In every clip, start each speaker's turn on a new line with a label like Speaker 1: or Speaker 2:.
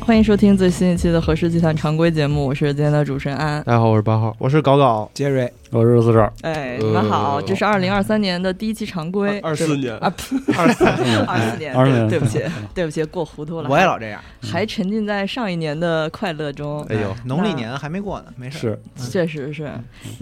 Speaker 1: 欢迎收听最新一期的《和氏集团》常规节目，我是今天的主持人安。
Speaker 2: 大家好，我是八号，我是搞搞
Speaker 3: 杰瑞，
Speaker 4: 我是四少，
Speaker 1: 哎，你们好，这是二零二三年的第一期常规，
Speaker 2: 二四年
Speaker 1: 啊，
Speaker 2: 二四
Speaker 1: 二四
Speaker 3: 哎
Speaker 1: 年，
Speaker 4: 24
Speaker 1: 对
Speaker 4: 年哎
Speaker 1: 对不起，对不起，过糊涂了，
Speaker 3: 我也老这样。
Speaker 1: 还沉浸在上一年的快乐中。
Speaker 2: 哎呦，
Speaker 3: 农历年还没过呢，没事。
Speaker 4: 是
Speaker 1: 确实是，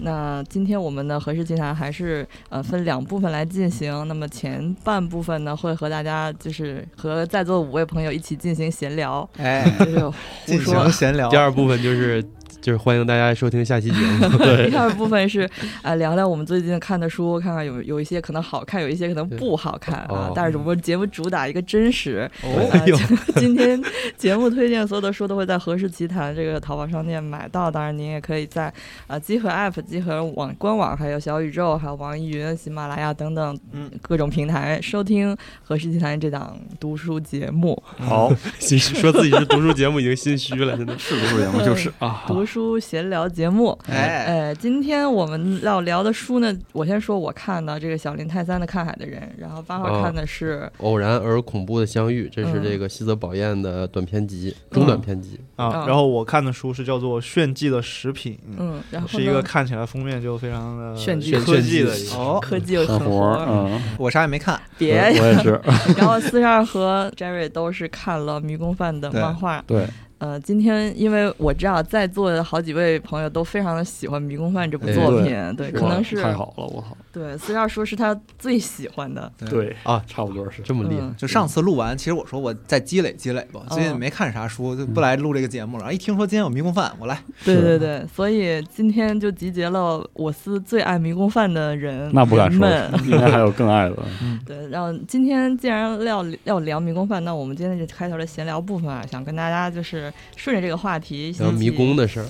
Speaker 1: 那今天我们的和氏集团还是呃分两部分来进行。那么前半部分呢，会和大家就是和在座的五位朋友一起进行闲聊，
Speaker 3: 哎，
Speaker 1: 就是嗯胡
Speaker 3: 进
Speaker 1: 说
Speaker 3: 行闲聊
Speaker 2: 第。二部分就是就是欢迎大家收听下期节 目，
Speaker 1: 第二部分是，呃，聊聊我们最近看的书，看看有有一些可能好看，有一些可能不好看啊。
Speaker 2: 哦
Speaker 1: 但是我们节目主打一个真实，
Speaker 3: 哦，
Speaker 4: 哎
Speaker 1: 呃、就 今天节目推荐所有的书都会在和氏奇谈这个淘宝商店买到，当然您也可以在呃集合 App、集合网官网、还有小宇宙、还有网易云、喜马拉雅等等
Speaker 3: 嗯
Speaker 1: 各种平台收听和氏奇谈这档读书节目。
Speaker 3: 嗯
Speaker 4: 好，
Speaker 2: 其实说自己是读书节目已经心虚了，真的是
Speaker 4: 是不是节 目就是啊，
Speaker 1: 读书闲聊节目。
Speaker 3: 哎，
Speaker 1: 呃，今天我们要聊的书呢，我先说我看的这个小林泰三的《看海的人》，然后八号
Speaker 2: 哦
Speaker 1: 看的是、
Speaker 2: 偶然而恐怖的相遇，这是
Speaker 1: 嗯
Speaker 2: 这个西泽保彦的短篇集，中短篇集，
Speaker 1: 啊
Speaker 5: 啊，然后我看的书是叫做《炫技的食品》，
Speaker 1: 嗯，然后
Speaker 5: 是一个
Speaker 1: 呢
Speaker 5: 看起来封面就非常的
Speaker 1: 炫技
Speaker 5: 科技的
Speaker 2: 炫
Speaker 5: 一
Speaker 2: 技
Speaker 5: 个。
Speaker 3: 哦，
Speaker 1: 科技又很
Speaker 4: 很活
Speaker 1: 活
Speaker 4: 儿，
Speaker 1: 儿，
Speaker 4: 嗯，
Speaker 3: 我啥也没看。
Speaker 1: 别。
Speaker 4: 我也 是，
Speaker 1: 然后四十二和 Jerry 都是看了《迷宫饭》的
Speaker 3: 对
Speaker 1: 漫画。
Speaker 4: 对，
Speaker 1: 呃，今天因为我知道在座的好几位朋友都非常的喜欢《迷宫饭》这部
Speaker 2: 哎
Speaker 1: 作
Speaker 4: 对
Speaker 1: 品，对，可能是
Speaker 4: 太好了，我操，
Speaker 1: 对四十二说是他最喜欢的。
Speaker 4: 对
Speaker 2: 啊
Speaker 4: 差不多是
Speaker 2: 这么厉害
Speaker 1: 嗯，
Speaker 3: 就上次录完，其实我说我再积累积累吧，最近没看啥书，就不来录这个节目了。然后一听说今天有迷宫饭，我来。
Speaker 1: 对
Speaker 4: 是
Speaker 1: 对对，所以今天就集结了我司最爱《迷宫饭》的人，
Speaker 4: 那不敢
Speaker 1: 人
Speaker 4: 说
Speaker 1: 们，
Speaker 4: 应该还有更爱的，
Speaker 1: 对，然后今天既然要要聊迷宫饭，那我们今天这开头的闲聊部分啊，想跟大家就是顺着这个话题，
Speaker 2: 然后迷宫。的事儿，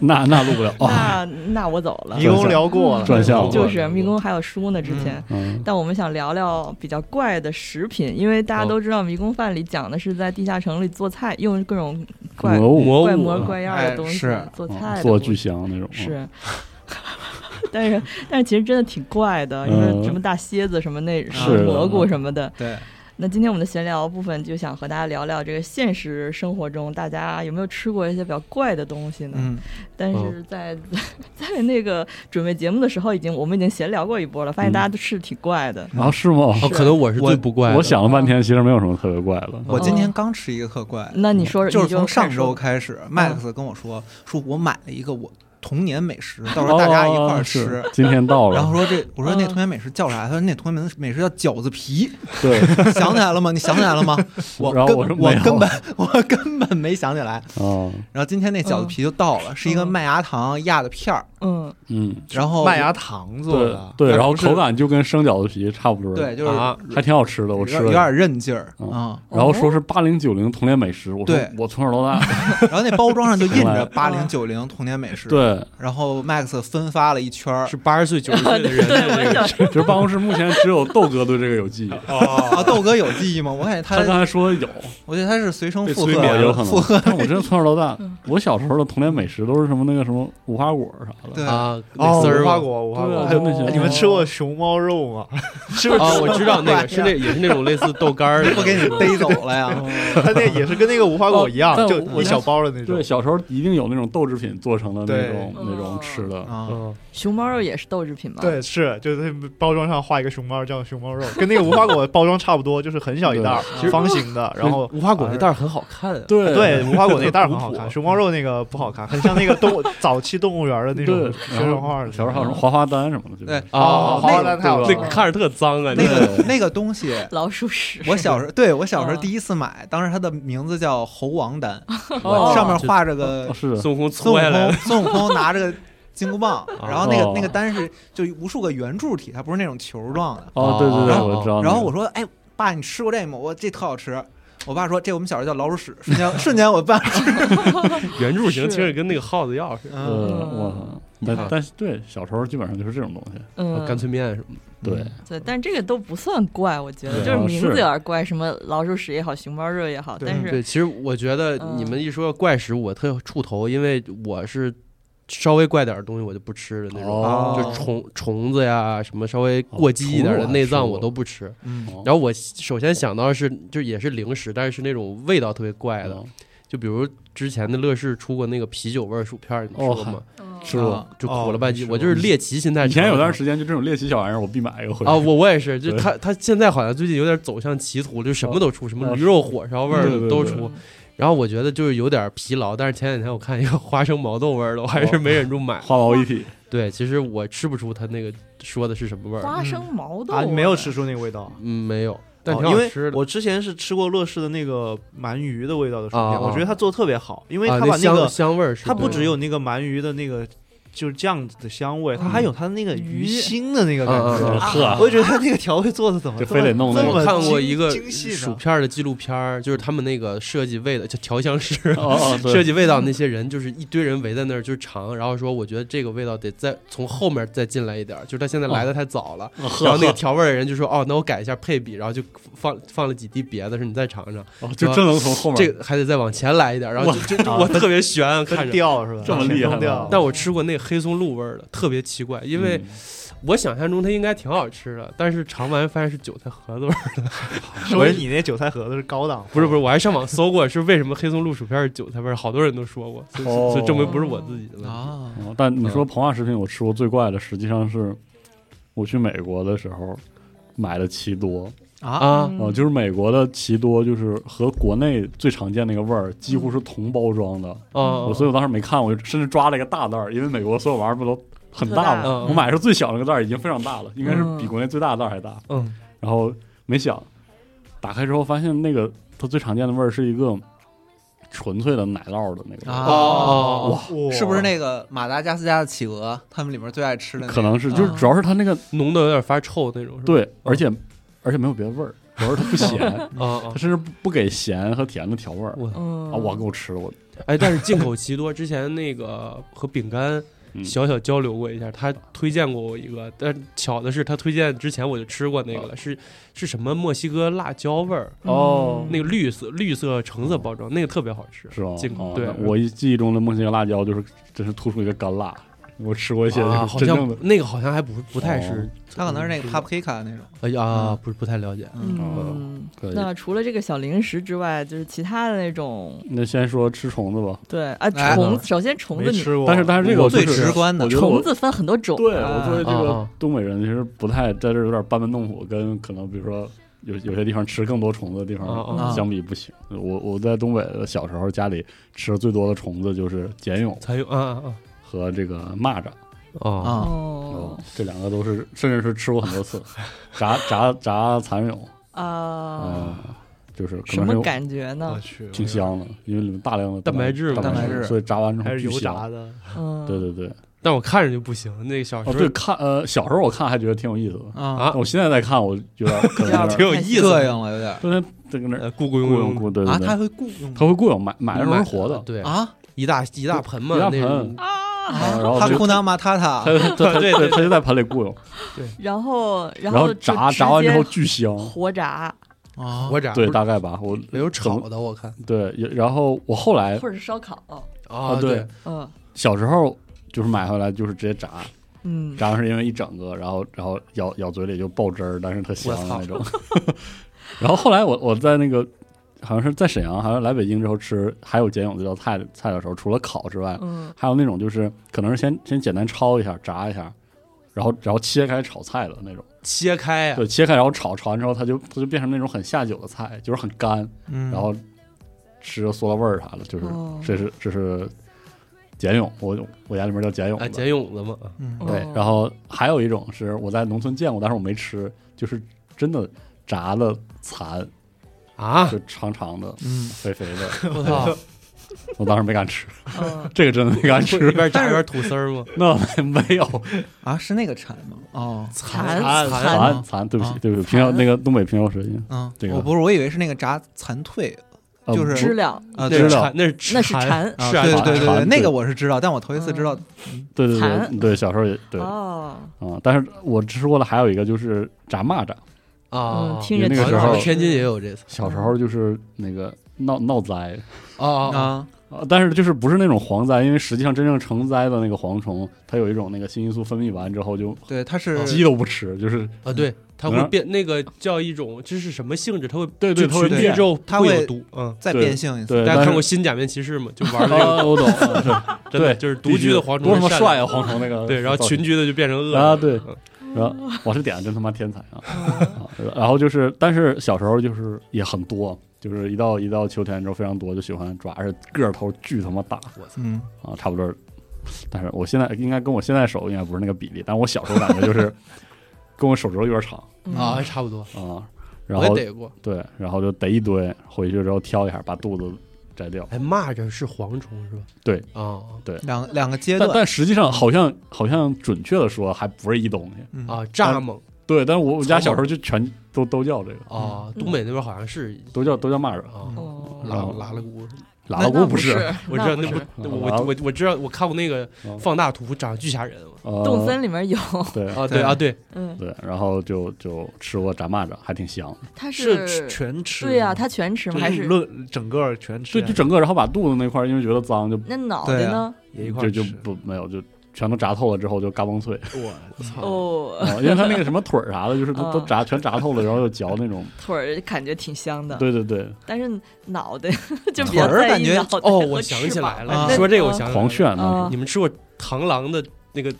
Speaker 4: 那那录不了啊，
Speaker 1: 那那我走了嗯
Speaker 5: 迷，宫聊过了，
Speaker 4: 转向了
Speaker 1: 就是迷宫还有书呢，之前。
Speaker 4: 嗯，
Speaker 1: 但我们想聊聊比较怪的食品，因为大家
Speaker 4: 哦
Speaker 1: 都知道《迷宫饭》里讲的是在地下城里做菜，用各种怪
Speaker 4: 魔物
Speaker 1: 怪模怪样的
Speaker 3: 哎
Speaker 1: 东西
Speaker 3: 是
Speaker 1: 做
Speaker 4: 啊嗯
Speaker 1: 菜的
Speaker 4: 做嗯
Speaker 1: 东
Speaker 4: 巨
Speaker 1: 西，
Speaker 4: 响那种，
Speaker 1: 是。 但是但是其实真的挺怪的，因为
Speaker 4: 嗯
Speaker 1: 什么大蝎子什么那
Speaker 4: 是嗯
Speaker 1: 蘑菇什么的，
Speaker 3: 对，
Speaker 1: 那今天我们的闲聊部分就想和大家聊聊这个现实生活中大家有没有吃过一些比较怪的东西呢？
Speaker 3: 嗯，
Speaker 1: 但
Speaker 5: 哦
Speaker 1: 是在、 在那个准备节目的时候，已经我们已经闲聊过一波了，发现大
Speaker 5: 嗯
Speaker 1: 家都是挺怪的。
Speaker 4: 啊，是吗？
Speaker 2: 哦，可能我是
Speaker 3: 我
Speaker 2: 最不怪的，
Speaker 4: 我想了半天，其实没有什么特别怪的，
Speaker 3: 我今天刚吃一个特怪，
Speaker 1: 那你说，
Speaker 3: 就是
Speaker 1: 你就
Speaker 3: 从上
Speaker 1: 开始
Speaker 3: 周
Speaker 1: 说
Speaker 3: 开始，Max
Speaker 4: 嗯
Speaker 3: 跟我说，说我买了一个我童年美食，到时候大家一块
Speaker 4: 哦
Speaker 3: 儿
Speaker 4: 是
Speaker 3: 吃。
Speaker 4: 今天到了，
Speaker 3: 然后说这，我说那
Speaker 1: 嗯
Speaker 3: 童年美食叫啥？他说那童年美食叫饺子皮。
Speaker 4: 对，
Speaker 3: 想起来了吗？你想起来了 吗？我
Speaker 4: 然后我
Speaker 3: 根
Speaker 4: 说没有
Speaker 3: 根本我根本没想起来。
Speaker 4: 啊，
Speaker 3: 然后今天那饺子皮就到了，是一个麦芽糖压的片儿，
Speaker 1: 嗯，
Speaker 4: 嗯，
Speaker 3: 然后
Speaker 5: 麦芽糖做
Speaker 4: 对
Speaker 5: 的，
Speaker 4: 对，
Speaker 3: 它
Speaker 4: 然后
Speaker 3: 不是
Speaker 4: 口感就跟生饺子皮差不多，
Speaker 3: 对，就是
Speaker 2: 啊
Speaker 4: 还挺好吃的，我
Speaker 3: 有
Speaker 4: 吃
Speaker 3: 点
Speaker 4: 了
Speaker 3: 有
Speaker 4: 嗯
Speaker 3: 点韧劲儿啊。
Speaker 4: 然后说是八零九零童年美食，我说
Speaker 3: 对
Speaker 4: 我从小到大，
Speaker 3: 然后那包装上就印
Speaker 4: 明 白
Speaker 3: 着八零九零童年美食，。
Speaker 4: 嗯对，
Speaker 3: 然后 Max 分发了一圈儿
Speaker 5: 是八十岁九十岁的人的这个
Speaker 4: 其实办公室目前只有豆哥对这个有记忆，
Speaker 3: 啊，豆哥有记忆吗？我感觉
Speaker 4: 他刚
Speaker 3: 他，
Speaker 4: 才说有，啊
Speaker 3: 我觉得他是随声
Speaker 5: 被
Speaker 3: 附
Speaker 5: 催
Speaker 3: 和
Speaker 5: 眠
Speaker 4: 有
Speaker 3: 的，
Speaker 4: 可
Speaker 3: 附和
Speaker 4: 能，但我真的从小到大，我小时候的童年美食都是什么那个什么无花果啥的，
Speaker 3: 对
Speaker 2: 啊，那
Speaker 5: 哦，
Speaker 2: 丝儿
Speaker 5: 无花
Speaker 2: 吗。
Speaker 5: 果，无花
Speaker 4: 对
Speaker 5: 果，
Speaker 4: 啊
Speaker 5: 还有
Speaker 4: 真的行
Speaker 5: 哎你们吃过熊猫肉吗？是不是？
Speaker 2: 啊，我知道那个是那也是那种类似豆干儿的，
Speaker 3: 不给你逮走了呀。
Speaker 5: 它那也是跟那个无花果一
Speaker 4: 哦但
Speaker 5: 样，
Speaker 4: 我
Speaker 5: 就一小包的那种
Speaker 4: 对，。小时候一定有那种豆制品做成的那
Speaker 1: 对
Speaker 4: 种那种吃
Speaker 5: 哦
Speaker 4: 的，
Speaker 3: 啊，
Speaker 2: 嗯，
Speaker 1: 熊猫肉也是豆制品嘛？，
Speaker 5: 对，是，就是它包装上画一个熊猫，叫熊猫肉，跟那个无花果包装差不多，就是很小一袋儿
Speaker 3: 实，
Speaker 5: 方形的。然后哎
Speaker 2: 无花果那袋儿很好看啊，
Speaker 4: 对
Speaker 5: 对，无花果那袋儿很好看，
Speaker 4: 很
Speaker 5: 熊猫肉那个不好看，很像那个动物早期动物园的
Speaker 4: 对
Speaker 5: 那种，宣
Speaker 4: 然
Speaker 5: 传
Speaker 4: 后
Speaker 5: 画儿的那种。
Speaker 4: 小时候还有什么花花丹什么
Speaker 3: 对
Speaker 4: 的，对，
Speaker 2: 啊，
Speaker 5: 哦，花花丹太好
Speaker 4: 那
Speaker 5: 了
Speaker 4: 个
Speaker 2: 那个看着特脏啊，
Speaker 3: 那
Speaker 2: 那
Speaker 3: 个那个东西，
Speaker 1: 老鼠屎。
Speaker 3: 我小时候，对我小时候
Speaker 1: 嗯
Speaker 3: 第一次买，当时它的名字叫猴王丹，
Speaker 4: 哦
Speaker 3: 上面画着个
Speaker 4: 哦是的
Speaker 2: 孙悟空
Speaker 3: 孙
Speaker 2: 搓
Speaker 3: 悟
Speaker 2: 下来
Speaker 3: 空，
Speaker 2: 了，
Speaker 3: 孙悟空拿着个金箍棒，然后那
Speaker 4: 哦
Speaker 3: 个那个丹是就无数个圆柱体，它不是那种球状的。
Speaker 4: 哦，对对
Speaker 3: 然
Speaker 4: 对，
Speaker 3: 后
Speaker 4: 我知道那个，
Speaker 3: 然后我说，哎，爸，你吃过这个吗？我这特好吃。我爸说，这我们小时候叫老鼠屎，瞬间瞬间我爸，
Speaker 2: 圆柱形听着跟那个耗子药似的，
Speaker 3: 嗯，
Speaker 4: 呃，
Speaker 1: 嗯
Speaker 4: 我
Speaker 2: 你
Speaker 4: 但
Speaker 2: 看
Speaker 4: 但是对小时候基本上就是这种东西，
Speaker 1: 嗯，
Speaker 2: 干脆面什么
Speaker 4: 对，
Speaker 1: 对，但这个都不算怪，我觉得
Speaker 4: 对
Speaker 1: 就是
Speaker 4: 啊
Speaker 1: 名字有
Speaker 4: 是
Speaker 1: 点怪，什么老鼠屎也好，熊猫肉也好，
Speaker 5: 对
Speaker 1: 但
Speaker 2: 的。
Speaker 1: 是
Speaker 2: 对，其实我觉得你们一说怪食，我特怵头，因为我是稍微怪点儿的东西我就不吃的那种，
Speaker 4: 哦
Speaker 2: 就虫虫子呀什么稍微过激一点
Speaker 4: 哦虫
Speaker 2: 的
Speaker 4: 子我还
Speaker 2: 内
Speaker 4: 吃
Speaker 2: 脏
Speaker 4: 过
Speaker 2: 我都不吃。
Speaker 3: 嗯
Speaker 4: 哦
Speaker 2: 然后我首先想到的是，就也是零食，但是是那种味道特别怪的，
Speaker 4: 嗯
Speaker 2: 就比如之前的乐事出过那个啤酒味儿薯片儿，你们
Speaker 4: 哦
Speaker 2: 吃过吗？
Speaker 4: 吃过。
Speaker 3: 啊
Speaker 2: 就苦了吧唧，
Speaker 5: 哦
Speaker 2: 我就是猎奇心态。
Speaker 4: 以前有段时间就这种猎奇小玩意儿，我必买一个回来
Speaker 2: 啊，我我也是，就
Speaker 4: 对
Speaker 2: 他他现在好像最近有点走向歧途，就什么都出，什么驴肉火烧味儿
Speaker 4: 对
Speaker 2: 的
Speaker 4: 对对
Speaker 2: 都
Speaker 4: 对
Speaker 2: 出。然后我觉得就是有点疲劳，但是前两天我看一个 花生毛豆味儿的，我还
Speaker 5: 哦
Speaker 2: 是没忍住买。
Speaker 4: 花毛一体，
Speaker 2: 对，其实我吃不出它那个说的是什么味儿，
Speaker 1: 嗯花
Speaker 4: 嗯
Speaker 1: 生毛豆
Speaker 5: 啊，
Speaker 1: 味
Speaker 5: 你没有吃出那个味道。
Speaker 2: 嗯，没有，但
Speaker 5: 哦
Speaker 2: 挺
Speaker 5: 因
Speaker 2: 好
Speaker 5: 为
Speaker 2: 吃的。
Speaker 5: 我之前是吃过乐事的那个鳗鱼的味道的薯片，
Speaker 2: 啊啊
Speaker 5: 我觉得它做的特别好，因为
Speaker 2: 啊
Speaker 5: 它把那
Speaker 2: 香
Speaker 5: 个
Speaker 2: 香味儿是
Speaker 5: 它不
Speaker 2: 对
Speaker 5: 只有那个鳗鱼的那个就是酱的香味，它还有它那个鱼
Speaker 1: 鱼
Speaker 5: 腥的那个感
Speaker 2: 嗯嗯嗯
Speaker 5: 觉。
Speaker 4: 呵，
Speaker 5: 我就觉得它那个调味做的怎么
Speaker 4: 就非得弄那
Speaker 5: 这
Speaker 4: 个
Speaker 5: 么
Speaker 2: 我看过一个
Speaker 5: 精细
Speaker 2: 薯
Speaker 5: 呢？
Speaker 2: 片儿的纪录片儿，就是他们那个设计味的，就调香师，
Speaker 4: 哦哦，
Speaker 2: 设
Speaker 4: 对，
Speaker 2: 计味道那些人就是一堆人围在那儿就是尝，然后说我觉得这个味道得再从后面再进来一点儿，就是他现在来的太早了。
Speaker 4: 哦
Speaker 2: 然后那个
Speaker 4: 呵，
Speaker 2: 调味儿的人就说哦，那我改一下配比，然后就放放了几滴别的，说你再尝尝，
Speaker 4: 哦就真能从后面
Speaker 2: 这个还得再往前来一点儿，然后就就就我特别悬，
Speaker 5: 它
Speaker 2: 看着。
Speaker 5: 掉是吧？
Speaker 4: 这么厉害吗
Speaker 5: 掉。
Speaker 2: 但我吃过那个黑松露味儿的，特别奇怪，因
Speaker 4: 嗯
Speaker 2: 为我想象中它应该挺好吃的，但是尝完发现是韭菜盒子味儿。
Speaker 5: 说明你那韭菜盒子是高档，
Speaker 2: 不是不是，我还上网搜过是为什么黑松露薯片是韭菜味儿，好多人都说过，所以所以所以证明不是我自己的问题。
Speaker 3: 啊，
Speaker 4: 哦，但你说膨化食品，我吃过最怪的，实际上是我去美国的时候买的奇多
Speaker 3: 啊
Speaker 2: 啊，
Speaker 4: 哦，就是美国的奇多，就是和国内最常见那个味儿几乎是同包装的。
Speaker 2: 哦
Speaker 4: 我所以我当时没看，我就甚至抓了一个大袋儿，因为美国所有玩意儿不都很大
Speaker 1: 特
Speaker 2: 大
Speaker 4: 吗？我买的时候最小那个袋儿已经非常大了，应该是比国内最大的袋儿还大。
Speaker 2: 嗯
Speaker 4: 然后没想打开之后，发现那个它最常见的味儿是一个纯粹的奶酪的那个味儿。
Speaker 3: 啊
Speaker 2: 哦哇，
Speaker 5: 哇
Speaker 3: 是不是那个马达加斯加的企鹅，他们里面最爱吃的那个？
Speaker 4: 可能是，就是
Speaker 1: 啊
Speaker 4: 主要是它那个
Speaker 2: 浓的有点发臭那种，是吧？
Speaker 4: 对，而且而且没有别的味儿，主要是它不咸，
Speaker 2: 啊啊
Speaker 4: 它，甚至不不给咸和甜的调味儿。
Speaker 2: 我
Speaker 1: 嗯
Speaker 4: 啊，我给我吃了，我
Speaker 2: 哎，但是进口奇多之前那个和饼干
Speaker 4: 嗯
Speaker 2: 小小交流过一下，他推荐过我一个，但巧的是他推荐之前我就吃过那个
Speaker 4: 嗯
Speaker 2: 了，是是什么墨西哥辣椒味儿，
Speaker 1: 嗯
Speaker 4: 哦
Speaker 2: 那个绿色绿色橙色包装，那个特别好吃，
Speaker 4: 是吧？
Speaker 2: 进口
Speaker 4: 哦
Speaker 2: 对
Speaker 4: 那我一记忆中的墨西哥辣椒就是真是突出一个干辣，我吃过一些
Speaker 2: 啊，
Speaker 4: 就是
Speaker 2: 好
Speaker 4: 真正的
Speaker 2: 像那个好像还不不太是
Speaker 4: 哦，
Speaker 3: 它可能是那个 paprika 那种。
Speaker 2: 哎呀，不是不太了解。
Speaker 1: 嗯
Speaker 4: 可以。
Speaker 1: 那除了这个小零食之外，就是其他的那种
Speaker 4: 那先说吃虫子吧，
Speaker 1: 对啊，
Speaker 3: 哎
Speaker 1: 虫子首先虫子
Speaker 5: 没
Speaker 1: 你
Speaker 5: 吃过？
Speaker 4: 但是
Speaker 2: 哦
Speaker 4: 但是这个
Speaker 3: 我
Speaker 4: 我就
Speaker 3: 最
Speaker 4: 是
Speaker 3: 直观的
Speaker 4: 我觉得我
Speaker 1: 虫子分很多种，
Speaker 4: 对
Speaker 3: 啊
Speaker 4: 我作为这
Speaker 2: 啊
Speaker 4: 个
Speaker 2: 啊
Speaker 4: 东北人，其实不太在这儿有点班门弄斧，跟可能比如说有有些地方吃更多虫子的地
Speaker 2: 啊
Speaker 4: 方
Speaker 3: 嗯
Speaker 2: 啊
Speaker 4: 相比不行。我我在东北的小时候家里吃的最多的虫子就是茧蛹
Speaker 2: 才有啊
Speaker 4: 和这个蚂蚱，
Speaker 2: 啊啊啊！
Speaker 3: 啊
Speaker 1: 哦
Speaker 4: 这两个都是甚至是吃过很多次，炸炸炸蚕蛹啊、
Speaker 1: 啊，
Speaker 4: 就是可
Speaker 1: 什
Speaker 4: 能
Speaker 1: 么
Speaker 4: 是
Speaker 1: 感觉
Speaker 5: 我
Speaker 1: 呢？
Speaker 5: 去，
Speaker 4: 挺香的，因为里面大量的
Speaker 2: 蛋白质嘛
Speaker 4: 蛋白
Speaker 3: 蛋白质
Speaker 4: 所以炸完之
Speaker 5: 还
Speaker 4: 后
Speaker 5: 是
Speaker 4: 巨
Speaker 5: 油
Speaker 4: 香。
Speaker 5: 炸的。
Speaker 1: 嗯，
Speaker 4: 对对对，
Speaker 2: 但我看着就不行，那个小时
Speaker 4: 哦
Speaker 2: 候
Speaker 4: 对，看呃小时候我看还觉得挺有意思的，
Speaker 3: 啊，
Speaker 2: 啊
Speaker 4: 但，我现在再看我有点可能有点
Speaker 2: 挺有意思
Speaker 3: 膈
Speaker 2: 的
Speaker 3: 应了有点
Speaker 4: 对对，这个那
Speaker 2: 呃，咕咕
Speaker 4: 雇佣
Speaker 2: 咕咕
Speaker 4: 雇，对对
Speaker 3: 啊，
Speaker 4: 对，
Speaker 3: 它会雇佣
Speaker 4: 他会雇佣买买的时候是活的，
Speaker 2: 对，
Speaker 3: 啊
Speaker 2: 一大一大盆嘛，
Speaker 4: 一大
Speaker 2: 那种
Speaker 4: 盆
Speaker 1: 啊，
Speaker 4: 啊然后
Speaker 3: 它
Speaker 4: 就
Speaker 3: 库纳马塔啊
Speaker 4: 他
Speaker 3: 塔，
Speaker 4: 他他
Speaker 2: 对
Speaker 4: 对他就在盆里雇佣，
Speaker 1: 然后然
Speaker 4: 然后
Speaker 1: 就
Speaker 4: 炸
Speaker 1: 直
Speaker 4: 炸完之
Speaker 1: 接
Speaker 4: 后巨香，
Speaker 1: 活炸，
Speaker 3: 啊
Speaker 2: 火，炸，
Speaker 4: 对，
Speaker 2: 不是
Speaker 4: 大概吧，我
Speaker 2: 没有炒的，我看
Speaker 4: 对，也然后我后来
Speaker 1: 或者是烧烤，
Speaker 2: 啊
Speaker 4: 对，
Speaker 1: 嗯
Speaker 4: 小时候就是买回来就是直接炸，
Speaker 1: 嗯，
Speaker 4: 炸完是因为一整个，然后然后咬咬嘴里就爆汁儿，但是特香
Speaker 2: 我操
Speaker 4: 那种。 然后后来我我在那个好像是在沈阳，好像来北京之后吃还有茧蛹这道菜菜的时候，除了烤之外，
Speaker 1: 嗯
Speaker 4: 还有那种就是可能是先先简单焯一下炸一下，然后然后切开炒菜的那种。
Speaker 2: 切开啊
Speaker 4: 对，切开然后炒，炒完之后它就它就变成那种很下酒的菜，就是很干，
Speaker 3: 嗯
Speaker 4: 然后吃着嗦了味儿啥的，就是、
Speaker 1: 哦
Speaker 4: 这是这是茧蛹，我我家里面叫茧蛹
Speaker 2: 啊，
Speaker 4: 的。
Speaker 2: 茧蛹子嘛，啊
Speaker 3: 嗯
Speaker 1: 嗯
Speaker 4: 对，然后还有一种是我在农村见过，但是我没吃，就是真的炸的蚕，
Speaker 2: 啊，
Speaker 4: 就长长的、
Speaker 3: 嗯，
Speaker 4: 肥肥的，
Speaker 2: 我操，
Speaker 4: 我当时没敢吃，
Speaker 1: 嗯
Speaker 4: 这个真的没敢 吃
Speaker 2: 一。边炸一边吐丝儿吗？
Speaker 4: 那没有
Speaker 3: 啊，是那个蝉吗？哦，
Speaker 1: 蚕
Speaker 2: 蚕
Speaker 1: 蚕
Speaker 4: 蚕蚕，对不
Speaker 3: 啊
Speaker 4: 起，对不起，平遥
Speaker 1: 蚕
Speaker 4: 那个东北平遥舌音，
Speaker 3: 嗯
Speaker 4: 这，个
Speaker 3: 我不是，我以为是那个炸蚕蜕
Speaker 4: 呃
Speaker 3: 就是
Speaker 1: 知了，
Speaker 3: 啊，
Speaker 2: 那
Speaker 3: 对
Speaker 2: 是
Speaker 4: 知道
Speaker 2: 蝉，那是
Speaker 1: 那是
Speaker 2: 蝉，
Speaker 1: 蝉
Speaker 3: 啊，
Speaker 2: 是啊
Speaker 3: 对
Speaker 4: 蝉
Speaker 3: 对对对，
Speaker 4: 蝉
Speaker 3: 那个
Speaker 4: 对
Speaker 3: 我是知道，但我头一次知道
Speaker 4: 对对对
Speaker 1: 蚕
Speaker 4: 对，小时候也对啊、
Speaker 1: 哦，
Speaker 4: 但是我吃过的还有一个就是炸蚂蚱，
Speaker 1: 嗯，，
Speaker 2: 啊
Speaker 1: 听着
Speaker 4: 那
Speaker 1: 挺
Speaker 4: 个时
Speaker 1: 好
Speaker 4: 候
Speaker 1: 吃
Speaker 2: 天津也有这次
Speaker 4: 小时候就是那个闹闹灾，
Speaker 2: 啊啊，
Speaker 3: 啊，
Speaker 4: 啊，但是就是不是那种蝗灾，因为实际上真正成灾的那个蝗虫，它有一种那个新因素分泌完之后就
Speaker 3: 对，它是
Speaker 4: 啊鸡都不吃，就是
Speaker 2: 啊，对，它会
Speaker 4: 嗯
Speaker 2: 变那个叫一种，这是什么性质？它会
Speaker 4: 对对
Speaker 2: 就
Speaker 4: 它会
Speaker 2: 群居
Speaker 4: 变
Speaker 2: 之后
Speaker 3: 它
Speaker 2: 会
Speaker 3: 会
Speaker 2: 有毒，嗯。
Speaker 3: 再
Speaker 4: 对
Speaker 3: 变性一次。
Speaker 4: 对，
Speaker 2: 大家
Speaker 4: 但
Speaker 2: 看
Speaker 4: 是
Speaker 2: 过《新假面骑士》吗？就玩 那个，
Speaker 4: 啊，我懂，啊是
Speaker 2: 真的
Speaker 4: 对
Speaker 2: 就是独居的蝗虫，
Speaker 4: 多他妈帅啊！！蝗虫那个
Speaker 2: 对， 然后
Speaker 4: 群。
Speaker 2: 群居的就变成恶
Speaker 4: 啊
Speaker 2: 了
Speaker 4: 对
Speaker 2: 嗯
Speaker 4: 然后我这点真他妈天才啊！啊然后就是，但是小时候就是也很多，就是一到一到秋天之后非常多，就喜欢抓，而且个头巨他妈大
Speaker 3: 嗯，
Speaker 4: 啊，差不多。但是我现在应该跟我现在手应该不是那个比例，但我小时候感觉就是 跟我手指头有点长
Speaker 1: 嗯
Speaker 2: 啊，差不多。
Speaker 4: 啊，然
Speaker 2: 我也
Speaker 4: 后
Speaker 2: 逮过，
Speaker 4: 对，然后就逮一堆，回去之后挑一下，把肚子摘掉。
Speaker 2: 哎，蚂蚱是蝗虫是吧？
Speaker 4: 对
Speaker 2: 啊
Speaker 3: 两个两个阶
Speaker 4: 但
Speaker 3: 段，
Speaker 4: 但实际上好像好像准确的说还不是一东西，
Speaker 3: 嗯
Speaker 2: 啊，蚱蜢
Speaker 4: 对，但是我我家
Speaker 2: 草蜢
Speaker 4: 小时候就全都都叫这个，
Speaker 2: 啊，
Speaker 1: 嗯
Speaker 2: 东北那边好像是
Speaker 4: 都叫都叫蚂蚱，
Speaker 2: 啊，
Speaker 1: 哦
Speaker 2: 拉拉了咕，
Speaker 4: 喇叭姑不是，
Speaker 2: 我知道那
Speaker 1: 那不是
Speaker 2: 不，那我我我知道，我看过那个
Speaker 4: 嗯
Speaker 2: 放大图，长得巨吓人。
Speaker 4: 呃
Speaker 1: 动森里面有，
Speaker 4: 对
Speaker 2: 啊，对啊，对，
Speaker 1: 嗯，
Speaker 4: 对，然后就就吃过炸蚂蚱，还挺香。
Speaker 1: 它
Speaker 5: 是全吃的吗，
Speaker 1: 对呀，它全吃吗？
Speaker 5: 就
Speaker 1: 还是
Speaker 5: 是论整个儿全吃
Speaker 4: 对，
Speaker 5: 下
Speaker 4: 就
Speaker 5: 来，
Speaker 4: 整个，然后把肚子那块儿，因为觉得脏，就
Speaker 1: 那脑
Speaker 3: 对
Speaker 1: 袋
Speaker 3: 啊
Speaker 1: 呢？
Speaker 5: 也一块
Speaker 4: 就
Speaker 5: 儿
Speaker 4: 就
Speaker 5: 吃。
Speaker 4: 不没有，就全都炸透了之后就嘎嘣脆。
Speaker 5: 我 操！
Speaker 1: 哦，
Speaker 4: 啊因为它那个什么腿儿啥的，就是都都
Speaker 1: 嗯
Speaker 4: 炸全炸透了，然后又嚼那种。
Speaker 1: 腿儿感觉挺香的，
Speaker 4: 对对对，
Speaker 1: 但是脑袋 就
Speaker 3: 腿
Speaker 1: 比较
Speaker 3: 儿
Speaker 1: 在
Speaker 3: 感
Speaker 1: 意
Speaker 3: 觉
Speaker 1: 脑袋
Speaker 2: 哦，
Speaker 1: 和
Speaker 2: 我想起
Speaker 1: 翅膀
Speaker 2: 来
Speaker 3: 啊
Speaker 2: 了，你说这个我
Speaker 1: 嗯
Speaker 2: 想起来了
Speaker 4: 狂炫当
Speaker 1: 啊
Speaker 4: 时
Speaker 2: 你们吃过螳螂的那个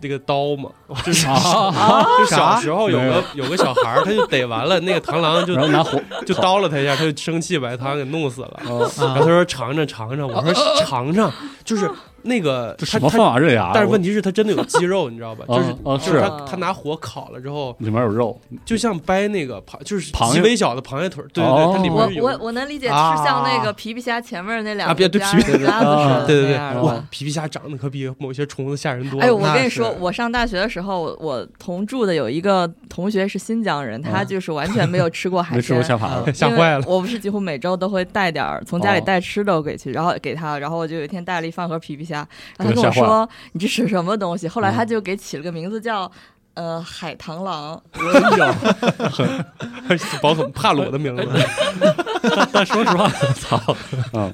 Speaker 2: 那个刀吗？ 就是
Speaker 4: 啊，
Speaker 2: 就小时候有
Speaker 4: 没
Speaker 2: 个有个小孩儿，他就逮完了那个螳螂
Speaker 1: 嗯
Speaker 2: 就
Speaker 4: 然后拿火，
Speaker 2: 就叨了他一下，他就生气把螳螂给弄死了。
Speaker 4: 啊
Speaker 2: 然后
Speaker 3: 啊
Speaker 2: 他说尝尝尝尝，我说尝尝，就是那个
Speaker 4: 这
Speaker 2: 他
Speaker 4: 什么
Speaker 2: 他，
Speaker 4: 方法这呀？
Speaker 2: 但是问
Speaker 4: 题
Speaker 2: 题是，他真的有肌肉，你知道 吧？就是
Speaker 4: 啊
Speaker 2: 就是
Speaker 4: 是
Speaker 2: 他他拿火烤了之后，
Speaker 4: 里面有肉，
Speaker 2: 就像掰那个螃，就是
Speaker 4: 螃
Speaker 2: 极
Speaker 4: 蟹
Speaker 2: 微小的螃蟹腿儿，对对对，
Speaker 4: 哦
Speaker 2: 它里
Speaker 1: 我
Speaker 2: 面是
Speaker 1: 我
Speaker 2: 有。
Speaker 1: 我能理解，是
Speaker 5: 啊
Speaker 1: 像那个皮皮虾前面那两
Speaker 2: 啊
Speaker 1: 个
Speaker 2: 别对
Speaker 1: 夹
Speaker 2: 皮皮
Speaker 1: 夹子似的
Speaker 4: 啊
Speaker 2: 对对对，
Speaker 1: 那样的
Speaker 2: 哇，皮皮虾长得可比某些虫子吓人多了。
Speaker 1: 哎，我跟
Speaker 3: 那
Speaker 1: 你说
Speaker 3: 是，
Speaker 1: 我上大学的时候，我我同住的有一个同学是新疆人，他就是完全没有吃 过海
Speaker 4: 啊没吃
Speaker 1: 鲜嗯
Speaker 4: 过，下盘子
Speaker 2: 吓坏了
Speaker 1: 因 为我不是几乎每周都会带点儿，从家里
Speaker 4: 哦
Speaker 1: 带吃的给去，然后给他，然后我就有一天带了一饭盒皮皮虾，然后他跟我
Speaker 4: 吓坏
Speaker 1: 说：“你这是什么东西？”后来
Speaker 4: 嗯
Speaker 1: 他就给起了个名字叫。呃，海螳螂，
Speaker 2: 保很怕裸的名字，
Speaker 4: 哦但说实话，操，嗯，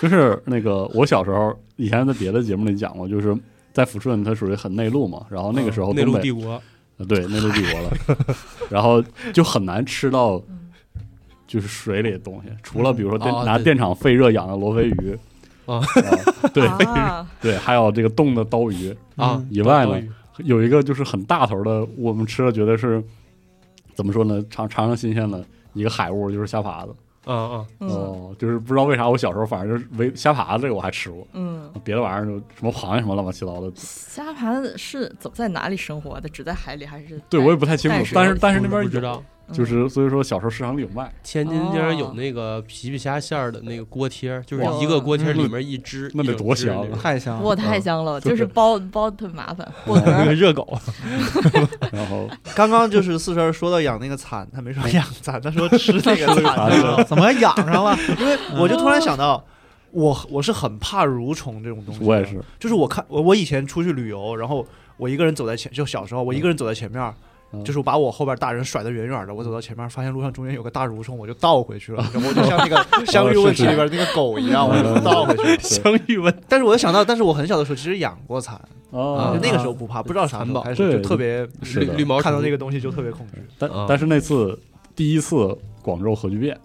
Speaker 4: 就是那个我小时候以前在别的节目里讲过，就是在抚顺，它属于很内陆嘛，然后那个时候
Speaker 2: 嗯内
Speaker 4: 东
Speaker 2: 陆
Speaker 4: 北
Speaker 2: 帝国
Speaker 4: 呃对内陆帝国了， 然后就很难吃到就是水里的东西，除了比如说电
Speaker 2: 哦
Speaker 4: 拿
Speaker 2: 对
Speaker 4: 电场废热养的罗非鱼
Speaker 2: 啊
Speaker 4: 对
Speaker 1: 啊，
Speaker 4: 对，还有这个冻的刀鱼
Speaker 2: 啊
Speaker 4: 以外
Speaker 2: 刀
Speaker 4: 呢
Speaker 2: 鱼，
Speaker 4: 有一个就是很大头的，我们吃了觉得是怎么说呢，尝尝尝新鲜的一个海物就是虾爬子。
Speaker 2: 啊啊，
Speaker 1: 嗯
Speaker 4: 哦，就是不知道为啥我小时候反正就是围虾爬子这个我还吃过，
Speaker 1: 嗯，
Speaker 4: 别的玩意儿就什么螃蟹什么乱七八糟的，
Speaker 1: 虾盘是怎在哪里生活的？只在海里还是在？
Speaker 4: 对我也不太清
Speaker 1: 淡
Speaker 4: 楚。
Speaker 1: 水
Speaker 4: 但是但是那
Speaker 2: 我
Speaker 4: 边
Speaker 2: 不知
Speaker 4: 有，
Speaker 2: 道，
Speaker 1: 嗯
Speaker 4: 就是所以说小时候市场里有卖，
Speaker 2: 天津竟然
Speaker 1: 哦
Speaker 2: 有那个皮皮虾馅儿的那个锅贴儿，就是
Speaker 1: 哇
Speaker 2: 一个锅贴儿
Speaker 3: 嗯
Speaker 2: 里面一只，
Speaker 4: 那得
Speaker 2: 一整
Speaker 4: 多
Speaker 2: 只
Speaker 4: 香啊嗯
Speaker 2: 那种
Speaker 3: 太香了。
Speaker 1: 哇，太香了，
Speaker 4: 就
Speaker 1: 就是是包包特麻 烦，剥壳
Speaker 2: 嗯那
Speaker 1: 儿
Speaker 2: 个热狗，
Speaker 4: 然后
Speaker 5: 刚刚就是四十二说到养那个蚕，他没说养蚕，他说吃那 个蚕。
Speaker 3: 啊怎么还养上了？
Speaker 5: 因为我就突然想到，我我是很怕蠕虫这种东西。
Speaker 4: 我也，是，
Speaker 5: 就是我看我我以前出去旅游，然后我一个人走在前，就小时候我一个人走在前面。
Speaker 4: 嗯
Speaker 5: 就是我把我后边大人甩得远远的，我走到前面，发现路上中间有个大蠕虫，我就倒回 去了，然后我就像那个
Speaker 4: 哦
Speaker 5: 《相遇问题》里边那个狗一
Speaker 2: 啊
Speaker 5: 样，我
Speaker 4: 嗯
Speaker 5: 就倒回去了。
Speaker 2: 香芋文
Speaker 5: 但是我又想到，但是我很小的时候其实养过蚕，
Speaker 4: 啊
Speaker 5: 就，那个时候不怕，不知道啥时
Speaker 2: 蚕
Speaker 5: 候
Speaker 2: 宝
Speaker 5: 开始就
Speaker 4: 对
Speaker 5: 特别
Speaker 4: 是
Speaker 2: 绿
Speaker 4: 的
Speaker 2: 绿毛
Speaker 5: 看到
Speaker 2: 虫
Speaker 5: 那个东西就特别恐 惧。
Speaker 4: 但
Speaker 2: 啊
Speaker 4: 但是那次第一次广州核聚变，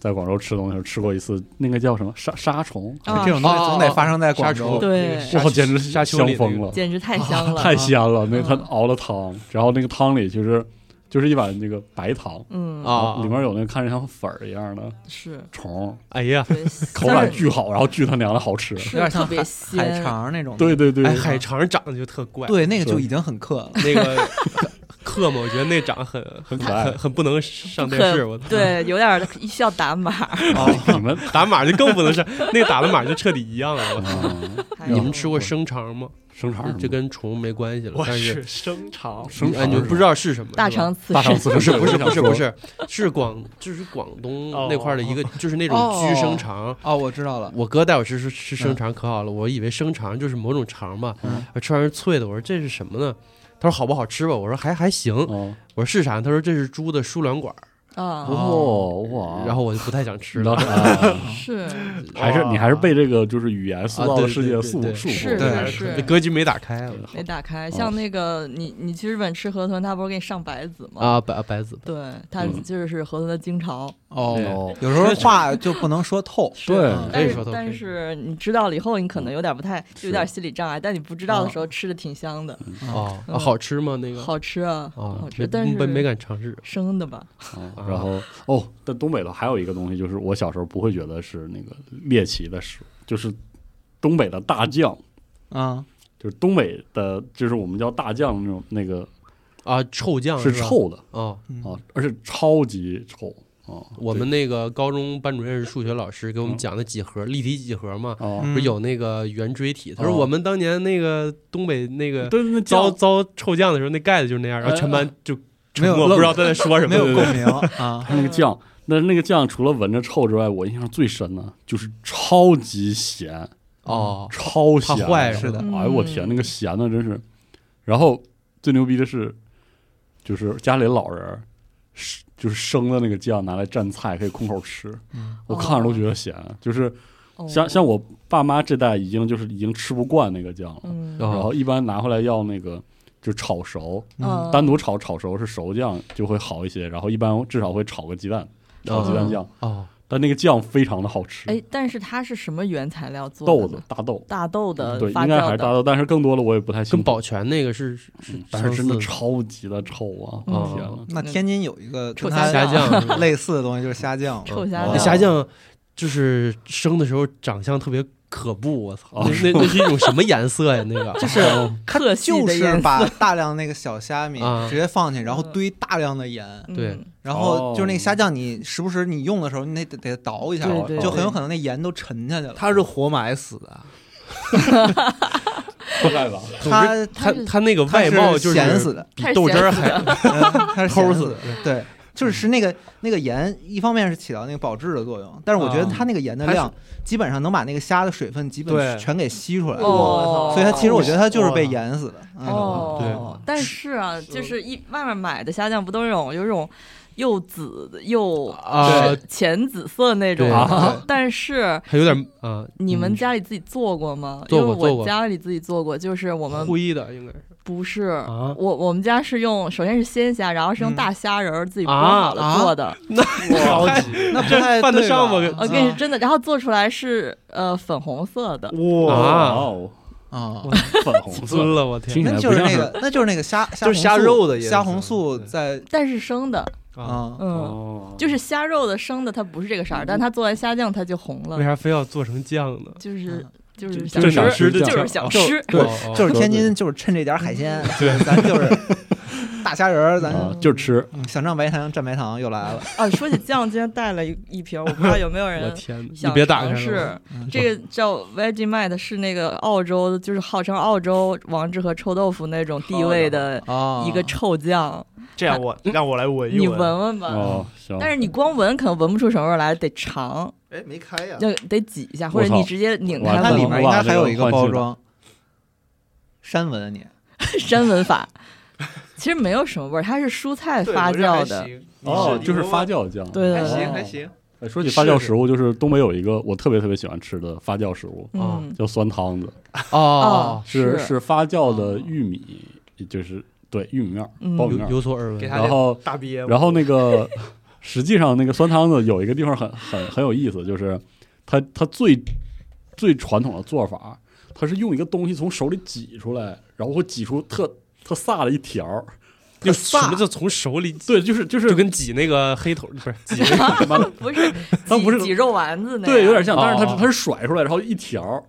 Speaker 4: 在广州吃东西的时候吃过一次，那个叫什么沙沙虫，
Speaker 1: 啊
Speaker 3: 这，种东西总得发生在
Speaker 2: 沙
Speaker 3: 广
Speaker 2: 虫，
Speaker 3: 州。
Speaker 1: 对
Speaker 2: 那个
Speaker 4: 哇，简直
Speaker 2: 沙
Speaker 4: 是
Speaker 2: 丘
Speaker 4: 香
Speaker 2: 里那
Speaker 4: 疯
Speaker 2: 个
Speaker 4: 了，
Speaker 1: 简直太香了，
Speaker 4: 啊 太香了。那个他
Speaker 1: 嗯
Speaker 4: 熬了汤，然后那个汤里就是就是一碗那个白糖。
Speaker 1: 嗯
Speaker 2: 啊
Speaker 4: 里面有那个看着像粉儿一样的
Speaker 1: 是
Speaker 4: 虫，
Speaker 2: 哎呀，
Speaker 1: 对
Speaker 4: 口
Speaker 1: 但
Speaker 4: 感
Speaker 1: 是
Speaker 4: 巨好，然后巨他娘的好吃。
Speaker 1: 是
Speaker 3: 有点像
Speaker 1: 特别鲜，
Speaker 3: 海肠那种。
Speaker 4: 对对对，啊
Speaker 2: 哎，海肠长得就特怪，
Speaker 3: 对，那个就已经很克 了。
Speaker 2: 那个克嘛，我觉得那长得很很
Speaker 4: 可爱
Speaker 2: 很很不能上电视，我操。
Speaker 1: 对，有点儿需要打码。
Speaker 4: 你们
Speaker 2: 打码就更不能上，那个打了码就彻底一样了。我操
Speaker 4: 啊
Speaker 1: 还
Speaker 2: 你
Speaker 1: 有
Speaker 2: 们吃过生肠吗？
Speaker 4: 生肠
Speaker 2: 这跟虫嗯没关系了，
Speaker 5: 我
Speaker 2: 但
Speaker 5: 是生肠，
Speaker 4: 生
Speaker 2: 哎，
Speaker 4: 肠
Speaker 2: 你们不知
Speaker 4: 道
Speaker 2: 道是什么？
Speaker 1: 大
Speaker 2: 是吧
Speaker 1: 肠刺
Speaker 4: 大肠
Speaker 1: 身？
Speaker 4: 刺
Speaker 2: 不是不是
Speaker 4: 我想
Speaker 2: 不是不
Speaker 4: 说
Speaker 2: 是， 是广就是广东
Speaker 5: 哦
Speaker 2: 那块儿的一个，就是那种
Speaker 3: 哦
Speaker 2: 居生肠。
Speaker 3: 哦，我知道了。
Speaker 2: 我哥带我吃吃吃生肠可好了，我以为生肠就是某种肠嘛，
Speaker 3: 嗯
Speaker 2: 我吃完是脆的，我说这是什么呢？他说好不好吃吧？我说还还行。
Speaker 4: 哦
Speaker 2: 我说是啥？他说这是猪的输卵管儿，
Speaker 1: 啊，
Speaker 4: 哦哇，
Speaker 2: 然后我就不太想吃
Speaker 4: 知 道
Speaker 2: 了。
Speaker 4: 啊，
Speaker 1: 是
Speaker 4: 还是你还是被这个就是语言塑
Speaker 2: 啊
Speaker 4: 造的
Speaker 2: 对
Speaker 4: 世界
Speaker 2: 对
Speaker 4: 束
Speaker 2: 对
Speaker 4: 束
Speaker 1: 是
Speaker 4: 缚，
Speaker 3: 对
Speaker 1: 是是，
Speaker 2: 格局没打开啊
Speaker 1: 没打开。像那个你你去日本吃河豚，他不是给你上白子吗？
Speaker 2: 啊，白白子
Speaker 1: 对，它
Speaker 4: 嗯
Speaker 1: 就是河豚的精
Speaker 3: 嗯
Speaker 1: 巢。
Speaker 2: 哦，
Speaker 4: 哦，
Speaker 3: 有时候话就不能 说透，
Speaker 4: 对
Speaker 2: 嗯
Speaker 1: 但
Speaker 2: 可以
Speaker 1: 是
Speaker 2: 说都可
Speaker 1: 但
Speaker 2: 以
Speaker 1: 是你知道了以后，你可能有点不太，
Speaker 4: 是
Speaker 1: 有点心理障碍。但你不知道的时候，吃的挺香的，
Speaker 2: 哦，
Speaker 1: 嗯
Speaker 2: 啊好吃吗？那个
Speaker 1: 好吃啊，
Speaker 2: 啊
Speaker 1: 好吃。
Speaker 2: 没
Speaker 1: 但是
Speaker 2: 没没敢尝试。
Speaker 1: 生的吧？
Speaker 4: 嗯然后哦，但东北的还有一个东西，就是我小时候不会觉得是那个猎奇的食物，就是东北的大酱，
Speaker 3: 啊，
Speaker 4: 就是东北的，就是我们叫大酱那种那个
Speaker 2: 啊，臭酱
Speaker 4: 是
Speaker 2: 吧
Speaker 4: 臭的
Speaker 2: 哦。
Speaker 3: 嗯
Speaker 4: 啊，而且超级臭啊。
Speaker 2: 我们那个高中班主任是数学老师，给
Speaker 4: 嗯
Speaker 2: 我们讲的几何立体几何嘛，
Speaker 4: 对啊，
Speaker 3: 嗯
Speaker 2: 哦不是有那个圆锥体。他说
Speaker 4: 哦
Speaker 2: 我们当年那个东北那个
Speaker 4: 对那
Speaker 2: 遭
Speaker 4: 酱哎
Speaker 2: 遭臭酱的时候，那盖子就是那样，然后全班就沉
Speaker 3: 没有
Speaker 2: 默，
Speaker 3: 愣
Speaker 2: 不知道他在说什么，
Speaker 3: 没有
Speaker 2: 对对
Speaker 3: 共
Speaker 2: 对
Speaker 3: 鸣啊，
Speaker 4: 它那个酱，那那个酱除了闻着臭之外，我印象最深的就是超级咸，
Speaker 3: 嗯
Speaker 2: 哦，
Speaker 4: 超咸，
Speaker 2: 怕坏是
Speaker 3: 的
Speaker 4: 哎呦我天，
Speaker 1: 嗯
Speaker 4: 那个咸的真是。然后最牛逼的是，就是家里老人儿是就是生的那个酱拿来蘸菜，可以空口吃。我看着都觉得咸，就是
Speaker 1: 哦
Speaker 4: 像像我爸妈这代已经就是已经吃不惯那个酱了，
Speaker 1: 嗯
Speaker 2: 然
Speaker 4: 然后一般拿回来要那个就炒熟，
Speaker 1: 嗯
Speaker 2: 哦
Speaker 4: 单独炒炒熟是熟酱就会好一些，然后一般至少会炒个鸡蛋，炒鸡蛋酱，
Speaker 2: 哦，
Speaker 4: 但那个酱非常的好吃，
Speaker 1: 哎，但是它是什么原材料做的
Speaker 4: 豆
Speaker 1: 呢？
Speaker 4: 子大豆，
Speaker 1: 大豆的
Speaker 4: 嗯对，
Speaker 1: 发
Speaker 4: 应该还
Speaker 1: 酵
Speaker 4: 是大
Speaker 1: 的。
Speaker 4: 豆，但是更多的我也不太清
Speaker 2: 跟
Speaker 4: 楚。
Speaker 2: 保全那个是是是
Speaker 4: 但嗯是真的
Speaker 2: 相似哦
Speaker 4: 超级的臭啊！
Speaker 1: 嗯
Speaker 4: 我天呐，
Speaker 3: 那天津有一个
Speaker 1: 臭
Speaker 3: 跟它
Speaker 2: 虾酱是吧，
Speaker 3: 类似的东西，就是虾酱，
Speaker 1: 臭虾
Speaker 4: 哦
Speaker 2: 那
Speaker 1: 酱
Speaker 2: 虾酱就是生的时候长相特别可怖，我操，
Speaker 4: 哦
Speaker 2: 那那那是一种什么颜色呀？那 个
Speaker 3: 就是它
Speaker 1: 克系
Speaker 3: 就
Speaker 1: 的
Speaker 3: 是
Speaker 1: 颜
Speaker 3: 把大量那个小虾米
Speaker 2: 啊
Speaker 3: 直接放进去，然后堆大量的盐，
Speaker 1: 嗯
Speaker 2: 对
Speaker 3: 然
Speaker 4: 哦
Speaker 3: 后就是那个虾酱，你时不时你用的时候，你得得倒一下，
Speaker 1: 对对
Speaker 3: 就很有
Speaker 1: 对
Speaker 3: 可能那盐都沉下去了。
Speaker 5: 他是活埋死的，
Speaker 4: 不赖 吧？
Speaker 3: 它
Speaker 2: 他
Speaker 1: 它是
Speaker 2: 他那个
Speaker 3: 它
Speaker 2: 外貌就是
Speaker 3: 咸死的，嗯
Speaker 2: 比豆汁儿还
Speaker 3: 它是
Speaker 2: 齁
Speaker 3: 齁
Speaker 2: 死
Speaker 3: 的，对。就是是那个那个盐，一方面是起到那个保质的作用，但是我觉得它那个盐的
Speaker 2: 它是
Speaker 3: 量，基本上能把那个虾的水分基本
Speaker 5: 对
Speaker 3: 全给吸出来，
Speaker 1: 哦，
Speaker 3: 所以它其实我觉得它就是被盐死的。嗯
Speaker 1: 哦，但是啊，就是一外面买的虾酱不都是那种有种柚紫的又
Speaker 2: 啊，
Speaker 1: 浅紫色那种
Speaker 2: 对
Speaker 1: 吗，
Speaker 4: 啊
Speaker 1: 但是
Speaker 2: 还有点啊，
Speaker 1: 你们家里自己做过吗？
Speaker 2: 做过
Speaker 1: 因为
Speaker 2: 做
Speaker 1: 我
Speaker 2: 过
Speaker 1: 家里自己做过，就是我们
Speaker 2: 故意的应该是
Speaker 1: 不是、
Speaker 2: 啊
Speaker 1: 我我们家是用首先是鲜虾，然后是用
Speaker 3: 嗯
Speaker 1: 大虾仁儿自己剥好
Speaker 2: 啊
Speaker 1: 了做的。
Speaker 2: 超级
Speaker 3: 那不太
Speaker 2: 犯得
Speaker 3: 对吧嗯
Speaker 2: 上吗
Speaker 1: 我跟你说真的，然后做出来是呃粉红色的，
Speaker 4: 哇
Speaker 2: 啊，
Speaker 4: 哦，
Speaker 3: 啊，
Speaker 4: 粉红
Speaker 2: 尊
Speaker 4: 色，
Speaker 2: 了我天
Speaker 4: 听起
Speaker 3: 那
Speaker 4: 来
Speaker 3: 就
Speaker 4: 不
Speaker 3: 是
Speaker 4: 像
Speaker 3: 那个，那就是那个虾，
Speaker 5: 就是虾
Speaker 3: 红素
Speaker 5: 肉的颜色
Speaker 3: 虾红素在
Speaker 1: 但是生的，
Speaker 2: 啊！
Speaker 3: 啊，
Speaker 1: 嗯，
Speaker 4: 哦，
Speaker 1: 就是虾肉的生的，它不是这个色儿，但它做完虾酱它就红
Speaker 2: 为
Speaker 1: 了，
Speaker 2: 啥非要做成酱呢？
Speaker 1: 就是就是想
Speaker 4: 就是想吃
Speaker 1: 吃，
Speaker 4: 这
Speaker 1: 就是
Speaker 4: 酱
Speaker 1: 想
Speaker 3: 就
Speaker 1: 吃。
Speaker 3: 对
Speaker 2: 哦哦
Speaker 3: 就是天津就是趁这点海鲜，对， 咱就是大虾仁儿，咱
Speaker 4: 啊，就吃
Speaker 3: 嗯想蘸白糖蘸白糖又来了，
Speaker 1: 啊，说起酱，今天带了一一瓶儿，我不知道有没有
Speaker 2: 我
Speaker 1: 人
Speaker 2: 天哪，你
Speaker 1: 想
Speaker 2: 别打开
Speaker 1: 尝
Speaker 2: 了
Speaker 1: 试。这个叫 Vegemite，是那个澳洲，就是号称澳洲王致和臭豆腐那种地位的
Speaker 3: 啊
Speaker 1: 一个臭酱，
Speaker 5: 这样我让我来嗯闻一
Speaker 1: 你闻闻吧。
Speaker 4: 哦，行。
Speaker 1: 但是你光闻可能闻不出什么味儿来，得尝，
Speaker 5: 哎，没开呀
Speaker 1: 就得挤一下，或者
Speaker 4: 我操
Speaker 1: 你直接拧
Speaker 4: 哇
Speaker 1: 开
Speaker 3: 它
Speaker 1: 闻
Speaker 3: 里
Speaker 1: 闻
Speaker 3: 面应该还有一个
Speaker 4: 哇这个换
Speaker 3: 包
Speaker 4: 气
Speaker 3: 装，山文啊你
Speaker 1: 山闻法。其实没有什么味儿，它是蔬菜发酵的，，
Speaker 4: 哦，
Speaker 5: 你
Speaker 4: 就是
Speaker 5: 闻
Speaker 4: 发
Speaker 5: 闻
Speaker 4: 酵酱，
Speaker 1: 对嗯
Speaker 5: 还
Speaker 1: 对
Speaker 5: 行
Speaker 1: 对，
Speaker 5: 还行，
Speaker 4: 哎说起发酵食物，就是东北有一个我特别特别喜欢吃的发酵食物，
Speaker 1: 嗯，
Speaker 4: 叫酸汤子，
Speaker 1: 哦
Speaker 2: 哦，
Speaker 4: 是
Speaker 1: 是哦
Speaker 4: 是发酵的玉米，就是对玉米面儿
Speaker 1: 嗯
Speaker 4: 苞米面
Speaker 2: 有
Speaker 4: 儿，
Speaker 2: 有所耳
Speaker 5: 给
Speaker 2: 闻
Speaker 5: 他
Speaker 4: 然后
Speaker 5: 大鳖，
Speaker 4: 然后那个实际上那个酸汤子有一个地方很很很有意思，就是它它最最传统的做法，它是用一个东西从手里挤出来，然后会挤出特特飒的一条儿，
Speaker 2: 就什么叫从手里挤，
Speaker 4: 对，就是就是
Speaker 2: 就跟挤那个黑头不是挤那个
Speaker 4: 他妈的
Speaker 1: 不是
Speaker 4: 它不
Speaker 1: 挤
Speaker 4: 是
Speaker 1: 挤肉丸子那样，
Speaker 4: 对，有点像，但是它
Speaker 2: 哦
Speaker 4: 是它是甩出来，然后一条儿，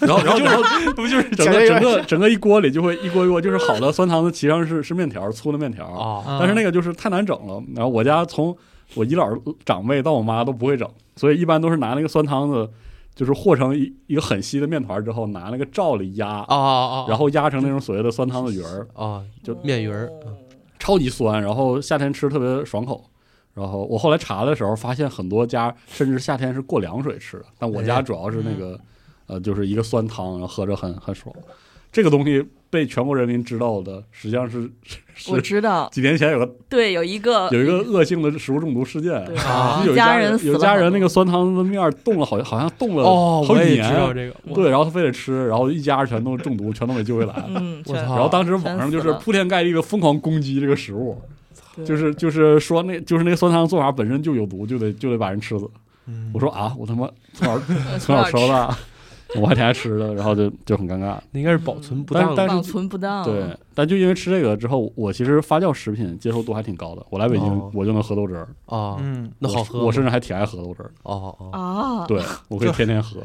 Speaker 4: 然后然后然后
Speaker 2: 不就是
Speaker 4: 整
Speaker 5: 前
Speaker 4: 个
Speaker 5: 面有
Speaker 4: 整个整个一锅里就会一锅一锅，就是好的酸汤子，其实上是是面条儿，粗的面条儿，
Speaker 2: 啊
Speaker 4: 但是那个就是太难整了。然后我家从我姨姥儿长辈到我妈都不会整，所以一般都是拿那个酸汤子，就是和成一一个很稀的面团儿之后，拿那个罩里压，
Speaker 2: 啊啊，
Speaker 4: 然后压成那种所谓的酸汤子鱼儿，
Speaker 2: 啊
Speaker 4: 就
Speaker 2: 面鱼儿
Speaker 1: 哦
Speaker 4: 超级酸，然后夏天吃特别爽口。然后我后来查的时候，发现很多家甚至夏天是过凉水吃的，但我家
Speaker 2: 哎
Speaker 4: 主要是那个，呃，就是一个酸汤，然后喝着很很爽。这个东西被全国人民知道的，实际上是是
Speaker 1: 我
Speaker 4: 是
Speaker 1: 知道，
Speaker 4: 几年前有个
Speaker 1: 对，有一个
Speaker 4: 有一个恶性的食物中毒事件，
Speaker 1: 呃对
Speaker 5: 啊
Speaker 4: 有一
Speaker 1: 家
Speaker 4: 家
Speaker 1: 人
Speaker 4: 人
Speaker 1: 死
Speaker 4: 有
Speaker 1: 了
Speaker 4: 家
Speaker 1: 很
Speaker 4: 人那
Speaker 1: 多
Speaker 4: 个酸汤子面儿冻了，好像好像冻了
Speaker 2: 哦，
Speaker 4: 好
Speaker 2: 我
Speaker 4: 几
Speaker 2: 也
Speaker 4: 年，
Speaker 2: 知道这个，我，
Speaker 4: 对，然后他非得吃，然后一家全都中毒，全都没救回来。
Speaker 1: 嗯，
Speaker 2: 我
Speaker 1: 全
Speaker 2: 操
Speaker 4: 然后当时网上
Speaker 1: 全
Speaker 4: 就
Speaker 1: 死
Speaker 4: 是
Speaker 1: 了
Speaker 4: 铺天盖地的疯狂攻击这个食物，
Speaker 1: 对
Speaker 4: 就是 就是说那就是那个酸汤做法本身就有毒，就得就得把人吃死。
Speaker 3: 嗯
Speaker 4: 我说啊，我 他妈从小
Speaker 1: 呃
Speaker 4: 从小
Speaker 1: 吃
Speaker 4: 收的，我还挺爱吃的，然后就就很尴尬。
Speaker 2: 那应该是保存不
Speaker 4: 但
Speaker 2: 当
Speaker 4: 但
Speaker 2: 的。
Speaker 4: 是
Speaker 1: 保存不当，
Speaker 4: 对，但就因为吃这个之后，我其实发酵食品接受度还挺高的。我来北
Speaker 2: 哦
Speaker 4: 京，我就能喝豆汁儿，
Speaker 2: 啊，
Speaker 3: 嗯，
Speaker 2: 那
Speaker 4: 我
Speaker 2: 好
Speaker 4: 是
Speaker 2: 喝吗，
Speaker 4: 我甚至还挺爱喝豆汁儿。
Speaker 2: 哦哦，
Speaker 1: 啊，
Speaker 4: 对，我可以天天喝。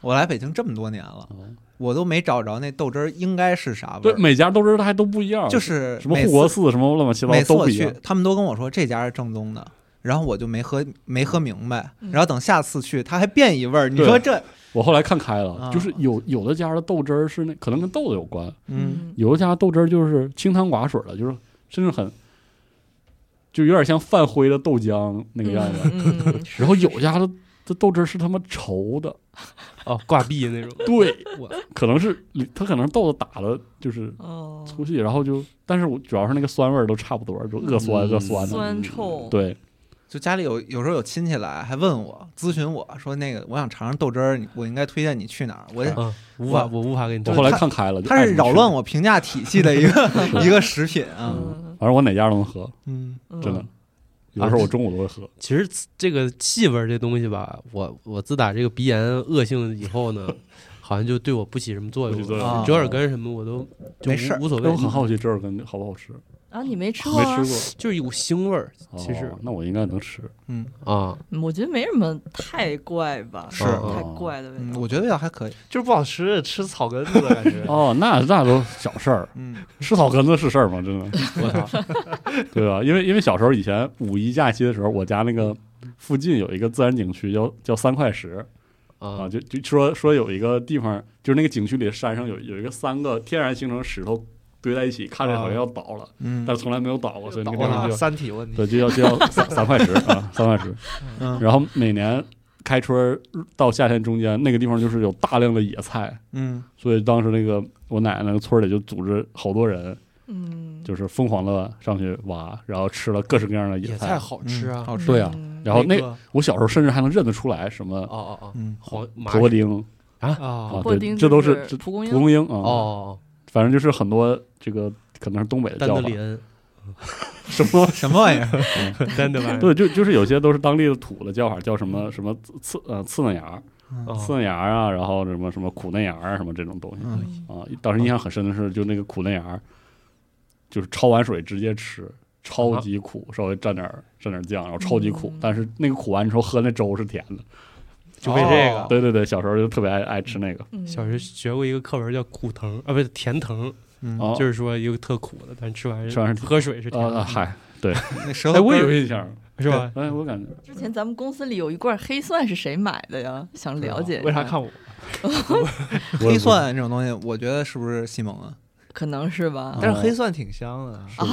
Speaker 3: 我来北京这么多年了，
Speaker 4: 嗯
Speaker 3: 我都没找着那豆汁儿应该是啥味
Speaker 4: 对，
Speaker 3: 儿，
Speaker 4: 每家豆汁儿它还都不一样，
Speaker 3: 就是
Speaker 4: 什么
Speaker 3: 每
Speaker 4: 护
Speaker 3: 次
Speaker 4: 国寺什么乱七八
Speaker 3: 每
Speaker 4: 糟
Speaker 3: 次
Speaker 4: 都
Speaker 3: 我
Speaker 4: 不一
Speaker 3: 去
Speaker 4: 样。，
Speaker 3: 他们都跟我说这家是正宗的，然后我就没喝没喝明白，
Speaker 1: 嗯
Speaker 3: 然后等下次去他还变一味儿，你
Speaker 4: 对
Speaker 3: 说这
Speaker 4: 我后来看开了，
Speaker 3: 啊
Speaker 4: 就是有有的家的豆汁儿是那可能跟豆子有关，
Speaker 3: 嗯
Speaker 4: 有的家豆汁儿就是清汤寡水的，就是甚至很就有点像泛灰的豆浆那个样子。
Speaker 1: 嗯，嗯
Speaker 4: 然后有家的的豆汁儿是他妈稠的，
Speaker 2: 哦，挂壁那种，嗯
Speaker 4: 对，
Speaker 2: 我
Speaker 4: 可能是他可能豆子打的就是
Speaker 1: 哦，
Speaker 4: 粗细，然后就但是我主要是那个酸味儿都差不多，就恶酸
Speaker 2: 嗯
Speaker 4: 恶酸的。
Speaker 1: 酸臭，，
Speaker 4: 对，
Speaker 3: 就家里有有时候有亲戚来还问我咨询我说那个我想尝尝豆汁儿，你我应该推荐你去哪儿？我
Speaker 2: 嗯，无法，
Speaker 3: 我
Speaker 2: 我无法给你做。
Speaker 4: 我后来看开了，就
Speaker 3: 它
Speaker 4: 爱
Speaker 3: 是
Speaker 4: 怎么
Speaker 3: 扰
Speaker 4: 吃
Speaker 3: 乱。我评价体系的一 个一个食品啊，
Speaker 1: 嗯
Speaker 4: 反正我哪家都能喝，
Speaker 3: 嗯，
Speaker 1: 嗯
Speaker 4: 真的。有的时候我中午都会喝，
Speaker 2: 其实这个气味儿这东西吧，我我自打这个鼻炎恶性以后呢，好像就对我不起什么作用啊
Speaker 4: 不起作
Speaker 2: 了。
Speaker 3: 用
Speaker 2: 折耳根什么我都就
Speaker 3: 没事儿
Speaker 2: 无无所
Speaker 4: 但
Speaker 2: 谓
Speaker 4: 我，很好奇折耳根好不好吃，
Speaker 1: 啊，你没吃过
Speaker 4: 没
Speaker 1: 啊？
Speaker 4: 吃
Speaker 2: 就是一股腥味儿
Speaker 4: 过。
Speaker 2: 其实
Speaker 4: 哦那我应该能吃，
Speaker 1: 嗯
Speaker 2: 啊。
Speaker 1: 我觉得没什么太怪吧，
Speaker 3: 是
Speaker 2: 哦
Speaker 1: 太怪的味
Speaker 3: 嗯，
Speaker 1: 道。
Speaker 3: 我觉得味道还可以，
Speaker 5: 就是不好吃，吃草根子的感觉。
Speaker 4: 哦，那那都小事儿，
Speaker 3: 嗯
Speaker 4: 吃草根子是事儿吗？真的，我操，对吧？因为因为小时候以前五一假期的时候，我家那个附近有一个自然景区叫叫三块石啊，
Speaker 2: 啊
Speaker 4: 就就说说有一个地方，就是那个景区里山上有有一个三个天然形成石头堆在一起，看着好像要倒了，
Speaker 3: 嗯
Speaker 4: 但是从来没有倒过，所以那个地
Speaker 5: 我
Speaker 4: 方
Speaker 5: 了
Speaker 4: 就
Speaker 5: 三体问题，
Speaker 4: 对就叫就叫三三块石啊，三块石。
Speaker 3: 嗯
Speaker 4: 然后每年开春儿到夏天中间，那个地方就是有大量的野菜，
Speaker 3: 嗯，
Speaker 4: 所以当时那个我奶奶那个村儿里就组织好多人。
Speaker 1: 嗯，
Speaker 4: 就是疯狂的上去挖，然后吃了各式各样的
Speaker 2: 野
Speaker 4: 菜
Speaker 2: 菜。好吃
Speaker 3: 嗯
Speaker 2: 啊！
Speaker 3: 好吃，
Speaker 4: 对啊
Speaker 1: 嗯
Speaker 4: 然后那
Speaker 2: 个哦
Speaker 4: 我小时候甚至还能认得出来什么
Speaker 2: 哦哦，
Speaker 3: 嗯，
Speaker 2: 黄麻
Speaker 4: 蒲公英
Speaker 5: 啊
Speaker 4: 啊，
Speaker 1: 布
Speaker 4: 对，
Speaker 1: 丁
Speaker 4: 这
Speaker 1: 就
Speaker 4: 都
Speaker 1: 是
Speaker 4: 这
Speaker 1: 蒲公
Speaker 4: 蒲
Speaker 1: 英，
Speaker 4: 公英啊，
Speaker 2: 哦哦，
Speaker 4: 反正就是很多这个可能是东北的
Speaker 2: 丹
Speaker 4: 叫
Speaker 2: 德
Speaker 4: 法
Speaker 2: 里，恩，
Speaker 4: 什么
Speaker 3: 什么玩意儿？
Speaker 2: 丹德莱恩
Speaker 4: 对，就就是有些都是当地的土的叫法，叫什么什么刺呃刺嫩芽、
Speaker 3: 嗯
Speaker 4: 刺
Speaker 2: 哦
Speaker 4: 嫩芽啊，然后什么什么苦嫩芽啊，什么这种东西
Speaker 3: 嗯
Speaker 1: 嗯
Speaker 4: 啊。当时印象很深的是，就那个苦嫩芽，就是焯完水直接吃，
Speaker 2: 啊
Speaker 4: 超级苦，稍微蘸点儿蘸点儿酱，然后超级苦
Speaker 1: 嗯，
Speaker 4: 但是那个苦完之后喝那粥是甜的。
Speaker 2: 就为这
Speaker 3: 哦
Speaker 2: 个。
Speaker 4: 对对对，小时候就特别爱爱吃那个。
Speaker 1: 嗯
Speaker 2: 小学学过一个课文叫苦藤啊，不是甜藤，
Speaker 3: 嗯，
Speaker 4: 哦，
Speaker 2: 就是说一个特苦的，但吃完
Speaker 4: 吃完是
Speaker 2: 喝水是甜嗯
Speaker 4: 啊，
Speaker 2: 的，
Speaker 4: 嗨，
Speaker 3: 那舌头
Speaker 4: 哎，我
Speaker 3: 根
Speaker 4: 有
Speaker 3: 儿
Speaker 4: 印象，
Speaker 2: 是吧？
Speaker 4: 哎，我感觉
Speaker 1: 之前咱们公司里有一罐黑蒜是谁买的呀？想了解一下
Speaker 2: 为啥？看我？
Speaker 4: 我
Speaker 3: 黑，蒜这种东西，我觉得是不是西蒙啊？
Speaker 1: 可能是吧
Speaker 4: 嗯。
Speaker 5: 但是黑蒜挺香的
Speaker 4: 是吧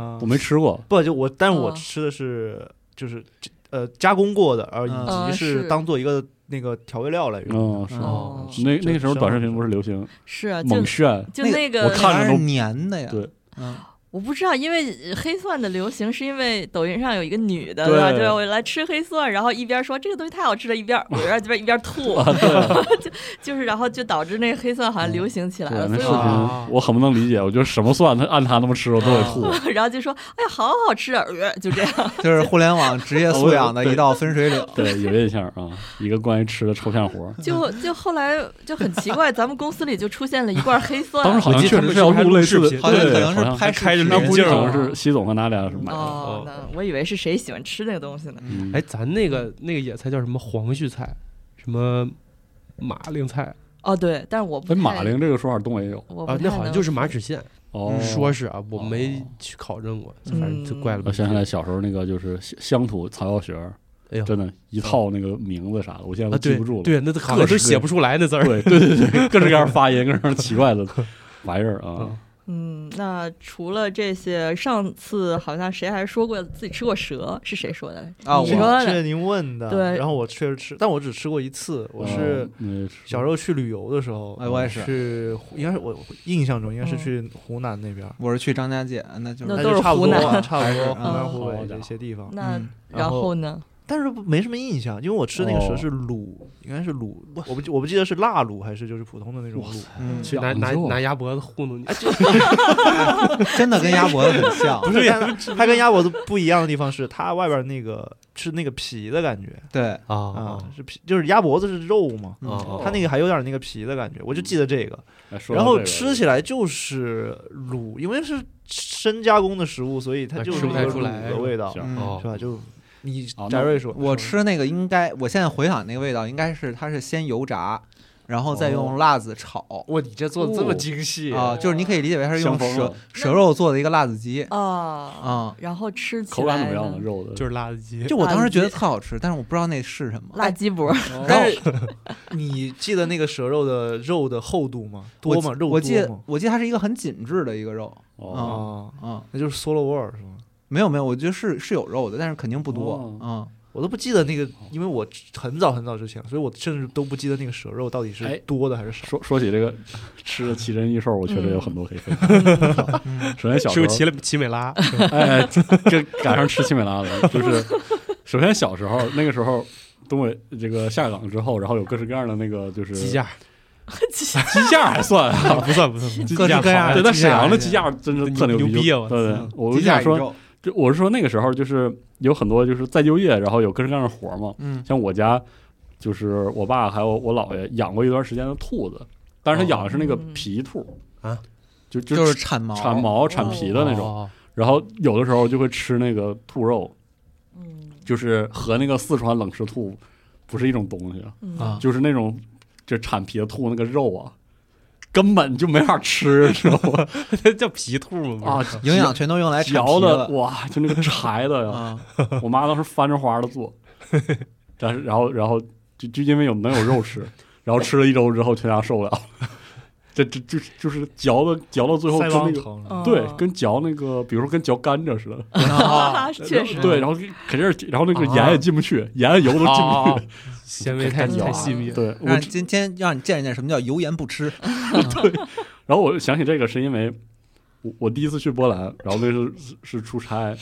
Speaker 5: 啊
Speaker 4: 我没吃过，
Speaker 5: 不就我，但是我
Speaker 1: 嗯
Speaker 5: 吃的是就是呃加工过的，而以
Speaker 1: 嗯
Speaker 5: 及
Speaker 1: 是
Speaker 5: 是当做一个那个调味料来用。
Speaker 4: 嗯，是
Speaker 1: 哦
Speaker 4: 那
Speaker 5: 这
Speaker 4: 那个时候
Speaker 5: 这
Speaker 4: 短视频不是流行
Speaker 1: 是啊，就
Speaker 4: 猛炫，
Speaker 1: 就
Speaker 3: 那个
Speaker 1: 那个
Speaker 4: 我看着
Speaker 3: 那玩意儿
Speaker 4: 都
Speaker 3: 是粘的呀。
Speaker 4: 对，
Speaker 3: 嗯，
Speaker 1: 我不知道，因为呃黑蒜的流行是因为抖音上有一个女的，
Speaker 4: 对
Speaker 1: 吧？就我来吃黑蒜，然后一边说这个东西太好吃了，一边我让这边一边吐， 就就是，然后就导致那个黑蒜好像流行起来
Speaker 4: 对
Speaker 1: 了，，
Speaker 4: 那
Speaker 1: 所以
Speaker 4: 视
Speaker 1: 我
Speaker 5: 啊
Speaker 2: 哦
Speaker 4: 频我很不能理解，我觉得什么蒜他按他那么吃，我都得吐。。
Speaker 1: 就然后就说哎呀好好吃啊，呃就这样，
Speaker 3: 就是互联网职业素养的一道分水岭
Speaker 4: 对，有印象啊，一个关于吃的抽象活儿，
Speaker 1: 就就后来就很奇怪，咱们公司里就出现了一罐黑 蒜，
Speaker 4: 当时好像
Speaker 2: 记得
Speaker 4: 确
Speaker 2: 他
Speaker 4: 实
Speaker 2: 们
Speaker 4: 是
Speaker 2: 是
Speaker 4: 要
Speaker 2: 不是还
Speaker 4: 录
Speaker 2: 录
Speaker 4: 类
Speaker 2: 视
Speaker 4: 似的，
Speaker 2: 频
Speaker 3: 好像
Speaker 4: 对
Speaker 3: 可能
Speaker 4: 好
Speaker 3: 是
Speaker 4: 像
Speaker 3: 拍
Speaker 2: 开着
Speaker 3: 视
Speaker 2: 那
Speaker 4: 那
Speaker 2: 眼
Speaker 3: 频
Speaker 4: 估
Speaker 2: 镜 儿
Speaker 4: 计可能
Speaker 2: 啊
Speaker 4: 是西总和娜俩是买的。
Speaker 1: 哦，那我以为是谁喜欢吃那个东西呢，
Speaker 4: 嗯
Speaker 2: 哎，咱那个那个野菜叫什么黄胥菜，什么马铃菜
Speaker 1: 哦对，但是我不
Speaker 4: 哎，马
Speaker 1: 太
Speaker 4: 铃这个说法东北有
Speaker 1: 我不
Speaker 2: 啊？
Speaker 1: 太
Speaker 2: 那好像
Speaker 1: 能
Speaker 2: 就是马齿苋，
Speaker 4: 哦，
Speaker 2: 说是啊，我
Speaker 4: 哦嗯
Speaker 2: 没去考证过，反正就怪了吧啊
Speaker 4: 我。想起来小时候那个就是乡乡土草药学儿，
Speaker 2: 哎呦
Speaker 4: 真的，一套那个名字啥的，我现在
Speaker 2: 啊，
Speaker 4: 都记
Speaker 2: 对
Speaker 4: 不住了。
Speaker 2: 对，那
Speaker 4: 各
Speaker 2: 卡都
Speaker 4: 式
Speaker 2: 写不出来那字儿。
Speaker 4: 对对对对，各式各样发音，各式各样奇怪的玩意儿啊
Speaker 2: 嗯。
Speaker 1: 嗯，那除了这些，上次好像谁还说过自己吃过蛇，是谁说的？
Speaker 3: 啊，
Speaker 1: 你
Speaker 5: 是
Speaker 1: 说
Speaker 3: 我
Speaker 1: 的
Speaker 5: 您问的，
Speaker 1: 对
Speaker 5: 然后我确实吃，但我只吃过一次，我是
Speaker 4: 嗯嗯
Speaker 5: 小时候去旅游的时候，
Speaker 3: 哎我也是
Speaker 5: 去湖，应该是我印象中应该是
Speaker 1: 嗯
Speaker 5: 去湖南那边儿，
Speaker 3: 我是去张家界，那就
Speaker 1: 那
Speaker 5: 那
Speaker 1: 都
Speaker 5: 就是差不
Speaker 1: 湖
Speaker 5: 多
Speaker 1: 南
Speaker 5: 啊，差不
Speaker 3: 还是
Speaker 5: 多湖南
Speaker 1: 嗯
Speaker 5: 湖
Speaker 4: 好
Speaker 5: 北
Speaker 4: 家
Speaker 5: 这些地方，
Speaker 1: 那
Speaker 3: 嗯
Speaker 1: 然
Speaker 5: 然后
Speaker 1: 后呢？
Speaker 5: 但是没什么印象，因为我吃那个蛇
Speaker 4: 哦
Speaker 5: 是卤，应该是卤，我不记我不记得是腊卤还是就是普通的那种
Speaker 4: 哇
Speaker 5: 卤
Speaker 4: 塞，
Speaker 3: 嗯，
Speaker 4: 讲
Speaker 2: 拿拿
Speaker 4: 究啊
Speaker 2: 拿鸭脖子糊弄你， 啊
Speaker 3: 真的跟鸭脖子很像
Speaker 5: 不。是它它跟鸭脖子不一样的地方是它外边那个是那个皮的感觉
Speaker 3: 对，
Speaker 5: 啊，是皮，就是鸭脖子是肉嘛。
Speaker 3: 嗯
Speaker 2: 哦
Speaker 5: 它那个还有点那个皮的感觉，我就记得这个，
Speaker 4: 哎说到
Speaker 5: 然后
Speaker 4: 这个
Speaker 5: 吃起来就是卤，因为是深加工的食物，所以它
Speaker 2: 哎
Speaker 5: 就是
Speaker 2: 吃
Speaker 5: 一
Speaker 2: 不太
Speaker 5: 个
Speaker 2: 出
Speaker 5: 卤
Speaker 2: 来
Speaker 5: 的味道，
Speaker 4: 行
Speaker 3: 嗯
Speaker 5: 是吧？就你
Speaker 4: 啊
Speaker 5: 翟
Speaker 4: 那
Speaker 5: 瑞说，
Speaker 3: 我吃那个应该，我现在回想那个味道，应该是它是先油炸，然后再用辣子炒
Speaker 5: 哇，你这做的
Speaker 4: 哦
Speaker 5: 这么精细
Speaker 3: 啊，就是你可以理解为它是用
Speaker 4: 相逢
Speaker 3: 蛇
Speaker 4: 了
Speaker 3: 蛇肉做的一个辣子鸡
Speaker 1: 啊
Speaker 3: 啊。
Speaker 1: 然后吃起来
Speaker 4: 口感怎么样
Speaker 1: 呢
Speaker 4: 呢？肉的
Speaker 2: 就是辣子鸡。
Speaker 3: 就我当时觉
Speaker 1: 辣
Speaker 3: 得
Speaker 1: 子鸡
Speaker 3: 特好吃，但是我不知道那是什么。
Speaker 1: 辣鸡脖，
Speaker 4: 哦
Speaker 5: 但是你记得那个蛇肉的肉的厚度吗？多
Speaker 3: 我
Speaker 5: 吗？
Speaker 3: 记
Speaker 5: 肉
Speaker 3: 我记
Speaker 5: 多
Speaker 3: 得嗯
Speaker 5: 吗？
Speaker 3: 我记得它是一个很紧致的一个肉，
Speaker 4: 哦
Speaker 3: 嗯
Speaker 5: 啊，
Speaker 3: 嗯，
Speaker 5: 那就是 solo word 是吗？
Speaker 3: 没有没有，我觉得是是有肉的，但是肯定不多，嗯
Speaker 4: 哦
Speaker 5: 我都不记得那个，因为我很早很早之前，所以我甚至都不记得那个蛇肉到底
Speaker 4: 哎
Speaker 5: 是多的还是少。
Speaker 4: 说说起这个吃的奇珍异兽，我确实有很多可以分享。
Speaker 3: 嗯嗯，
Speaker 4: 首先小时
Speaker 2: 吃
Speaker 4: 候
Speaker 2: 过奇了奇美拉，
Speaker 4: 哎， 这赶上吃奇美拉了，就是首先小时候那个时候，东北这个下岗之后，然后有各式各样的那个就是
Speaker 2: 鸡架
Speaker 4: 鸡架还 算啊，
Speaker 2: 不算不算，
Speaker 3: 各式各
Speaker 2: 啊
Speaker 3: 样
Speaker 4: 对，
Speaker 3: 的
Speaker 4: 在
Speaker 3: 鸡
Speaker 4: 沈
Speaker 3: 架
Speaker 4: 阳的
Speaker 3: 是
Speaker 4: 鸡架真是
Speaker 2: 牛
Speaker 4: 特
Speaker 2: 牛逼
Speaker 4: 逼
Speaker 2: 啊我
Speaker 4: 对对
Speaker 2: 操，
Speaker 4: 我
Speaker 3: 鸡
Speaker 4: 就
Speaker 3: 架
Speaker 4: 想
Speaker 3: 与
Speaker 4: 说，
Speaker 3: 肉，
Speaker 4: 就我是说那个时候就是有很多就是再就业，然后有各式各样的活儿嘛。
Speaker 3: 嗯
Speaker 4: 像我家就是我爸还有我姥爷养过一段时间的兔子，但是他养的是那个
Speaker 2: 哦
Speaker 1: 嗯
Speaker 4: 皮兔
Speaker 2: 啊，
Speaker 4: 就
Speaker 3: 就
Speaker 4: 就是是
Speaker 3: 铲毛，哦
Speaker 4: 产毛产皮的那种。
Speaker 2: 种，
Speaker 4: 然后有的时候就会吃那个兔肉，
Speaker 1: 嗯
Speaker 4: 就是和那个四川冷吃兔不是一种东西，
Speaker 1: 嗯
Speaker 3: 啊
Speaker 4: 就是那种就产皮的兔那个肉啊，根本就没 法吃，知道吗？
Speaker 2: 这叫皮兔嘛
Speaker 4: 啊，，
Speaker 3: 营养全都用来铲
Speaker 4: 嚼
Speaker 3: 皮
Speaker 4: 的
Speaker 3: 了
Speaker 4: 哇，就那个柴的呀，
Speaker 3: 啊，
Speaker 4: 我妈当时翻着花 的做，但是然后然后就就因为有能有肉吃，然后吃了一周之后，全家受不了，这这就就是嚼的嚼到最后跟
Speaker 5: 腮
Speaker 4: 那
Speaker 5: 帮啊
Speaker 4: 个。
Speaker 5: 疼
Speaker 1: 嗯
Speaker 4: 对， 跟嚼那个，比如说跟嚼甘蔗似的，
Speaker 3: 嗯
Speaker 1: 啊，确
Speaker 5: 嗯
Speaker 1: 实
Speaker 4: 对，然后肯定是，然后那个
Speaker 3: 啊
Speaker 4: 盐也进不去，盐盐油
Speaker 2: 啊
Speaker 4: 都进
Speaker 3: 哦
Speaker 4: 不去，
Speaker 2: 纤维哦太
Speaker 1: 这
Speaker 2: 太细密了，
Speaker 4: 对，我
Speaker 3: 让今天让你见识见识什么叫油盐不吃，
Speaker 4: 然后我想起这个是因为我我第一次去波兰，然后那时候是是出差，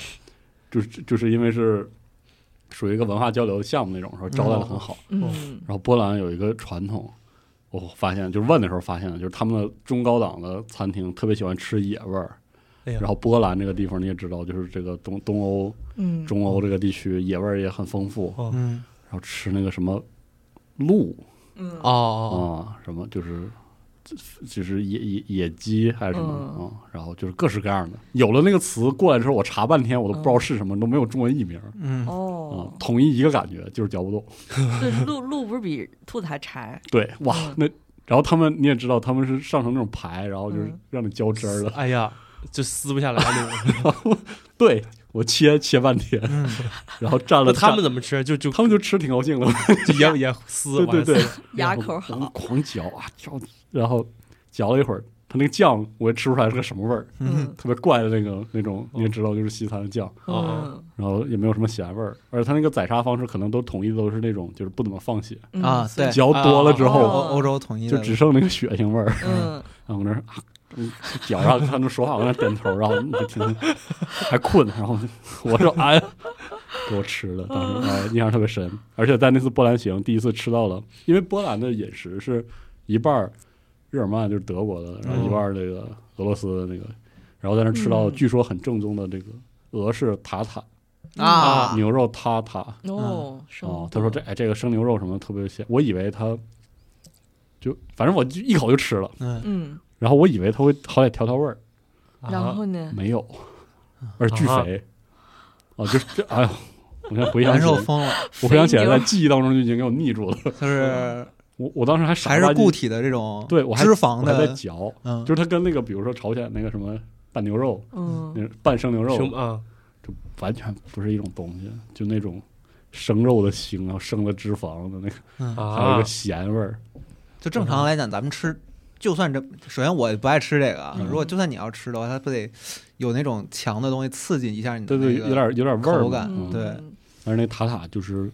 Speaker 4: 就是就是因为是属于一个文化交流的项目那种，然后招待的
Speaker 2: 哦
Speaker 4: 很好。
Speaker 1: 嗯
Speaker 4: 然后波兰有一个传统，我发现就是问的时候发现的，就是他们的中高档的餐厅特别喜欢吃野味儿。
Speaker 2: 哎呀
Speaker 4: 然后波兰这个地方你也知道，就是这个东东欧、
Speaker 1: 嗯，
Speaker 4: 中欧这个地区野味儿也很丰富，
Speaker 2: 哦
Speaker 3: 嗯，
Speaker 4: 然后吃那个什么鹿
Speaker 1: 嗯
Speaker 2: 哦，
Speaker 4: 啊，什么就是就是野野野鸡还是什么啊、
Speaker 1: 嗯
Speaker 4: 然后就是各式各样的。有了那个词过来之后，我查半天我都不知道是什么，都没有中文译名
Speaker 3: 嗯，
Speaker 4: 啊、
Speaker 1: 哦，
Speaker 4: 统一一个感觉就是嚼不动。
Speaker 1: 对，鹿鹿不是比兔子还柴？
Speaker 4: 对，哇，
Speaker 1: 嗯
Speaker 4: 那然后他们你也知道，他们是上成那种排，然后就是
Speaker 1: 嗯
Speaker 4: 让你嚼汁儿的。
Speaker 2: 哎呀，就撕不下来那种。
Speaker 4: 对我切切半天，
Speaker 3: 嗯
Speaker 4: 然后蘸
Speaker 2: 那
Speaker 4: 了
Speaker 2: 他们
Speaker 4: 蘸
Speaker 2: 怎么吃？就就
Speaker 4: 他们就吃挺高兴的，
Speaker 2: 就也也撕，
Speaker 4: 对对对，
Speaker 1: 牙
Speaker 4: 然后
Speaker 1: 口好
Speaker 4: 然后狂嚼啊嚼，然后嚼了一会儿，他那个酱我也吃不出来是个什么味儿，
Speaker 3: 嗯，
Speaker 4: 特别怪的那个那种，你也知道，就是西餐的酱，
Speaker 2: 哦
Speaker 1: 嗯
Speaker 4: 然后也没有什么咸味儿，而且它那个宰杀方式可能都统一的都是那种，就是不怎么放血，
Speaker 1: 嗯
Speaker 3: 啊对
Speaker 4: 嚼多了之
Speaker 3: 欧
Speaker 4: 后、
Speaker 1: 哦
Speaker 3: 欧洲统一
Speaker 4: 就
Speaker 3: 的
Speaker 4: 只剩那个血腥味儿，
Speaker 1: 嗯，
Speaker 4: 然后我那儿啊。嗯嚼上他们说话，我在那点头，然后你就听，还困，然后我说哎，给我吃的，当时哎印象特别深，而且在那次波兰行第一次吃到了，因为波兰的饮食是一半儿日耳曼就是德国的，然后一半儿这个俄罗斯的那个，然后在那吃到
Speaker 1: 嗯
Speaker 4: 据说很正宗的这个俄式塔塔
Speaker 3: 啊，
Speaker 4: 牛肉塔塔啊、
Speaker 1: 哦，生
Speaker 4: 嗯哦，他说这哎这个生牛肉什么特别鲜，我以为他就反正我就一口就吃了，
Speaker 3: 嗯，
Speaker 1: 嗯，
Speaker 4: 然后我以为他会好歹调调味儿，啊
Speaker 1: 然后呢？
Speaker 4: 没有，而且巨
Speaker 2: 啊
Speaker 4: 肥，哦、就是这哎呦，我现在回想
Speaker 3: 难
Speaker 4: 起
Speaker 3: 受
Speaker 4: 来，
Speaker 3: 疯 了，
Speaker 4: 我回想起来
Speaker 1: 肥牛
Speaker 4: 在记忆当中就已经给我腻住了，
Speaker 3: 就是
Speaker 4: 我我当时还傻
Speaker 3: 还
Speaker 4: 不拉
Speaker 3: 是
Speaker 4: 几
Speaker 3: 固体的这种
Speaker 4: 对我还
Speaker 3: 脂肪
Speaker 4: 我还在
Speaker 3: 的，
Speaker 4: 嚼，
Speaker 3: 嗯，
Speaker 4: 就是它跟那个比如说朝鲜那个什么拌牛肉、
Speaker 1: 嗯
Speaker 4: 那个拌生牛肉
Speaker 2: 熊啊，
Speaker 4: 完全不是一种东西，就那种生肉的腥，然后生了脂肪的那个，
Speaker 3: 嗯
Speaker 4: 还有一
Speaker 2: 啊
Speaker 4: 个，咸味儿。
Speaker 3: 就正常来讲，咱们吃就算这，首先我不爱吃这个啊。
Speaker 4: 嗯
Speaker 3: 如果就算你要吃的话，它不得有那种强的东西刺激一下你的那
Speaker 4: 对对，
Speaker 3: 个
Speaker 4: 有点有点味儿
Speaker 3: 口
Speaker 4: 嘛
Speaker 3: 感
Speaker 4: 嗯
Speaker 3: 对
Speaker 1: 嗯
Speaker 4: 但是那塔塔就是，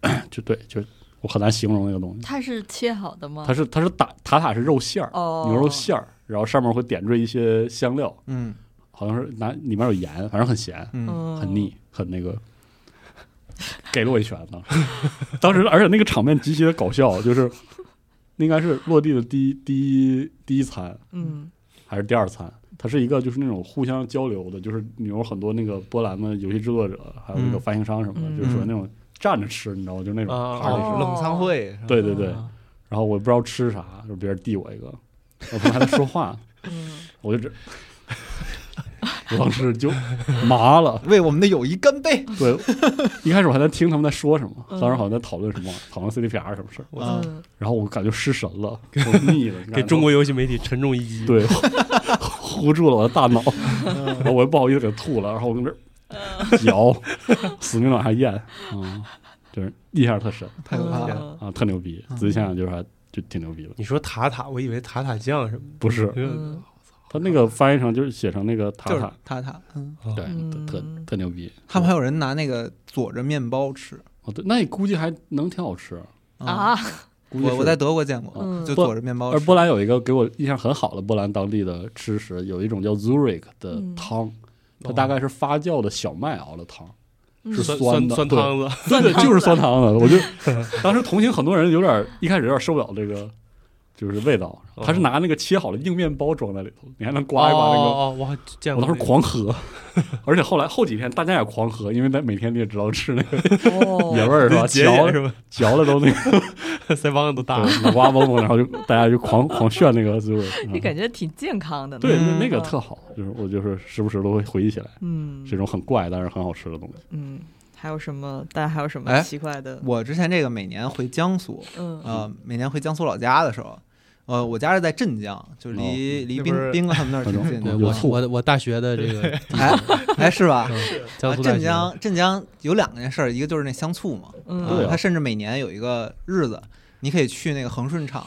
Speaker 4: 就对，就我很难形容那个东西。
Speaker 1: 它是切好的吗？
Speaker 4: 它是它是打塔塔是肉馅儿，
Speaker 1: 嗯哦，
Speaker 4: 牛肉馅儿，然后上面会点缀一些香料，
Speaker 3: 嗯
Speaker 4: 好像是拿里面有盐，反正很咸，
Speaker 3: 嗯
Speaker 1: 嗯，
Speaker 4: 很腻，很那个。给了我一拳呢，当时而且那个场面极其的搞笑，就是那应该是落地的第一第一第一餐
Speaker 1: 嗯，
Speaker 4: 还是第二餐，它是一个就是那种互相交流的，就是你有很多那个波兰的游戏制作者，还有那个
Speaker 3: 嗯
Speaker 4: 发行商什么的，
Speaker 1: 嗯
Speaker 4: 就是属于那种站着吃，你知道吗？就是那种
Speaker 2: 啊
Speaker 4: party 式的
Speaker 1: 哦
Speaker 5: 冷餐会是吧，
Speaker 4: 对对对
Speaker 2: 啊，
Speaker 4: 然后我也不知道吃啥，就别人递我一个，我他妈还在说话，
Speaker 1: 嗯
Speaker 4: 我就这，我当时就麻了。
Speaker 3: 为我们的友谊干杯！
Speaker 4: 对，一开始我还在听他们在说什么，
Speaker 1: 嗯
Speaker 4: 当时好像在讨论什么，讨论 CDPR 什么事儿，
Speaker 3: 啊
Speaker 1: 嗯
Speaker 4: 然后我感觉失神了，我腻了，
Speaker 2: 给中国游戏媒体沉重一击。，
Speaker 4: 对糊住了我的大脑，然后我又不好意思给吐了，然后我跟这儿嚼，死命地往下咽，嗯，就是印象特深
Speaker 3: 太可怕了。
Speaker 1: 嗯
Speaker 4: 啊，特牛逼，仔细想想就是还就挺牛逼的，
Speaker 2: 你说塔塔，我以为塔塔酱什么
Speaker 4: 不是。
Speaker 2: 的。
Speaker 1: 嗯
Speaker 4: 他那个翻译成就是写成那个塔
Speaker 3: 就是
Speaker 4: 塔，
Speaker 3: 塔塔，嗯，
Speaker 2: 哦
Speaker 4: 对，
Speaker 1: 嗯
Speaker 4: 特特特牛逼。
Speaker 3: 他们还有人拿那个佐着面包吃
Speaker 4: 哦，对，那估计还能挺好吃。
Speaker 3: 嗯
Speaker 1: 啊，
Speaker 4: 估计
Speaker 3: 我
Speaker 4: 是
Speaker 3: 我在德国见过
Speaker 1: 嗯，
Speaker 3: 就佐着面包
Speaker 4: 而
Speaker 3: 吃。
Speaker 4: 波兰有一个给我印象很好的波兰当地的吃食，有一种叫 Zurich 的
Speaker 1: 嗯
Speaker 4: 汤，它大概是发酵的小麦熬的汤，是
Speaker 2: 酸
Speaker 4: 酸
Speaker 2: 酸
Speaker 4: 的
Speaker 2: 嗯酸
Speaker 4: 对
Speaker 2: 汤子，
Speaker 4: 对对，就是酸汤的。我就当时同行很多人有点一开始有点受不了这个。就是味道，
Speaker 2: 哦
Speaker 4: 他是拿那个切好的硬面包装在里头，你还能刮一刮那个。
Speaker 2: 哦，我还见
Speaker 4: 我
Speaker 2: 过那
Speaker 4: 当
Speaker 2: 个。
Speaker 4: 时狂 喝，而且后来后几天大家也狂喝，因为在每天你也知道吃那个
Speaker 1: 哦，
Speaker 4: 野味嗯儿是吧？
Speaker 2: 解
Speaker 4: 嚼
Speaker 2: 解是吧？
Speaker 4: 嚼的都那个
Speaker 2: 腮帮子都大了。
Speaker 4: 对脑瓜嗡嗡，然后就大家就狂狂炫那个滋味儿。
Speaker 1: 你
Speaker 4: 嗯
Speaker 1: 感觉挺健康的呢。
Speaker 4: 对，那
Speaker 3: 嗯
Speaker 4: 那个特好，就是我就是时不时都会回忆起来，
Speaker 1: 嗯，
Speaker 4: 这种很怪但是很好吃的东西。
Speaker 1: 嗯，还有什么？大家还有什么
Speaker 3: 哎
Speaker 1: 奇怪的？
Speaker 3: 我之前这个每年回江苏，
Speaker 4: 啊
Speaker 1: 嗯
Speaker 3: 呃，每年回江苏老家的时候，呃，我家是在镇江，就离离
Speaker 5: 那
Speaker 3: 宾
Speaker 5: 不是
Speaker 3: 宾哥他们那儿挺近的。
Speaker 4: 有
Speaker 3: 我
Speaker 4: 醋
Speaker 2: 我我大学的这个
Speaker 3: 哎哎是吧？
Speaker 2: 江苏大
Speaker 3: 啊镇
Speaker 2: 学，
Speaker 3: 江镇江有两件事儿，一个就是那香醋嘛，
Speaker 1: 嗯，
Speaker 4: 对
Speaker 3: 啊
Speaker 4: 啊，
Speaker 3: 它甚至每年有一个日子，你可以去那个恒顺厂，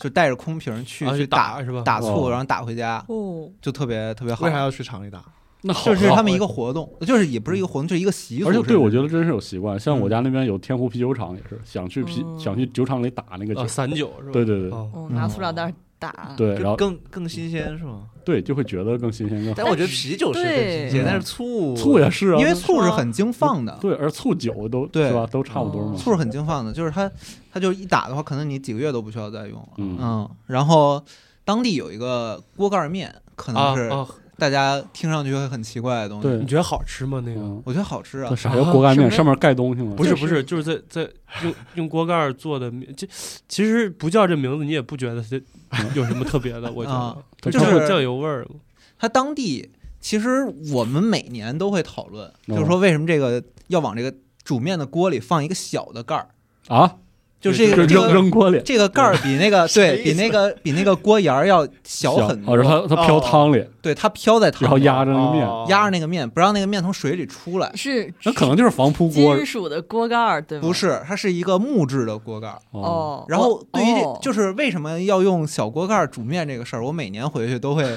Speaker 3: 就带着空瓶儿去
Speaker 2: 啊
Speaker 3: 去
Speaker 2: 去打是吧
Speaker 3: 打醋，
Speaker 4: 哦
Speaker 3: 然后打回家，
Speaker 1: 哦，
Speaker 3: 就特别特别好
Speaker 5: 为。啥要去厂里打？
Speaker 4: 那好
Speaker 3: 就
Speaker 4: 啊，
Speaker 3: 是他们一个活动，就是也不是一个活动，就是一嗯个习俗。
Speaker 4: 而且对我
Speaker 3: 觉
Speaker 4: 觉得真是有习惯，像我家那边有天湖啤酒厂也是，想去啤
Speaker 1: 嗯
Speaker 4: 想去酒厂里打那个
Speaker 3: 哦
Speaker 4: 酒
Speaker 2: 啊，，散酒是吧？
Speaker 4: 对对对
Speaker 2: 哦
Speaker 1: 哦，拿塑料袋儿打，
Speaker 4: 对，然后
Speaker 5: 更更新鲜是吗？
Speaker 4: 对就会觉得更新鲜更好。
Speaker 5: 但我觉得啤酒是更新
Speaker 1: 对
Speaker 5: 鲜，但是醋
Speaker 4: 醋也是啊，
Speaker 3: 因为醋是很经放的，
Speaker 4: 对，而醋酒都
Speaker 3: 对
Speaker 4: 是吧，都差不多嘛。
Speaker 3: 醋是很经放的，就是它它就是一打的话，可能你几个月都不需要再用了。
Speaker 4: 嗯
Speaker 3: 嗯，然后当地有一个锅盖面，可能
Speaker 2: 啊
Speaker 3: 是
Speaker 2: 啊，
Speaker 3: 大家听上去会很奇怪的东西。
Speaker 4: 对
Speaker 2: 你，觉得好吃吗？那个
Speaker 4: 嗯，
Speaker 3: 我觉得好吃啊
Speaker 4: 那，啥叫锅盖面？
Speaker 1: 什么
Speaker 4: 上面盖东西吗？
Speaker 2: 不是不是，就是在在用用锅盖儿做的面，这其实不叫这名字，你也不觉得这有什么特别的，我觉
Speaker 3: 啊
Speaker 2: 得
Speaker 4: 它
Speaker 3: 就
Speaker 2: 它
Speaker 3: 是
Speaker 2: 有酱油味儿嘛。
Speaker 3: 它当地其实我们每年都会讨论，
Speaker 4: 嗯
Speaker 3: 就是说为什么这个要往这个煮面的锅里放一个小的盖儿，
Speaker 4: 啊，
Speaker 3: 就是
Speaker 2: 对
Speaker 3: 这
Speaker 4: 这
Speaker 3: 个这
Speaker 4: 扔
Speaker 3: 个
Speaker 4: 扔锅里，
Speaker 3: 这个盖儿比那 个对比那个比那个锅沿儿要小很
Speaker 4: 哦，然
Speaker 3: 多，
Speaker 4: 后它它飘
Speaker 5: 哦
Speaker 4: 汤里，
Speaker 3: 对，它飘在汤
Speaker 4: 然后
Speaker 3: 里
Speaker 4: 压着那个嗯面，
Speaker 5: 哦
Speaker 3: 压着那个面，不让那个面从水里出 来。
Speaker 1: 是
Speaker 4: 那可能就是防扑锅
Speaker 1: 金属的锅盖儿，对吗？
Speaker 3: 不是，它是一个木质的锅盖儿。
Speaker 4: 哦，
Speaker 1: 哦，
Speaker 3: 然后对于
Speaker 1: 哦
Speaker 3: 这，就是为什么要用小锅盖儿煮面这个事儿，我每年回去都会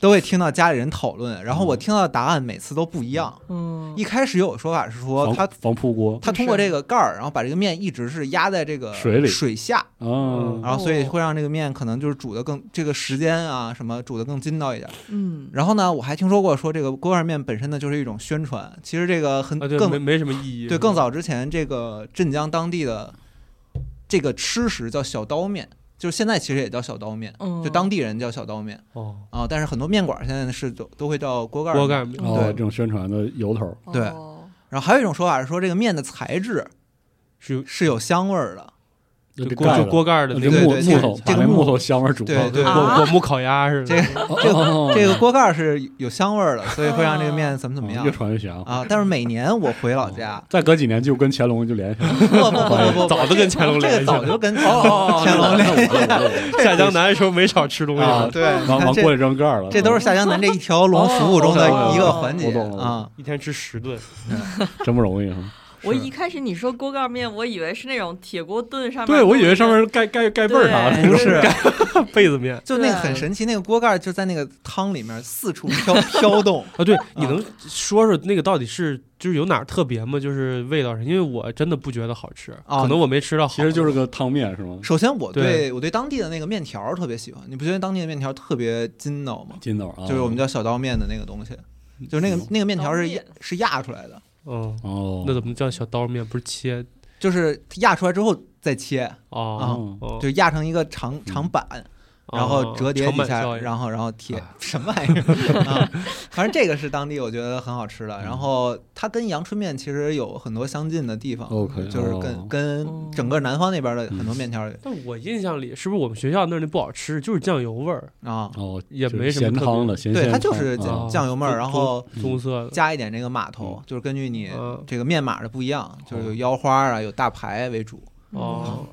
Speaker 3: 都会听到家里人讨论，然后我听到的答案每次都不一样。
Speaker 1: 嗯
Speaker 3: 一开始有说法是说
Speaker 4: 防
Speaker 3: 它
Speaker 4: 防扑锅
Speaker 3: 它通过这个盖儿，然后把这个面一直是压在这个
Speaker 4: 水里
Speaker 3: 水下，
Speaker 4: 啊，
Speaker 3: 然后所以会让这个面可能就是煮的更这个时间啊什么煮的更筋道一点。
Speaker 1: 嗯，
Speaker 3: 然后呢，我还听说过说这个锅盖面本身呢就是一种宣传，其实这个很
Speaker 2: 啊，对，
Speaker 3: 更
Speaker 2: 没没什么意义。
Speaker 3: 对更早之前这个镇江当地的这个吃食叫小刀面，就是现在其实也叫小刀面，
Speaker 4: 哦
Speaker 1: 嗯
Speaker 3: 就当地人叫小刀面
Speaker 2: 哦，
Speaker 3: 啊，但是很多面馆现在是都都会叫锅盖面
Speaker 2: 锅盖。面
Speaker 4: 哦，
Speaker 3: 嗯对
Speaker 4: 这种宣传的由头儿，
Speaker 3: 对
Speaker 1: 哦
Speaker 3: 然后还有一种说法是说这个面的材质
Speaker 2: 是有
Speaker 3: 是有香味儿的。
Speaker 4: 啊就
Speaker 2: 就锅就锅盖儿的那
Speaker 4: 这
Speaker 3: 对
Speaker 2: 个
Speaker 4: 木
Speaker 3: 对
Speaker 4: 木头，
Speaker 3: 这
Speaker 4: 把
Speaker 3: 个
Speaker 4: 那
Speaker 3: 木
Speaker 4: 木头香味儿煮哦
Speaker 3: 对
Speaker 4: 透，
Speaker 3: 对
Speaker 1: 啊
Speaker 2: 果果木烤鸭似
Speaker 3: 这
Speaker 2: 的。
Speaker 3: 个
Speaker 4: 哦哦
Speaker 3: 这个锅 盖儿是有香味儿的，所以会让这个面怎么怎么
Speaker 2: 哦
Speaker 3: 样
Speaker 4: 越传越玄啊！，
Speaker 3: 啊。但是每年我回老家
Speaker 4: 再隔几年就跟乾隆就联系了，
Speaker 3: 不不不不不，
Speaker 2: 哦 早就跟乾隆
Speaker 3: 这
Speaker 2: 联
Speaker 3: 个
Speaker 2: 系
Speaker 3: 早
Speaker 2: 了，哦
Speaker 3: 就跟乾 隆哦乾隆联 系
Speaker 2: 下江南的时候没少吃东西
Speaker 3: 啊，
Speaker 2: 吧，
Speaker 3: 对，你
Speaker 4: 往
Speaker 3: 看
Speaker 4: 往锅
Speaker 3: 这
Speaker 4: 里扔盖儿了。
Speaker 3: 这都是下江南这一
Speaker 4: 哦
Speaker 3: 条龙服务中的一个环节
Speaker 4: 我懂了我懂了
Speaker 3: 啊。
Speaker 2: 一天吃十顿。
Speaker 4: 真不容易啊！
Speaker 1: 我一开始你说锅盖面，我以为是那种铁锅炖上面，
Speaker 2: 对我以为上面盖盖盖被儿啥的，
Speaker 1: 对
Speaker 3: 不是，
Speaker 2: 被子面
Speaker 3: 就那个
Speaker 1: 对
Speaker 3: 很神奇，那个锅盖儿就在那个汤里面四处飘飘动。
Speaker 2: 啊。对，你能说说那个到底是就是有哪儿特别吗？就是味道上，因为我真的不觉得好吃，
Speaker 3: 啊
Speaker 2: 可能我没吃到好
Speaker 4: 其
Speaker 2: 的。
Speaker 4: 实就是个汤面是吗？
Speaker 3: 首先，我对
Speaker 2: 对
Speaker 3: 我对当地的那个面条儿特别喜欢，你不觉得当地的面条儿特别筋道吗？
Speaker 4: 筋斗啊，
Speaker 3: 就是我们叫小刀面的那个东西，就是那个那个面条儿是
Speaker 1: 刀
Speaker 3: 压
Speaker 1: 面
Speaker 3: 是压出来的，
Speaker 2: 嗯，
Speaker 4: 哦，
Speaker 2: 那怎么叫小刀面？不是切
Speaker 3: 就是压出来之后再切，
Speaker 2: 哦，哦
Speaker 3: 就压成一个长长板，啊然后折叠
Speaker 2: 成
Speaker 3: 一
Speaker 2: 本
Speaker 3: 下
Speaker 2: 效，应
Speaker 3: 然后然后贴
Speaker 2: 哎
Speaker 3: 什么玩意儿啊？反正这个是当地我觉得很好吃的。然后它跟阳春面其实有很多相近的地方
Speaker 4: OK，
Speaker 3: 啊就是
Speaker 4: 哦
Speaker 3: 跟跟整个南方那边的很
Speaker 2: 嗯
Speaker 3: 多面条儿
Speaker 2: 但我印象里，是不是我们学校那儿那不好吃，就是酱油味儿，
Speaker 3: 啊，
Speaker 4: 哦
Speaker 2: 也
Speaker 4: 就是
Speaker 2: 没什么
Speaker 4: 咸
Speaker 2: 特别
Speaker 4: 汤了，咸
Speaker 3: 对，
Speaker 4: 鲜
Speaker 3: 它就是
Speaker 4: 汤
Speaker 3: 酱
Speaker 2: 啊
Speaker 3: 酱油味儿，
Speaker 2: 中
Speaker 3: 然后
Speaker 2: 棕色的。
Speaker 3: 加一点这个码头，就是根据你
Speaker 2: 嗯
Speaker 3: 这个面码的不一样，就是有腰花啊，有大排为主。
Speaker 2: 哦，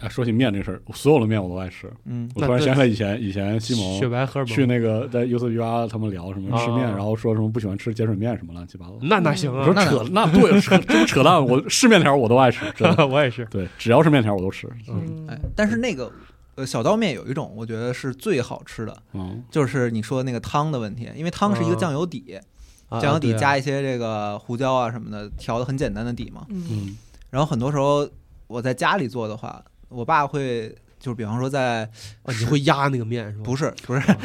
Speaker 4: 哎，说起面这事儿，所有的面我都爱吃。
Speaker 3: 嗯，
Speaker 4: 我
Speaker 2: 那
Speaker 4: 突然
Speaker 2: 对
Speaker 4: 想起来以前以前西
Speaker 2: 雪
Speaker 4: 蒙
Speaker 2: 白荷尔蒙
Speaker 4: 去那个在 U 四 B 八他们聊什么
Speaker 2: 啊
Speaker 4: 吃面，然后说什么不喜欢吃碱水面什么乱七八糟。
Speaker 2: 那哪行
Speaker 4: 我
Speaker 2: 啊
Speaker 4: 说？扯，那对， 扯这不扯淡。我是面条我都爱吃，真 的
Speaker 2: 我也是，
Speaker 4: 对，只要是面条我都吃。
Speaker 1: 嗯
Speaker 3: 哎，但是那个呃小刀面有一种我觉得是最好吃的，
Speaker 4: 嗯，
Speaker 3: 就是你说那个汤的问题，因为汤是一个
Speaker 2: 嗯
Speaker 3: 酱油底，
Speaker 2: 啊
Speaker 3: 酱油底
Speaker 2: 对啊
Speaker 3: 加一些这个胡椒啊什么的，调的很简单的底嘛。
Speaker 1: 嗯
Speaker 4: 嗯
Speaker 3: 然后很多时候我在家里做的话，我爸会就是比方说在
Speaker 2: 哦你会压那个面是吧？
Speaker 3: 不
Speaker 2: 是，
Speaker 3: 是不是，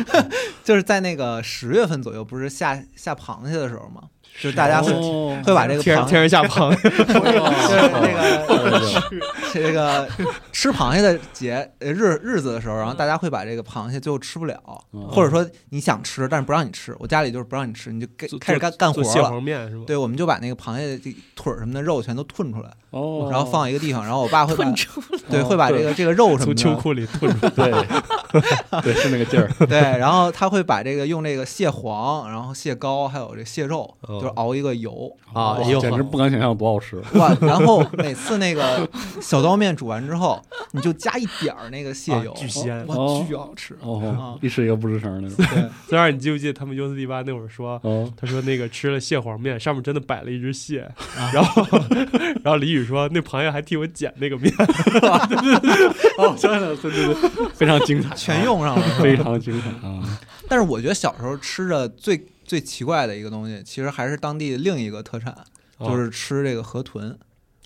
Speaker 3: 就是在那个十月份左右，不是下下螃蟹的时候嘛，就是大家会
Speaker 4: 哦
Speaker 3: 会把这个
Speaker 2: 天
Speaker 3: 螃蟹
Speaker 2: 天。人下 螃蟹，
Speaker 3: 就是那个
Speaker 4: 对对对
Speaker 3: 这个 吃螃蟹的节呃日日子的时候，然后大家会把这个螃蟹最后吃不了，
Speaker 4: 嗯
Speaker 3: 或者说你想吃但是不让你吃，我家里就是不让你吃，你就该
Speaker 2: 做
Speaker 3: 开始干干活
Speaker 2: 做蟹
Speaker 3: 了。
Speaker 2: 黄面是吧？
Speaker 3: 对，我们就把那个螃蟹这腿儿什么的肉全都吞出来，
Speaker 4: 哦，
Speaker 3: 然后放一个地方，然后我爸会把
Speaker 1: 炖出
Speaker 3: 对会把这个这个肉什么
Speaker 2: 从秋
Speaker 3: 的，
Speaker 2: 裤里吐出来。
Speaker 4: 对对是那个劲 儿，
Speaker 3: 对，然后他会把这个用这个蟹黄，然后蟹膏还有这蟹肉，
Speaker 2: 哦
Speaker 3: 就是熬一个油，
Speaker 2: 啊
Speaker 4: 哇
Speaker 2: 也有
Speaker 4: 简直
Speaker 2: 好
Speaker 4: 不敢想象有多好吃。
Speaker 3: 哇！然后每次那个小刀面煮完之后，你就加一点儿那个蟹
Speaker 2: 啊
Speaker 3: 油，
Speaker 2: 巨鲜
Speaker 3: 哇
Speaker 4: 哦
Speaker 3: 巨好吃。
Speaker 4: 哦
Speaker 3: 啊，
Speaker 4: 一吃一个不吱声那种。
Speaker 3: 对，
Speaker 2: 虽然你记不记得他们 U 四 D 八那会儿说，
Speaker 4: 哦，
Speaker 2: 他说那个吃了蟹黄面，上面真的摆了一只蟹，然后然后李宇说那螃蟹还替我捡那个 面，
Speaker 4: 哦，想想对对对，非常精彩，
Speaker 3: 全用上了。
Speaker 4: 非常精彩 啊！
Speaker 3: 但是我觉得小时候吃着最最奇怪的一个东西，其实还是当地另一个特产，
Speaker 2: 哦
Speaker 3: 就是吃这个河豚。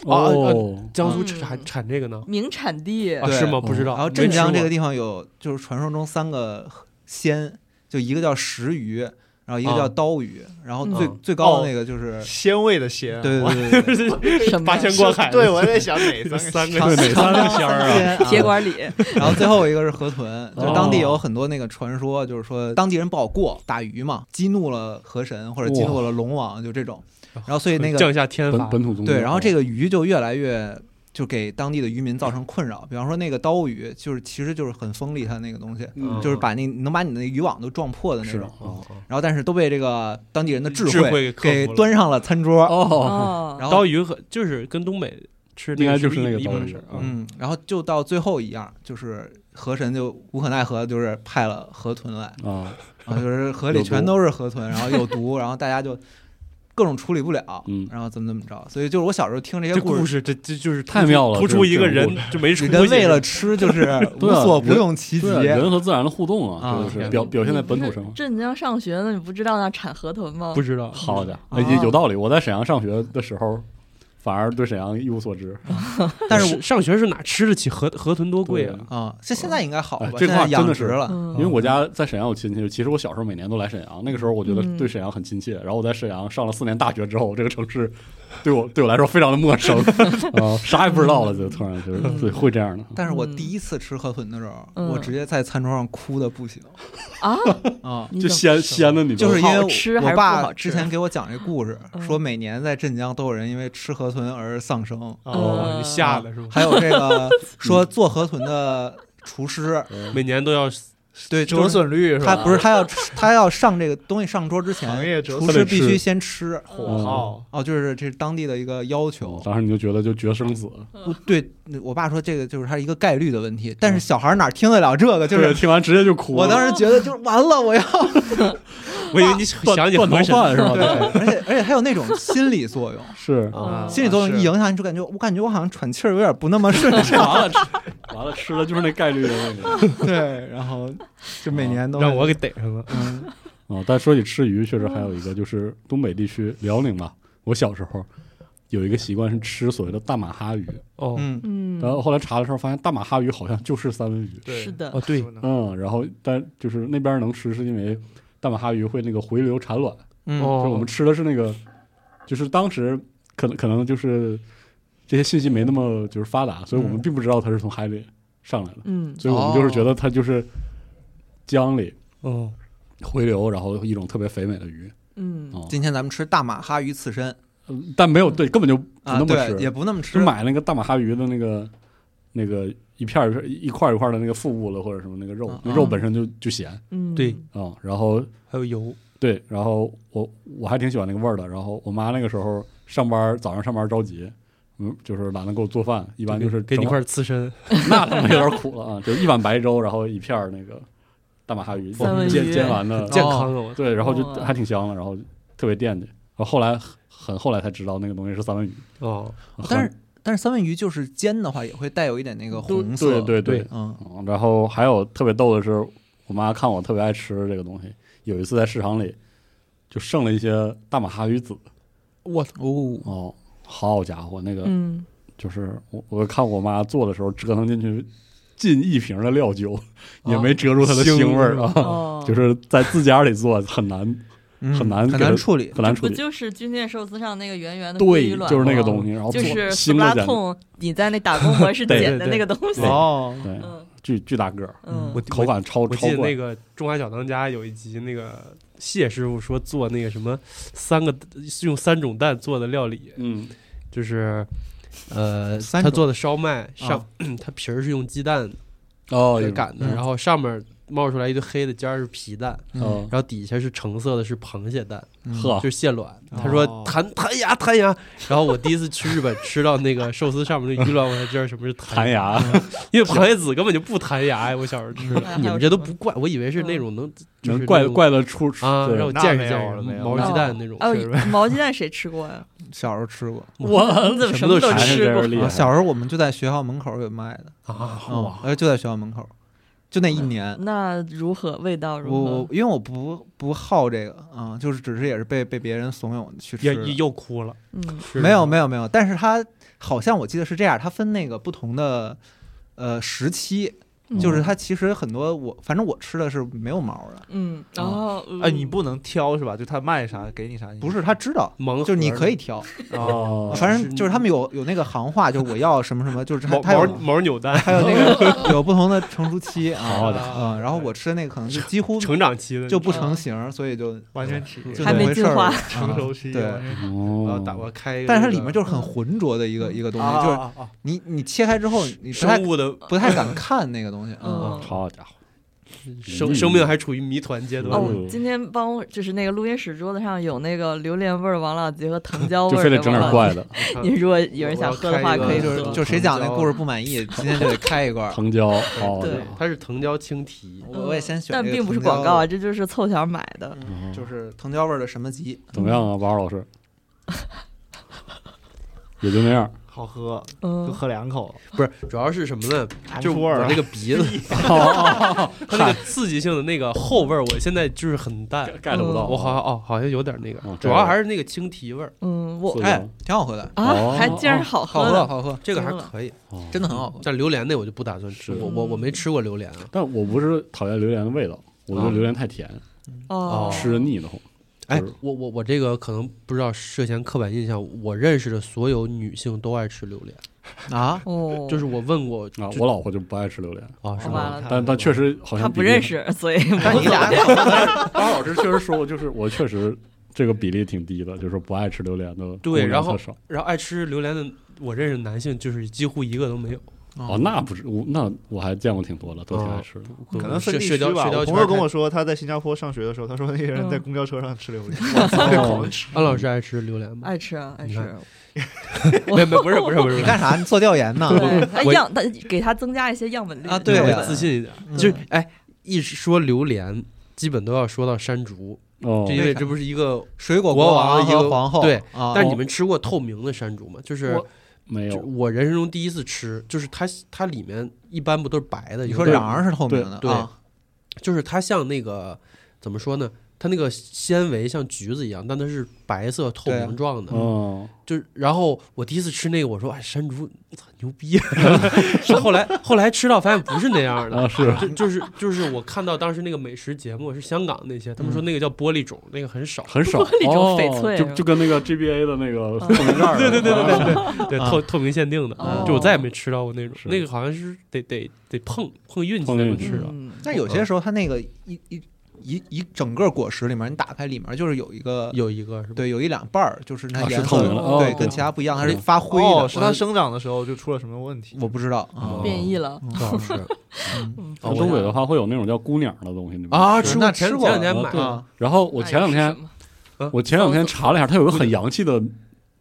Speaker 3: 呃
Speaker 4: 哦，
Speaker 2: 啊江苏产产这个呢？
Speaker 1: 名产地
Speaker 2: 啊
Speaker 3: 对
Speaker 2: 是吗？
Speaker 4: 哦
Speaker 2: 不知道。
Speaker 3: 然后镇江这个地方有，就是传说中三个鲜，就一个叫石鱼，然后一个叫刀鱼，然后最、
Speaker 2: 哦嗯
Speaker 3: 最高的那个就是，
Speaker 5: 鲜味的鲜，
Speaker 3: 对对对对 对，
Speaker 1: 什么
Speaker 2: 八仙过海的
Speaker 5: 对我在想哪三
Speaker 2: 三
Speaker 5: 个
Speaker 2: 个
Speaker 3: 长
Speaker 4: 对哪
Speaker 3: 长
Speaker 4: 三个
Speaker 3: 江
Speaker 4: 鲜儿啊
Speaker 3: 三 鲜
Speaker 1: 铁管里，
Speaker 3: 然后最后一个是河豚，就
Speaker 4: 哦
Speaker 3: 当地有很多那个传说，就是说当地人不好过，打鱼嘛，激怒了河神或者激怒了龙王，就这种。然后所以那个
Speaker 2: 降下天
Speaker 4: 本
Speaker 2: 罚，啊
Speaker 4: 本土宗
Speaker 3: 对，然后这
Speaker 4: 个
Speaker 3: 个鱼就越来越就给当地的渔民造成困扰。比方说那个刀鱼，就是其实就是很锋利，它那个东西，
Speaker 4: 嗯
Speaker 3: 就是把那能把你的渔网都撞破的那
Speaker 4: 是
Speaker 3: 种。
Speaker 4: 哦
Speaker 2: 啊
Speaker 3: 然后但是都被这个当地人的智
Speaker 2: 智慧给克服
Speaker 3: 给
Speaker 2: 了
Speaker 3: 端上了餐桌。
Speaker 4: 哦，
Speaker 1: 哦，
Speaker 3: 然后
Speaker 2: 刀鱼和就是跟东北吃
Speaker 4: 应该就是那
Speaker 2: 那
Speaker 4: 个
Speaker 2: 个一
Speaker 4: 刀
Speaker 2: 回
Speaker 4: 鱼
Speaker 2: 事儿
Speaker 4: 啊
Speaker 3: 嗯，然后就到最后一样，就是河神就无可奈何，就是派了河豚 来，
Speaker 4: 啊，
Speaker 3: 然后就是河里
Speaker 4: 有毒
Speaker 3: 全都是河豚，然后有 毒，然后大家就各种处理不了
Speaker 4: 嗯，
Speaker 3: 然后怎么怎么着，所以就是我小时候听这些
Speaker 2: 这
Speaker 3: 故
Speaker 2: 故
Speaker 3: 事，
Speaker 2: 事这这就是突
Speaker 4: 太
Speaker 2: 出
Speaker 4: 妙了
Speaker 2: 突
Speaker 4: 这
Speaker 2: 出
Speaker 4: 个
Speaker 2: 一个
Speaker 4: 这个
Speaker 2: 人
Speaker 4: 故事
Speaker 2: 就没出
Speaker 3: 你跟
Speaker 2: 息
Speaker 3: 为了吃就是无
Speaker 4: 对啊
Speaker 3: 所不
Speaker 4: 人
Speaker 3: 用其
Speaker 4: 对啊，
Speaker 3: 极。
Speaker 4: 人和自然的互动
Speaker 3: 啊
Speaker 4: 啊，这就是
Speaker 2: 天
Speaker 4: 表表现在
Speaker 1: 你不
Speaker 4: 本土
Speaker 3: 嗯
Speaker 1: 是
Speaker 4: 生活。
Speaker 1: 镇江上学呢，你不知道那产河豚吗？
Speaker 2: 不知 道
Speaker 4: 好家伙，
Speaker 3: 嗯
Speaker 4: 哎
Speaker 1: 哦
Speaker 3: 啊
Speaker 4: 也有道理。我在沈阳上学的时候，反而对沈阳一无所知。
Speaker 3: 啊 但是
Speaker 2: 是上学是哪吃得起河河豚多贵啊？
Speaker 3: 我啊，现现在应该好了
Speaker 4: 哎
Speaker 3: 吧？
Speaker 4: 这
Speaker 3: 现
Speaker 4: 话
Speaker 3: 在
Speaker 4: 真
Speaker 3: 养
Speaker 4: 的
Speaker 3: 殖
Speaker 4: 是
Speaker 3: 了，
Speaker 1: 嗯
Speaker 4: 因为我家在沈阳有亲戚，其实我小时候每年都来沈阳，那个时候我觉得
Speaker 3: 嗯
Speaker 4: 对沈阳很亲切。然后我在沈阳上了四年大学之后，这个城市对我对我来说非常的 陌生，啊，啥也不知道了，就突然就是
Speaker 3: 嗯
Speaker 4: 对会这样的。
Speaker 3: 但是我
Speaker 1: 嗯
Speaker 3: 第一次吃河豚的时候，
Speaker 1: 嗯
Speaker 3: 我直接在餐桌上哭的不行
Speaker 1: 啊，
Speaker 3: 啊！
Speaker 1: 你
Speaker 4: 就
Speaker 1: 怎么
Speaker 4: 鲜鲜的嗯你知道
Speaker 3: 就
Speaker 4: 吗
Speaker 3: 是因为
Speaker 1: 好吃还
Speaker 3: 我
Speaker 1: 是不
Speaker 3: 爸
Speaker 1: 好吃
Speaker 3: 之前给我讲这故事，
Speaker 1: 嗯
Speaker 3: 说每年在镇江都有人因为吃河豚而丧生，
Speaker 2: 哦，你吓的是吗？
Speaker 3: 还有这个说做河豚的厨师，
Speaker 2: 每年都要
Speaker 3: 对，
Speaker 5: 折
Speaker 3: 就是
Speaker 5: 损率是
Speaker 3: 他
Speaker 2: 啊
Speaker 5: 吧？
Speaker 3: 不是他要他要上这个东西上桌之
Speaker 5: 行业
Speaker 3: 前，
Speaker 5: 折
Speaker 3: 厨
Speaker 5: 损
Speaker 3: 师
Speaker 5: 率
Speaker 3: 必须先吃。
Speaker 5: 火耗，
Speaker 3: 哦，就是这是当地的一个要求
Speaker 4: 嗯，当时你就觉得就决生死，
Speaker 2: 嗯
Speaker 3: 我对我爸说这个就是他一个概率的问题，但是小孩哪听得了这个？就
Speaker 4: 对
Speaker 3: 是
Speaker 4: 听完直接就哭了。
Speaker 3: 我当时觉得就是完了，我要
Speaker 2: 我以为你想起
Speaker 4: 断
Speaker 2: 河
Speaker 4: 头
Speaker 2: 神，
Speaker 4: 饭是吧？
Speaker 3: 对，而且而且还有那种心理作 用，
Speaker 4: 是
Speaker 5: 啊
Speaker 3: 心理作用一
Speaker 5: 是
Speaker 3: 影响你，就感觉我感觉我好像喘气儿有点不那么顺畅。
Speaker 4: 完了吃，完了吃了就是那概率的问题。
Speaker 3: 对，然后就每年都会
Speaker 2: 哦让我给逮上了。
Speaker 3: 嗯
Speaker 4: 啊、但说起吃鱼，确实还有一个就是东北地区辽宁吧，我小时候有一个习惯是吃所谓的大马哈鱼，
Speaker 2: 哦，
Speaker 3: 嗯
Speaker 1: 嗯
Speaker 4: 然后后来查的时候发现大马哈鱼好像就是三文鱼，
Speaker 5: 对
Speaker 1: 是的
Speaker 2: 哦对
Speaker 5: 说呢
Speaker 4: 嗯，然后但就是那边能吃是因为大马哈鱼会那个回流产卵，
Speaker 3: 嗯
Speaker 2: 哦
Speaker 4: 就是我们吃的是那个，就是当时可能可能就是这些信息没那么就是发达，所以我们并不知道它是从海里上来的，
Speaker 1: 嗯
Speaker 4: 所以我们就是觉得它就是江里
Speaker 2: 哦，
Speaker 4: 回流，然后一种特别肥美的鱼，
Speaker 1: 嗯
Speaker 4: 哦
Speaker 3: 今天咱们吃大马哈鱼刺身
Speaker 4: 嗯但没有对根本就不
Speaker 3: 啊，
Speaker 4: 那么
Speaker 3: 对，
Speaker 4: 吃，
Speaker 3: 也不那么吃
Speaker 4: 就，买那个大马哈鱼的那个那个一片儿一片儿一块儿一块儿的那个腹部了或者什么那个肉
Speaker 3: 嗯，
Speaker 4: 那肉本身就就咸啊、
Speaker 1: 嗯
Speaker 2: 对
Speaker 4: 嗯然后
Speaker 2: 还有油，
Speaker 4: 对，然后我我还挺喜欢那个味儿的。然后我妈那个时候上班儿，早上上班儿着急，嗯，就是懒得给我做饭，一般就是
Speaker 2: 给你
Speaker 4: 整碗，
Speaker 2: 块刺身，
Speaker 4: 那他妈有点苦了啊，就是一碗白粥，然后一片儿那个大马哈鱼
Speaker 1: 三文鱼
Speaker 4: 煎煎完
Speaker 3: 哦
Speaker 4: 的，
Speaker 2: 健康
Speaker 5: 哦
Speaker 2: 啊！我
Speaker 4: 对，然后就
Speaker 1: 哇
Speaker 4: 还挺香的，然后特别惦记。然后后来很后来才知道那个东西是三文鱼，
Speaker 2: 哦，
Speaker 3: 但是但是三文鱼就是煎的话，也会带有一点那个红
Speaker 4: 很
Speaker 3: 色，
Speaker 4: 对对
Speaker 2: 对
Speaker 3: 嗯
Speaker 4: 嗯，然后还有特别逗的是，我妈看我特别爱吃这个东西，有一次在市场里就剩了一些大马哈鱼籽，
Speaker 2: 我
Speaker 3: 哦，
Speaker 4: 哦，好家伙，那个
Speaker 1: 嗯
Speaker 4: 就是我我看我妈做的时候折腾进去近一瓶的料酒，也没遮住它的腥味儿啊。
Speaker 1: 哦
Speaker 4: 就是在自家里做很难
Speaker 3: 嗯
Speaker 4: 很难
Speaker 3: 很
Speaker 4: 给它
Speaker 3: 难处理，
Speaker 4: 很难处
Speaker 1: 不
Speaker 4: 理，
Speaker 1: 就是军舰寿司上那个圆圆的鲑
Speaker 4: 对
Speaker 1: 鱼，卵
Speaker 4: 就是那个
Speaker 1: 吗
Speaker 4: 东西，然后做
Speaker 1: 就是斯
Speaker 4: 腥
Speaker 1: 布
Speaker 4: 了
Speaker 1: 拉
Speaker 4: 简直，
Speaker 1: 痛，你在那打工模式
Speaker 4: 对
Speaker 1: 捡的
Speaker 2: 对
Speaker 1: 那个东西，
Speaker 3: 哦，
Speaker 4: 对，
Speaker 1: 嗯
Speaker 4: 巨巨大个儿，
Speaker 1: 嗯，
Speaker 2: 我
Speaker 4: 口感超
Speaker 2: 我
Speaker 4: 超
Speaker 2: 记得
Speaker 4: 怪
Speaker 2: 那，个《中华小当家》有一集，那个谢师傅说做那个什么三个用三种蛋做的料理，
Speaker 4: 嗯，
Speaker 2: 就是呃，
Speaker 3: 三
Speaker 2: 他
Speaker 3: 种啊
Speaker 2: 做的烧麦上， 他皮儿是用鸡蛋
Speaker 4: 哦
Speaker 2: 给擀的，
Speaker 3: 嗯
Speaker 2: 然后上面冒出来一堆黑的尖儿是皮蛋，
Speaker 4: 哦
Speaker 3: 嗯
Speaker 2: 然后底下是橙色的是螃蟹蛋，
Speaker 4: 呵
Speaker 2: 就是蟹卵。
Speaker 5: 哦
Speaker 2: 他说弹弹牙弹牙，然后我第一次去日本 吃到那个寿司上面那鱼卵，我才知道什么是
Speaker 4: 弹
Speaker 2: 弹，
Speaker 4: 牙，
Speaker 2: 因为螃蟹籽根本就不弹牙哎呀，我小时候 吃的。
Speaker 1: 嗯
Speaker 2: 你们这都不怪，我以为是那种
Speaker 3: 嗯
Speaker 2: 能就是
Speaker 4: 能
Speaker 2: 那
Speaker 4: 怪
Speaker 2: 种
Speaker 4: 怪得出
Speaker 2: 啊，
Speaker 4: 对
Speaker 2: 让我
Speaker 5: 那
Speaker 2: 见识
Speaker 5: 没
Speaker 2: 见
Speaker 5: 有
Speaker 2: 识
Speaker 5: 了没有
Speaker 2: 毛
Speaker 1: 了
Speaker 2: 鸡蛋那种。
Speaker 1: 哦
Speaker 2: 是吧，
Speaker 1: 毛鸡蛋谁吃过呀？
Speaker 3: 小时候吃过，啊
Speaker 4: 我
Speaker 1: 你怎么
Speaker 2: 什
Speaker 1: 什
Speaker 2: 么
Speaker 1: 么
Speaker 2: 都
Speaker 1: 都
Speaker 2: 馋
Speaker 1: 吃
Speaker 4: 这
Speaker 1: 过
Speaker 4: 是？厉害，
Speaker 3: 小时候我们就在学校门口有卖的，
Speaker 2: 啊，
Speaker 3: 嗯，而且就在学校门口，就那一年，
Speaker 1: 那如何？味道如
Speaker 3: 我我
Speaker 1: 何？
Speaker 3: 因为我不不好这个啊、嗯就是只是也是被被别人怂恿去
Speaker 2: 又
Speaker 3: 吃
Speaker 2: 又
Speaker 3: 的。
Speaker 2: 又哭了，
Speaker 1: 嗯
Speaker 2: 是
Speaker 3: 没有没有没有，但是它好像我记得是这样，它分那个不同的呃时期，
Speaker 1: 嗯，
Speaker 3: 就是它其实很多我反正我吃的是没有毛的，
Speaker 1: 嗯，然后
Speaker 5: 哎，你不能挑是吧？就他卖啥给你啥，
Speaker 3: 不是他知道，
Speaker 2: 盲盒
Speaker 3: 就是你可以挑，
Speaker 5: 啊，
Speaker 4: 哦，
Speaker 3: 反正就是他们有有那个行话，就是我要什么什么，就是它
Speaker 2: 毛
Speaker 3: 它有
Speaker 2: 毛毛扭 蛋，
Speaker 3: 还有那个有不同的成熟期啊
Speaker 4: 好的
Speaker 3: 啊，然后我吃的那个可能就几乎
Speaker 2: 成长期的
Speaker 3: 就不成型，所以就
Speaker 5: 完全体
Speaker 3: 就
Speaker 1: 嗯还
Speaker 3: 那么
Speaker 1: 没
Speaker 3: 回事
Speaker 1: 进化
Speaker 3: 儿。
Speaker 5: 成熟期，
Speaker 3: 对
Speaker 5: 完全体我要
Speaker 4: 哦，
Speaker 5: 打我开一个这个，
Speaker 3: 但是它里面就是很浑浊的一个一个东
Speaker 5: 啊
Speaker 3: 西，就是
Speaker 5: 啊啊啊
Speaker 3: 你你切开之后，你不太
Speaker 2: 生物的
Speaker 3: 不太敢看那个东西。嗯，
Speaker 1: 嗯，
Speaker 4: 好家伙，
Speaker 2: 生生命还处于谜团阶段。
Speaker 1: 哦，今天帮我就是那个录音室桌子上有那那个榴莲味儿王老吉和藤椒味
Speaker 4: 就
Speaker 1: 儿
Speaker 4: 非得
Speaker 1: 的
Speaker 4: 整点
Speaker 1: 王老
Speaker 4: 怪的，
Speaker 1: 吉。 你如果有人想喝的话，
Speaker 5: 我要
Speaker 1: 可
Speaker 5: 开
Speaker 1: 以
Speaker 5: 一个
Speaker 3: 就是
Speaker 1: 喝。
Speaker 3: 就谁讲那故事不满意，今天就得开一罐儿。
Speaker 4: 藤椒，哦，
Speaker 1: 对
Speaker 2: 它是藤椒青提，
Speaker 3: 我我也先选
Speaker 1: 但
Speaker 3: 这个
Speaker 1: 并不是
Speaker 3: 藤椒
Speaker 1: 广告啊，这就是凑巧买的。
Speaker 4: 嗯
Speaker 3: 就是藤椒味儿的什么鸡，
Speaker 4: 怎么样啊，王老师？也就那样，
Speaker 5: 好喝，就
Speaker 1: 嗯，
Speaker 5: 喝两口，
Speaker 2: 不是，主要是什么呢？
Speaker 5: 尝
Speaker 2: 就是
Speaker 5: 出
Speaker 2: 我
Speaker 5: 味儿了
Speaker 2: 那个鼻子，哦它那个刺激性的那个后味儿，我现在就是很 淡，
Speaker 4: 盖得不到。
Speaker 2: 我好像哦，好像有点那
Speaker 4: 嗯
Speaker 2: 个，主要还是那个青提味儿，
Speaker 1: 嗯，我
Speaker 4: 对
Speaker 3: 哎，挺好喝的，
Speaker 1: 啊
Speaker 4: 哦，
Speaker 1: 还竟然好
Speaker 3: 好
Speaker 1: 喝哦
Speaker 3: 喝
Speaker 1: 的，
Speaker 3: 好喝，
Speaker 2: 这个还可以。
Speaker 4: 哦
Speaker 3: 真的很好喝。
Speaker 2: 但榴莲那我就不打算吃，
Speaker 4: 是
Speaker 2: 我我我没吃过榴莲啊。
Speaker 4: 但我不是讨厌榴莲的味道，我觉得
Speaker 2: 啊
Speaker 4: 榴莲太甜，
Speaker 1: 哦，
Speaker 4: 吃着腻得慌。
Speaker 2: 哎
Speaker 4: 就是，
Speaker 2: 我我我这个可能不知道涉嫌刻板印象，我认识的所有女性都爱吃榴莲，
Speaker 3: 啊，
Speaker 1: 哦，
Speaker 2: 就是我问过
Speaker 4: 啊，
Speaker 2: 就
Speaker 4: 我老婆就不爱吃榴莲，
Speaker 2: 啊
Speaker 5: 嗯
Speaker 2: 是
Speaker 1: 好吧
Speaker 2: 吗？
Speaker 4: 但但确实好
Speaker 1: 他
Speaker 4: 像
Speaker 1: 不
Speaker 4: 比例
Speaker 1: 认。识，所以
Speaker 3: 但你俩
Speaker 4: 王老师确实说过，就是我确实这个比例挺低的，就是不爱吃榴莲的
Speaker 2: 对
Speaker 4: 姑娘
Speaker 2: 然后
Speaker 4: 特少。
Speaker 2: 然后爱吃榴莲的，我认识男性就是几乎一个都没有，
Speaker 4: 哦，那不是我，那我还见过挺多的，都挺爱吃的。
Speaker 5: 可能
Speaker 2: 社
Speaker 5: 分地
Speaker 2: 社
Speaker 5: 区
Speaker 2: 交
Speaker 5: 吧。
Speaker 2: 社交
Speaker 5: 我
Speaker 2: 圈
Speaker 5: 朋友跟
Speaker 2: 太
Speaker 5: 我说，他在新加坡上学的时候，他说那些人在
Speaker 1: 嗯
Speaker 5: 公交车上吃榴莲，
Speaker 4: 哦
Speaker 2: 安老师爱吃榴莲吗？
Speaker 1: 爱吃啊，爱
Speaker 2: 嗯你
Speaker 1: 吃
Speaker 2: 看。
Speaker 1: 我
Speaker 2: 没
Speaker 3: 哎
Speaker 2: 有没有不是不是不是
Speaker 3: 你，干啥？你做调研呢？
Speaker 1: 对，哎
Speaker 2: 我
Speaker 1: 样，他给他增加一些样本率
Speaker 3: 啊对
Speaker 2: 我
Speaker 3: 呀
Speaker 2: 自信一点。
Speaker 3: 嗯
Speaker 2: 就是哎，一说榴莲，基本都要说到山竹，
Speaker 4: 哦
Speaker 2: 因为这不是一个。
Speaker 3: 水果
Speaker 2: 国王
Speaker 3: 王
Speaker 2: 一个
Speaker 3: 和皇后，
Speaker 2: 对
Speaker 3: 啊，
Speaker 2: 但是你们吃过透明的山竹吗？就是
Speaker 4: 我没
Speaker 2: 就
Speaker 4: 有，
Speaker 2: 我人生中第一次吃，就是它它里面一般不都是白的？
Speaker 3: 你
Speaker 2: 有
Speaker 3: 说
Speaker 2: 点
Speaker 3: 瓤儿是透明的，
Speaker 2: 对
Speaker 3: 啊
Speaker 2: 就是它像那个怎么说呢？它那个纤维像橘子一样，但它是白色透
Speaker 3: 对啊
Speaker 2: 明状的。
Speaker 4: 嗯，
Speaker 2: 就是，然后我第一次吃那个，我说哎，山竹操牛逼！ 是后来后来吃到发现不是那样的，
Speaker 4: 啊是
Speaker 2: 就就是就是我看到当时那个美食节目是香港那些，他们
Speaker 4: 嗯
Speaker 2: 说那个叫玻璃种，那个很少。
Speaker 4: 很少，
Speaker 1: 玻璃种
Speaker 4: 哦
Speaker 1: 翡翠
Speaker 4: 就是
Speaker 1: 吧嗯
Speaker 4: 就跟那个 GBA 的那个透明盖 儿， 对对对对对对，
Speaker 2: 对，
Speaker 3: 啊
Speaker 2: 透透明限定的，
Speaker 1: 哦
Speaker 2: 就我再也没吃到过那种，
Speaker 4: 是
Speaker 2: 那个好像是得得得碰碰运气才能
Speaker 4: 碰运气
Speaker 2: 吃到。
Speaker 1: 嗯
Speaker 3: 但有些时候它那个一一一一整个果实里面，你打开里面就是有一个，
Speaker 2: 有一个是吧？
Speaker 3: 对，有一两半儿，就是它
Speaker 4: 啊
Speaker 3: 颜
Speaker 4: 是
Speaker 3: 色
Speaker 4: 透明的，哦
Speaker 3: 对，跟其他不一样，它是
Speaker 4: 嗯
Speaker 3: 发灰的，
Speaker 5: 哦，是它生长的时候就出了什么问题？
Speaker 3: 我不知道啊
Speaker 4: 哦
Speaker 1: 变异了，
Speaker 2: 正好吃
Speaker 3: 嗯
Speaker 2: 哦
Speaker 4: 啊东北的话会有那种叫姑娘的东西，你们
Speaker 2: 啊，
Speaker 3: 是
Speaker 2: 吃
Speaker 3: 那
Speaker 2: 过前
Speaker 3: 吃
Speaker 2: 前
Speaker 3: 过
Speaker 2: 两天
Speaker 4: 啊
Speaker 2: 买
Speaker 4: 对
Speaker 2: 了，
Speaker 3: 啊，
Speaker 4: 然后我前两
Speaker 1: 那
Speaker 4: 天
Speaker 1: 是什么
Speaker 4: 我前两天
Speaker 1: 搜索
Speaker 4: 查了一下，它有一个很洋气的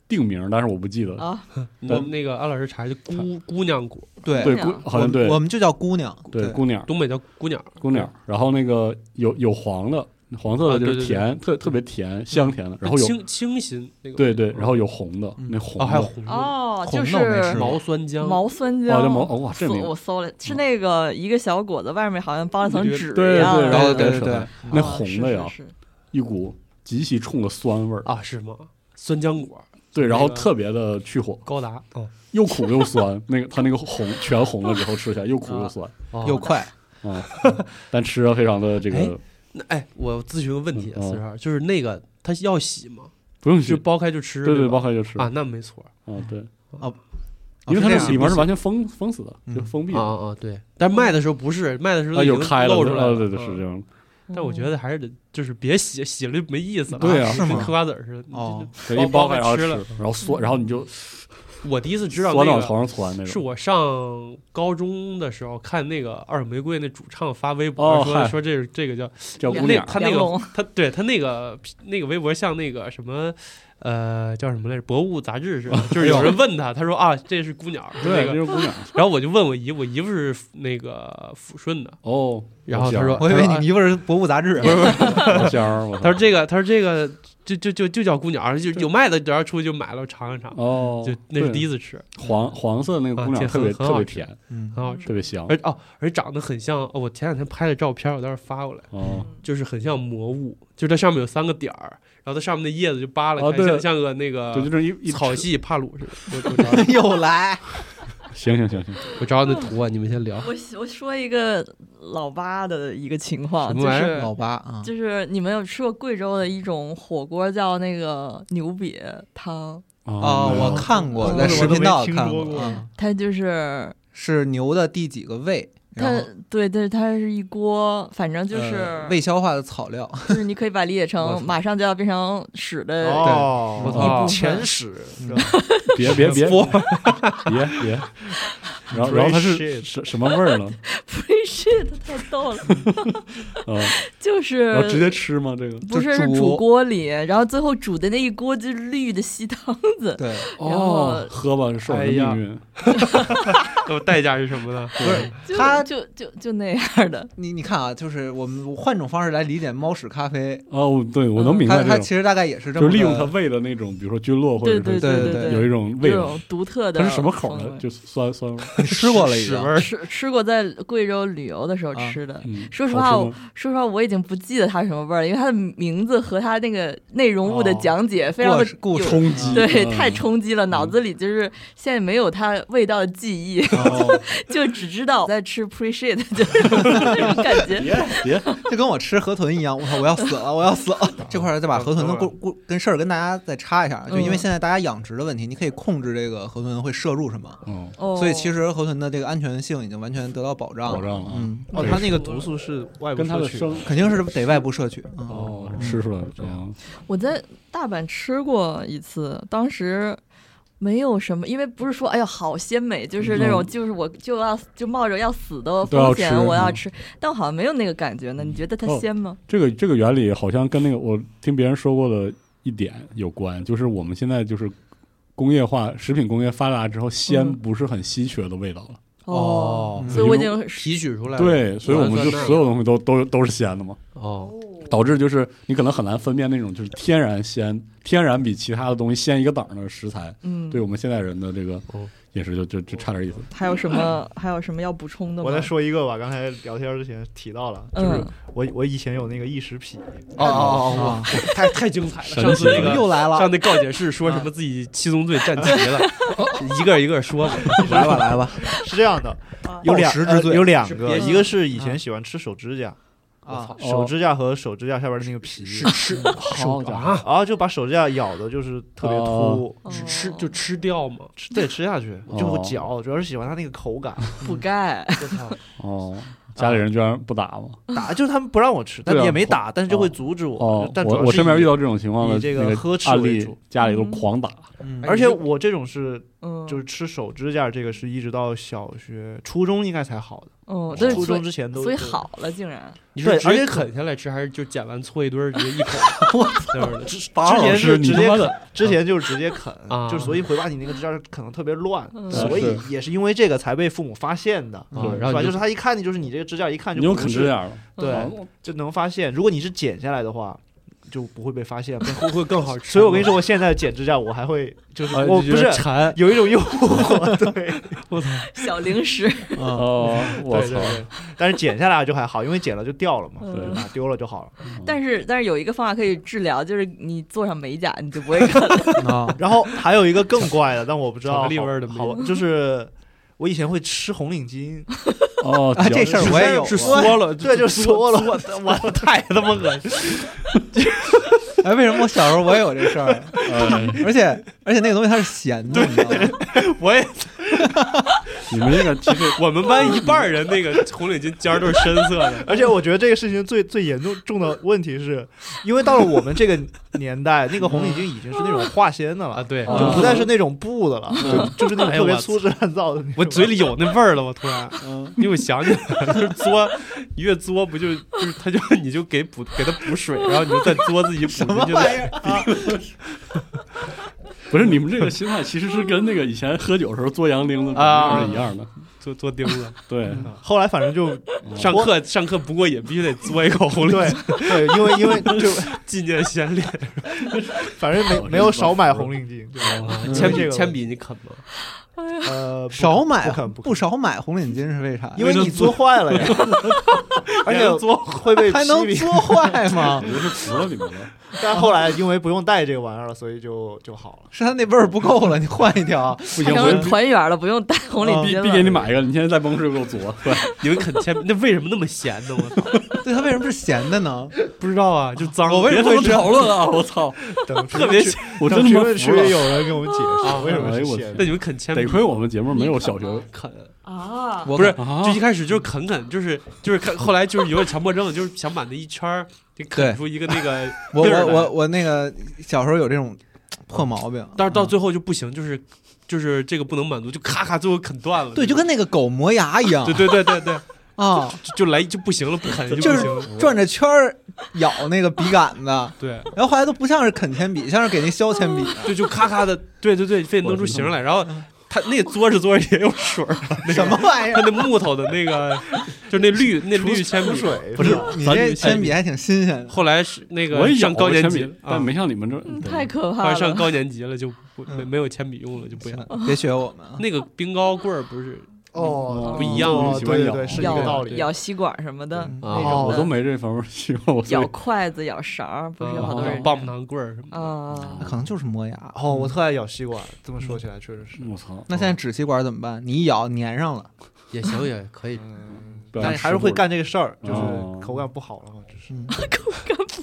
Speaker 4: 定名，但是我不记得，
Speaker 1: 啊，
Speaker 2: 我们那个安老师查就
Speaker 4: 嗯
Speaker 2: 姑姑娘果，
Speaker 3: 对
Speaker 4: 对
Speaker 1: 姑
Speaker 4: 姑
Speaker 1: 娘
Speaker 4: 好像对
Speaker 3: 我们就叫姑娘，
Speaker 4: 对姑娘
Speaker 2: 东北叫姑娘，
Speaker 4: 姑娘，然后那个有有黄的，黄色
Speaker 2: 啊
Speaker 4: 的就
Speaker 2: 对
Speaker 4: 是
Speaker 2: 对对
Speaker 4: 甜，特特别甜，香甜的，然后有
Speaker 2: 清清新那个，
Speaker 4: 对对，然后有红的，那
Speaker 2: 嗯哦
Speaker 4: 红的
Speaker 2: 还有红的
Speaker 1: 哦，就
Speaker 3: 红豆没
Speaker 1: 是
Speaker 3: 吃
Speaker 2: 毛酸浆，
Speaker 1: 毛酸
Speaker 4: 哦
Speaker 1: 浆，
Speaker 4: 叫毛哦哇这
Speaker 1: 搜
Speaker 4: 名
Speaker 1: 我搜了，是那个一个小果子，外面好像包了层纸
Speaker 4: 对
Speaker 1: 一样
Speaker 4: 对，
Speaker 1: 的，
Speaker 4: 然后
Speaker 3: 对
Speaker 4: 在
Speaker 3: 对
Speaker 4: 手
Speaker 3: 对
Speaker 4: 上那
Speaker 1: 哦
Speaker 4: 红
Speaker 1: 是
Speaker 4: 的
Speaker 1: 是
Speaker 4: 呀，
Speaker 1: 是
Speaker 4: 一股极其冲的酸味儿，
Speaker 2: 啊是吗？酸浆果
Speaker 4: 对，然后
Speaker 2: 那个
Speaker 4: 特别的去火，
Speaker 2: 高达，哦，
Speaker 4: 又苦又酸， 那个它那个红全红了之后吃起来又苦又酸
Speaker 2: 哦
Speaker 3: 又快，
Speaker 4: 啊，但吃着非常的这
Speaker 2: 哎
Speaker 4: 个
Speaker 2: 那哎，我咨询个问题，啊
Speaker 4: 嗯
Speaker 2: 四十二，就是那个它要洗吗？
Speaker 4: 不用
Speaker 2: 就
Speaker 4: 洗，
Speaker 2: 剥开就吃，
Speaker 4: 对对，
Speaker 2: 吧
Speaker 4: 剥开就吃
Speaker 2: 啊，那没错
Speaker 4: 啊对，
Speaker 3: 哦
Speaker 4: 因为它
Speaker 3: 是这
Speaker 4: 那
Speaker 3: 样
Speaker 4: 里面是完全封封死的，
Speaker 3: 嗯
Speaker 4: 就封闭
Speaker 2: 啊
Speaker 4: 的
Speaker 2: 啊啊，对，但是卖的时候不是，卖的时候
Speaker 4: 啊，
Speaker 2: 已
Speaker 4: 有
Speaker 2: 经
Speaker 4: 开了，
Speaker 2: 露出来
Speaker 4: 啊
Speaker 2: 了，
Speaker 4: 对对是
Speaker 2: 嗯
Speaker 4: 这样的，
Speaker 2: 但我觉得还是得，就是别洗，洗了就没意思了。
Speaker 4: 对啊
Speaker 2: 跟
Speaker 3: 是吗
Speaker 2: 嗑瓜子儿似的。
Speaker 3: 哦
Speaker 4: 对一剥
Speaker 2: 剥
Speaker 4: 开
Speaker 2: 开
Speaker 4: 然后
Speaker 2: 吃
Speaker 4: 吃
Speaker 2: 了，
Speaker 4: 然后酸，然后你就
Speaker 2: 我第一次知道
Speaker 4: 酸
Speaker 2: 那
Speaker 4: 到头
Speaker 2: 个，
Speaker 4: 上窜那
Speaker 2: 是
Speaker 4: 种。
Speaker 2: 我上高中的时候看那个二手玫瑰那主唱发微
Speaker 4: 哦
Speaker 2: 博说
Speaker 4: 嗨
Speaker 2: 说这是这个叫
Speaker 4: 叫姑
Speaker 2: 那
Speaker 4: 娘，
Speaker 2: 他那
Speaker 1: 梁
Speaker 2: 个
Speaker 1: 龙
Speaker 2: 他对他那个那个微博像那个什么呃叫什么来着《博物》杂志 似的，就是有人问他，他说啊这是姑鸟，是那
Speaker 4: 哎对，
Speaker 2: 个
Speaker 4: 就是姑娘。
Speaker 2: 然后我就问我姨，我姨夫是那个抚顺的，
Speaker 4: 哦，
Speaker 2: 然后他说
Speaker 3: 我以为你们一会儿是博物杂志，
Speaker 4: 老乡儿，我操
Speaker 2: 他说这个他说这个就就就就叫姑鸟，就有卖的，只要出去就买了我尝一尝，
Speaker 4: 哦，
Speaker 2: 就那是
Speaker 4: 对嗯
Speaker 2: 第一次吃，
Speaker 4: 黄黄色那个姑
Speaker 2: 啊
Speaker 4: 娘
Speaker 2: 这
Speaker 4: 特别
Speaker 2: 很很
Speaker 4: 特
Speaker 2: 好
Speaker 4: 别
Speaker 2: 吃
Speaker 4: 甜，
Speaker 3: 嗯
Speaker 2: 很好吃，
Speaker 4: 特别香
Speaker 2: 而哦而长得很像，哦我前两天拍的照片，我待会儿发过来。
Speaker 1: 嗯
Speaker 4: 哦，
Speaker 2: 就是很像魔物，就是它上面有三个点儿，然后它上面的叶子就扒拉
Speaker 4: 啊
Speaker 2: 开，
Speaker 4: 对
Speaker 2: 像像个那个
Speaker 4: 就就这一一
Speaker 2: 呃草
Speaker 4: 吃
Speaker 2: 系帕鲁似的。我我
Speaker 3: 又来，
Speaker 4: 行行行行，
Speaker 2: 我找找那图啊，你们先聊。
Speaker 1: 我我说一个老八的一个情况，
Speaker 2: 什
Speaker 1: 就
Speaker 2: 么玩意
Speaker 1: 是
Speaker 2: 儿
Speaker 3: 老八啊，
Speaker 1: 就是你们有吃过贵州的一种火锅叫那个牛瘪汤，
Speaker 3: 啊，
Speaker 4: 哦没有
Speaker 3: 我看过，在视频道看过，啊
Speaker 1: 它就是
Speaker 3: 是牛的第几个胃，然
Speaker 1: 它
Speaker 3: 后
Speaker 1: 对，但是它是一锅，反正就是、
Speaker 3: 呃未消化的草料，
Speaker 1: 就是你可以把理解
Speaker 2: 我
Speaker 1: 成
Speaker 2: 操
Speaker 1: 马上就要变成屎
Speaker 5: 呃
Speaker 1: 的。
Speaker 2: 我
Speaker 5: 哦，
Speaker 2: 操，
Speaker 5: 前史
Speaker 4: 别别别
Speaker 2: 佛
Speaker 4: 别别，然后然后它是
Speaker 2: Appreciate
Speaker 4: 什什么味儿呢？
Speaker 1: shit，太逗了，
Speaker 4: 啊，
Speaker 1: 就是
Speaker 4: 然后直接吃吗？这个
Speaker 1: 不是是
Speaker 3: 就煮
Speaker 1: 煮锅里，然后最后煮的那一锅就是绿的稀汤子。
Speaker 3: 对，
Speaker 1: 然后
Speaker 4: 哦，喝吧，是我的
Speaker 2: 哎呀
Speaker 4: 命运。
Speaker 2: 那么代价是什么呢？
Speaker 3: 不是
Speaker 1: 就
Speaker 3: 它
Speaker 1: 就就就那样的，
Speaker 3: 你你看啊，就是我们换种方式来理解猫屎咖啡，
Speaker 4: 哦，对，我能明
Speaker 3: 它
Speaker 4: 白
Speaker 3: 它
Speaker 4: 这种，
Speaker 3: 其实大概也是这
Speaker 4: 就
Speaker 3: 么
Speaker 4: 是
Speaker 3: 个
Speaker 4: 利用它胃的那种，比如说菌落或者
Speaker 1: 对
Speaker 4: 是
Speaker 1: 对
Speaker 3: 对对
Speaker 1: 对
Speaker 4: 有一种味
Speaker 1: 这
Speaker 4: 道
Speaker 1: 种，独特的
Speaker 4: 它
Speaker 1: 风味。
Speaker 4: 是什么口儿呢？就酸酸味儿。
Speaker 3: 你吃过了已
Speaker 2: 屎
Speaker 3: 经
Speaker 2: 味，儿，
Speaker 1: 吃吃过在贵州旅游的时候
Speaker 3: 啊
Speaker 1: 吃的。
Speaker 4: 嗯
Speaker 1: 说实
Speaker 4: 好
Speaker 1: 话
Speaker 4: 吃
Speaker 1: 我说
Speaker 4: 吗
Speaker 1: 实话，我已经不记得它是什么味儿了，因为它的名字和它那个内容物的
Speaker 2: 哦
Speaker 1: 讲解非常
Speaker 3: 过
Speaker 1: 的
Speaker 3: 故
Speaker 1: 有
Speaker 3: 事
Speaker 4: 冲击
Speaker 1: 对，
Speaker 4: 嗯
Speaker 1: 太冲击了，脑子里就是现在没有它味道的记忆，
Speaker 3: 哦
Speaker 1: 就只知道我在吃 pre shit，就是 那种感 觉。
Speaker 4: 别别，
Speaker 3: 就跟我吃河豚一样，我操，我要死了，我要死 了！这块儿再把河豚的故故跟事儿跟大家再插一下，啊就因为
Speaker 1: 嗯
Speaker 3: 现在大家养殖的问题，你可以控制这个河豚会摄入什么，
Speaker 4: 哦，
Speaker 1: 哦，
Speaker 3: 所以其实河豚的这个安全性已经完全得到保障了。
Speaker 4: 保障了啊
Speaker 3: 嗯，
Speaker 5: 哦，它那个毒素是外部
Speaker 4: 跟它的
Speaker 5: 摄取
Speaker 4: 生
Speaker 3: 肯定是得外部摄取。嗯
Speaker 4: 哦吃出来了这样。
Speaker 1: 哦我在大阪吃过一次，当时。没有什么，因为不是说哎呀好鲜美，就是那种
Speaker 4: 嗯
Speaker 1: 就是我就要就冒着要死的
Speaker 4: 都要
Speaker 1: 风险
Speaker 4: 吃
Speaker 1: 我要
Speaker 4: 嗯
Speaker 1: 吃，但我好像没有那个感觉呢。你觉得它
Speaker 4: 哦
Speaker 1: 鲜吗？
Speaker 4: 这个这个原理好像跟那个我听别人说过的一点有关，就是我们现在就是工业化、食品工业发达之后，鲜
Speaker 1: 嗯
Speaker 4: 不是很稀缺的味道了。
Speaker 1: 哦，
Speaker 3: 嗯
Speaker 1: 所以我已经
Speaker 2: 提取出来了
Speaker 4: 对，所以我们就
Speaker 2: 酸
Speaker 4: 所有东西都都都是鲜的嘛。
Speaker 5: 嗯
Speaker 2: 哦，
Speaker 4: 导致就是你可能很难分辨那种就是天然鲜，天然比其他的东西鲜一个档儿的食材，
Speaker 1: 嗯，
Speaker 4: 对我们现代人的这个
Speaker 5: 嗯
Speaker 2: 哦
Speaker 4: 饮食就就就差点意思。
Speaker 1: 还有什么还有什么要补充的吗？
Speaker 5: 我再说一个吧，刚才聊天之前提到了，就是
Speaker 1: 嗯，
Speaker 5: 我我以前有那个异食癖，
Speaker 3: 哦哦
Speaker 2: 太太精彩
Speaker 4: 神
Speaker 2: 了。啊上次那
Speaker 4: 奇
Speaker 3: 哦，
Speaker 2: 个
Speaker 3: 又来了
Speaker 2: 上，那告解室说什么自己七宗罪占齐 了，一个一个说 吧。
Speaker 3: 来吧来吧，
Speaker 5: 是这样的，
Speaker 1: 啊
Speaker 5: 有两
Speaker 3: 暴食之
Speaker 5: 呃
Speaker 3: 罪
Speaker 5: 有两
Speaker 2: 是
Speaker 5: 个，
Speaker 2: 别
Speaker 5: 一个是以前喜欢吃手指甲，
Speaker 3: 啊，
Speaker 4: 哦
Speaker 5: 手指甲和手指甲下边的那个 皮，
Speaker 2: 吃
Speaker 4: 好家伙，
Speaker 2: 啊，
Speaker 5: 然后就把手指甲咬的就是特别
Speaker 4: 哦
Speaker 5: 凸，
Speaker 1: 嗯
Speaker 2: 只吃
Speaker 5: 嗯
Speaker 2: 就吃掉嘛。
Speaker 5: 吃得吃下去
Speaker 4: 哦，
Speaker 5: 就会嚼，主要是喜欢它那个口感。
Speaker 1: 补钙，
Speaker 5: 我操
Speaker 4: 哦，家里人居然不打吗？
Speaker 5: 打就是他们不让我吃，但
Speaker 4: 对啊
Speaker 5: 也没打，但是就会阻止
Speaker 4: 哦
Speaker 5: 我。，但主
Speaker 4: 我
Speaker 5: 要
Speaker 4: 我
Speaker 5: 是
Speaker 4: 身边
Speaker 5: 以
Speaker 4: 遇，到这种情况的
Speaker 5: 以这个
Speaker 4: 那
Speaker 5: 呵斥
Speaker 4: 案
Speaker 5: 为
Speaker 4: 例
Speaker 5: 主，
Speaker 4: 家里都
Speaker 1: 嗯
Speaker 4: 狂打。
Speaker 3: 嗯
Speaker 5: 而且我这种是
Speaker 1: 嗯，
Speaker 5: 就是吃手指甲这个是一直到小学、初中应该才好的，
Speaker 1: 嗯，对，
Speaker 5: 初
Speaker 1: 所
Speaker 5: 中
Speaker 1: 以
Speaker 5: 之前都
Speaker 1: 所以。好了，竟然
Speaker 2: 你是
Speaker 5: 对
Speaker 2: 直
Speaker 5: 而
Speaker 2: 接
Speaker 5: 且
Speaker 2: 啃下来吃，还是就捡完搓一堆儿直接一口？ 那样的
Speaker 5: 之之
Speaker 4: 巴老
Speaker 5: 前
Speaker 4: 师，
Speaker 5: 是
Speaker 4: 你
Speaker 5: 直
Speaker 4: 他
Speaker 5: 接
Speaker 4: 妈的
Speaker 5: 之前就是直接啃
Speaker 2: 啊，
Speaker 5: 就所以会把你那个指甲啃得特别乱
Speaker 1: 嗯，
Speaker 5: 所以也是因为这个才被父母发现的，
Speaker 2: 啊
Speaker 4: 对
Speaker 2: 然
Speaker 5: 是
Speaker 2: 后
Speaker 5: 吧？
Speaker 2: 你
Speaker 5: 就是他一看你就是你这个指甲，一看
Speaker 4: 你
Speaker 5: 就
Speaker 4: 用
Speaker 5: 不
Speaker 4: 啃指
Speaker 5: 是
Speaker 4: 甲了，
Speaker 1: 嗯
Speaker 5: 对，
Speaker 4: 哦
Speaker 5: 就能发现。如果你是剪下来的话，就不会被发现。
Speaker 2: 会会更好吃。
Speaker 5: 所以我跟你，说，我现在剪指甲，我还会就是
Speaker 2: 啊
Speaker 5: 我
Speaker 2: 你
Speaker 5: 不
Speaker 2: 觉
Speaker 5: 是
Speaker 2: 得馋，
Speaker 5: 有一种诱惑， 对
Speaker 1: 小零食，
Speaker 4: 哦，我
Speaker 5: 对对
Speaker 4: 操！
Speaker 5: 对。但是剪下来就还好，因为剪了就掉了嘛，
Speaker 1: 嗯
Speaker 5: 拿丢了就好了。
Speaker 1: 但是但是有一个方法可以治疗，就是你做上美甲，你就不会看了。
Speaker 3: 啊，
Speaker 5: 然后还有一个更怪的，但我不知道
Speaker 2: 巧
Speaker 5: 好
Speaker 2: 克力味儿的没
Speaker 5: 好吧，就是我以前会吃红领巾，
Speaker 4: 哦，
Speaker 3: 啊这
Speaker 4: 嚼
Speaker 3: 事儿我也有
Speaker 2: 是缩了，
Speaker 5: 对，就缩了，我 我太他妈恶心。
Speaker 3: 哎，为什么我小时候我也有这事儿？啊
Speaker 4: 哎
Speaker 3: 而且而且那个东西它是咸的，你知道吗？
Speaker 5: 我也
Speaker 4: 你们这个其实
Speaker 2: 我们班一半人那个红领巾尖儿都是深色的，
Speaker 5: 而且我觉得这个事情最最严重重的问题是，因为到了我们这个年代，那个红领巾已经是那种化纤的
Speaker 2: 啊，
Speaker 5: 了，
Speaker 2: 对，
Speaker 5: 就不再是那种布的了，
Speaker 2: 嗯
Speaker 5: 就就是那种特
Speaker 2: 哎
Speaker 5: 别
Speaker 2: 呦
Speaker 5: 粗制滥造的那种。
Speaker 2: 我嘴里有那味儿了，我突然，
Speaker 4: 嗯
Speaker 2: 因为我想起来了，就是嘬，你越嘬不就就是它就你就给补给它补水，然后你就再嘬自己补什么玩意儿？
Speaker 4: 不是你们这个心态，其实是跟那个以前喝酒的时候做洋钉子
Speaker 5: 啊
Speaker 4: 是一样的。
Speaker 2: 嘬嘬钉子，
Speaker 4: 对，嗯
Speaker 5: 后来反正就
Speaker 2: 上课上课不过瘾，必须得嘬一口红领
Speaker 5: 对
Speaker 2: 巾
Speaker 5: 对，因为因为就
Speaker 2: 纪念先烈。
Speaker 5: 反正没没有少买红领巾，对
Speaker 2: 哦铅
Speaker 5: 这
Speaker 2: 笔
Speaker 5: 个
Speaker 2: 铅笔你啃吗？
Speaker 5: 呃，不
Speaker 3: 少买
Speaker 5: 不肯不肯
Speaker 3: 不少买红领巾是为啥？
Speaker 5: 因为你做坏 了呀， 而且
Speaker 2: 做
Speaker 5: 会被
Speaker 3: 还能
Speaker 5: 批评。
Speaker 3: 做坏 吗
Speaker 4: 我？就是服了你们了。
Speaker 5: 但后来因为不用带这个玩意儿了，所以就就好了。
Speaker 3: 是它那味儿不够了，你换一条。
Speaker 4: 不行，
Speaker 1: 成
Speaker 4: 我啊
Speaker 1: 了团圆了，不用戴红领巾
Speaker 4: 必
Speaker 1: 了。
Speaker 4: 必给你买一个，你现在在办公室给我做。对，
Speaker 2: 你们啃铅笔，那为什么那么咸呢？我操，
Speaker 3: 对，它为什么是咸的呢？
Speaker 2: 不知道啊，就脏。
Speaker 3: 我为什
Speaker 4: 别
Speaker 3: 么会
Speaker 4: 他妈
Speaker 3: 这样
Speaker 4: 讨？论啊！我操，
Speaker 5: 等
Speaker 2: 特别咸？
Speaker 4: 我真他
Speaker 5: 等评
Speaker 4: 妈
Speaker 5: 论区
Speaker 4: 服了。
Speaker 5: 有人给我们解释为什么
Speaker 4: 哎
Speaker 5: 是
Speaker 4: 我
Speaker 5: 咸
Speaker 2: 那
Speaker 5: 的。
Speaker 2: 你们啃铅笔，
Speaker 4: 得亏我们节目没有小学
Speaker 2: 啃，
Speaker 1: 啊，
Speaker 3: 我
Speaker 2: 不是
Speaker 4: 啊
Speaker 2: 就一开始就是啃啃，就是就是看，后来就是有点强迫症，就是想把那一圈儿给啃
Speaker 3: 对
Speaker 2: 出一个那个
Speaker 3: 我
Speaker 2: 粒儿来
Speaker 3: 我我我那个小时候有这种破毛病，啊
Speaker 2: 但是到最后就不行，就是就是这个不能满足，就咔咔最后啃断了。
Speaker 3: 对，就跟那个狗磨牙一样
Speaker 2: 对对对对对，
Speaker 3: 啊，
Speaker 2: 就就来就不行了，不啃就
Speaker 3: 就
Speaker 2: 不
Speaker 3: 是
Speaker 2: 行了。
Speaker 3: 转着圈儿咬那个笔杆子，
Speaker 2: 对，
Speaker 3: 然后后来都不像是啃铅笔，像是给那削铅笔。
Speaker 2: 就就咔咔的，对对对，非得弄出形来。然后它那嘬着嘬着也有水儿，
Speaker 4: 哦
Speaker 3: 什么玩意
Speaker 2: 它
Speaker 3: 儿？
Speaker 2: 那木头的那个，就那绿那绿铅
Speaker 5: 出
Speaker 2: 笔。
Speaker 5: 水
Speaker 4: 不是
Speaker 3: 你
Speaker 4: 咱
Speaker 3: 这
Speaker 4: 哎
Speaker 3: 铅笔还挺新鲜的。
Speaker 2: 后来是那个
Speaker 4: 我也有
Speaker 2: 上高年
Speaker 4: 铅
Speaker 2: 级
Speaker 4: 笔，，
Speaker 2: 啊
Speaker 4: 但没像你们这
Speaker 1: 嗯
Speaker 4: 对
Speaker 1: 太可
Speaker 2: 后
Speaker 1: 怕
Speaker 2: 来上
Speaker 1: 了。
Speaker 2: 高年级了就不没
Speaker 3: 嗯
Speaker 2: 没有铅笔用了，就不要。
Speaker 3: 行别学我们啊！
Speaker 2: 那个冰糕棍儿不是
Speaker 5: 哦
Speaker 4: 哦
Speaker 2: 不一样
Speaker 5: 哦
Speaker 4: 喜欢
Speaker 5: 对对
Speaker 4: 咬
Speaker 5: 对，是一
Speaker 1: 咬
Speaker 5: 个道理。
Speaker 1: 咬吸管什么的，
Speaker 3: 嗯
Speaker 2: 啊
Speaker 5: 那种
Speaker 4: 我都没这方面习惯。我所以
Speaker 1: 咬筷子、咬勺儿，不是有好多人
Speaker 2: 啊棒棒糖棍儿什么的。
Speaker 1: 啊？
Speaker 3: 可能就是磨牙。嗯
Speaker 5: 哦，我特爱咬吸管，这么说起来确实是。
Speaker 4: 我操，
Speaker 3: 那现在纸吸管怎么办？你一咬粘上了，
Speaker 2: 也行，也可以。
Speaker 5: 嗯，
Speaker 4: 不然
Speaker 5: 但是还
Speaker 4: 吃
Speaker 5: 是会
Speaker 4: 不
Speaker 5: 干这个事儿，就是
Speaker 4: 哦
Speaker 5: 口感不好了嘛，就是
Speaker 3: 嗯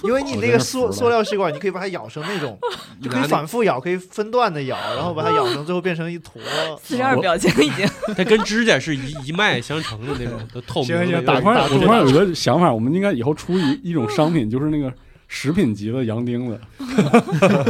Speaker 5: 因为你
Speaker 4: 我
Speaker 5: 那
Speaker 4: 真是
Speaker 5: 个
Speaker 4: 服
Speaker 5: 塑
Speaker 4: 了
Speaker 5: 塑料吸管，你可以把它咬成那 种，就可
Speaker 2: 拿
Speaker 5: 以
Speaker 2: 那
Speaker 5: 反复咬，可以分段的咬，然后把它咬成最后变成一坨。
Speaker 1: 四十二
Speaker 4: 我
Speaker 1: 表情已经
Speaker 2: 它跟指甲是一一脉相承的那 种，都透明的。
Speaker 5: 行行
Speaker 2: 有点
Speaker 5: 打
Speaker 4: 我突然
Speaker 5: 打住
Speaker 4: 我突然有个想法，我们应该以后出一一种商品，就是那个食品级的洋 钉子。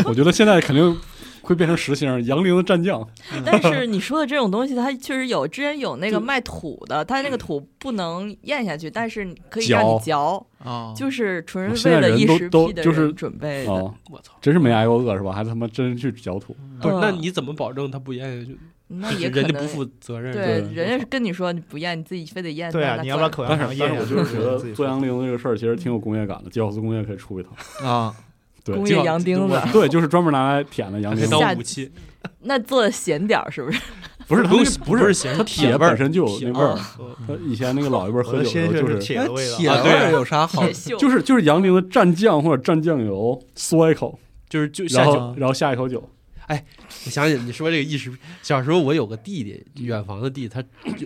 Speaker 4: 我觉得现在肯定会变成实心儿洋钉子蘸酱。
Speaker 1: 但是你说的这种东西，它确实有，之前有那个
Speaker 4: 就
Speaker 1: 卖土的，它那个土不能咽下去，但是你可以让
Speaker 4: 嚼
Speaker 1: 你嚼，
Speaker 4: 哦
Speaker 3: 啊，
Speaker 1: 就是纯
Speaker 4: 我
Speaker 1: 是
Speaker 4: 现
Speaker 1: 为
Speaker 4: 在
Speaker 1: 了
Speaker 4: 人
Speaker 1: 一
Speaker 4: 都
Speaker 1: 时
Speaker 4: 都
Speaker 1: 屁的
Speaker 4: 就是
Speaker 1: 人准备的。
Speaker 4: 哦，
Speaker 2: 哎我操！
Speaker 4: 真是没挨过饿是吧？还他妈真去嚼土。
Speaker 2: 不是，
Speaker 1: 嗯
Speaker 2: 那你怎么保证它不咽下去？
Speaker 1: 那
Speaker 2: 就是
Speaker 1: 也可
Speaker 2: 人家不
Speaker 1: 能
Speaker 2: 负责任。
Speaker 1: 对，
Speaker 4: 对
Speaker 1: 人家是跟你说你不验，你自己非得验。
Speaker 5: 对
Speaker 1: 那
Speaker 5: 啊，
Speaker 1: 那
Speaker 5: 你要不
Speaker 1: 算了
Speaker 5: 然口香
Speaker 4: 但
Speaker 5: 糖
Speaker 2: 哎
Speaker 4: 是，
Speaker 5: 也
Speaker 4: 但是我就是觉
Speaker 5: 自己
Speaker 4: 得
Speaker 5: 说
Speaker 4: 做杨凌这个事儿其实挺有工业感的，吉奥斯工业可以 出一套。
Speaker 3: 啊，
Speaker 4: 对，
Speaker 1: 工
Speaker 4: 吉
Speaker 1: 业
Speaker 4: 奥
Speaker 1: 洋钉子，
Speaker 4: 对，就是专门拿来舔的杨
Speaker 2: 还可以
Speaker 4: 凌。
Speaker 1: 下
Speaker 2: 当武器，
Speaker 1: 那做的咸点儿是不是？
Speaker 4: 不是，它
Speaker 2: 不
Speaker 4: 那
Speaker 2: 用
Speaker 4: 个
Speaker 2: 不是咸
Speaker 4: 它铁
Speaker 2: 味儿
Speaker 4: 本身就
Speaker 2: 铁
Speaker 4: 有那味儿。
Speaker 2: 嗯
Speaker 4: 它以前那个老一辈儿
Speaker 5: 我
Speaker 4: 喝
Speaker 5: 的
Speaker 4: 酒
Speaker 5: 鲜
Speaker 4: 的时
Speaker 5: 血
Speaker 4: 候
Speaker 5: 是哎
Speaker 4: 就是
Speaker 5: 铁的味道。
Speaker 3: 铁
Speaker 2: 啊
Speaker 3: 味
Speaker 2: 对啊
Speaker 3: 儿有啥好？
Speaker 1: 铁锈
Speaker 4: 就是就是杨凌的蘸酱或者蘸酱油嗦一口，
Speaker 2: 就是就下
Speaker 4: 然
Speaker 2: 酒。
Speaker 4: 后然后下一口酒。
Speaker 2: 我想起你说这个意识，小时候我有个弟弟，远房的弟，他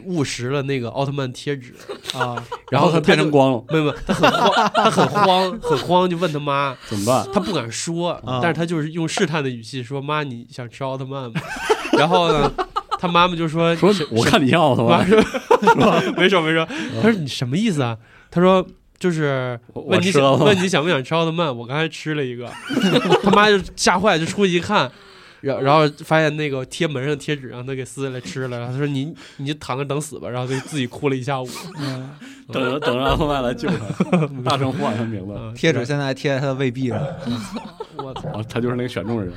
Speaker 2: 误食了那个奥特曼贴纸，
Speaker 3: 啊，
Speaker 2: 然后
Speaker 4: 它
Speaker 2: 他
Speaker 4: 变成
Speaker 2: 光，
Speaker 4: 光了，
Speaker 2: 没有没有，他很慌，他很慌，很慌，就问他妈，
Speaker 4: 怎么办？
Speaker 2: 他不敢说
Speaker 3: 啊，
Speaker 2: 但是他就是用试探的语气说：“妈，你想吃奥特曼吗？” 然后呢，他妈妈就说：“
Speaker 4: 说
Speaker 2: 是
Speaker 4: 我看你像奥特
Speaker 2: 妈
Speaker 4: 曼，
Speaker 2: 说没说没
Speaker 4: 啊
Speaker 2: 说。”他说：“你什么意思啊？”他说：“就是
Speaker 4: 我我
Speaker 2: 问你
Speaker 4: 吃
Speaker 2: 想
Speaker 4: 了
Speaker 2: 问你想不想吃奥特曼？我刚才吃了一个， 他妈就吓坏，就出去一看。”然然后发现那个贴门上的贴纸让他给撕下来吃了，然后他说你你就躺那等死吧，然后就自己哭了一下 午。
Speaker 4: 等着等着奥特曼来救他，大声唤他名字，
Speaker 2: 嗯
Speaker 3: 贴纸，现在贴在他的胃壁上。
Speaker 2: 我操！
Speaker 4: 啊，他就是那个选中人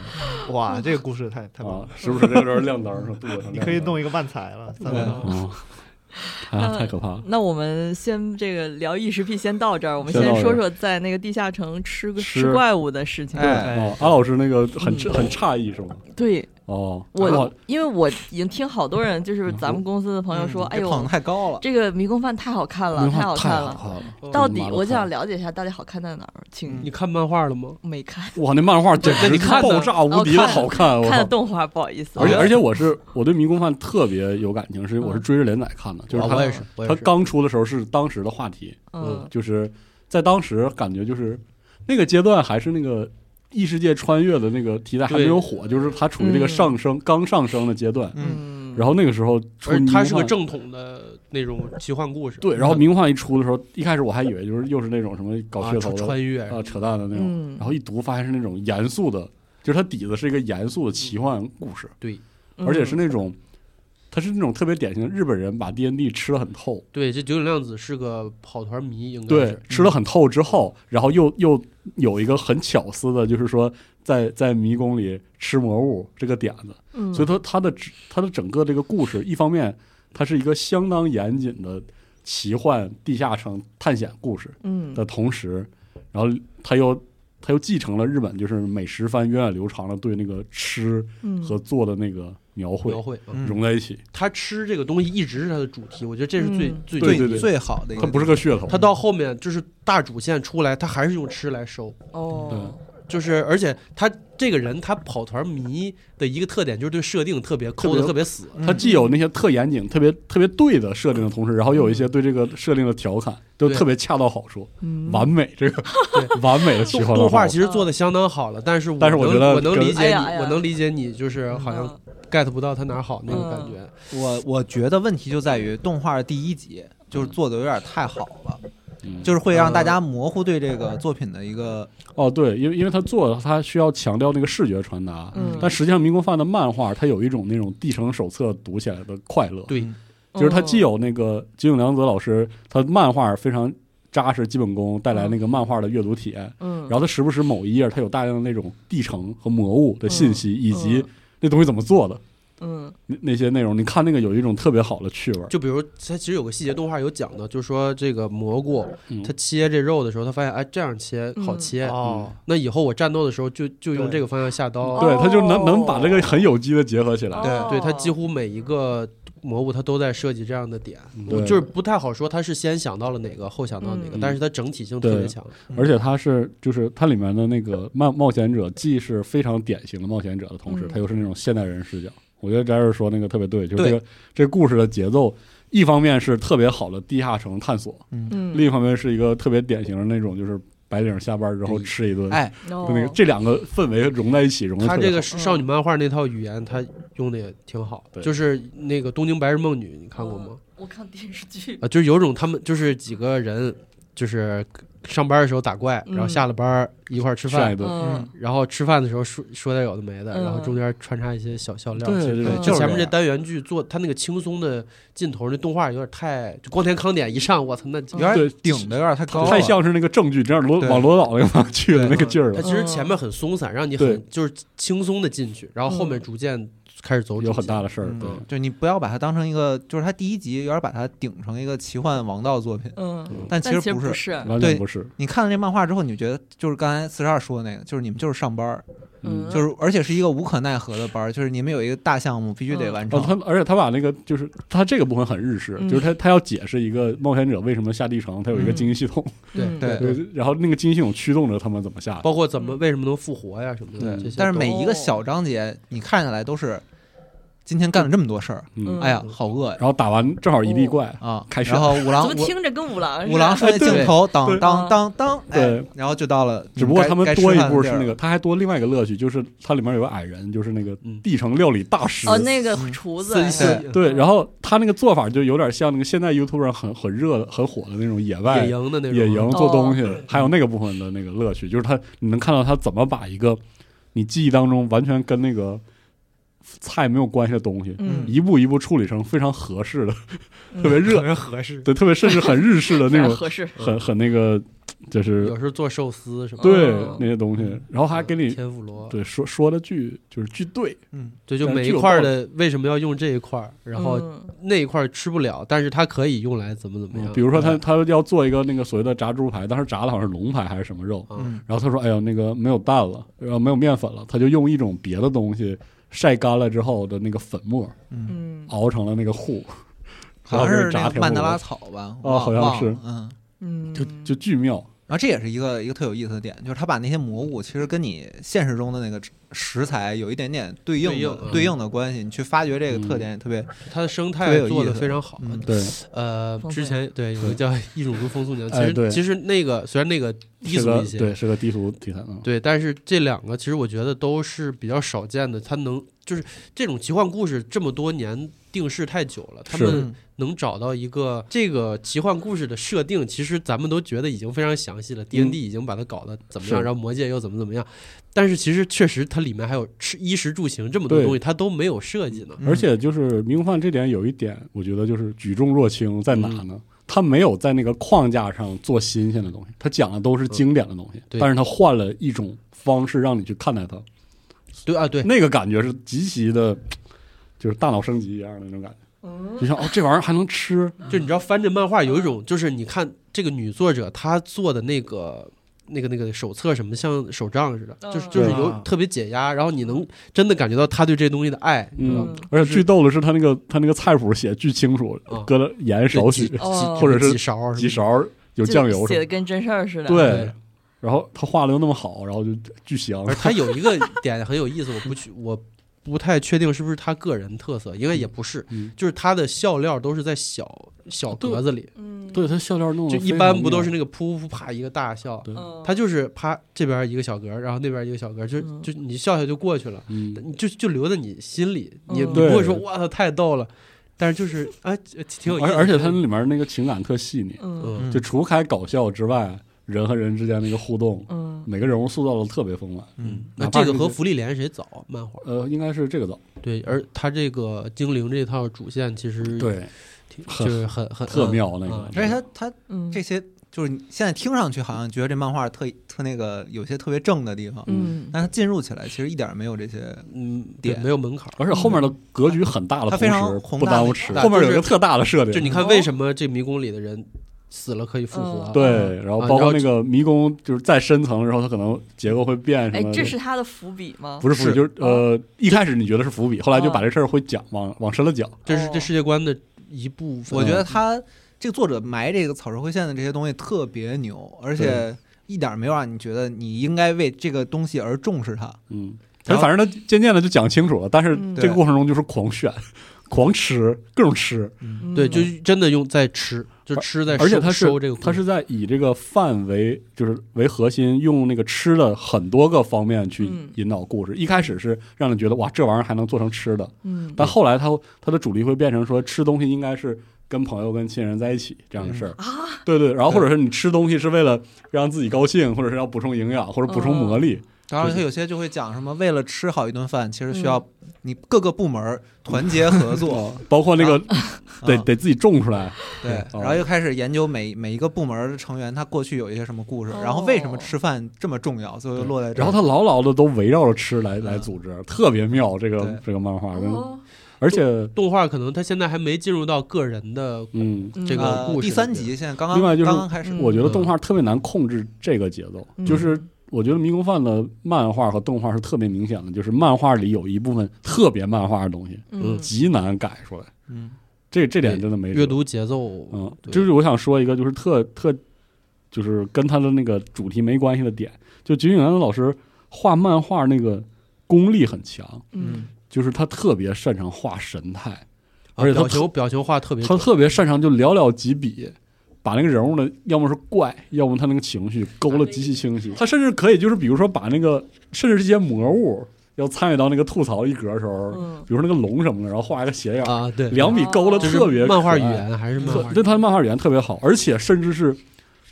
Speaker 5: 哇，这个故事太太棒了，
Speaker 4: 啊， 时不时这个时候亮灯儿，说肚子上
Speaker 5: 你
Speaker 4: 亮
Speaker 5: 可以
Speaker 4: 灯
Speaker 5: 弄一个哦漫才了，三
Speaker 3: 对
Speaker 5: 分钟。
Speaker 4: 啊，
Speaker 1: 嗯
Speaker 4: 啊，太可怕了。
Speaker 1: 那我们先这个聊异食癖，先到这儿。我们
Speaker 4: 先到
Speaker 1: 先
Speaker 4: 这儿
Speaker 1: 说说在那个地下城吃个
Speaker 4: 吃
Speaker 1: 吃怪物的事情。
Speaker 3: 哎
Speaker 4: 哦，阿老师那个很
Speaker 1: 嗯
Speaker 4: 很诧异是吗？
Speaker 1: 对
Speaker 4: 哦，
Speaker 1: 我、
Speaker 4: 哦
Speaker 1: 因为我已经听好多人，
Speaker 4: 嗯
Speaker 1: 就是咱们公司的朋友说，
Speaker 3: 嗯
Speaker 1: 哎
Speaker 3: 这捧得
Speaker 1: 呦，
Speaker 3: 太高了。
Speaker 1: 这个迷宫饭太好看了，
Speaker 4: 太
Speaker 1: 好看了。
Speaker 4: 好了
Speaker 1: 到
Speaker 4: 真
Speaker 1: 底
Speaker 4: 的
Speaker 1: 我就
Speaker 4: 太好
Speaker 1: 想了解一下，到底好看在哪儿？请
Speaker 2: 你看漫画了吗？
Speaker 1: 没看，
Speaker 4: 哇，那漫画简直
Speaker 2: 那你看呢
Speaker 4: 爆炸无敌的好看，我
Speaker 1: 哦看了
Speaker 4: 操！
Speaker 1: 动画，不好意思。啊
Speaker 4: 而且而且我是我对《迷宫饭》特别有感情，是
Speaker 1: 嗯
Speaker 4: 因为我是追着连载看的，就是
Speaker 3: 啊
Speaker 4: 它
Speaker 3: 我也是，我也
Speaker 4: 它
Speaker 3: 是。
Speaker 4: 刚出的时候是当时的话题，
Speaker 1: 嗯
Speaker 4: 就是在当时感觉就是那个阶段还是那个异世界穿越的那个题材还没有火，就是它处于这个上升、刚上升的阶段。
Speaker 3: 嗯，
Speaker 1: 嗯，
Speaker 4: 然后那个时候
Speaker 2: 嗯
Speaker 4: 出
Speaker 2: 而
Speaker 4: 迷宫
Speaker 2: 它是个
Speaker 4: 饭
Speaker 2: 正统的那种奇幻故事，
Speaker 4: 对，然后《迷宫饭》一出的时候，一开始我还以为就是又是那种什么搞
Speaker 2: 啊
Speaker 4: 噱头
Speaker 2: 穿
Speaker 4: 的
Speaker 2: 穿越
Speaker 4: 啊、扯淡的那种，
Speaker 1: 嗯
Speaker 4: 然后一读发现是那种严肃的，就是它底子是一个严肃的奇幻故事，
Speaker 1: 嗯
Speaker 4: 而且是那种。它是那种特别典型的日本人把 D N D 吃的很透，
Speaker 2: 对，这九井亮子是个跑团迷，应该
Speaker 4: 对
Speaker 2: 是，
Speaker 4: 吃了很透之后，然后又又有一个很巧思的，就是说在在迷宫里吃魔物这个点子，
Speaker 1: 嗯
Speaker 4: 所以它它的只它的整个这个故事，一方面它是一个相当严谨的奇幻地下城探险故事
Speaker 1: 嗯
Speaker 4: 的同时，然后它又它又继承了日本就是美食番源远流长的对那个吃
Speaker 1: 嗯
Speaker 4: 和做的那个描绘
Speaker 2: 描绘。
Speaker 3: 嗯
Speaker 4: 融在一起，
Speaker 2: 他吃这个东西一直是他的主题，我觉得这是最
Speaker 1: 嗯
Speaker 2: 最
Speaker 4: 对
Speaker 2: 牛逼
Speaker 4: 对对
Speaker 2: 的
Speaker 3: 最好的一个，
Speaker 4: 它不是个噱头，
Speaker 2: 他到后面就是大主线出来，他还是用吃来收，
Speaker 4: 嗯
Speaker 1: 哦
Speaker 2: 就是而且他这个人他跑团迷的一个特点就是对设定特别抠
Speaker 4: 特
Speaker 2: 的
Speaker 4: 别
Speaker 2: 特别死，
Speaker 3: 嗯
Speaker 4: 它既有那些特严谨、特别特别对的设定的同时，然后又有一些对这个设定的调侃，都
Speaker 2: 对
Speaker 4: 特别恰到好处，
Speaker 1: 嗯
Speaker 4: 完美。这个 完美的奇
Speaker 2: 动
Speaker 4: 幻
Speaker 2: 动画
Speaker 4: 漫
Speaker 2: 其实做的相当好了，但是我
Speaker 4: 但是我
Speaker 2: 能
Speaker 4: 觉得
Speaker 2: 我能
Speaker 4: 跟
Speaker 2: 理解
Speaker 1: 哎
Speaker 2: 你，
Speaker 1: 呀哎呀
Speaker 2: 我能理解你，就是好像
Speaker 1: 嗯
Speaker 2: get 不到他哪儿好那种
Speaker 1: 嗯
Speaker 2: 感觉。
Speaker 3: 我呃我觉得问题就在于动画第一集就是做的有点太好了，
Speaker 4: 嗯
Speaker 3: 就是会让大家模糊对这个作品的一个
Speaker 4: 哦，对，因为因为它做的它需要强调那个视觉传达，
Speaker 1: 嗯
Speaker 4: 但实际上《民工饭》的漫画它有一种那种地城手册读起来的快乐，
Speaker 2: 对，
Speaker 3: 嗯
Speaker 2: 哦
Speaker 4: 就是它既有那个金永良子老师他漫画非常扎实基本功带
Speaker 2: 嗯
Speaker 4: 来那个漫画的阅读体验，
Speaker 1: 嗯，
Speaker 4: 然后它时不时某一页它有大量的那种地城和魔物的信息，以及
Speaker 1: 嗯
Speaker 4: 那东西怎么做的。
Speaker 1: 嗯
Speaker 4: 那那些内容，你看那个有一种特别好的趣味儿，
Speaker 2: 就比如它其实有个细节动画有讲的，就是说这个蘑菇
Speaker 4: 嗯
Speaker 2: 它切这肉的时候，它发现哎这样切好切，
Speaker 1: 嗯
Speaker 5: 哦，
Speaker 2: 那以后我战斗的时候就就用
Speaker 5: 对
Speaker 2: 这个方向下刀。
Speaker 4: 对，他就能
Speaker 1: 哦
Speaker 4: 能把这个很有机的结合起来。
Speaker 1: 哦
Speaker 2: 对，它几乎每一个蘑菇它都在设计这样的点，
Speaker 4: 嗯对
Speaker 2: 我就是不太好说它是先想到了哪个后想到哪个，
Speaker 1: 嗯
Speaker 2: 但是它整体性特别强。
Speaker 4: 而且他是就是它里面的那个冒冒险者，既是非常典型的冒险者的同时，
Speaker 1: 嗯
Speaker 4: 他又是那种现代人视角。我觉得翟儿说那个特别对，就是这
Speaker 3: 对
Speaker 4: 个这故事的节奏，一方面是特别好的地下城探索，
Speaker 1: 嗯，
Speaker 4: 另一方面是一个特别典型的那种就是白领下班之后吃一顿，
Speaker 3: 哎
Speaker 1: 哦
Speaker 4: 就那个这两个氛围融在一起，融的
Speaker 2: 它
Speaker 4: 特
Speaker 2: 这个
Speaker 4: 别好。
Speaker 2: 少女漫画那套语言，它用的也挺好
Speaker 4: 对。
Speaker 2: 就是那个《东京白日梦女》，你看过吗？
Speaker 1: 嗯？我看电视剧。
Speaker 2: 啊，就是有种他们就是几个人，就是上班的时候打怪，然后
Speaker 1: 嗯
Speaker 2: 下了班儿一块儿吃
Speaker 4: 下
Speaker 2: 饭
Speaker 4: 一，顿，
Speaker 1: 嗯
Speaker 2: 然后吃饭的时候说说点有的没的，
Speaker 1: 嗯
Speaker 2: 然后中间穿插一些小笑料。
Speaker 4: 对
Speaker 2: 其实
Speaker 4: 对对
Speaker 1: 嗯
Speaker 2: 就
Speaker 3: 就是
Speaker 2: 前面
Speaker 3: 这
Speaker 2: 这
Speaker 3: 样
Speaker 2: 单元剧做他那个轻松的劲头，那动画有点太就光天康典一上，我操，那
Speaker 3: 有点
Speaker 4: 对
Speaker 3: 顶的有点太高了，
Speaker 4: 太像是那个正剧，这样罗
Speaker 3: 对
Speaker 4: 往罗导那个方向去的
Speaker 3: 对
Speaker 4: 那个劲儿了
Speaker 2: 它。其实前面很松散，让你
Speaker 4: 嗯对
Speaker 2: 很就是轻松的进去，然后后面
Speaker 1: 嗯
Speaker 2: 逐渐开始走
Speaker 4: 有很大的事儿，
Speaker 3: 嗯
Speaker 4: 对，
Speaker 3: 就你不要把它当成一个，就是它第一集有点把它顶成一个奇幻王道作品，
Speaker 1: 嗯，
Speaker 3: 但其
Speaker 1: 但
Speaker 3: 实
Speaker 1: 其实
Speaker 3: 不是。
Speaker 1: 是，嗯
Speaker 4: 完全不是，
Speaker 3: 你看了这漫画之后，你觉得就是刚才四十二说的那个，就是你们就是上班儿，
Speaker 1: 嗯，
Speaker 3: 就是而且是一个无可奈何的班儿，就是你们有一个大项目必须得完成
Speaker 4: 哦，。他而且他把那个就是他这个部分很日式，
Speaker 1: 嗯
Speaker 4: 就是他他要解释一个冒险者为什么下地城，他有一个
Speaker 1: 嗯
Speaker 4: 经济系统，
Speaker 1: 嗯
Speaker 3: 对哦
Speaker 4: 对，然后那个经济系统驱动着他们怎么下的。
Speaker 2: 包括怎么为什么能复活呀什么的
Speaker 4: 对
Speaker 2: 这些都。
Speaker 3: 但是每一个小章节，你看下来都是今天干了这么多事儿，
Speaker 1: 嗯
Speaker 4: 嗯，
Speaker 3: 哎呀，好饿呀
Speaker 4: 然后打完正好一地怪，
Speaker 3: 啊！
Speaker 4: 开始
Speaker 3: 然后五郎
Speaker 1: 怎么
Speaker 3: 五
Speaker 1: 听着跟五郎似
Speaker 3: 五郎
Speaker 1: 的？
Speaker 3: 说那镜头当当
Speaker 1: 嗯
Speaker 3: 当当，哎
Speaker 4: 对，
Speaker 3: 然后就到了你该。
Speaker 4: 只不过他们
Speaker 3: 该吃
Speaker 4: 多一
Speaker 3: 饭的
Speaker 4: 步
Speaker 3: 地
Speaker 4: 是
Speaker 3: 儿
Speaker 4: 那个，他还多另外一个乐趣，就是它里面有个矮人，就是那个
Speaker 2: 嗯
Speaker 4: 地城料理大师。
Speaker 1: 哦，那个
Speaker 3: 嗯
Speaker 1: 厨子，
Speaker 2: 森
Speaker 3: 对
Speaker 2: 系
Speaker 4: 对，然后他那个做法就有点像那个现在 YouTube 上很很热的、很火的那种野外
Speaker 2: 野营的那种
Speaker 4: 野营做东
Speaker 1: 哦
Speaker 4: 西，还有那个部分的那个乐趣，就是他你能看到他怎么把一个你记忆当中完全跟那个菜没有关系的东西，
Speaker 1: 嗯，
Speaker 4: 一步一步处理成非常合适的、
Speaker 1: 嗯
Speaker 4: 特别热，
Speaker 5: 人合适。
Speaker 4: 对，特别甚至很日式 的
Speaker 1: 非
Speaker 4: 那
Speaker 1: 常
Speaker 4: 种，
Speaker 1: 合适，
Speaker 4: 很很那个，就是
Speaker 2: 有时候做寿司什么的，
Speaker 4: 对
Speaker 1: 嗯
Speaker 4: 那些东西，然后还给你
Speaker 2: 嗯天妇罗，
Speaker 4: 对说说的剧就是剧对，
Speaker 3: 嗯，
Speaker 2: 对，就
Speaker 4: 但是
Speaker 2: 每一
Speaker 4: 具有
Speaker 2: 块儿
Speaker 4: 道
Speaker 2: 的为什么要用这一块儿，然后
Speaker 1: 嗯
Speaker 2: 那一块儿吃不了，但是它可以用来怎么怎么样，
Speaker 4: 嗯比如说他他要做一个那个所谓的炸猪排，当时炸的好像是龙排还是什么肉，
Speaker 2: 啊
Speaker 3: 嗯
Speaker 4: 然后他说：“哎呀，那个没有蛋了，然后没有面粉了，他就用一种别的东西晒干了之后的那个粉末
Speaker 3: 嗯，
Speaker 1: 嗯
Speaker 4: 熬成了那个糊，
Speaker 3: 好像是
Speaker 4: 炸
Speaker 3: 那
Speaker 4: 天妇
Speaker 3: 个
Speaker 4: 罗
Speaker 3: 曼德拉草吧？
Speaker 4: 哦
Speaker 3: 忘
Speaker 4: 好像
Speaker 3: 忘了
Speaker 4: 是
Speaker 3: 嗯。
Speaker 1: 嗯，
Speaker 4: 就就巨妙。
Speaker 3: 然后这也是一个一个特有意思的点，就是他把那些蘑菇其实跟你现实中的那个食材有一点点对应的
Speaker 2: 对应嗯
Speaker 3: 对应的关系，你去发掘这个特
Speaker 4: 嗯
Speaker 3: 点也特别
Speaker 2: 它的生
Speaker 3: 特别
Speaker 2: 态
Speaker 3: 有
Speaker 2: 做
Speaker 3: 意
Speaker 2: 的
Speaker 3: 思
Speaker 2: 非常好。
Speaker 3: 嗯
Speaker 4: 对，
Speaker 2: 呃
Speaker 1: 丰，富
Speaker 2: 之前对有
Speaker 4: 对
Speaker 2: 个叫《一种如风速娘》，
Speaker 4: 哎
Speaker 2: 其
Speaker 4: 对
Speaker 2: 实其实那个虽然那个低
Speaker 4: 是
Speaker 2: 俗
Speaker 4: 个
Speaker 2: 一些，
Speaker 4: 对，是个低俗题材啊。
Speaker 2: 对，但是这两个其实我觉得都是比较少见的，它能就是这种奇幻故事这么多年定势太久了，他
Speaker 3: 嗯
Speaker 4: 是
Speaker 2: 们能找到一个这个奇幻故事的设定，其实咱们都觉得已经非常详细了，D N D 已经把它搞得怎么样，
Speaker 4: 嗯是
Speaker 2: 然后魔界又怎么怎么样，但是其实确实它里面还有吃衣食住行这么多
Speaker 4: 对
Speaker 2: 东西，它都没有设计呢。
Speaker 3: 嗯
Speaker 4: 而且就是《迷宫饭》这点有一点，我觉得就是举重若轻，在哪
Speaker 2: 嗯
Speaker 4: 呢？他没有在那个框架上做新鲜的东西，他讲的都是经典的东西，
Speaker 2: 对
Speaker 4: 但是他换了一种方式让你去看待它，
Speaker 2: 对啊，对，
Speaker 4: 那个感觉是极其的，就是大脑升级一样的那种感觉。就像哦，这玩意儿还能吃，
Speaker 2: 就你知道翻着漫画有一种，就是你看这个女作者她做的那个。那个那个手册什么像手账似的，就是
Speaker 1: 嗯
Speaker 2: 就是有
Speaker 5: 啊
Speaker 2: 特别解压，然后你能真的感觉到她对这东西的爱，你知道吗
Speaker 4: 嗯，而且最逗的是哦他那个他那个菜谱写巨清楚
Speaker 2: 嗯，
Speaker 4: 搁了盐少许
Speaker 2: 对几
Speaker 1: 哦
Speaker 2: 几
Speaker 4: 或者是
Speaker 2: 几勺
Speaker 4: 几
Speaker 2: 什么
Speaker 4: 勺有
Speaker 1: 就
Speaker 4: 酱油
Speaker 1: 写
Speaker 4: 什么
Speaker 1: 的跟真事儿似的，
Speaker 4: 的，对
Speaker 2: 对。
Speaker 4: 然后他画的又那么好，然后就巨香
Speaker 2: 的。而。他有一个点很有意思，我不去，我不太确定是不是他个人特色，应该也不是，
Speaker 4: 嗯，
Speaker 2: 就是他的笑料都是在小小格子里，
Speaker 1: 嗯，
Speaker 4: 对他笑料弄得
Speaker 2: 就一
Speaker 4: 非常
Speaker 2: 般不都
Speaker 4: 妙
Speaker 2: 是那个噗噗啪一个大笑，
Speaker 4: 对，
Speaker 1: 嗯，
Speaker 2: 他就是啪这边一个小格，然后那边一个小格，就
Speaker 1: 嗯
Speaker 2: 就你笑笑就过去了。
Speaker 4: 嗯，
Speaker 2: 你就就留在你心里，你你
Speaker 1: 嗯
Speaker 2: 不会
Speaker 4: 对
Speaker 2: 说哇操太逗了，但是就是啊挺挺有意思的，
Speaker 4: 而而且它里面那个情感特细腻，
Speaker 1: 嗯
Speaker 2: 嗯
Speaker 4: 就除开搞笑之外，人和人之间那个互动，
Speaker 1: 嗯
Speaker 4: 每个人物塑造的特别丰满。
Speaker 3: 嗯，
Speaker 2: 那
Speaker 4: 哪怕
Speaker 2: 这个
Speaker 4: 是
Speaker 2: 和
Speaker 4: 这
Speaker 2: 福利莲谁早漫画
Speaker 4: 呃，应该是这个早，
Speaker 2: 对，而他这个精灵这套主线其实
Speaker 4: 对，
Speaker 2: 挺
Speaker 4: 很
Speaker 2: 就是很很
Speaker 4: 特
Speaker 2: 嗯
Speaker 4: 妙那个
Speaker 2: 嗯
Speaker 3: 而且他他
Speaker 1: 嗯，
Speaker 3: 这些就是你现在听上去好像觉得这漫画特特那个有些特别正的地方，
Speaker 1: 嗯
Speaker 3: 但是它进入起来其实一点儿没有这些，
Speaker 2: 嗯，对，
Speaker 3: 点
Speaker 2: 没有门槛儿。
Speaker 4: 而且后面的格局很大的
Speaker 3: 它
Speaker 4: 同
Speaker 3: 非常
Speaker 4: 时
Speaker 3: 宏
Speaker 4: 不
Speaker 3: 大
Speaker 4: 耽误
Speaker 3: 的
Speaker 4: 吃，
Speaker 2: 大
Speaker 4: 后面有
Speaker 2: 就
Speaker 4: 一个
Speaker 2: 是
Speaker 4: 特大的设
Speaker 2: 就
Speaker 4: 定
Speaker 2: 你。看，为什么这迷宫里的人死了可以复活？
Speaker 1: 嗯
Speaker 2: 啊
Speaker 4: 嗯哦对，然后包
Speaker 2: 然
Speaker 4: 括
Speaker 2: 后
Speaker 4: 那个迷宫，就是再深层的时候，它可能结构会变什
Speaker 1: 哎
Speaker 4: 么，的。
Speaker 1: 这是他的伏笔吗？
Speaker 4: 不是伏笔？
Speaker 2: 是
Speaker 4: 就是呃，一开始你觉得是伏笔，后来就
Speaker 1: 啊
Speaker 4: 把这事儿会讲往往深了讲。
Speaker 2: 这是这
Speaker 1: 哦
Speaker 2: 世界观的一部分。
Speaker 3: 我觉得他这个作者埋这个草蛇灰线的这些东西特别牛，而且一点儿没有让你觉得你应该为这个东西而重视它。
Speaker 4: 嗯，
Speaker 3: 然
Speaker 4: 他
Speaker 3: 后
Speaker 4: 反正他渐渐的就讲清楚了，但是
Speaker 1: 嗯
Speaker 4: 这个
Speaker 3: 对
Speaker 4: 过程中就是狂炫、狂吃、各种吃，
Speaker 1: 嗯
Speaker 2: 对，就真的用在吃，就吃在
Speaker 4: 而且
Speaker 2: 收
Speaker 4: 它是
Speaker 2: 收这个过
Speaker 4: 他
Speaker 2: 程，
Speaker 4: 是在以这个饭为就是为核心，用那个吃的很多个方面去
Speaker 1: 嗯
Speaker 4: 引导故事。一开始是让你觉得哇，这玩意儿还能做成吃的，
Speaker 1: 嗯
Speaker 4: 但后来他他的主力会变成说吃东西应该是跟朋友跟亲人在一起这样的事儿、
Speaker 1: 啊，
Speaker 4: 对对。然后或者是你吃东西是为了让自己高兴，或者是要补充营养，或者补充魔力，
Speaker 1: 嗯
Speaker 3: 然后他有些就会讲什么，为了吃好一顿饭，其实需要你各个部门儿团结合
Speaker 1: 哦
Speaker 3: 作，
Speaker 4: 包括那个 得
Speaker 3: 啊
Speaker 4: 得自己种出来，
Speaker 3: 嗯对，
Speaker 4: 哦
Speaker 3: 然后又开始研究每每一个部门儿的成员他过去有一些什么故事，
Speaker 1: 哦
Speaker 3: 然后为什么吃饭这么重要，最后又落在这
Speaker 4: 然
Speaker 3: 儿。
Speaker 4: 后他牢牢的都围绕着吃来来
Speaker 3: 嗯
Speaker 4: 组织，特别妙。这
Speaker 3: 对
Speaker 4: 个这个漫画跟，
Speaker 1: 哦
Speaker 4: 而且
Speaker 2: 动画可能它现在还没进入到个人的
Speaker 4: 嗯，
Speaker 1: 嗯
Speaker 2: 这个
Speaker 3: 呃
Speaker 2: 故事
Speaker 3: 第三集现在刚刚
Speaker 4: 另外就是
Speaker 3: 刚刚开始，
Speaker 1: 嗯
Speaker 4: 我觉得动画特别难控制这个节奏，
Speaker 1: 嗯
Speaker 4: 就是我觉得《迷宫饭》的漫画和动画是特别明显的，就是漫画里有一部分特别漫画的东西，
Speaker 1: 嗯
Speaker 4: 极难改出来，
Speaker 3: 嗯，
Speaker 4: 这这点真的没辙
Speaker 2: 阅，读节奏，
Speaker 4: 嗯，
Speaker 2: 对
Speaker 4: 就是我想说一个，就是特特，就是跟他的那个主题没关系的点，就菊影安老师画漫画那个功力很强，
Speaker 1: 嗯
Speaker 4: 就是他特别擅长画神态，
Speaker 2: 啊
Speaker 4: 而且它
Speaker 2: 表情表情画特别
Speaker 4: 他特别擅长就寥寥几笔，把那个人物的要么是怪，要么他那个情绪勾勒极其清晰。他甚至可以就是比如说把那个甚至这些魔物要参与到那个吐槽一格的时候，
Speaker 1: 嗯
Speaker 4: 比如说那个龙什么的，然后画一个斜眼，
Speaker 2: 啊，对，
Speaker 4: 两笔勾勒
Speaker 1: 哦
Speaker 4: 特别可爱
Speaker 2: 漫画语，言还是漫
Speaker 4: 特
Speaker 2: 画语
Speaker 4: 对他的漫画语言特别好，而且甚至是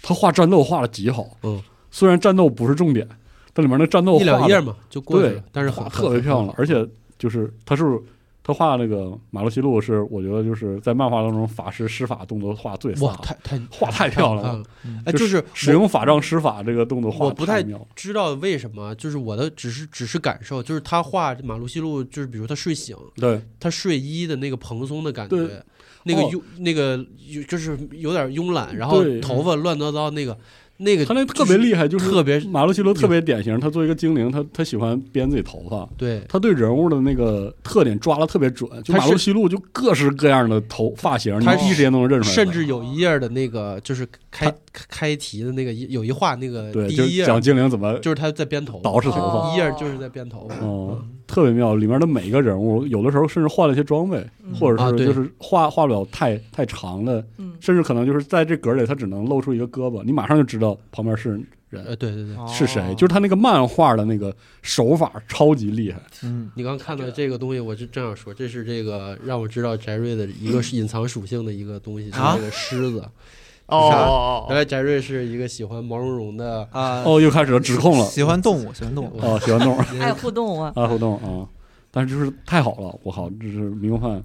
Speaker 4: 他画战斗画的极好。
Speaker 2: 嗯，
Speaker 4: 虽然战斗不是重点，但里面那战斗
Speaker 2: 一两
Speaker 4: 画
Speaker 2: 页
Speaker 4: 得
Speaker 2: 嘛就过去
Speaker 4: 对
Speaker 2: 了，但是
Speaker 4: 画
Speaker 2: 很
Speaker 4: 特别漂亮，而且就是他是他画那个马路西路是我觉得就是在漫画当中法师施法动作画最飒
Speaker 2: 哇，
Speaker 4: 的，
Speaker 2: 太太
Speaker 4: 画太漂亮了。嗯
Speaker 2: 了，哎，就是
Speaker 4: 使用法杖施法这个动作画
Speaker 2: 我不太
Speaker 4: 妙了，
Speaker 2: 知道为什么，就是我的只是只是感受，就是他画马路西路，就是比如他睡醒，
Speaker 4: 对
Speaker 2: 他睡衣的那个蓬松的感
Speaker 4: 对
Speaker 2: 觉，那个
Speaker 4: 哦
Speaker 2: 慵、那个有就是有点慵懒，然后
Speaker 4: 对
Speaker 2: 头发乱糟糟那个那个
Speaker 4: 他那特别厉害，就是
Speaker 2: 特别
Speaker 4: 马路西路特别典型，他作为一个精灵，他他喜欢编自己头发。
Speaker 2: 对，
Speaker 4: 他对人物的那个特点抓的特别准，就
Speaker 2: 他
Speaker 4: 马
Speaker 2: 是
Speaker 4: 路西路就各式各样的头发型，你
Speaker 2: 他
Speaker 4: 第一时间都能认出来的。
Speaker 2: 甚至有一页的那个就是开开题的那个有一画那个
Speaker 4: 对，
Speaker 2: 第
Speaker 4: 就
Speaker 2: 一
Speaker 4: 是
Speaker 2: 页
Speaker 4: 讲精灵怎么
Speaker 2: 就是啊他在编头发，
Speaker 4: 捯饬头发，
Speaker 1: 哦
Speaker 2: 一页就是在编头发。
Speaker 4: 哦，特别妙。里面的每一个人物，有的时候甚至换了一些装备，
Speaker 1: 嗯
Speaker 4: 或者
Speaker 2: 啊
Speaker 4: 是
Speaker 2: 对
Speaker 4: 就是画画不了太太长的，
Speaker 1: 嗯
Speaker 4: 甚至可能就是在这格里他只能露出一个胳膊，你马上就知道旁边是人
Speaker 2: 呃，对对对，
Speaker 4: 是
Speaker 3: 哦
Speaker 4: 谁。就是他那个漫画的那个手法超级厉害，
Speaker 3: 嗯，
Speaker 2: 你刚看到这个东西，我就正想说，这是这个让我知道翟瑞的一 个隐藏属性的一个东西，就是
Speaker 3: 啊
Speaker 2: 这个狮子。
Speaker 5: 哦
Speaker 2: 原来翟瑞是一个喜欢毛茸茸的，
Speaker 3: 啊，
Speaker 4: 哦，又开始指 控了，
Speaker 3: 喜欢动物，喜欢动物，
Speaker 4: 哦，喜欢动
Speaker 1: 爱互动啊，
Speaker 4: 啊互动啊，但是就是太好了，我靠，这是迷宫饭，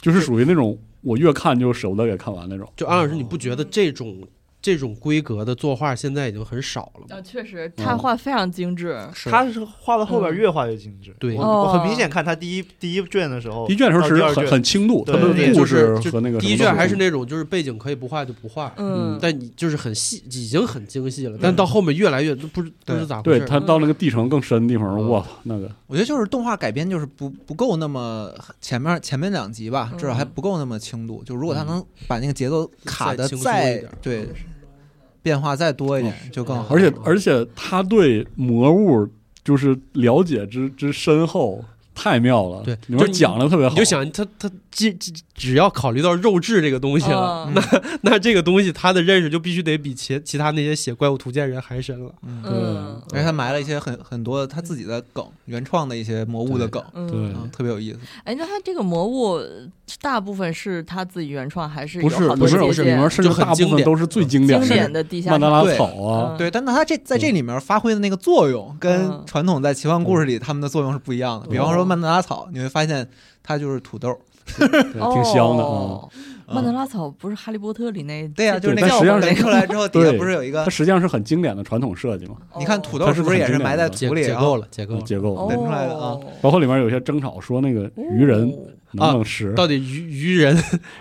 Speaker 4: 就是属于那种我越看就舍不得给看完那种。
Speaker 2: 就安老师，你不觉得这种这种规格的作画现在已经很少了吗？
Speaker 1: 啊，确实，
Speaker 4: 嗯
Speaker 1: 他画非常精致，
Speaker 2: 是
Speaker 5: 他是画到后边越画越精致。
Speaker 2: 对
Speaker 5: 我
Speaker 4: 哦
Speaker 5: 我很明显看他第一第一卷的时候，
Speaker 4: 第一卷的时候其
Speaker 5: 哦到
Speaker 4: 实
Speaker 5: 第二
Speaker 4: 很
Speaker 5: 卷
Speaker 4: 很轻度，他
Speaker 5: 对
Speaker 4: 的
Speaker 5: 对
Speaker 4: 故
Speaker 2: 就
Speaker 4: 事
Speaker 2: 是就
Speaker 4: 和那个
Speaker 2: 第一
Speaker 4: 什么
Speaker 2: 卷
Speaker 4: 都
Speaker 2: 还是那种，就是背景可以不画就不画，
Speaker 1: 嗯，
Speaker 2: 但你就是很细，已经很精细了。但到后面越来越都不知不知咋回
Speaker 4: 嗯对
Speaker 2: 事。
Speaker 4: 他到那个地层更深的地方，
Speaker 2: 嗯
Speaker 4: 我操，那个
Speaker 3: 我觉得就是动画改编就是不不够那么前面前面两集吧，
Speaker 1: 嗯
Speaker 3: 至少还不够那么轻度。就如果
Speaker 4: 嗯
Speaker 3: 他能把那个节奏卡
Speaker 2: 再
Speaker 3: 的
Speaker 2: 轻松
Speaker 3: 再
Speaker 2: 一点
Speaker 3: 对变化再多一点，就更好。
Speaker 4: 嗯而
Speaker 5: 嗯
Speaker 4: 且而且他对魔物就是了解之之深厚，太妙了。
Speaker 2: 对
Speaker 4: 里
Speaker 2: 就
Speaker 4: 面
Speaker 2: 你
Speaker 4: 讲的特别好。
Speaker 2: 你就想他他只只只要考虑到肉质这个东西了，
Speaker 1: 嗯
Speaker 3: 那
Speaker 2: 那这个东西他的认识就必须得比其其他那些写怪物图鉴人还深了。
Speaker 3: 嗯，
Speaker 1: 嗯
Speaker 3: 而且他埋了一些很很多他自己的梗，原创的一些魔物的梗，
Speaker 1: 嗯
Speaker 4: 对，
Speaker 3: 嗯，特别有意思。
Speaker 1: 哎，那他这个魔物大部分是他自己原创，还是
Speaker 4: 不
Speaker 1: 有
Speaker 4: 是
Speaker 1: 好
Speaker 4: 不
Speaker 1: 多
Speaker 4: 是
Speaker 1: 借
Speaker 4: 不是，里
Speaker 1: 鉴
Speaker 4: 面甚
Speaker 2: 就
Speaker 4: 至
Speaker 2: 很
Speaker 4: 大部
Speaker 2: 经
Speaker 4: 分
Speaker 2: 典
Speaker 4: 都是最经典
Speaker 1: 经典
Speaker 4: 的
Speaker 1: 的地下
Speaker 4: 曼达拉
Speaker 3: 对
Speaker 4: 草啊，
Speaker 3: 对，但他这在这里面发挥的那个作用，跟
Speaker 1: 嗯
Speaker 3: 传统在奇幻故事
Speaker 4: 嗯
Speaker 3: 里他们的作用是不一样的。比方说
Speaker 1: 哦
Speaker 3: 曼德拉草，你会发现它就是土豆，
Speaker 2: 嗯
Speaker 4: 对挺香的啊。
Speaker 1: 哦曼德拉草不是《哈利波特》里那
Speaker 3: 对啊呀，就是那
Speaker 4: 但
Speaker 3: 个
Speaker 4: 实际上
Speaker 3: 人
Speaker 4: 是
Speaker 3: 出来之后底下
Speaker 4: 对
Speaker 3: 不是有一个
Speaker 4: 啊它，实际上是很经典的传统设计嘛，
Speaker 1: 哦
Speaker 3: 你看土
Speaker 4: 它
Speaker 3: 豆
Speaker 4: 是
Speaker 3: 是不是
Speaker 4: 很
Speaker 3: 也是
Speaker 4: 经典
Speaker 3: 埋在
Speaker 4: 的
Speaker 2: 解
Speaker 3: 土里？
Speaker 2: 解
Speaker 3: 然后
Speaker 2: 构了，解构了。
Speaker 4: 结构
Speaker 1: 哦，
Speaker 3: 连出来的啊
Speaker 4: 包括里面有些争吵说那个鱼人
Speaker 3: 哦
Speaker 4: 能不能吃，
Speaker 2: 到底鱼鱼人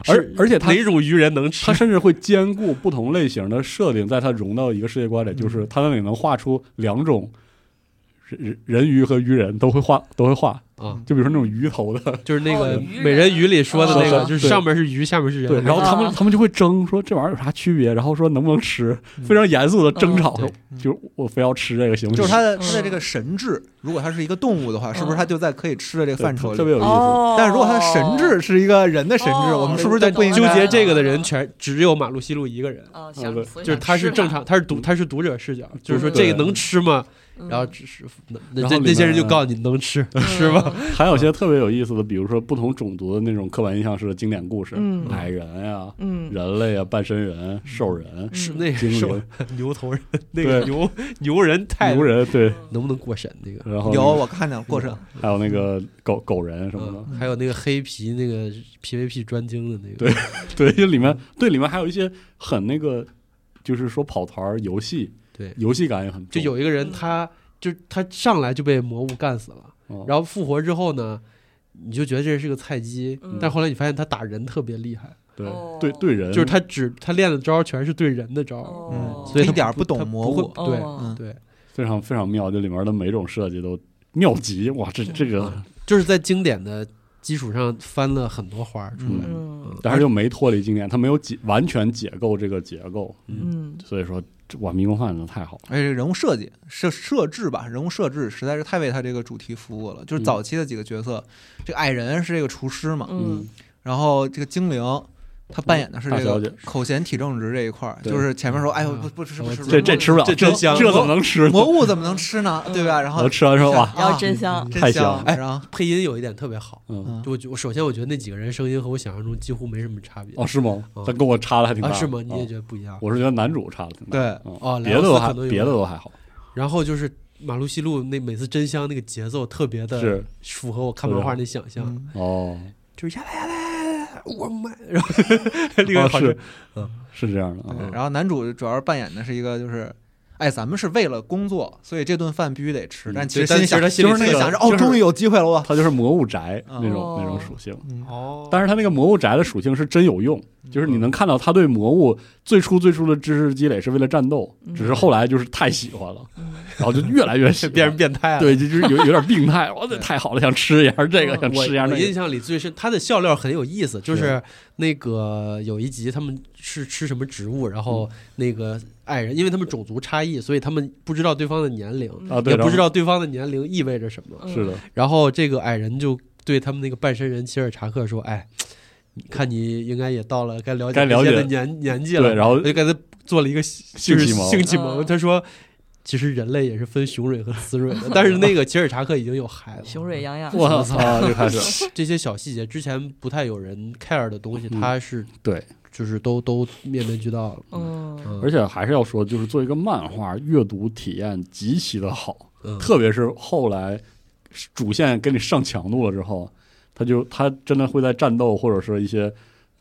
Speaker 4: 而
Speaker 2: 是
Speaker 4: 而且它
Speaker 2: 哪种鱼人能吃
Speaker 4: 它？甚至会兼顾不同类型的设定，在它融到一个世界观里，就是它那里能画出两种人人人鱼和鱼人都会画，都会画
Speaker 2: 啊，
Speaker 4: 就比如说那种鱼头的，
Speaker 2: 就是那个
Speaker 1: 哦鱼人
Speaker 2: 美人鱼里说的那个，
Speaker 1: 哦
Speaker 2: 就是上面是鱼，下面是人。
Speaker 4: 对，然后他们
Speaker 1: 啊
Speaker 4: 他们就会争说这玩意儿有啥区别，然后说能不能吃，非常严肃的争吵，说就是我非要吃这个行不
Speaker 3: 嗯
Speaker 4: 行？
Speaker 3: 就是它的
Speaker 1: 嗯
Speaker 3: 它的这个神智，如果它是一个动物的话，是不是它就在可以吃的这个
Speaker 4: 对
Speaker 3: 范畴
Speaker 4: 特别
Speaker 3: 里？
Speaker 4: 有意思。
Speaker 1: 哦，
Speaker 3: 但是如果它的神智是一个人的神智，
Speaker 1: 哦
Speaker 3: 我们是不是就不应
Speaker 2: 纠
Speaker 3: 该
Speaker 2: 结
Speaker 1: 啊
Speaker 2: 这个的人全只有马路西路一个人，
Speaker 1: 哦，
Speaker 4: 啊对
Speaker 1: 想所以
Speaker 2: 就是
Speaker 1: 想
Speaker 2: 他
Speaker 1: 吃
Speaker 2: 是正
Speaker 1: 它
Speaker 2: 常，他是读
Speaker 4: 嗯
Speaker 2: 他是读者视角，就是说
Speaker 4: 对
Speaker 2: 这个能吃吗？
Speaker 1: 嗯
Speaker 2: 然后只是那
Speaker 4: 然
Speaker 2: 那
Speaker 4: 后
Speaker 2: 这
Speaker 4: 里
Speaker 2: 那些人就
Speaker 4: 面
Speaker 2: 告诉你能吃，是吧？
Speaker 4: 还有一些特别有意思的，比如说不同种族的那种刻板印象式的经典故事，
Speaker 1: 嗯
Speaker 4: 矮人呀、
Speaker 1: 嗯，
Speaker 4: 人类啊、半身人、兽人、
Speaker 2: 是
Speaker 1: 嗯
Speaker 2: 那个
Speaker 4: 精
Speaker 2: 是
Speaker 4: 灵、
Speaker 2: 牛头人，那个
Speaker 4: 对
Speaker 2: 牛牛人太
Speaker 4: 牛人，对，
Speaker 2: 能不能过审那个？
Speaker 4: 然后
Speaker 3: 有我看见了过审，
Speaker 4: 还有那个狗狗人什么的，
Speaker 2: 嗯，还有那个黑皮那个 PVP 专精的那个，
Speaker 4: 对对，就里面对里面还有一些很那个，就是说跑团儿游戏，
Speaker 2: 对
Speaker 4: 游戏感也很
Speaker 2: 就
Speaker 4: 重，
Speaker 2: 有一个
Speaker 1: 哦
Speaker 2: 人他就他上来就被魔物干死了，
Speaker 1: 哦
Speaker 4: 嗯
Speaker 2: 然后复活之后呢，你就觉得这是个菜鸡，
Speaker 1: 嗯
Speaker 2: 但后来你发现他打人特别厉害，
Speaker 4: 对、
Speaker 1: 哦
Speaker 4: 对对人
Speaker 2: 就是他只他练的招全是对人的招，
Speaker 1: 哦
Speaker 3: 嗯
Speaker 2: 所以他
Speaker 3: 一点儿
Speaker 2: 不
Speaker 3: 不懂
Speaker 2: 他
Speaker 3: 魔
Speaker 2: 不会
Speaker 3: 物
Speaker 2: 对
Speaker 1: 哦
Speaker 3: 嗯
Speaker 2: 对，
Speaker 4: 非常非常妙，这里面的每种设计都妙极，哇，这这个，
Speaker 2: 就是在经典的基础上翻了很多花儿出来。
Speaker 1: 嗯
Speaker 4: 但是就没脱离经典，它没有解完全解构这个结构，
Speaker 1: 嗯
Speaker 4: 所以说这哇，迷宫饭真的太好了，
Speaker 3: 而且哎人物设计设设置吧，人物设置实在是太为他这个主题服务了。就是
Speaker 4: 嗯
Speaker 3: 早期的几个角色，这个矮人是这个厨师嘛，
Speaker 1: 嗯
Speaker 3: 然后这个精灵。他扮演的是这
Speaker 4: 嗯大小姐
Speaker 3: 个口嫌体正直这一块儿，
Speaker 4: 对
Speaker 3: 就是前面说，哎呦，
Speaker 2: 嗯
Speaker 3: 不不吃不吃，
Speaker 4: 这这吃不了，
Speaker 2: 这真香
Speaker 4: 这怎么能吃呢？
Speaker 3: 魔物怎么能吃呢？对吧？然后
Speaker 4: 我吃完说哇，
Speaker 1: 然后
Speaker 3: 啊
Speaker 1: 真香，
Speaker 3: 真
Speaker 4: 嗯太
Speaker 3: 香
Speaker 4: 香，
Speaker 2: 哎
Speaker 3: 然后
Speaker 2: 配音有一点特别好，
Speaker 4: 嗯，
Speaker 3: 嗯
Speaker 2: 就我觉我首先我觉得那几个人声音和我想象中几乎没什么差别
Speaker 4: 哦，是吗
Speaker 2: 嗯？
Speaker 4: 他跟我差的还挺大
Speaker 2: 啊，
Speaker 4: 的，
Speaker 2: 是吗？你也
Speaker 3: 哦
Speaker 4: 嗯
Speaker 2: 觉得不一样？
Speaker 4: 我是觉得男主差的挺大的，
Speaker 3: 对，
Speaker 4: 嗯
Speaker 2: 哦
Speaker 4: 别的都
Speaker 2: 莱昂斯
Speaker 4: 还
Speaker 2: 可能有
Speaker 4: 别的都还好，
Speaker 2: 然后就是马路西路那每次真香那个节奏特别的
Speaker 4: 是
Speaker 2: 符合我看漫画那想象，
Speaker 3: 嗯
Speaker 4: 哦，
Speaker 2: 就是呀啦呀啦，我买，然后那
Speaker 3: 哦
Speaker 2: 个
Speaker 4: 啊
Speaker 2: 好像嗯
Speaker 4: 是，是这样的啊
Speaker 3: 对，嗯然后男主主要是扮演的是一个就是。哎，咱们是为了工作，所以这顿饭必须得吃。
Speaker 4: 嗯
Speaker 3: 但
Speaker 2: 对
Speaker 3: 其实
Speaker 2: 但
Speaker 3: 心
Speaker 2: 其实
Speaker 3: 里想，
Speaker 2: 他心里
Speaker 3: 就是那个
Speaker 2: 是
Speaker 3: 想着，哦，
Speaker 2: 就是
Speaker 3: 终于有机会了我。
Speaker 4: 他就是魔物宅
Speaker 3: 哦
Speaker 4: 那种那种属性，
Speaker 3: 嗯
Speaker 5: 哦，
Speaker 4: 但是他那个魔物宅的属性是真有用，
Speaker 2: 嗯
Speaker 4: 就是你能看到他对魔物最初最初的知识积累是为了战斗，
Speaker 1: 嗯
Speaker 4: 只是后来就是太喜欢了， 然后就越来越喜
Speaker 2: 这嗯
Speaker 4: 欢
Speaker 2: 变成
Speaker 3: 嗯
Speaker 2: 变态了。
Speaker 4: 对，就就是有有点病态，哇，这
Speaker 2: 对
Speaker 4: 太好了，想吃一下这个，
Speaker 1: 嗯
Speaker 4: 想
Speaker 2: 我
Speaker 4: 吃一下
Speaker 2: 我
Speaker 4: 那
Speaker 2: 印
Speaker 4: 个，
Speaker 2: 象里最深，他的笑料很有意思，就是是那个有一集他们是吃什么植物，然后
Speaker 4: 嗯
Speaker 2: 那个爱人，因为他们种族差异，所以他们不知道对方的年龄，
Speaker 1: 嗯
Speaker 4: 啊，对，
Speaker 2: 也不
Speaker 4: 然后
Speaker 2: 知道对方的年龄意味着什么。
Speaker 1: 嗯
Speaker 4: 是的，
Speaker 2: 然后这个矮人就对他们那个半身人切尔查克说：“哎，你看你应该也到了该了解
Speaker 4: 该了
Speaker 2: 这些的
Speaker 4: 解
Speaker 2: 年年纪了。”
Speaker 4: 对，然后
Speaker 2: 我就给他做了一个
Speaker 4: 性
Speaker 2: 就是
Speaker 4: 启蒙
Speaker 2: 性启蒙。
Speaker 1: 嗯
Speaker 2: 他说：“其实人类也是分雄蕊和雌蕊的，但是那个切尔查克已经有孩子。”
Speaker 1: 雄蕊洋洋，
Speaker 4: 我操，就开始
Speaker 2: 这些小细节之前不太有人 care 的东西，
Speaker 4: 嗯
Speaker 2: 他是
Speaker 4: 对，
Speaker 2: 就是都都面面俱到了。
Speaker 1: 嗯，
Speaker 4: 而且还是要说，就是做一个漫画，阅读体验极其的好，
Speaker 2: 嗯
Speaker 4: 特别是后来主线给你上强度了之后，他就他真的会在战斗或者是一些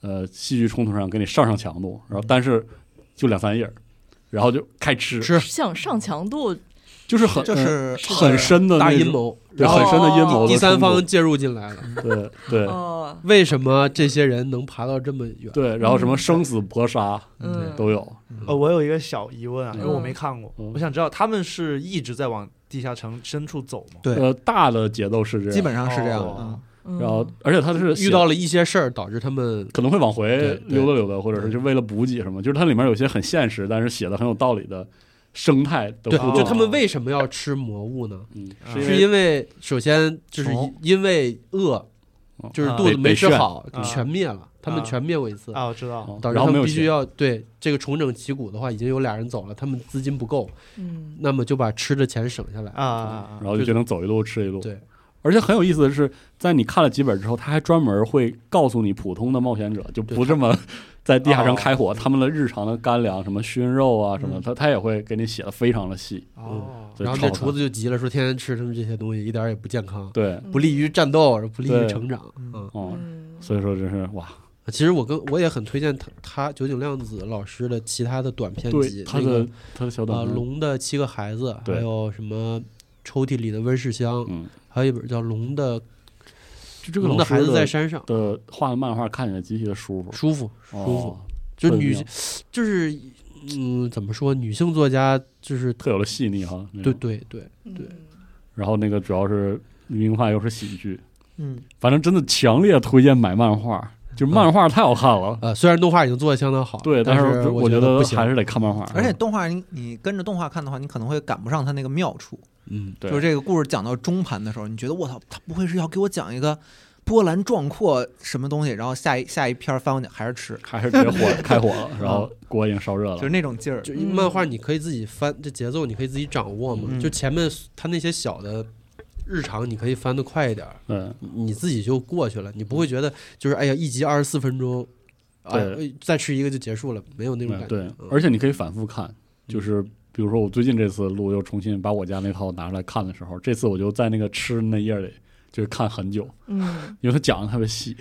Speaker 4: 呃戏剧冲突上给你上上强度，然
Speaker 2: 嗯
Speaker 4: 后但是就两三页儿，然后就开吃，
Speaker 2: 是
Speaker 1: 像上强度，
Speaker 4: 就是很
Speaker 3: 就是
Speaker 4: 呃很深的那
Speaker 2: 大
Speaker 4: 种
Speaker 2: 阴，谋，
Speaker 4: 对，
Speaker 2: 然
Speaker 4: 很
Speaker 2: 后
Speaker 4: 深的阴谋的冲突，
Speaker 2: 第三方介入进来了。
Speaker 4: 对对
Speaker 1: 哦，
Speaker 2: 为什么这些人能爬到这么远？
Speaker 4: 对，然后什么生死搏杀
Speaker 1: 嗯，
Speaker 4: 都有，
Speaker 5: 呃，我有一个小疑问啊，因为我
Speaker 1: 嗯
Speaker 5: 没看过，
Speaker 4: 嗯
Speaker 5: 我想知道他们是一直在往地下城深处走吗？
Speaker 3: 对
Speaker 4: 呃，大的节奏是这样，
Speaker 3: 基本上是这样
Speaker 5: 哦
Speaker 3: 的。
Speaker 1: 嗯
Speaker 4: 然后而且他是
Speaker 2: 遇
Speaker 4: 写
Speaker 2: 到了一些事儿，导致他们
Speaker 4: 可能会往
Speaker 2: 对
Speaker 4: 回
Speaker 2: 对
Speaker 4: 溜达溜达，或者是就为了补给什么，就是它里面有些很现实，但是写的很有道理的生态的
Speaker 2: 对
Speaker 4: 互动，
Speaker 2: 就他们为什么要吃魔物呢？
Speaker 4: 嗯，
Speaker 5: 是
Speaker 4: 因
Speaker 2: 是
Speaker 4: 为
Speaker 2: 因为首先就是
Speaker 3: 穷
Speaker 2: 因为饿
Speaker 4: 哦，
Speaker 2: 就是
Speaker 5: 啊
Speaker 2: 肚子
Speaker 4: 被
Speaker 2: 没
Speaker 4: 被
Speaker 2: 吃
Speaker 4: 炫
Speaker 2: 好，就
Speaker 5: 啊
Speaker 2: 全灭了。他们
Speaker 5: 啊
Speaker 2: 全灭过一次，
Speaker 5: 啊，我知道，
Speaker 4: 哦
Speaker 2: 导致
Speaker 4: 然
Speaker 2: 他
Speaker 4: 后没
Speaker 2: 们
Speaker 4: 有
Speaker 2: 必须
Speaker 4: 钱
Speaker 2: 要对这个重整旗鼓的话，已经有俩人走了，他们资金不够，
Speaker 1: 嗯
Speaker 2: 那么就把吃的钱省下来。
Speaker 5: 啊啊啊
Speaker 4: 然后就
Speaker 2: 就
Speaker 4: 就能走一路吃一路。
Speaker 2: 对，
Speaker 4: 而且很有意思的是，在你看了几本之后，他还专门会告诉你普通的冒险者就不这 么在地下城开
Speaker 2: 哦
Speaker 4: 火，他们的日常的干粮什么熏肉啊什么，
Speaker 5: 嗯
Speaker 4: 他他也会给你写的非常的细。
Speaker 5: 啊哦，
Speaker 4: 对
Speaker 2: 然后这
Speaker 4: 炒
Speaker 2: 厨子就急了，说天天吃他们这些东西，一点儿也不健康，
Speaker 4: 对，
Speaker 2: 不利于战斗，不利于
Speaker 4: 对
Speaker 2: 成长。
Speaker 3: 嗯
Speaker 2: 嗯，
Speaker 4: 哦，
Speaker 1: 嗯
Speaker 4: 所以说真是哇，
Speaker 2: 其实我跟我也很推荐他他九井亮子老师的其他的短片集，
Speaker 4: 对他
Speaker 2: 那个
Speaker 4: 的他的小
Speaker 2: 啊，
Speaker 4: 短片，
Speaker 2: 龙的七个孩子，
Speaker 4: 对
Speaker 2: 还有什么抽屉里的温室香，
Speaker 4: 嗯，
Speaker 2: 还有一本叫《龙的
Speaker 4: 就这个
Speaker 2: 龙
Speaker 4: 老
Speaker 2: 的
Speaker 4: 师
Speaker 2: 孩子在山上》，
Speaker 4: 的画的漫画看起来极其的舒服，
Speaker 2: 舒服，
Speaker 4: 哦
Speaker 2: 舒服。就是女
Speaker 4: 特别妙，
Speaker 2: 就是嗯，怎么说，女性作家就是
Speaker 4: 特有的细腻哈。那种
Speaker 2: 对对对，
Speaker 1: 嗯
Speaker 2: 对
Speaker 4: 然后那个主要是名画又是喜剧，
Speaker 3: 嗯，
Speaker 4: 反正真的强烈推荐买漫画，就是漫画太好看了。
Speaker 2: 呃，虽然动画已经做的相当好，
Speaker 4: 对，
Speaker 2: 但
Speaker 4: 但
Speaker 2: 是
Speaker 4: 我
Speaker 2: 觉
Speaker 4: 得
Speaker 2: 不行
Speaker 4: 还，是得看漫画，
Speaker 3: 而且动画你你跟着动画看的话，你可能会赶不上它那个妙处。
Speaker 2: 嗯，
Speaker 4: 对
Speaker 3: 就是这个故事讲到中盘的时候，你觉得我操，他不会是要给我讲一个波澜壮阔什么东西，然后下一下一篇翻过去还是吃，
Speaker 4: 还 是别火开火了，然后锅已经烧热
Speaker 3: 就是
Speaker 4: 了。
Speaker 3: 那种劲
Speaker 2: 嗯
Speaker 3: 儿。
Speaker 2: 就一漫画你可以自己翻，这节奏你可以自己掌握嘛。
Speaker 3: 嗯
Speaker 2: 就前面他那些小的日常，你可以翻得快一点儿，
Speaker 4: 嗯，
Speaker 2: 你自己就过去了，你不会觉得就是哎呀一集二十四分钟，啊
Speaker 4: 对
Speaker 2: 再吃一个就结束了，没有那种
Speaker 4: 对
Speaker 2: 感觉。
Speaker 4: 对
Speaker 2: 嗯，
Speaker 4: 而且你可以反复看，就是比如说我最近这次录又重新把我家那套拿出来看的时候，这次我就在那个吃那页里就是看很久，
Speaker 1: 嗯，
Speaker 4: 因为它讲的特别细，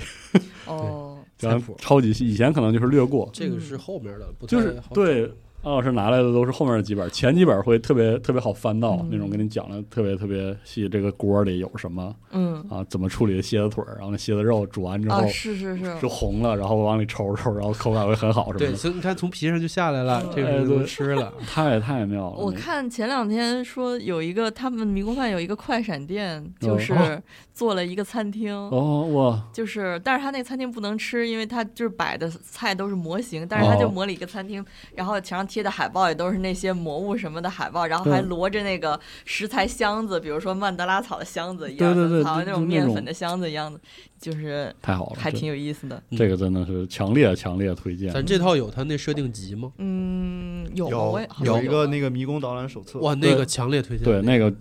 Speaker 1: 哦，
Speaker 4: 讲
Speaker 2: 谱
Speaker 4: 得超级细。以前可能就是略过，
Speaker 2: 这个是后面的，不太
Speaker 4: 就是
Speaker 2: 好
Speaker 4: 对安老师拿来的哦都是后面的几本，前几本会特别特别好翻到、
Speaker 1: 嗯
Speaker 4: 那种，给你讲的特别特别细，这个锅里有什么
Speaker 1: 嗯，
Speaker 4: 啊，怎么处理蝎子腿儿，然后那蝎子肉煮完之后、
Speaker 1: 啊，是是是，
Speaker 4: 就红了，然后往里抽抽，然后口感会很好什么
Speaker 2: 对，
Speaker 4: 的，
Speaker 2: 所以你看从皮上就下来了
Speaker 1: 嗯，
Speaker 2: 这个
Speaker 4: 哎
Speaker 2: 人都
Speaker 4: 对
Speaker 2: 吃 了。
Speaker 4: 太太妙了。
Speaker 1: 我
Speaker 4: 那个
Speaker 1: 看前两天说有一个他们迷宫饭有一个快闪店，就是
Speaker 4: 哦
Speaker 1: 做了一个餐厅，
Speaker 4: 哦哇，
Speaker 1: 就是但是他那个餐厅不能吃，因为他就是摆的菜都是模型，但是
Speaker 4: 哦
Speaker 1: 他就模了一个餐厅，然后墙上贴的海报也都是那些魔物什么的海报，然后还
Speaker 4: 对
Speaker 1: 摞着那个食材箱子，比如说曼德拉草的箱子一样，
Speaker 4: 对对对
Speaker 1: 好像
Speaker 4: 就
Speaker 1: 那种
Speaker 4: 就那
Speaker 1: 面
Speaker 4: 种
Speaker 1: 粉的箱子一样的，就是
Speaker 4: 太好了，
Speaker 1: 还
Speaker 4: 这
Speaker 1: 挺有意思的。
Speaker 4: 这个真的是强烈强烈推荐。
Speaker 2: 咱这套有他那设定集吗？
Speaker 1: 嗯，有我也好像
Speaker 5: 有一个
Speaker 1: 啊
Speaker 5: 那个迷宫导览手册，
Speaker 2: 哇，那个强烈推荐。
Speaker 4: 对那个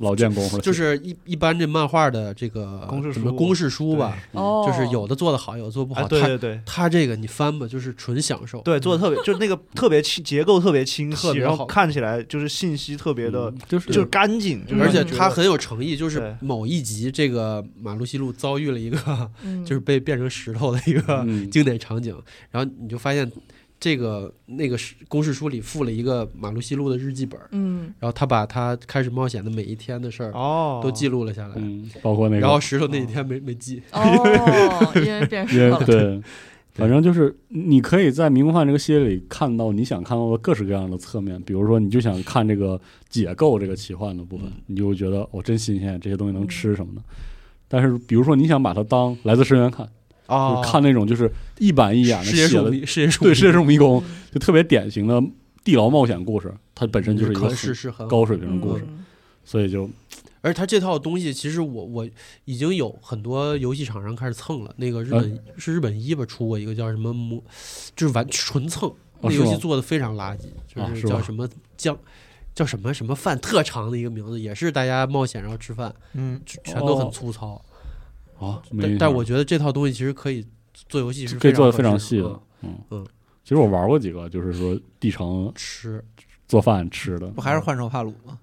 Speaker 4: 老见功夫了，
Speaker 2: 就是一一般这漫画的这个
Speaker 5: 公式
Speaker 2: 什么
Speaker 5: 书
Speaker 2: 公式书吧，
Speaker 1: 哦，
Speaker 2: 就是有的做的好，有的做不
Speaker 5: 哎，
Speaker 2: 好。
Speaker 5: 对
Speaker 2: 他
Speaker 5: 对对。
Speaker 2: 他这个你翻吧，就是纯享受。
Speaker 5: 对，做的特别，就是那个特别清，结构特别清
Speaker 2: 特
Speaker 5: 晰，
Speaker 2: 别
Speaker 5: 然
Speaker 2: 好
Speaker 5: 后看起来就是信息特别的，
Speaker 4: 嗯就是
Speaker 5: 就是干净，就是
Speaker 2: 而且
Speaker 5: 你觉
Speaker 2: 他
Speaker 5: 得
Speaker 2: 很有诚意，就是
Speaker 5: 对
Speaker 2: 某一集这个马路西路遭遇了一个，
Speaker 1: 嗯
Speaker 2: 就是被变成石头的一个
Speaker 4: 嗯
Speaker 2: 经典场景，然后你就发现这个那个是公式书里附了一个马路西路的日记本，
Speaker 1: 嗯
Speaker 2: 然后他把他开始冒险的每一天的事儿
Speaker 5: 哦，
Speaker 2: 都记录了下来，
Speaker 4: 嗯，包括那个
Speaker 2: 然后石头那几天没没
Speaker 4: 嗯
Speaker 2: 记，
Speaker 1: 哦，因为变
Speaker 4: 因
Speaker 1: 石
Speaker 4: 为
Speaker 1: 头了，
Speaker 4: 对，反正就是你可以在《迷宫饭》这个系列里看到你想看到的各式各样的侧面，比如说你就想看这个解构这个奇幻的部分，
Speaker 2: 嗯
Speaker 4: 你就会觉得哦真新鲜，这些东西能吃什么的。但是比如说你想把它当来自深渊看，
Speaker 5: 啊
Speaker 3: 哦
Speaker 4: 就，是看那种就是一板一眼
Speaker 2: 哦
Speaker 4: 的
Speaker 2: 世界
Speaker 4: 写
Speaker 2: 树
Speaker 4: 的，
Speaker 2: 迷，世界树
Speaker 4: 对世界中迷宫
Speaker 1: 嗯
Speaker 4: 就特别典型的地牢冒险故事，它本身就是一个
Speaker 2: 可是是很好
Speaker 4: 高水平的故事，
Speaker 1: 嗯
Speaker 4: 所以就哦
Speaker 2: 而他这套东西，其实我我已经有很多游戏厂商开始蹭了。那个日
Speaker 4: 嗯
Speaker 2: 本、是日本一吧出过一个叫什么魔，就是完纯蹭，那
Speaker 4: 哦是
Speaker 2: 游戏
Speaker 4: 吗
Speaker 2: 做的非常垃圾，
Speaker 4: 啊
Speaker 2: 就是
Speaker 4: 是
Speaker 2: 叫
Speaker 4: 吗
Speaker 2: 什么酱。叫什么什么饭特长的一个名字，也是大家冒险然后吃饭，
Speaker 3: 嗯，
Speaker 2: 就全都很
Speaker 4: 哦
Speaker 2: 粗糙。
Speaker 4: 啊，没
Speaker 2: 但
Speaker 4: 印
Speaker 2: 但
Speaker 4: 象
Speaker 2: 我觉得这套东西其实可以做游戏是
Speaker 4: 可以做的
Speaker 2: 非
Speaker 4: 非
Speaker 2: 常合
Speaker 4: 常
Speaker 2: 适
Speaker 4: 细的
Speaker 2: 嗯，
Speaker 4: 嗯
Speaker 2: 嗯。
Speaker 4: 其实我玩过几个，就是说地城
Speaker 2: 吃
Speaker 4: 做饭吃的
Speaker 3: 不，还是换手帕鲁 吗？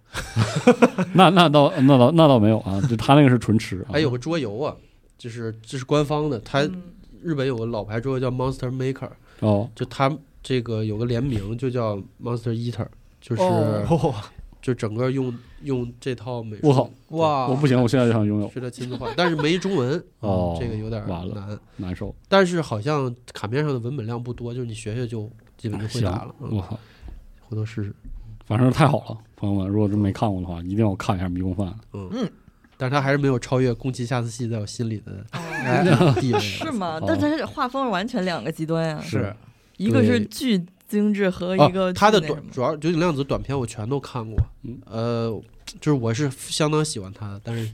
Speaker 4: 那那倒那倒那倒没有啊，就他那个是纯吃啊。
Speaker 2: 还有个桌游啊，就是这是官方的，它
Speaker 1: 嗯
Speaker 2: 日本有个老牌桌游叫 Monster Maker，
Speaker 4: 哦，
Speaker 2: 就它这个有个联名，就叫 Monster Eater，就是、
Speaker 1: 哦
Speaker 5: 哦，
Speaker 2: 就整个用用这套美术，
Speaker 4: 我靠，
Speaker 3: 哇，
Speaker 4: 我不行，我现在就想拥有，
Speaker 2: 是他亲自画，但是没中文，
Speaker 4: 哦
Speaker 2: 这个有点
Speaker 4: 完了
Speaker 2: 难。
Speaker 4: 难受。
Speaker 2: 但是好像卡面上的文本量不多，就是你学学就基本就会
Speaker 4: 行
Speaker 2: 打了。，
Speaker 4: 我
Speaker 2: 嗯，
Speaker 4: 靠，
Speaker 2: 回头试试。
Speaker 4: 反正太好了，朋友们，如果真没看过的话，一定要看一下《迷宫饭》。
Speaker 2: 但是他还是没有超越宫崎下次系在我心里 的
Speaker 1: 哦
Speaker 2: 哎地位。
Speaker 1: 是吗
Speaker 4: 哦？
Speaker 1: 但它是画风完全两个极端呀、啊
Speaker 2: 是
Speaker 1: 一个是
Speaker 2: 对
Speaker 1: 巨精致和
Speaker 2: 哦
Speaker 1: 一个、
Speaker 2: 他的
Speaker 1: 短
Speaker 2: 短主要九井亮子短片我全都看过
Speaker 4: 嗯，
Speaker 2: 呃，就是我是相当喜欢他的，但是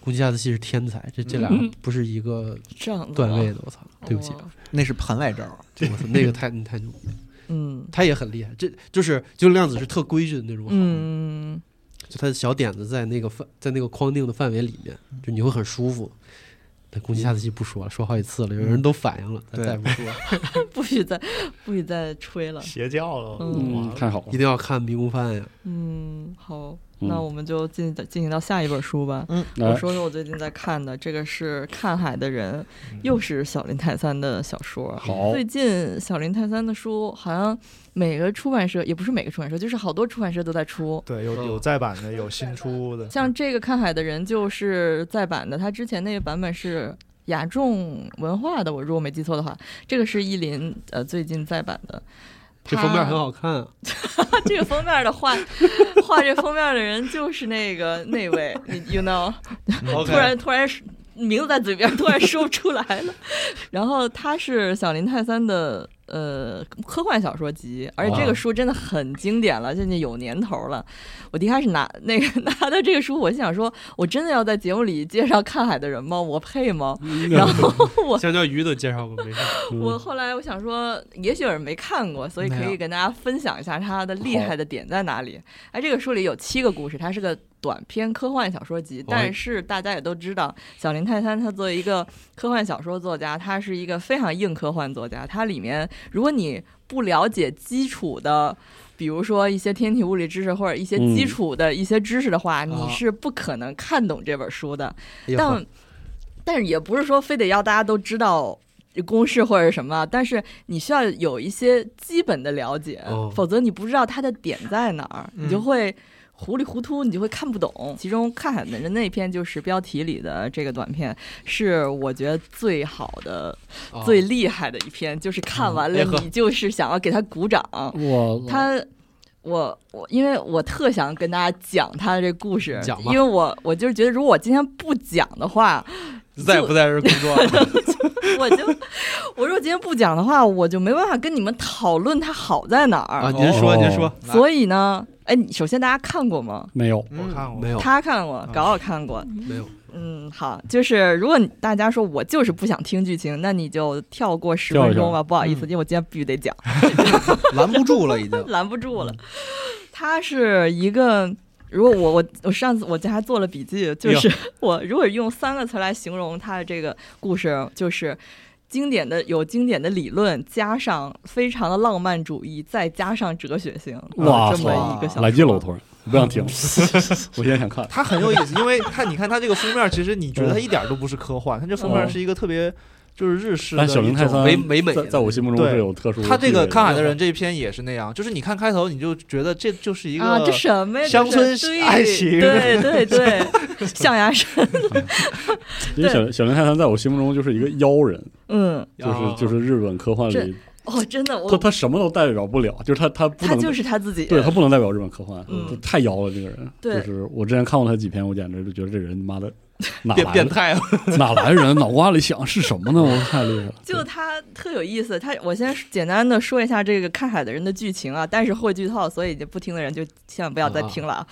Speaker 2: 宫崎下次系是天才，这这俩
Speaker 1: 嗯
Speaker 2: 不是一个
Speaker 1: 这样子
Speaker 2: 段位
Speaker 1: 吗，
Speaker 2: 的，我操！对不起，
Speaker 1: 啊
Speaker 2: 啊
Speaker 1: 哦
Speaker 3: 那是盘外招儿，
Speaker 2: 我操，那个太太牛逼了。
Speaker 1: 嗯
Speaker 2: 他也很厉害，这就是就量子是特规矩的那种好，
Speaker 1: 嗯，
Speaker 2: 就他的小点子在那个范在那个框定的范围里面，就你会很舒服。但宫崎下次期不说了，说好几次了，有人都反应了，咱
Speaker 3: 对
Speaker 2: 再不 说，
Speaker 1: 不许再不许再吹了，
Speaker 5: 邪教了，
Speaker 1: 嗯
Speaker 4: 嗯，太好了
Speaker 2: 一，定要看《迷宫饭》呀。
Speaker 1: 嗯，好，
Speaker 4: 嗯
Speaker 1: 那我们就进进行到下一本书吧。我
Speaker 4: 来
Speaker 1: 说说我最近在看的，这个是《看海的人》，
Speaker 2: 嗯
Speaker 1: 又是小林泰三的小说。
Speaker 4: 好
Speaker 1: 最近小林泰三的书好像每个出版社，也不是每个出版社，就是好多出版社都在出。
Speaker 5: 对，有有再版的，有新 出的，
Speaker 1: 像这个《看海的人》就是再版的，他之前那个版本是雅众文化的，我如果没记错的话，这个是意林呃最近再版的。
Speaker 2: 这封面很
Speaker 1: 好。
Speaker 2: 好看啊，
Speaker 1: 这个封面的画画这封面的人就是那个那位，你 you know，突
Speaker 5: 嗯
Speaker 1: 然突然是 名字在嘴边，突然说不出来了。然后他是小林泰三的呃科幻小说集，而且这个书真的很经典了，现在有年头了。我一开始拿 那个拿到这个书，我心想说，我真的要在节目里介绍看海的人吗？我配吗？然后我
Speaker 2: 香蕉鱼都介绍过，没事。
Speaker 1: 我后来我想说，也许有人没看过，所以可
Speaker 3: 没
Speaker 1: 以
Speaker 3: 有
Speaker 1: 跟大家分享一下它的厉
Speaker 4: 好
Speaker 1: 害的点在哪里。哎，这个书里有七个故事，它是个短篇科幻小说集，但是大家也都知道，小林泰三他作为一个科幻小说作家，他是一个非常硬科幻作家。它里面，如果你不了解基础的。比如说一些天体物理知识或者一些基
Speaker 4: 嗯
Speaker 1: 础的一些知识的话，
Speaker 5: 啊
Speaker 1: 你是不可能看懂这本书的。
Speaker 2: 哎
Speaker 5: 也好
Speaker 1: 但但是也不是说非得要大家都知道公式或者什么，但是你需要有一些基本的了解，
Speaker 2: 哦
Speaker 1: 否则你不知道它的点在哪儿，
Speaker 3: 嗯
Speaker 1: 你就会。糊里糊涂，你就会看不懂。其中《看海的人》那篇就是标题里的这个短片，是我觉得最好的、
Speaker 2: 啊
Speaker 1: 最厉害的一篇，就是看完了
Speaker 2: 哎呵
Speaker 1: 你就是想要给他鼓掌。
Speaker 4: 我
Speaker 2: 嗯
Speaker 1: 他，我我，因为我特想跟大家讲他的这故事，
Speaker 2: 讲
Speaker 1: 因
Speaker 2: 吧
Speaker 1: 为我我就是觉得，如果我今天不讲的 话，
Speaker 2: 在不在这儿工作？啊
Speaker 1: 我就我说今天不讲的话，我就没办法跟你们讨论它好在哪儿。
Speaker 2: 啊，您说，
Speaker 3: 哦
Speaker 2: 您说，
Speaker 1: 所以呢，哎，你首先大家看过吗？
Speaker 4: 没有，
Speaker 5: 嗯
Speaker 3: 嗯
Speaker 5: 我看过
Speaker 2: 没有，嗯
Speaker 1: 他看过，搞我看过。
Speaker 2: 没有，
Speaker 1: 嗯，好，就是如果你大家说我就是不想听剧情，那你就跳过十分钟吧，不好意思，
Speaker 2: 嗯
Speaker 1: 因为我今天必须得讲，。
Speaker 3: 拦不住了已经
Speaker 1: 拦不住了。嗯他是一个。如果我我我上次我家还做了笔记，就是 我如果用三个词来形容他的这个故事，就是经典的有经典的理论，加上非常的浪漫主义，再加上哲学性，呃
Speaker 4: 哇
Speaker 1: 这么
Speaker 5: 哇
Speaker 1: 一个小
Speaker 4: 来劲了，
Speaker 1: 说
Speaker 4: 我突然我不想听，我现在想看。
Speaker 5: 它很有意思，因为它你看它这个封面，其实你觉得它一点儿都不是 科幻，它这封面
Speaker 4: 嗯
Speaker 5: 是一个特别就是日式的
Speaker 4: 但小
Speaker 5: 一
Speaker 4: 林泰
Speaker 5: 种
Speaker 4: 三
Speaker 2: 唯唯美
Speaker 4: 嗯在
Speaker 2: 的
Speaker 4: 在我心目中
Speaker 5: 对
Speaker 4: 是有特殊地位的。
Speaker 5: 他这个看海的人这一篇也是那样，就是你看开头你就觉得这就是一个，
Speaker 1: 啊，这什么呀？
Speaker 5: 乡村
Speaker 1: 这是
Speaker 5: 爱情
Speaker 1: 对对对，象牙山，
Speaker 4: 因为小小林泰山在我心目中就是一个妖人，
Speaker 1: 嗯，
Speaker 4: 就是
Speaker 2: 啊
Speaker 4: 就是日本科幻
Speaker 1: 这
Speaker 4: 里，
Speaker 1: 哦，真的，
Speaker 4: 他
Speaker 1: 我
Speaker 4: 他什么都代表不了，就是他他不
Speaker 1: 他
Speaker 4: 能，
Speaker 1: 就是他自己，
Speaker 4: 对他不能代表日本科幻，
Speaker 1: 嗯
Speaker 4: 就太妖了这个人。
Speaker 1: 对
Speaker 4: 就是我之前看过他几篇，我简直就觉得这人妈 的哪
Speaker 2: 变
Speaker 4: 来
Speaker 2: 变
Speaker 4: 的
Speaker 2: 态了，
Speaker 4: 哪来人，脑瓜里想是什么 呢？我太厉害了。
Speaker 1: 就他特有意思，他我先简单的说一下这个看海的人的剧情啊，但是会剧透，所以就不听的人就千万不要再听了啊！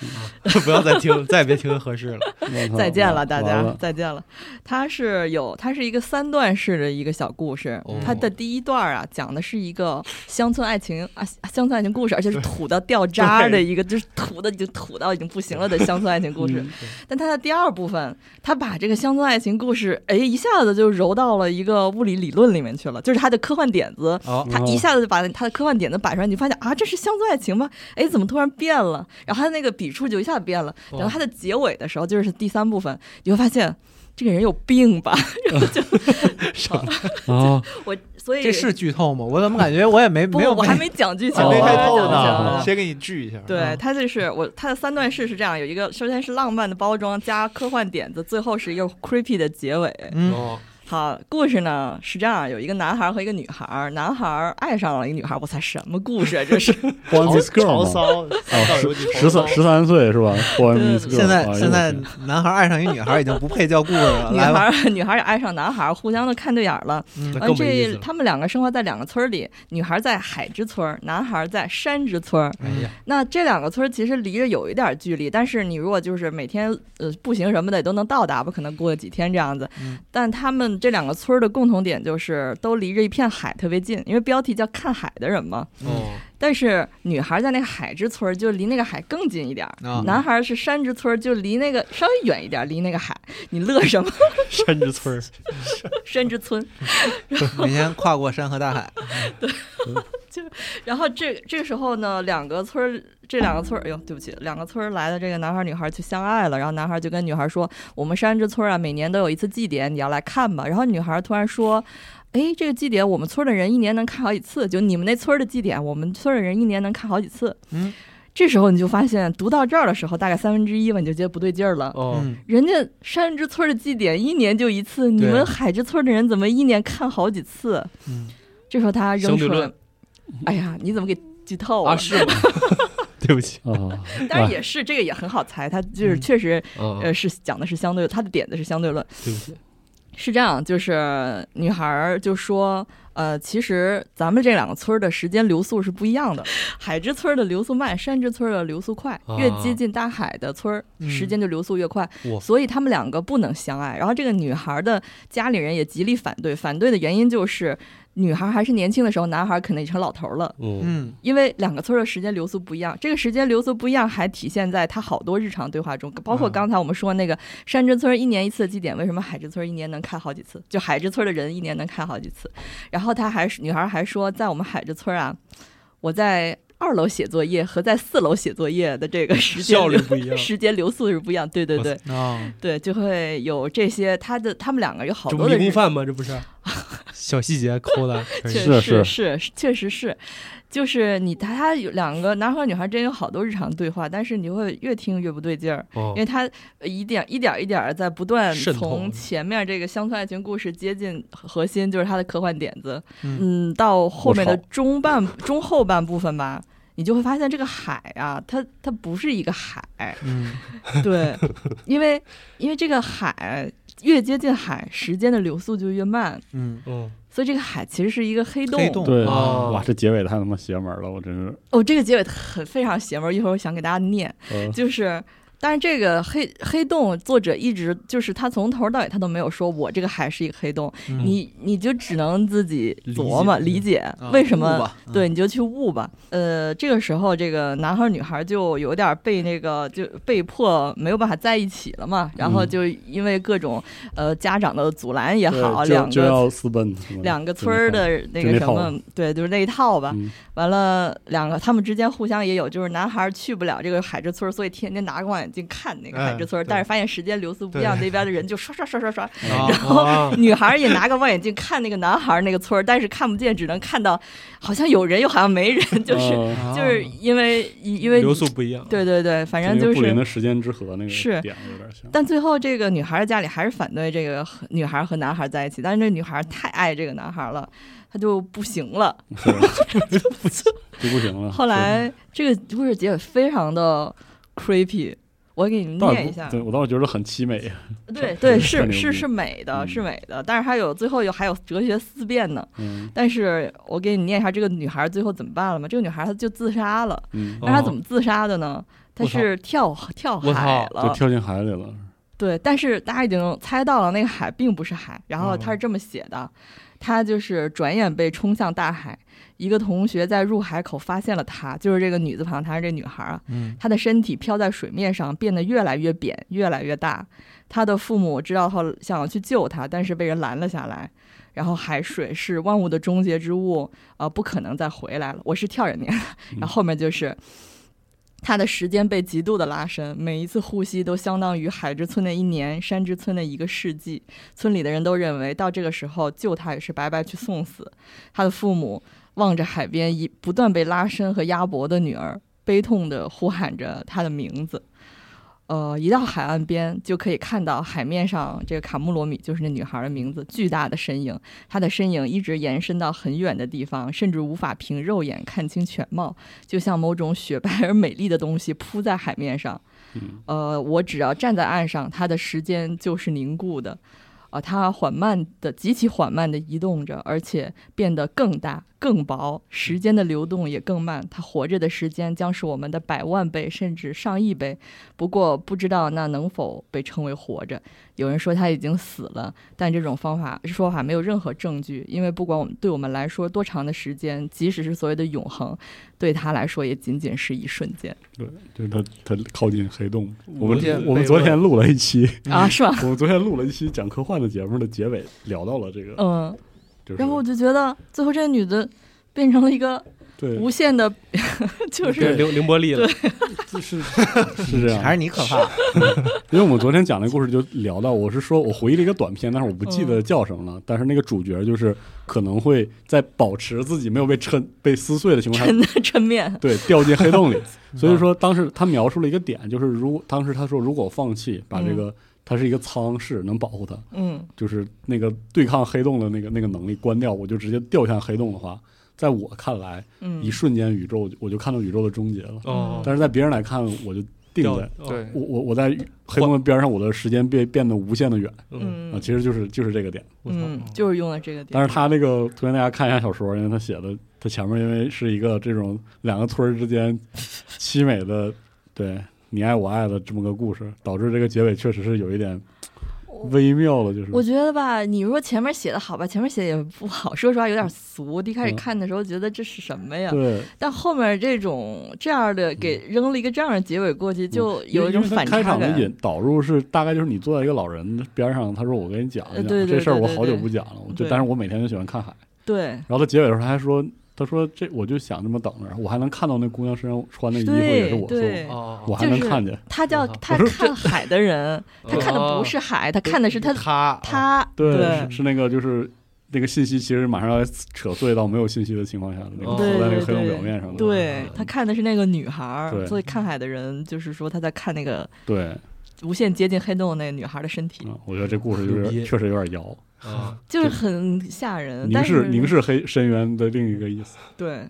Speaker 2: 不要再听，再也别听合适 了。
Speaker 4: 我操
Speaker 1: 再见了，
Speaker 4: 完
Speaker 1: 大
Speaker 4: 完
Speaker 1: 家
Speaker 4: 了
Speaker 1: 再见了。它是有，它是一个三段式的一个小故事
Speaker 2: 哦。
Speaker 1: 它的第一段啊，讲的是一个乡村爱情啊，乡村爱情故事，而且是土到掉渣的一个，就是土的已经土到已经不行了的乡村爱情故事
Speaker 4: 嗯。
Speaker 1: 但它的第二部分，它把这个乡村爱情故事，哎，一下子就揉到了一个物理理论里面去了，就是它的科幻点子。
Speaker 5: 哦
Speaker 1: 他一下子就把他的科幻点子摆出来，你发现啊，这是乡村爱情吗？哎，怎么突然变了？然后他那个笔触就一下子变了。
Speaker 2: 哦
Speaker 1: 然后他的结尾的时候，就是第三部分，你会发现这个人有病吧？
Speaker 4: 啊！
Speaker 1: 我所以
Speaker 3: 这是剧透吗？我怎么感觉我也没
Speaker 1: 不，
Speaker 3: 没有
Speaker 1: 我还
Speaker 3: 没
Speaker 1: 没讲剧情，
Speaker 5: 还
Speaker 1: 我
Speaker 5: 哦没
Speaker 1: 还
Speaker 5: 开
Speaker 1: 没讲
Speaker 5: 透
Speaker 1: 剧
Speaker 2: 哦
Speaker 1: 情
Speaker 5: 呢，
Speaker 1: 啊
Speaker 5: 先给你剧一下。
Speaker 2: 嗯
Speaker 1: 对，它就是我它的三段式是这样，有一个首先是浪漫的包装加科幻点子，最后是一个 creepy 的结尾。
Speaker 3: 嗯
Speaker 2: 哦，
Speaker 1: 好，故事呢是这样，有一个男孩和一个女孩，男孩爱上了一个女孩，我操，什么故事啊？这是
Speaker 2: 哦
Speaker 4: One Miss
Speaker 5: 潮
Speaker 4: Girl 嘛，
Speaker 5: 骚，
Speaker 4: 啊，
Speaker 5: 有
Speaker 4: 十
Speaker 5: 你
Speaker 4: 十三十三岁是吧？One Miss Girl，
Speaker 3: 现在
Speaker 4: 啊
Speaker 3: 现在
Speaker 4: 有点
Speaker 3: 男孩爱上一女孩已经不配叫故事了，
Speaker 1: 女
Speaker 3: 来吧，
Speaker 1: 孩女孩也爱上男孩，互相都看对眼儿了。
Speaker 2: 那
Speaker 1: 完
Speaker 2: 更没意
Speaker 1: 嗯这
Speaker 2: 思了。
Speaker 1: 他们两个生活在两个村儿里，女孩在海之村儿，男孩在山之村儿。
Speaker 2: 哎呀，
Speaker 1: 那这两个村儿其实离着有一点儿距离，但是你如果就是每天呃步行什么的也都能到达吧，可能过个几天这样子。
Speaker 3: 嗯
Speaker 1: 但他们这两个村儿的共同点就是都离着一片海特别近，因为标题叫看海的人嘛。
Speaker 2: 哦，
Speaker 1: 但是女孩在那个海之村儿就离那个海更近一点儿。
Speaker 3: 啊，
Speaker 1: 男孩是山之村儿，就离那个稍微远一点儿，离那个海。你乐什么？
Speaker 2: 山之村儿，
Speaker 1: 山之村。
Speaker 3: 每天跨过山和大海，
Speaker 1: 然后这这时候呢，两个村儿，这两个村儿，哎呦，对不起，两个村儿来的这个男孩儿女孩儿就相爱了。然后男孩儿就跟女孩儿说：“我们山之村儿啊，每年都有一次祭典，你要来看吧。”然后女孩儿突然说：“哎，这个祭典我们村儿的人一年能看好几次，就你们那村儿的祭典，我们村儿的人一年能看好几次。”
Speaker 3: 嗯，
Speaker 1: 这时候你就发现，读到这儿的时候，大概三分之一吧，你就觉得不对劲儿了。
Speaker 2: 哦，
Speaker 3: 嗯，
Speaker 1: 人家山之村儿的祭典一年就一次，你
Speaker 2: 对
Speaker 1: 们海之村儿的人怎么一年看好几次？
Speaker 3: 嗯，
Speaker 1: 这时候他扔
Speaker 2: 相对
Speaker 1: 出来
Speaker 2: 论，
Speaker 1: 哎呀，你怎么给剧透
Speaker 2: 啊
Speaker 1: 了？
Speaker 2: 是吗？对不起
Speaker 4: 啊，
Speaker 1: 当然也是，这个也很好猜，他就是确实，
Speaker 2: 啊，
Speaker 1: 呃，是讲的是相对，他的点子是相对论，
Speaker 2: 对不起，
Speaker 1: 是这样，就是女孩儿就说。呃，其实咱们这两个村儿的时间流速是不一样 的，海之村儿的流速慢，山之村儿的流速快，
Speaker 2: 啊
Speaker 1: 越接近大海的村儿、
Speaker 3: 嗯
Speaker 1: 时间就流速越快，
Speaker 2: 哇
Speaker 1: 所以他们两个不能相爱。然后这个女孩的家里人也极力反对，反对的原因就是女孩还是年轻的时候，男孩可能已经成老头儿了。
Speaker 2: 嗯，
Speaker 3: 嗯，
Speaker 1: 因为两个村儿的时间流速不一样，这个时间流速不一样，还体现在他好多日常对话中，包括
Speaker 3: 嗯
Speaker 1: 刚才我们说那个山之村一年一次的祭典，为什么海之村一年能开好几次？就海之村的人一年能开好几次。然后他还女孩还说，在我们海之村啊，我在二楼写作业和在四楼写作业的这个时间
Speaker 2: 效率
Speaker 1: 流。
Speaker 2: 不 一样
Speaker 1: 时间流速是不一样。对对
Speaker 2: 哇塞
Speaker 1: 对
Speaker 3: 嗯啊
Speaker 1: 对，就会有这些，他的他们两个有好
Speaker 2: 这
Speaker 1: 多
Speaker 2: 不迷
Speaker 1: 的
Speaker 2: 宫
Speaker 1: 日
Speaker 2: 饭吗？这不 是小细节抠的，可以
Speaker 1: 确
Speaker 4: 是
Speaker 1: 实是是，确实是，就是你他他有两个男孩和女孩之间有好多日常对话，但是你会越听越不对劲儿，
Speaker 2: 哦
Speaker 1: 因为他一点一点一点儿在不断
Speaker 2: 渗透
Speaker 1: 从前面这个乡村爱情故事接近核心，就是他的科幻点子，
Speaker 3: 嗯
Speaker 1: 嗯，到后面的
Speaker 4: 我操
Speaker 1: 中半中后半部分吧。你就会发现这个海啊，它它不是一个海，
Speaker 3: 嗯
Speaker 1: 对，因为因为这个海越接近海，时间的流速就越慢，
Speaker 3: 嗯，
Speaker 2: 嗯，
Speaker 1: 所以这个海其实是一个黑洞。
Speaker 3: 黑洞
Speaker 4: 哎对，
Speaker 2: 哦
Speaker 4: 哇，这结尾太他妈邪门了，我真是，
Speaker 1: 哦，这个结尾很非常邪门儿，一会儿我想给大家念，
Speaker 4: 呃，
Speaker 1: 就是。但是这个黑黑洞作者一直就是他从头到尾他都没有说我这个海是一个黑洞，
Speaker 3: 嗯
Speaker 1: 你你就只能自己
Speaker 3: 理
Speaker 1: 琢磨
Speaker 3: 解
Speaker 1: 理
Speaker 3: 嗯
Speaker 1: 解
Speaker 3: 啊
Speaker 1: 为什
Speaker 3: 悟
Speaker 1: 么
Speaker 3: 吧
Speaker 1: 对，你就去悟吧。呃，这个时候，这个男孩儿女孩儿就有点儿被那个就被迫没有办法在一起了嘛，然后
Speaker 4: 嗯
Speaker 1: 就因为各种呃家长的阻拦也好，
Speaker 4: 对就
Speaker 1: 两
Speaker 4: 就
Speaker 1: 个
Speaker 4: 要私奔，
Speaker 1: 两个村儿的那
Speaker 4: 就那
Speaker 1: 个什
Speaker 4: 套
Speaker 1: 么，对，就是那一套吧。
Speaker 4: 嗯，
Speaker 1: 完了，两个他们之间互相也有，就是男孩儿去不了这个海之村儿，所以天天拿个望远镜看那个海之村儿，
Speaker 5: 嗯对
Speaker 1: 但是发现时间流速不一样，那边的人就刷刷刷刷刷。
Speaker 4: 啊
Speaker 1: 然后女孩儿也拿个望远镜看那个男孩儿那个村儿，但是看不见，只能看到好像有人又好像没人，就是、
Speaker 4: 呃
Speaker 3: 啊
Speaker 1: 就是因为因为
Speaker 2: 流速不一样。
Speaker 1: 对对对，反正
Speaker 4: 那个
Speaker 1: 就
Speaker 4: 布林
Speaker 1: 是。
Speaker 4: 的时间之河那个
Speaker 1: 是
Speaker 4: 点有点像，
Speaker 1: 但最后，这个女孩儿家里还是反对这个和女孩儿和男孩儿在一起，但是这女孩儿太爱这个男孩儿了，她就不行了，
Speaker 4: 是就不行了。
Speaker 1: 后来这个故事结尾非常的 creepy，我给你们
Speaker 4: 倒也
Speaker 1: 念一
Speaker 4: 不
Speaker 1: 下。
Speaker 4: 对我倒是觉得很凄美，啊
Speaker 1: 对
Speaker 4: 太
Speaker 1: 对，
Speaker 4: 太
Speaker 1: 是
Speaker 4: 牛逼
Speaker 1: 是是美的，
Speaker 4: 嗯
Speaker 1: 是美的。但是它有最后有还有哲学思辨呢。
Speaker 4: 嗯
Speaker 1: 但是我给你念一下这个女孩最后怎么办了嘛？这个女孩她就自杀了。
Speaker 4: 嗯，
Speaker 1: 但是她
Speaker 2: 哦
Speaker 1: 怎么自杀的呢？她
Speaker 2: 我操
Speaker 1: 是跳跳
Speaker 2: 我
Speaker 1: 海
Speaker 2: 操
Speaker 4: 就
Speaker 1: 了。
Speaker 4: 跳进海里了。
Speaker 1: 对，但是大家已经猜到了那个海并不是海，然
Speaker 4: 哦
Speaker 1: 后他是这么写的，他就是转眼被冲向大海。一个同学在入海口发现了她，就是这个女字旁，她是这女孩啊。
Speaker 3: 嗯
Speaker 1: 她的身体漂在水面上，变得越来越扁，越来越大。她的父母知道后想要去救她，但是被人拦了下来。然后海水是万物的终结之物，呃，不可能再回来了。我是跳着 念，
Speaker 4: 嗯
Speaker 1: 然后后面就是。她的时间被极度的拉伸，每一次呼吸都相当于海之村的一年，山之村的一个世纪。村里的人都认为，到这个时候救她也是白白去送死。她的父母望着海边一不断被拉伸和压迫的女儿，悲痛地呼喊着她的名字。呃，一到海岸边就可以看到海面上这个卡穆罗米，就是那女孩的名字，巨大的身影，她的身影一直延伸到很远的地方，甚至无法凭肉眼看清全貌，就像某种雪白而美丽的东西铺在海面上。
Speaker 4: 嗯，
Speaker 1: 呃，我只要站在岸上，它的时间就是凝固的，呃，它缓慢的、极其缓慢的移动着，而且变得更大、更薄，时间的流动也更慢。它活着的时间将是我们的百万倍，甚至上亿倍。不过，不知道那能否被称为活着。有人说他已经死了，但这种方法说法没有任何证据，因为不管我们对我们来说多长的时间，即使是所谓的永恒，对他来说也仅仅是一瞬间
Speaker 4: 对，就是他他靠近黑洞。我们
Speaker 5: 无限
Speaker 4: 我们
Speaker 5: 悖论
Speaker 4: 昨天录了一期，
Speaker 1: 啊，是吧？
Speaker 4: 我们昨天录了一期讲科幻的节目的结尾，聊到了这个，
Speaker 1: 嗯。
Speaker 4: 就是
Speaker 1: 然后我就觉得最后这女的变成了一个
Speaker 4: 对，
Speaker 1: 无限的， 就是
Speaker 2: 凌凌波丽了，
Speaker 4: 就是是这样，
Speaker 3: 还是你可怕，
Speaker 4: 因为我们昨天讲的故事就聊到，我是说我回忆了一个短片，但是我不
Speaker 1: 嗯
Speaker 4: 记得叫什么了。但是那个主角就是可能会在保持自己没有被抻被撕碎的情况下，
Speaker 1: 沉 的抻面，
Speaker 4: 对，掉进 黑洞里。所
Speaker 1: 嗯
Speaker 4: 以说，当时他描述了一个点，就是如当时他说，如果放弃把这个，它是一个舱室能保护他，
Speaker 1: 嗯
Speaker 4: 就是那个对抗黑洞的那个那个能力关掉，我就直接掉向黑洞的话，在我看来，
Speaker 1: 嗯
Speaker 4: 一瞬间宇宙我就看到宇宙的终结了。
Speaker 2: 哦
Speaker 4: 但是在别人来看，我就定
Speaker 2: 掉
Speaker 4: 在。
Speaker 5: 对，
Speaker 4: 我我我在黑洞的边上，我的时间变变得无限的远
Speaker 2: 嗯，
Speaker 4: 啊，
Speaker 1: 嗯
Speaker 4: 其实就是就是这个点。
Speaker 2: 我操
Speaker 1: 嗯，就是用了这个点。
Speaker 4: 但是他那个推荐大家看一下小说，因为他写的，他前面因为是一个这种两个村儿 之间凄美的，对你爱我爱的这么个故事，导致这个结尾确实是有一点
Speaker 1: 我
Speaker 4: 微妙了，就是
Speaker 1: 我觉得吧，你说前面写的好吧，前面写的也不好，说实话有点俗。一开始
Speaker 4: 嗯
Speaker 1: 看的时候觉得这是什么呀？
Speaker 4: 对，嗯
Speaker 1: 但后面这种这样的给扔了一个这样的结尾过去，就有一种
Speaker 4: 因为他
Speaker 1: 反差
Speaker 4: 开场的
Speaker 1: 感。
Speaker 4: 引导入是大概就是你坐在一个老人边上，他说我跟你讲
Speaker 1: 呃
Speaker 4: 一讲
Speaker 1: 对对
Speaker 4: 这事儿，
Speaker 1: 对
Speaker 4: 我
Speaker 1: 对
Speaker 4: 好久
Speaker 1: 对
Speaker 4: 不讲了，我就
Speaker 1: 对
Speaker 4: 但是我每天就喜欢看海。
Speaker 1: 对
Speaker 4: 然后他结尾的时候他还说，他说这我就想这么等着，我还能看到那姑娘身上穿那个衣服也是我做的，啊
Speaker 1: 对，
Speaker 2: 哦，
Speaker 4: 我还能
Speaker 1: 就是
Speaker 4: 看见。
Speaker 1: 他叫
Speaker 2: 我操
Speaker 1: 他看海的人， 他看的不是海，他看的是他
Speaker 2: 他
Speaker 4: 啊
Speaker 1: 他
Speaker 4: 是是那个就是那个信息，其实马上要扯碎到没有信息的情况下的那个
Speaker 2: 哦
Speaker 4: 浮在那
Speaker 1: 对
Speaker 4: 个
Speaker 1: 对
Speaker 4: 黑洞
Speaker 1: 对
Speaker 4: 表面上的。
Speaker 1: 对他看的是那个女孩
Speaker 4: 嗯对
Speaker 1: 儿，所以看海的人就是说他在看那个
Speaker 4: 对，
Speaker 1: 无限接近黑洞的那个女孩的身体，
Speaker 4: 嗯我觉得这故事就
Speaker 2: 牛
Speaker 4: 是
Speaker 2: 逼
Speaker 4: 确实有点摇，
Speaker 2: 啊，
Speaker 1: 就是很吓人。呃
Speaker 4: 凝
Speaker 1: 但
Speaker 4: 视
Speaker 1: 是
Speaker 4: 凝视哎黑深渊的另一个意思。
Speaker 1: 对，
Speaker 5: 哎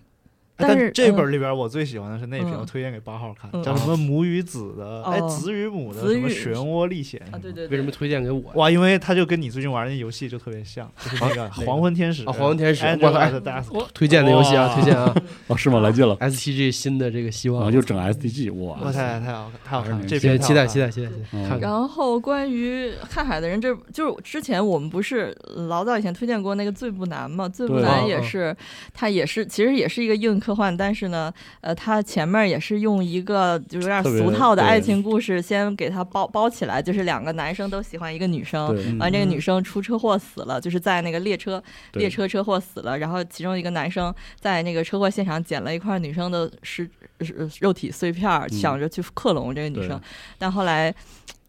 Speaker 5: 但
Speaker 1: 是
Speaker 5: 这本
Speaker 1: 嗯
Speaker 5: 里边我最喜欢的是那篇，
Speaker 1: 嗯
Speaker 5: 我推荐给八号看，
Speaker 1: 嗯
Speaker 5: 叫什么母与子的，哎，
Speaker 1: 哦
Speaker 5: 子与母的
Speaker 1: 子
Speaker 5: 什么
Speaker 1: 与
Speaker 5: 漩涡历险
Speaker 1: 啊对对
Speaker 2: 为
Speaker 1: 对
Speaker 2: 什么推荐给我呀？
Speaker 5: 哇，因为他就跟你最近玩那游戏就特 别像，就是那个
Speaker 2: 啊
Speaker 5: 黄昏天使
Speaker 2: 啊黄昏天使
Speaker 5: Angel
Speaker 2: 我哎
Speaker 5: and the Dusk
Speaker 2: 推荐的游戏啊，
Speaker 5: 哇
Speaker 2: 推 荐啊
Speaker 4: 哦，是吗？来劲了，
Speaker 2: ，STG 新的这个希
Speaker 4: 然后
Speaker 2: 望，
Speaker 4: 又整 SDG，哇
Speaker 5: 哇，太太好看，太好看了，这啊篇
Speaker 2: 期期待期
Speaker 5: 待。
Speaker 2: 待期待期待，
Speaker 4: 嗯
Speaker 2: 看看
Speaker 1: 然后关于看海的人，这就是之前我们不是老早以前推荐过那个《最不难》嘛，《最不
Speaker 4: 对啊
Speaker 1: 难
Speaker 2: 嗯》
Speaker 1: 也
Speaker 2: 嗯
Speaker 1: 是，它也是其实也是一个硬科幻，但是呢，呃，它前面也是用一个就是有点
Speaker 4: 特别
Speaker 1: 俗套的
Speaker 4: 对
Speaker 1: 爱情故事先给它包包起来，就是两个男生都喜欢一个女生。
Speaker 4: 对，
Speaker 1: 完，这个女生出车祸死了，就是在那个列车
Speaker 4: 对
Speaker 1: 列车车祸死了。然后其中一个男生在那个车祸现场捡了一块女生的尸呃肉体碎片儿，
Speaker 4: 嗯
Speaker 1: 想着去克隆这个女
Speaker 4: 对
Speaker 1: 生，但后来。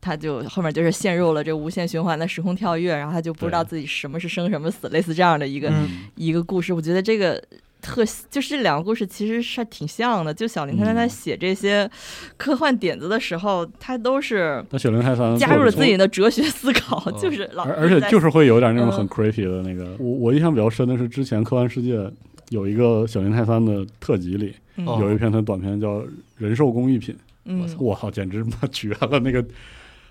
Speaker 1: 他就后面就是陷入了这无限循环的时空跳跃，然后他就不知道自己什么是生什么死，类似这样的一个、
Speaker 4: 嗯
Speaker 1: 一个故事。我觉得这个特就是这两个故事其实是挺像的。就小林他
Speaker 4: 嗯
Speaker 1: 在写这些科幻点子的时候，他都是
Speaker 4: 那雪灵泰三
Speaker 1: 加入了自己的哲学思考，
Speaker 2: 嗯
Speaker 1: 就是老
Speaker 4: 而而且
Speaker 1: 在
Speaker 4: 就是会有点那种很
Speaker 1: 嗯
Speaker 4: creepy 的那个。我我印象比较深的是之前《科幻世界》有一个小林泰三的特辑里，
Speaker 1: 嗯
Speaker 2: 哦
Speaker 4: 有一篇他短篇叫《人兽工艺品》，
Speaker 1: 嗯
Speaker 4: 我操，简直他妈绝了！那个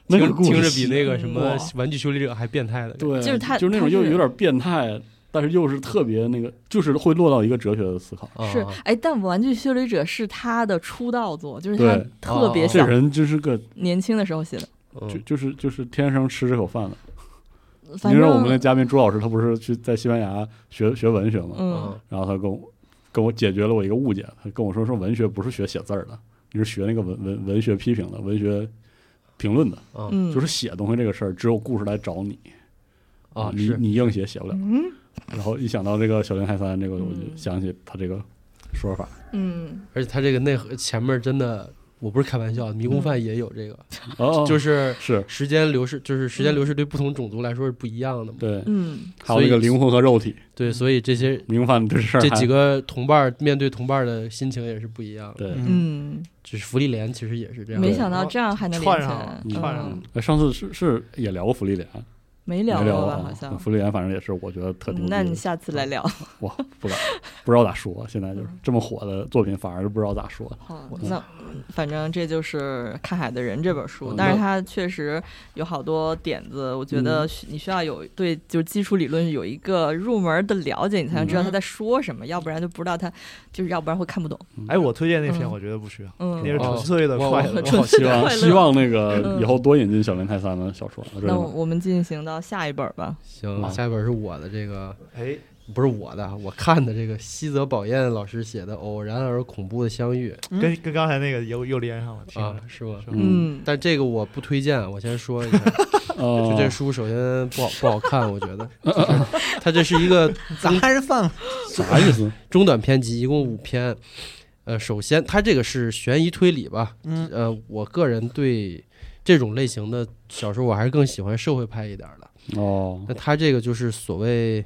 Speaker 4: 那
Speaker 2: 听
Speaker 4: 个故事
Speaker 2: 听着比那个什么
Speaker 4: 哇
Speaker 2: 玩具修理者还变态的，
Speaker 4: 对，
Speaker 1: 就是他
Speaker 4: 就是那种
Speaker 1: 他
Speaker 4: 又
Speaker 1: 是
Speaker 4: 有点变态，但是又是特别那个，就是会落到一个哲学的思考。
Speaker 5: 嗯
Speaker 2: 啊
Speaker 1: 是，哎，但《玩具修理者》是他的出道作，就是他
Speaker 4: 对
Speaker 1: 特别
Speaker 2: 哦
Speaker 4: 这
Speaker 1: 小、
Speaker 4: 人就是个
Speaker 1: 年轻的时候写的。
Speaker 2: 嗯
Speaker 4: 就就是就是天生吃这口饭的。
Speaker 1: 反
Speaker 4: 因
Speaker 1: 正
Speaker 4: 为我们那嘉宾朱老师，他不是去在西班牙学学文学嘛，
Speaker 2: 哦
Speaker 1: 嗯，
Speaker 4: 然后他跟我跟我解决了我一个误解，他跟我说说文学不是学写字儿的，你是学那个文文文学批评的，文学评论的，
Speaker 2: 嗯
Speaker 1: 嗯，
Speaker 4: 就是写东西这个事儿，只有故事来找你
Speaker 2: 啊
Speaker 4: 你
Speaker 2: 是
Speaker 4: 你硬写写不了。
Speaker 1: 嗯
Speaker 4: 然后一想到这个小林海三这个，我就
Speaker 1: 嗯
Speaker 4: 想起他这个说法，
Speaker 1: 嗯
Speaker 2: 而且他这个内核前面真的，我不是开玩笑，迷
Speaker 1: 嗯
Speaker 2: 宫饭也有这个，
Speaker 4: 哦，
Speaker 2: 嗯就是是
Speaker 4: 是
Speaker 2: 时间流逝，就是时间流逝对不同种族来说是不一样的嘛。
Speaker 4: 对，
Speaker 1: 嗯
Speaker 4: 还有那个
Speaker 2: 所以
Speaker 4: 灵魂和肉体，
Speaker 2: 对，所以这些
Speaker 4: 明白你这事 儿
Speaker 2: 这
Speaker 4: 还
Speaker 2: 几个同伴儿面对同伴儿的心情也是不一样的。
Speaker 4: 对。
Speaker 1: 嗯，
Speaker 2: 就是福利连其实也是这样的。
Speaker 1: 没想到这样还能连
Speaker 5: 串
Speaker 1: 起
Speaker 5: 上
Speaker 1: 来
Speaker 5: 了，
Speaker 1: 嗯
Speaker 5: 串上了
Speaker 4: 呃上次是是也聊过福利莲，
Speaker 1: 没
Speaker 4: 没
Speaker 1: 聊
Speaker 4: 聊
Speaker 1: 过
Speaker 4: 过
Speaker 1: 吧？
Speaker 4: 啊
Speaker 1: 好像。
Speaker 4: 福利莲，反正也是我觉得特牛
Speaker 1: 嗯
Speaker 4: 逼的。
Speaker 1: 那你下次来聊。
Speaker 4: 哇，不敢，不知道咋说。现在就是
Speaker 1: 嗯
Speaker 4: 这么火的作品，反而是不知道咋说。
Speaker 1: 好
Speaker 4: 我，
Speaker 1: 嗯那反正这就是《看海的人》这本书
Speaker 4: 嗯，
Speaker 1: 但是它确实有好多点子，我觉
Speaker 2: 嗯
Speaker 1: 得需你需要有对就是基础理论有一个入门的了解，你才能
Speaker 2: 嗯
Speaker 1: 知道他在说什么，要不然就不知道他就是要不然会看不懂。
Speaker 5: 哎，我推荐那篇，
Speaker 1: 嗯
Speaker 5: 我觉得不需要，
Speaker 1: 嗯
Speaker 5: 那是
Speaker 2: 哦
Speaker 5: 纯粹的
Speaker 2: 我
Speaker 5: 快
Speaker 2: 我
Speaker 5: 乐。
Speaker 2: 我好希
Speaker 4: 希
Speaker 2: 望
Speaker 4: 望
Speaker 1: 快乐
Speaker 4: 希望那个
Speaker 1: 嗯
Speaker 4: 以后多引进小林泰三的小说。我真
Speaker 1: 那
Speaker 4: 的
Speaker 1: 我们进行到下一本吧。
Speaker 2: 行，
Speaker 4: 啊
Speaker 2: 下一本是我的这个，
Speaker 5: 哎，
Speaker 2: 不是我的，我看的这个西泽保彦老师写的《偶然而恐怖的相遇
Speaker 3: 嗯
Speaker 5: 跟跟刚才那个又又连上了，》听
Speaker 2: 啊
Speaker 5: 着，
Speaker 2: 是吗？
Speaker 4: 嗯，
Speaker 2: 但这个我不推荐，我先说一 下，
Speaker 4: 哦
Speaker 2: 就这书首先不好不好看，我觉 得，就是它这是一个
Speaker 3: 砸人饭
Speaker 4: 啥意思？
Speaker 2: 中短篇集，一共五篇。呃，首先它这个是悬疑推理吧，
Speaker 3: 嗯
Speaker 2: 呃，我个人对这种类型的小说，我还是更喜欢社会派一点儿的。
Speaker 4: 哦
Speaker 2: 那他这个就是所谓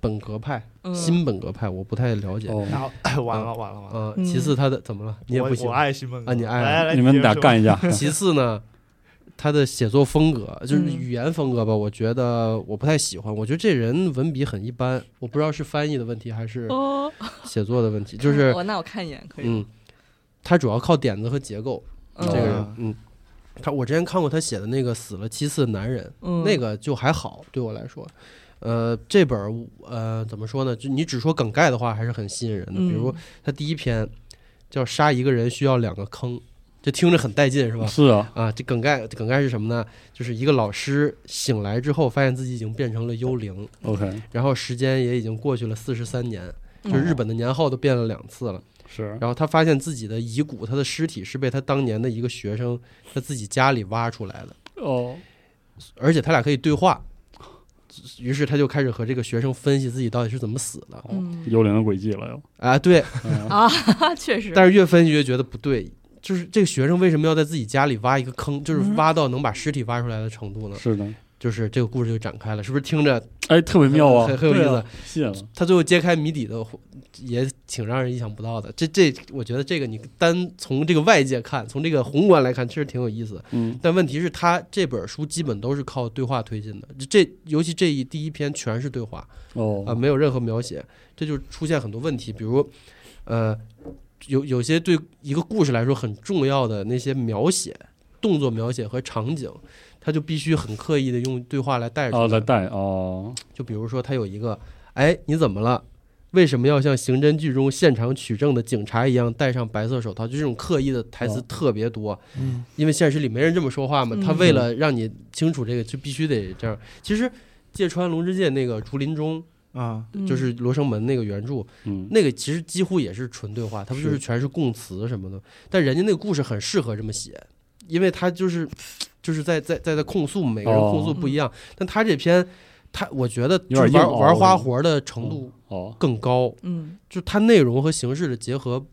Speaker 2: 本格派、
Speaker 1: 嗯，
Speaker 2: 新本格派，我不太了解。
Speaker 5: 然
Speaker 4: 哦，
Speaker 5: 后哎完了完了完了，
Speaker 2: 呃，
Speaker 1: 嗯
Speaker 2: 其次他的怎么了？你也
Speaker 5: 我
Speaker 2: 不喜
Speaker 5: 我
Speaker 2: 欢。
Speaker 5: 爱西门
Speaker 2: 啊你爱
Speaker 5: 来来，
Speaker 4: 你们
Speaker 5: 接着
Speaker 4: 俩
Speaker 5: 说
Speaker 4: 干一架。
Speaker 2: 其次呢，他的写作风格就是
Speaker 1: 嗯
Speaker 2: 语言风格吧，我觉得我不太喜欢。我觉得这人文笔很一般，我不知道是翻译的问题还是
Speaker 1: 哦，
Speaker 2: 写作的问题。就是嗯
Speaker 1: 我那我看一眼可以。
Speaker 2: 嗯，他主要靠点子和结构。
Speaker 1: 嗯
Speaker 2: 这个人，嗯，他我之前看过他写的那个死了七次的男人，
Speaker 1: 嗯，
Speaker 2: 那个就还好，对我来说。呃，这本儿呃怎么说呢？就你只说梗概的话，还是很吸引人的。
Speaker 1: 嗯
Speaker 2: 比如他第一篇叫“杀一个人需要两个坑”，这听着很带劲，是吧？
Speaker 4: 是啊，
Speaker 2: 啊，这梗概梗概是什么呢？就是一个老师醒来之后，发现自己已经变成了幽灵，
Speaker 4: ，OK，
Speaker 2: 然后时间也已经过去了四十三年，就
Speaker 1: 嗯
Speaker 2: 日本的年号都变了两次了。
Speaker 4: 是
Speaker 2: 然后他发现自己的遗骨，他的尸体是被他当年的一个学生他自己家里挖出来的，
Speaker 4: 哦，
Speaker 2: 而且他俩可以对话。于是他就开始和这个学生分析自己到底是怎么死的。
Speaker 1: 嗯
Speaker 4: 幽灵的轨迹了 又，
Speaker 2: 啊，对，
Speaker 4: 嗯
Speaker 1: 啊， 确实，
Speaker 2: 但是越分析越觉得不对，就是这个学生为什么要在自己家里挖一个坑，就是挖到能把尸体挖出来的程度呢？
Speaker 4: 是的，
Speaker 2: 就是这个故事就展开了，是不是听着
Speaker 4: 哎，特别妙啊
Speaker 2: 很，很有意
Speaker 4: 对
Speaker 2: 思。
Speaker 4: 啊，信了，
Speaker 2: 他最后揭开谜底的也挺让人意想不到的。这这，我觉得这个你单从这个外界看，从这个宏观来看，确实挺有意思的。
Speaker 4: 嗯，
Speaker 2: 但问题是，他这本书基本都是靠对话推进的，这尤其这一第一篇全是对话啊、
Speaker 4: 哦，
Speaker 2: 没有任何描写，这就出现很多问题，比如，呃，有有些对一个故事来说很重要的那些描写、动作描写和场景，他就必须很刻意的用对话来带出来。
Speaker 4: 哦，再带哦，
Speaker 2: 就比如说，他有一个，哎，你怎么了？为什么要像刑侦剧中现场取证的警察一样戴上白色手套？就这种刻意的台词
Speaker 4: 哦
Speaker 2: 特别多，
Speaker 3: 嗯
Speaker 2: 因为现实里没人这么说话嘛。
Speaker 1: 嗯
Speaker 2: 他为了让你清楚这个，就必须得这样。其实，芥川龙之介那个《竹林中
Speaker 5: 啊，
Speaker 1: 嗯》
Speaker 2: 就是《罗生门》那个原著，
Speaker 4: 嗯，
Speaker 2: 那个其实几乎也是纯对话，他不就是是全是供词什么的？但人家那个故事很适合这么写，因为他就是就是在在在在控诉每个人
Speaker 4: 哦
Speaker 2: 控诉不一样。但他这篇，他我觉得就
Speaker 4: 有
Speaker 2: 是
Speaker 4: 点硬
Speaker 2: 玩
Speaker 4: 凹
Speaker 2: 玩花活的程度
Speaker 4: 哦，
Speaker 2: 更高，
Speaker 1: 嗯
Speaker 2: 就它内容和形式的结合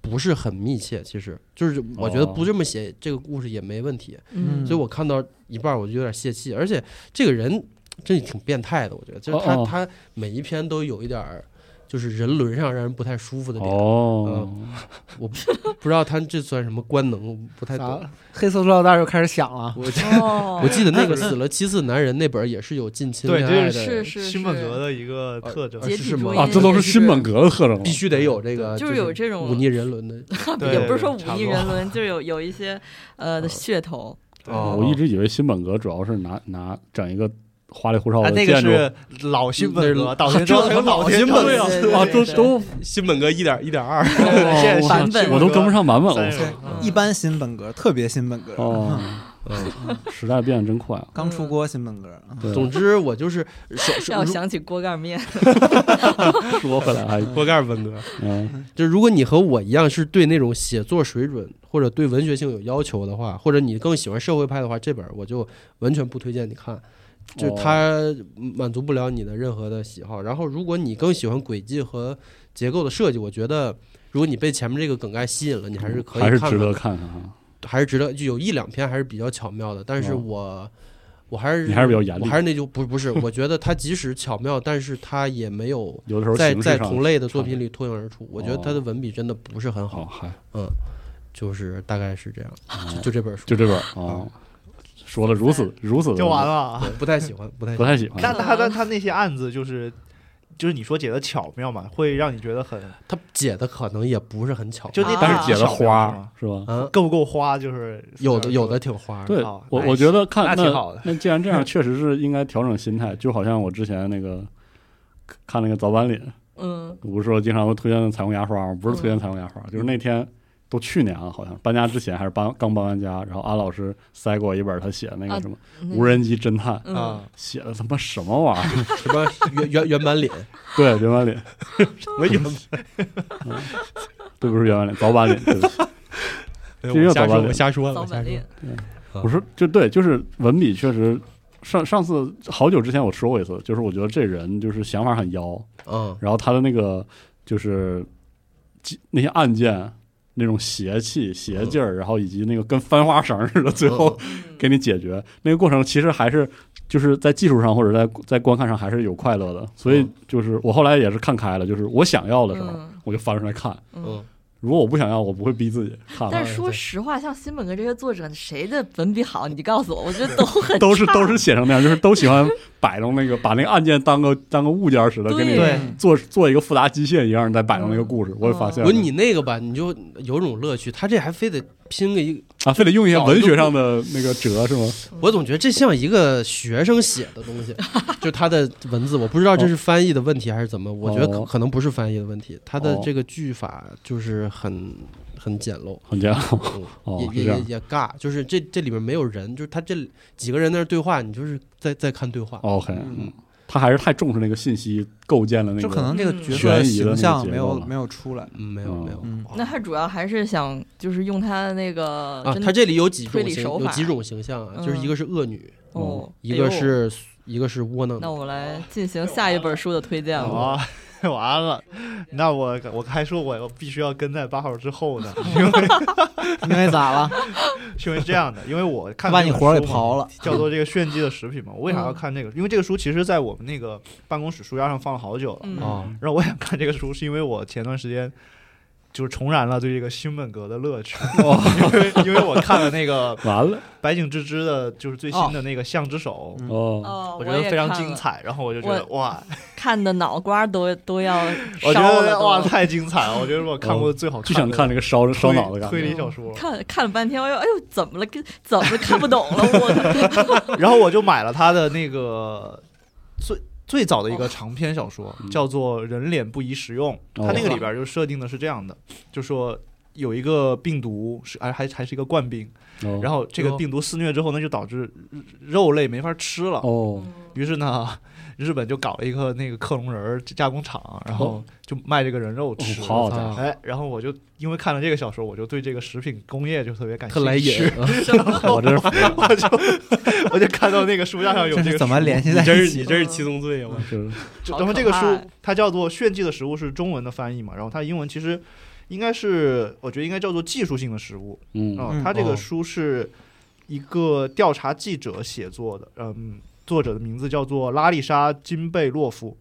Speaker 2: 不是很密切。其实就是我觉得
Speaker 4: 哦
Speaker 2: 不这么写这个故事也没问题。
Speaker 1: 嗯
Speaker 2: 所以我看到一半儿我就有点泄气，而且这个人真的挺变态的，我觉得就是他
Speaker 4: 哦哦
Speaker 2: 他每一篇都有一点儿。就是人伦上让人不太舒服的点，
Speaker 4: 哦，
Speaker 2: 嗯我不不知道他这算什么官能，我不太懂
Speaker 3: 啥。？黑色塑料袋又开始响了。
Speaker 2: 我
Speaker 1: 哦，
Speaker 2: 我记得那个死了七次的男人那本儿也是有近亲
Speaker 5: 对
Speaker 2: 恋
Speaker 5: 这
Speaker 2: 爱的，
Speaker 1: 是是
Speaker 5: 新本格的一个特征
Speaker 2: 呃，
Speaker 1: 解
Speaker 2: 是
Speaker 1: 体
Speaker 2: 是吗
Speaker 1: 主义
Speaker 4: 啊，这都是新本格的特征了，啊
Speaker 2: 必须得有这个，
Speaker 1: 就是有这种
Speaker 2: 忤逆人伦的。
Speaker 5: 对
Speaker 1: 也不是说忤
Speaker 5: 差不
Speaker 1: 逆
Speaker 5: 多嗯
Speaker 1: 人伦，就是有有一些呃的噱头。
Speaker 2: 哦
Speaker 4: 我一直以为新本格主要是拿拿整一个花里胡哨
Speaker 5: 啊，
Speaker 4: 的
Speaker 5: 那个
Speaker 4: 哦建筑，
Speaker 5: 是老新本格，岛田庄还有老
Speaker 2: 新
Speaker 5: 新
Speaker 2: 本
Speaker 5: 本
Speaker 1: 格
Speaker 5: 格，
Speaker 1: 对
Speaker 4: 啊，
Speaker 1: 对
Speaker 4: 都
Speaker 1: 对
Speaker 4: 都
Speaker 2: 新本格一点一点二，
Speaker 5: 现在
Speaker 4: 哦
Speaker 5: 是
Speaker 1: 版本
Speaker 5: 新
Speaker 4: 我都跟不上版本
Speaker 5: 三
Speaker 4: 了，
Speaker 5: 十
Speaker 1: 嗯
Speaker 3: 一般新本格，特别新本格，
Speaker 4: 哦，时代变得 真快啊，
Speaker 3: 刚出锅新本格，嗯
Speaker 4: 对啊
Speaker 2: 总之我就是手
Speaker 1: 让我
Speaker 2: 手
Speaker 1: 想起锅盖面，
Speaker 4: 说回来还
Speaker 2: 锅盖文革。
Speaker 4: 嗯
Speaker 2: 就是如果你和我一样是对那种写作水准或者对文学性有要求的话，或者你更喜欢社会派的话，这本儿我就完全不推荐你看，
Speaker 4: 哦
Speaker 2: 就是它满足不了你的任何的喜好。然后，如果你更喜欢轨迹和结构的设计，我觉得如果你被前面这个梗概吸引了，你还是可以
Speaker 4: 嗯还
Speaker 2: 看
Speaker 4: 是
Speaker 2: 看
Speaker 4: 值得
Speaker 2: 的，
Speaker 4: 看看啊，
Speaker 2: 还是值得。就有一两篇还是比较巧妙的，但是
Speaker 4: 哦
Speaker 2: 我。我还是
Speaker 4: 你还是比较严厉
Speaker 2: 我还是那就不不是，我觉得它即使巧妙，但是它也没有
Speaker 4: 有的时候
Speaker 2: 在
Speaker 4: 形式
Speaker 2: 在
Speaker 4: 上
Speaker 2: 同类的作品里脱颖而出。我觉得他的
Speaker 4: 哦
Speaker 2: 文笔真的不是很
Speaker 4: 好
Speaker 2: 好，
Speaker 4: 还
Speaker 2: 就是大概是这样。
Speaker 4: 哦
Speaker 2: 就就这本书，
Speaker 4: 就这本儿啊，说了如此如
Speaker 2: 嗯
Speaker 4: 此
Speaker 5: 哎就完
Speaker 4: 了，
Speaker 5: 了啊。
Speaker 2: 不太喜欢，不太喜
Speaker 4: 不
Speaker 2: 欢。
Speaker 4: 太喜欢，
Speaker 5: 但他但他那些案子就是。就是你说解的巧妙嘛，会让你觉得很
Speaker 2: 他解的可能也不是很巧，
Speaker 5: 就那
Speaker 1: 啊
Speaker 4: 但是解
Speaker 5: 的
Speaker 4: 了花是吧？
Speaker 2: 嗯，
Speaker 5: 够不够花，就是
Speaker 2: 有的有的挺花的。
Speaker 4: 对，
Speaker 5: 好
Speaker 4: 我
Speaker 5: 那
Speaker 4: 我觉得看
Speaker 5: 那挺好的
Speaker 4: 那既然这样，确实是应该调整心态，就好像我之前那个看那个早晚脸，
Speaker 1: 嗯
Speaker 4: 不是说经常会推荐的彩虹牙刷吗？不是
Speaker 5: 嗯
Speaker 4: 推荐彩虹牙刷，就是那天都去年啊，好像搬家之前还是搬刚搬完家，然后安老师塞给我一本他写的那
Speaker 1: 啊
Speaker 4: 个什么、
Speaker 1: 那
Speaker 4: 无人机侦探，
Speaker 1: 嗯，
Speaker 5: 啊，
Speaker 4: 写的他妈什么玩意儿？
Speaker 2: 什么原原原版脸，
Speaker 4: 对，原版脸，
Speaker 2: 我有
Speaker 4: 对，不是原版脸，早版脸，对不起。这
Speaker 2: 我
Speaker 4: 又
Speaker 2: 瞎
Speaker 4: 早
Speaker 2: 说，
Speaker 4: 班
Speaker 2: 我
Speaker 4: 脸
Speaker 2: 瞎说了，
Speaker 1: 早
Speaker 2: 我瞎
Speaker 1: 板
Speaker 2: 说
Speaker 1: 栗
Speaker 2: 了。，
Speaker 4: 我说就对，就是文笔确实。上上次好久之前我说过一次，就是我觉得这人就是想法很妖，
Speaker 2: 嗯，
Speaker 4: 然后他的那个就是几那些案件那种邪气、邪劲儿，然后以及那个跟翻花绳似的， 最后给你解决那个过程，其实还是就是在技术上或者在在观看上还是有快乐的。所以
Speaker 2: 嗯
Speaker 4: 就是我后来也是看开了，就是我想要的时候
Speaker 1: 嗯
Speaker 4: 我就翻出来看，
Speaker 1: 嗯。
Speaker 4: 如果我不想要，我不会逼自己看
Speaker 5: 啊
Speaker 1: 但
Speaker 4: 了。
Speaker 1: 是说实话，像新本格这些作者，谁的文笔好？你就告诉我，我觉得都很
Speaker 4: 都是
Speaker 1: 差
Speaker 4: 都是写成那样，就是都喜欢摆弄那个，把那个案件当个当个物件似的，跟你
Speaker 1: 对
Speaker 5: 对
Speaker 4: 做做一个啊
Speaker 2: 哦
Speaker 4: 复杂机械一样，在摆弄那个故事。我也发现了，
Speaker 2: 不是你那个吧，你就有种乐趣。他这还非得拼个一，
Speaker 4: 啊，非得用一些文学上的那个辙是吗？
Speaker 2: 我总觉得这像一个学生写的东 西，就他的文字，我不知道这是翻译的问题还是怎么，我觉得可
Speaker 4: 哦
Speaker 2: 可能不是翻译的问题，他的
Speaker 4: 哦
Speaker 2: 这个句法就是很很简陋。
Speaker 4: 很家伙，
Speaker 2: 嗯
Speaker 4: 哦是
Speaker 2: 也也
Speaker 4: 这
Speaker 2: 也
Speaker 4: 样
Speaker 2: 也尬，就是这这里面没有人，就是他这几个人在那儿对话，你就是在在看对话。
Speaker 5: 哦
Speaker 4: OK，
Speaker 2: 嗯
Speaker 4: 他还是太重视那个信息，构建了那个，
Speaker 3: 就可能这个
Speaker 1: 嗯
Speaker 3: 角色
Speaker 4: 悬疑的那
Speaker 3: 形
Speaker 4: 个
Speaker 3: 象
Speaker 4: 结
Speaker 3: 没
Speaker 4: 构
Speaker 3: 有
Speaker 4: 了
Speaker 3: 没有出来。
Speaker 2: 嗯，没有
Speaker 5: 哦
Speaker 4: 嗯
Speaker 2: 没有
Speaker 3: 嗯
Speaker 1: 那他主要还是想就是用他的那个
Speaker 2: 啊，
Speaker 1: 真的
Speaker 2: 他这里有几种
Speaker 1: 推理
Speaker 2: 形
Speaker 1: 手
Speaker 2: 有
Speaker 1: 法
Speaker 2: 几种形象啊，就是
Speaker 1: 嗯
Speaker 2: 一个是恶女，
Speaker 5: 嗯
Speaker 1: 哦，
Speaker 2: 一个
Speaker 1: 哎呦
Speaker 2: 是一个是窝囊
Speaker 1: 那
Speaker 2: 的，
Speaker 1: 我们来进行下一本书的推荐吧。
Speaker 5: 啊， 完了，那我我还说我必须要跟在八号之后呢，因为
Speaker 3: 因为咋 了？
Speaker 5: 是因为这样的，因为我
Speaker 3: 他
Speaker 5: 看
Speaker 3: 把
Speaker 5: 这
Speaker 3: 你
Speaker 5: 本
Speaker 3: 活儿给
Speaker 5: 书嘛
Speaker 3: 刨了。
Speaker 5: 叫做这个炫技的食品嘛。我为啥要
Speaker 1: 嗯
Speaker 5: 看这个？因为这个书其实在我们那个办公室书架上放了好久了。
Speaker 1: 嗯
Speaker 2: 啊，
Speaker 5: 然后我想看这个书，是因为我前段时间就是重燃了对这个新本格的乐趣，
Speaker 3: 哦
Speaker 5: 因为因为我看了那个
Speaker 4: 完了
Speaker 5: 白井智之的，就是最新的那个《象之手》
Speaker 3: 嗯
Speaker 4: 哦，
Speaker 1: 哦，
Speaker 5: 我觉得
Speaker 1: 也
Speaker 5: 非常
Speaker 1: 看
Speaker 5: 精
Speaker 1: 了，
Speaker 5: 彩，然后我就觉得哇，
Speaker 1: 看的脑瓜都都要
Speaker 5: 我
Speaker 1: 烧
Speaker 5: 觉
Speaker 1: 了
Speaker 5: 得
Speaker 1: 都
Speaker 5: 哇太精彩了，我觉得是我看过的最好看
Speaker 4: 就想看那
Speaker 5: 的
Speaker 4: 个烧
Speaker 5: 推
Speaker 4: 烧脑的感
Speaker 5: 推
Speaker 4: 觉。
Speaker 5: 理小说，
Speaker 1: 看看了半天，哎呦哎呦，怎么了？跟怎么看不懂了？ 我
Speaker 5: 然后我就买了他的那个最最早的一个长篇小说，
Speaker 4: 嗯
Speaker 5: 叫做《人脸不宜食用》。
Speaker 4: 哦
Speaker 5: 他那个里边就设定的是这样的，就说有一个病毒是哎还还还是一个冠病，
Speaker 4: 哦
Speaker 5: 然后这个
Speaker 2: 哟
Speaker 5: 病毒肆虐之后呢，就导致肉类没法吃了。
Speaker 4: 哦，
Speaker 5: 于是呢，日本就搞了一个那个克隆人儿加工厂，然后
Speaker 4: 哦
Speaker 5: 就卖这个人肉吃。
Speaker 4: 哦好家
Speaker 2: 啊
Speaker 4: 伙
Speaker 5: 哎，然后我就因为看了这个小说，我就对这个食品工业就特别感
Speaker 2: 特来
Speaker 5: 兴
Speaker 2: 瘾
Speaker 5: 趣。，
Speaker 4: 哦我这是服了
Speaker 5: 我就 我就看到那个书架 上有
Speaker 3: 这
Speaker 5: 这
Speaker 3: 是
Speaker 5: 个
Speaker 3: 怎么
Speaker 5: 书
Speaker 3: 联系在
Speaker 2: 你真
Speaker 3: 一
Speaker 2: 是你
Speaker 3: 起？
Speaker 2: 真是七宗罪呀！我
Speaker 4: 是
Speaker 5: 就
Speaker 1: 好
Speaker 5: 咱们
Speaker 1: 可
Speaker 5: 这个书
Speaker 1: 爱，
Speaker 5: 它叫做《炫技的食物》，是中文的翻译嘛？然后它英文其实应该是，我觉得应该叫做技术性的食物
Speaker 4: 嗯
Speaker 5: 啊、
Speaker 3: 嗯
Speaker 5: 它这
Speaker 2: 哦
Speaker 5: 个书是一个调查记者写作的，嗯，作者的名字叫做拉丽莎金贝洛夫。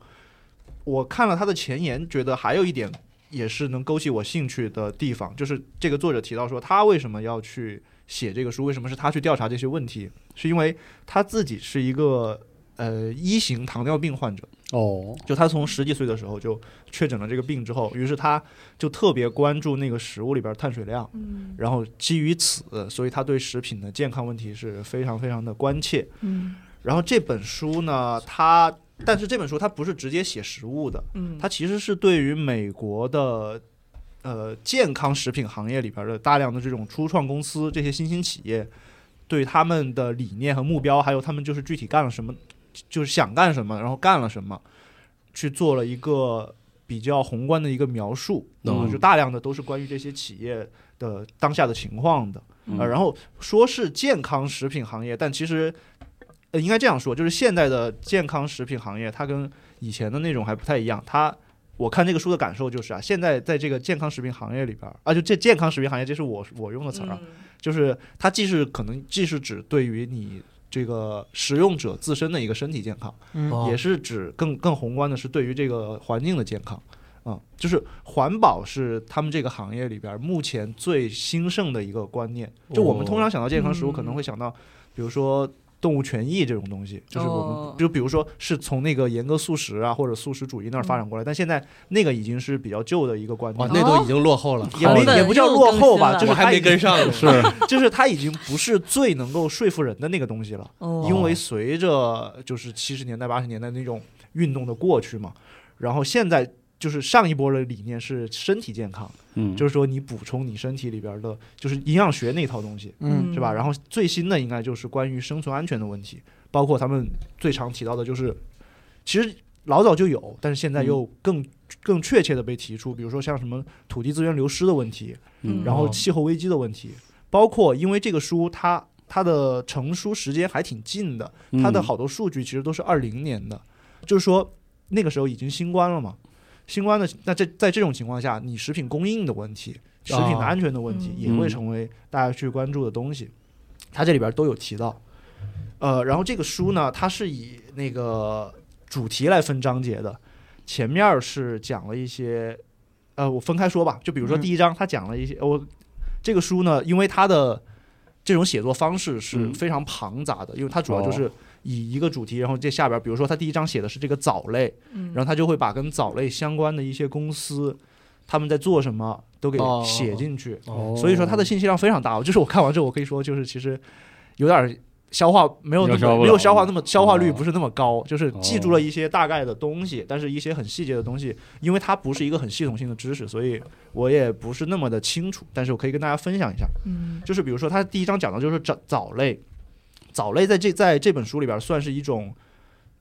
Speaker 5: 我看了他的前言，觉得还有一点也是能勾起我兴趣的地方，就是这个作者提到说，他为什么要去写这个书，为什么是他去调查这些问题，是因为他自己是一个呃一型糖尿病患者。
Speaker 4: 哦
Speaker 5: 就他从十几岁的时候就确诊了这个病之后，于是他就特别关注那个食物里边碳水量，
Speaker 1: 嗯
Speaker 5: 然后基于此，所以他对食品的健康问题是非常非常的关切。
Speaker 1: 嗯
Speaker 5: 然后这本书呢，它但是这本书它不是直接写食物的，
Speaker 1: 嗯，
Speaker 5: 它其实是对于美国的呃健康食品行业里边的大量的这种初创公司、这些新兴企业，对他们的理念和目标，还有他们就是具体干了什么，就是想干什么，然后干了什么，去做了一个比较宏观的一个描述，那么
Speaker 4: 嗯
Speaker 5: 就大量的都是关于这些企业的当下的情况的。
Speaker 4: 嗯
Speaker 5: 呃，然后说是健康食品行业，但其实，呃，应该这样说，就是现在的健康食品行业，它跟以前的那种还不太一样。它，我看这个书的感受就是啊，现在在这个健康食品行业里边儿，啊，就这健康食品行业，这是我我用的词儿啊，
Speaker 1: 嗯
Speaker 5: 就是它既是可能既是指对于你这个使用者自身的一个身体健康，
Speaker 1: 哦
Speaker 3: 嗯，
Speaker 5: 也是指更更宏观的是对于这个环境的健康。啊、就是环保是他们这个行业里边目前最兴盛的一个观念。
Speaker 1: 哦
Speaker 5: 就我们通常想到健康食物，
Speaker 1: 嗯
Speaker 5: 可能会想到，比如说动物权益这种东西，就是我们、
Speaker 1: 哦
Speaker 5: 就比如说是从那个严格素食啊或者素食主义那儿发展
Speaker 1: 嗯
Speaker 5: 过来，但现在那个已经是比较旧的一个观
Speaker 2: 哇
Speaker 5: 念，，
Speaker 2: 那都已经落后了，
Speaker 5: 也没
Speaker 1: 哦好的
Speaker 5: 也不叫落后吧，
Speaker 1: 又更新了哎
Speaker 5: 就是
Speaker 2: 我还
Speaker 5: 它已
Speaker 2: 没跟上呢。
Speaker 4: 是
Speaker 5: 就是它已经不是最能够说服人的那个东西了。
Speaker 1: 哦
Speaker 5: 因为随着就是七十年代八十年代那种运动的过去嘛，然后现在就是上一波的理念是身体健康，
Speaker 4: 嗯
Speaker 5: 就是说你补充你身体里边的，就是营养学那套东西，
Speaker 3: 嗯
Speaker 5: 是吧？然后最新的应该就是关于生存安全的问题，包括他们最常提到的就是，其实老早就有，但是现在又更更确切的被提出，比如说像什么土地资源流失的问题，
Speaker 1: 嗯
Speaker 5: 然后
Speaker 2: 哦
Speaker 5: 气候危机的问题，包括因为这个书它它的成书时间还挺近的，
Speaker 4: 嗯
Speaker 5: 它的好多数据其实都是二零年的，就是说那个时候已经新冠了嘛。新冠的那这在这种情况下，你食品供应的问题、食品的安全的问题
Speaker 1: 嗯
Speaker 5: 也会成为大家去关注的东西。它这里边都有提到，呃，然后这个书呢，它是以那个主题来分章节的，前面儿是讲了一些，呃，我分开说吧，就比如说
Speaker 3: 嗯
Speaker 5: 第一章，它讲了一些，我这个书呢，因为它的这种写作方式是
Speaker 4: 嗯
Speaker 5: 非常庞杂的，因为它主要就
Speaker 4: 哦
Speaker 5: 是以一个主题，然后这下边儿，比如说它第一章写的是这个藻类，
Speaker 1: 嗯
Speaker 5: 然后他就会把跟藻类相关的一些公司，他们在做什么都给
Speaker 3: 哦
Speaker 5: 写进去。
Speaker 2: 哦
Speaker 5: 所以说它的信息量非常大。就是我看完之后，我可以说就是其实有点儿消化没有那
Speaker 4: 有消化
Speaker 5: 么
Speaker 4: 不
Speaker 5: 没有
Speaker 4: 了
Speaker 5: 消化那么消化率
Speaker 4: 哦
Speaker 5: 不是那么高，就是记住了一些大概的东西，但是一些很细节的东西，因为它不是一个很系统性的知识，所以我也不是那么的清楚。但是我可以跟大家分享一下，
Speaker 1: 嗯
Speaker 5: 就是比如说它第一章讲的就是藻藻类，藻类在这在这本书里边算是一种。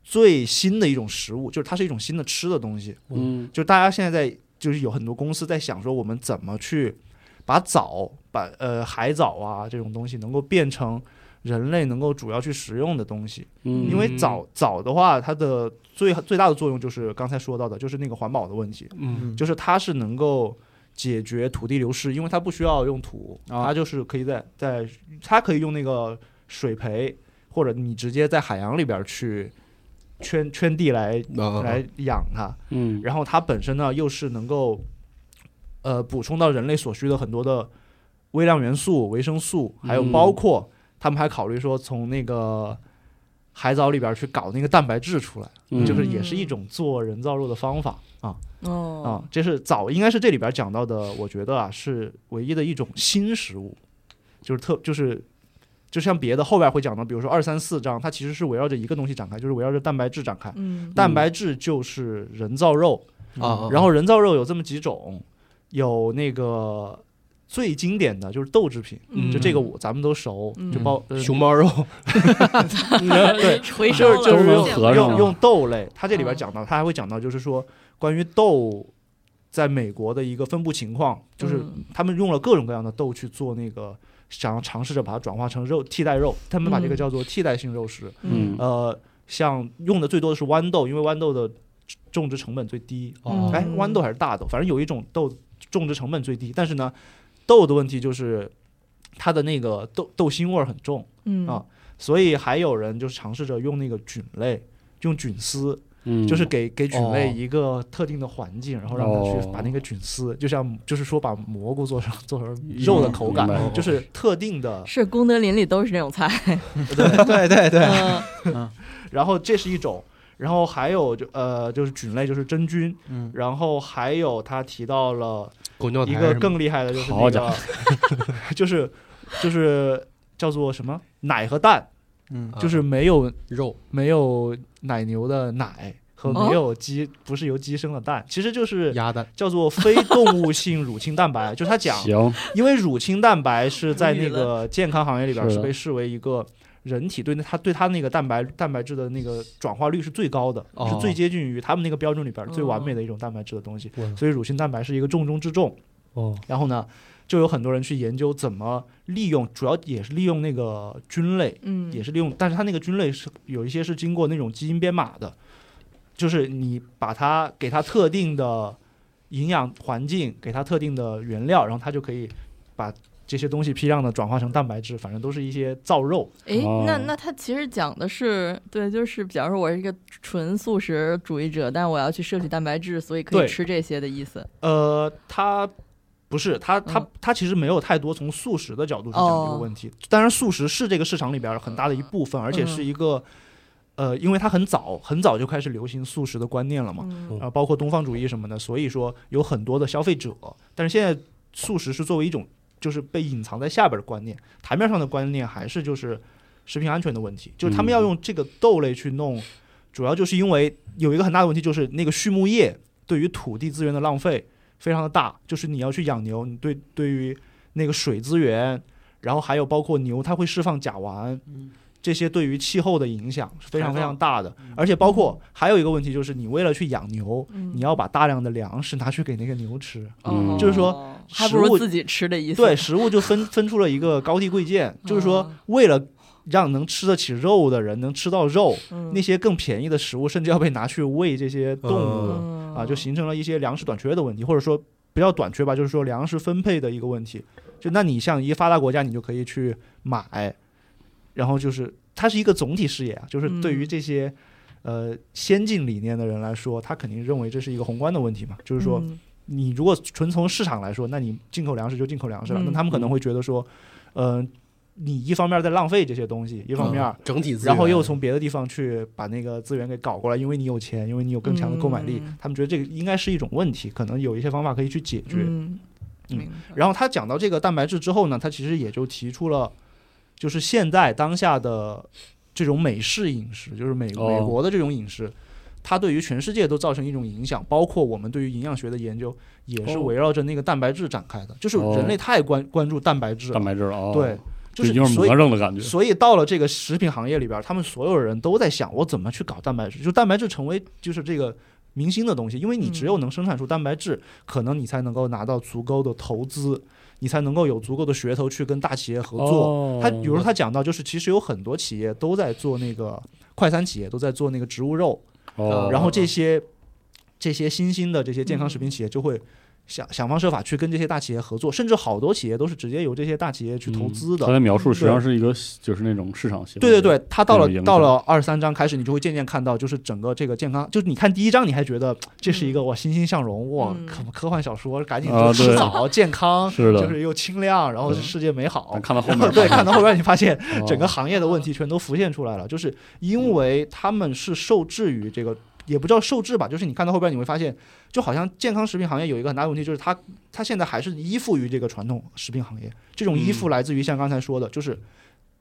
Speaker 5: 最新的一种食物，就是它是一种新的吃的东西。
Speaker 4: 嗯
Speaker 5: 就大家现在在就是有很多公司在想说，我们怎么去把藻、把呃海藻啊这种东西能够变成人类能够主要去食用的东西。
Speaker 4: 嗯，
Speaker 5: 因为藻藻的话，它的最最大的作用就是刚才说到的，就是那个环保的问题，
Speaker 2: 嗯
Speaker 3: 嗯
Speaker 5: 就是它是能够。解决土地流失，因为它不需要用土，
Speaker 3: 啊
Speaker 5: 它就是可以在在它可以用那个水培，或者你直接在海洋里边去圈圈地来
Speaker 1: 哎
Speaker 2: 啊
Speaker 5: 来养它。
Speaker 4: 嗯
Speaker 5: 然后它本身呢又是能够，呃，补充到人类所需的很多的微量元素、维生素，还有
Speaker 4: 嗯
Speaker 5: 包括他们还考虑说从那个海藻里边去搞那个蛋白质出来，
Speaker 4: 嗯
Speaker 5: 就是也是一种做人造肉的方法啊啊
Speaker 1: 哦，，
Speaker 5: 这是藻，应该是这里边讲到的，我觉得啊是唯一的一种新食物，就是特就是。就像别的后边会讲到，比如说二三四章，它其实是围绕着一个东西展开，就是围绕着蛋白质展开。
Speaker 1: 嗯
Speaker 5: 蛋白质就是人造肉，
Speaker 3: 啊
Speaker 5: 然后人造肉有这么几种，有那个最经典的就是豆制品，
Speaker 1: 嗯
Speaker 5: 就这个我咱们都熟，
Speaker 1: 嗯
Speaker 5: 就包、呃
Speaker 2: 熊猫肉，
Speaker 5: 对，
Speaker 1: 回
Speaker 5: 就
Speaker 1: 收了，
Speaker 5: 是就是
Speaker 4: 用和尚
Speaker 5: 用
Speaker 4: 嘛
Speaker 5: 用豆类，它这里边
Speaker 1: 嗯
Speaker 5: 讲到，它还会讲到就是说关于豆在美国的一个分布情况，就是
Speaker 1: 嗯
Speaker 5: 他们用了各种各样的豆去做那个。想要尝试着把它转化成肉替代肉，他们把这个
Speaker 1: 嗯
Speaker 5: 叫做替代性肉食。
Speaker 4: 嗯
Speaker 5: 呃，像用的最多的是豌豆，因为豌豆的种植成本最低。
Speaker 1: 哦
Speaker 5: 哎，豌豆还是大豆，反正有一种豆种植成本最低，但是呢，豆的问题就是它的那个豆豆腥味儿很重，
Speaker 1: 嗯
Speaker 5: 啊所以还有人就是尝试着用那个菌类。用菌丝，
Speaker 4: 嗯，
Speaker 5: 就是给给菌类
Speaker 2: 哦
Speaker 5: 一个特定的环境，然后让它去
Speaker 4: 哦
Speaker 5: 把那个菌丝，就像就是说把蘑菇做成做成肉的口感
Speaker 4: 嗯明
Speaker 2: 哦
Speaker 4: 白，
Speaker 5: 就是特定的。
Speaker 1: 是功德林里都是这种菜，
Speaker 3: 对对对对，
Speaker 1: 嗯
Speaker 5: 然后这是一种，然后还有就呃就是菌类就是真菌，
Speaker 3: 嗯，
Speaker 5: 然后还有他提到了
Speaker 2: 狗尿
Speaker 5: 一
Speaker 2: 苔
Speaker 5: 个
Speaker 2: 是吗
Speaker 5: 更厉害的就是
Speaker 4: 好
Speaker 5: 那
Speaker 4: 家
Speaker 5: 个， 就是就是叫做什么奶和蛋，
Speaker 3: 嗯
Speaker 2: 啊
Speaker 5: 就是没有
Speaker 2: 肉
Speaker 5: 没有奶牛的奶和
Speaker 4: 嗯
Speaker 5: 没有鸡、不是由鸡生的蛋，其实就是
Speaker 2: 鸭蛋，
Speaker 5: 叫做非动物性乳清蛋白。就是他讲，
Speaker 4: 行，
Speaker 5: 因为乳清蛋白是在
Speaker 1: 无语
Speaker 5: 那个健康行业里边
Speaker 4: 是
Speaker 5: 是
Speaker 4: 的
Speaker 5: 被视为一个。人体对那它对它那个蛋白蛋白质的那个转化率是最高的，
Speaker 2: 哦
Speaker 5: 是最接近于他们那个标准里边最完美的一种蛋白质的东西。所以乳清蛋白是一个重中之重。
Speaker 2: 哦，
Speaker 5: 然后呢，就有很多人去研究怎么利用，主要也是利用那个菌类，
Speaker 1: 嗯，
Speaker 5: 也是利用，但是它那个菌类是有一些是经过那种基因编码的，就是你把它给它特定的营养环境，给它特定的原料，然后它就可以把这些东西批量的转化成蛋白质，反正都是一些造肉。
Speaker 1: 诶，
Speaker 4: 哦
Speaker 1: 那那他其实讲的是，对，就是假如说我是一个纯素食主义者，但我要去摄取蛋白质，所以可以
Speaker 5: 对
Speaker 1: 吃这些的意思。
Speaker 5: 呃，它不是它它
Speaker 1: 嗯哦
Speaker 5: 它其实没有太多从素食的角度去讲这个问题。当然，素食是这个市场里边很大的一部
Speaker 1: 嗯
Speaker 5: 分，而且是一个、呃，因为它很早很早就开始流行素食的观念了嘛，
Speaker 1: 嗯
Speaker 5: 然后啊包括东方主义什么的，所以说有很多的消费者。但是现在素食是作为一种就是被隐藏在下边的观念，台面上的观念还是就是食品安全的问题，就是他们要用这个豆类去弄，主要就是因为有一个很大的问题就是那个畜牧业对于土地资源的浪费非常的大，就是你要去养牛，你对对于那个水资源，然后还有包括牛它会释放甲烷。
Speaker 3: 嗯
Speaker 5: 这些对于气候的影响是非常非常大的，而且包括还有一个问题就是，你为了去养牛，
Speaker 1: 嗯
Speaker 5: 你要把大量的粮食拿去给那个牛吃，
Speaker 4: 嗯
Speaker 1: 哦
Speaker 5: 就是说
Speaker 1: 还不
Speaker 5: 食
Speaker 1: 如
Speaker 5: 物
Speaker 1: 自己吃的意思。
Speaker 5: 对，食物 就分分出了一个高低贵贱，
Speaker 1: 嗯
Speaker 5: 就是说为了让能吃得起肉的人能吃到肉，
Speaker 1: 嗯，
Speaker 5: 那些更便宜的食物甚至要被拿去喂这些动物、
Speaker 1: 嗯
Speaker 5: 啊，就形成了一些粮食短缺的问题，或者说不要短缺吧，就是说粮食分配的一个问题。就那你像一发达国家，你就可以去买，然后就是它是一个总体视野啊，就是对于
Speaker 1: 嗯
Speaker 5: 这些。呃，先进理念的人来说，他肯定认为这是一个宏观的问题嘛，就是说，
Speaker 1: 嗯
Speaker 5: 你如果纯从市场来说，那你进口粮食就进口粮食了，
Speaker 1: 嗯
Speaker 5: 那他们可能会觉得说，呃，你一方面在浪费这些东西，一方面。
Speaker 2: 啊整嗯体资源，
Speaker 5: 然后又从别的地方去把那个资源给搞过来，因为你有钱，因为你有更强的购买力，
Speaker 1: 嗯
Speaker 5: 他们觉得这个应该是一种问题，可能有一些方法可以去解决。
Speaker 1: 嗯，
Speaker 5: 嗯
Speaker 1: 明白
Speaker 5: 然后他讲到这个蛋白质之后呢，他其实也就提出了，就是现在当下的这种美式饮食，就是美
Speaker 4: 哦
Speaker 5: 美国的这种饮食，它对于全世界都造成一种影响，包括我们对于营养学的研究也是
Speaker 4: 哦
Speaker 5: 围绕着那个蛋白质展开的，就是
Speaker 4: 哦
Speaker 5: 人类太关关注蛋白质
Speaker 4: 蛋
Speaker 5: 了，
Speaker 4: 白质哦，
Speaker 5: 对，，就
Speaker 4: 已经
Speaker 5: 是
Speaker 4: 是
Speaker 5: 所
Speaker 4: 魔
Speaker 5: 以。
Speaker 4: 怔的感觉，
Speaker 5: 所以到了这个食品行业里边儿，他们所有人都在想我怎么去搞蛋白质，就蛋白质成为就是这个明星的东西，因为你只有能生产出蛋白质，可能你才能够拿到足够的投资，你才能够有足够的噱头去跟大企业合作。
Speaker 4: 哦
Speaker 5: 他比如说他讲到，就是其实有很多企业都在做那个快餐企业都在做那个植物肉，
Speaker 4: 哦
Speaker 5: 呃然后这些这些新兴的这些健康食品企业就会。想想方设法去跟这些大企业合作，甚至好多企业都是直接由这些大企业去投资
Speaker 4: 嗯
Speaker 5: 的。
Speaker 4: 他在描述实际上
Speaker 5: 对
Speaker 4: 是一个就是那种市场行为，
Speaker 5: 对对对，它到
Speaker 4: 那种影响
Speaker 5: 了到了二三章开始，你就会渐渐看到，就是整个这个健康，就是你看第一章，你还觉得这是一个哇欣欣向荣，哇
Speaker 1: 嗯
Speaker 5: 科科幻小说，赶紧
Speaker 4: 啊
Speaker 5: 就吃
Speaker 4: 对
Speaker 5: 早健康，
Speaker 4: 是的
Speaker 5: 就是又清亮，然后
Speaker 4: 对
Speaker 5: 世界美好
Speaker 4: 但。看到后面
Speaker 5: 对，看到后边你发现
Speaker 4: 哦
Speaker 5: 整个行业的问题全都浮现出来了，就是因为他们是受制于这个，也不叫受制吧，就是你看到后边你会发现，就好像健康食品行业有一个很大的问题，就是它它现在还是依附于这个传统食品行业，这种依附来自于像刚才说的，就是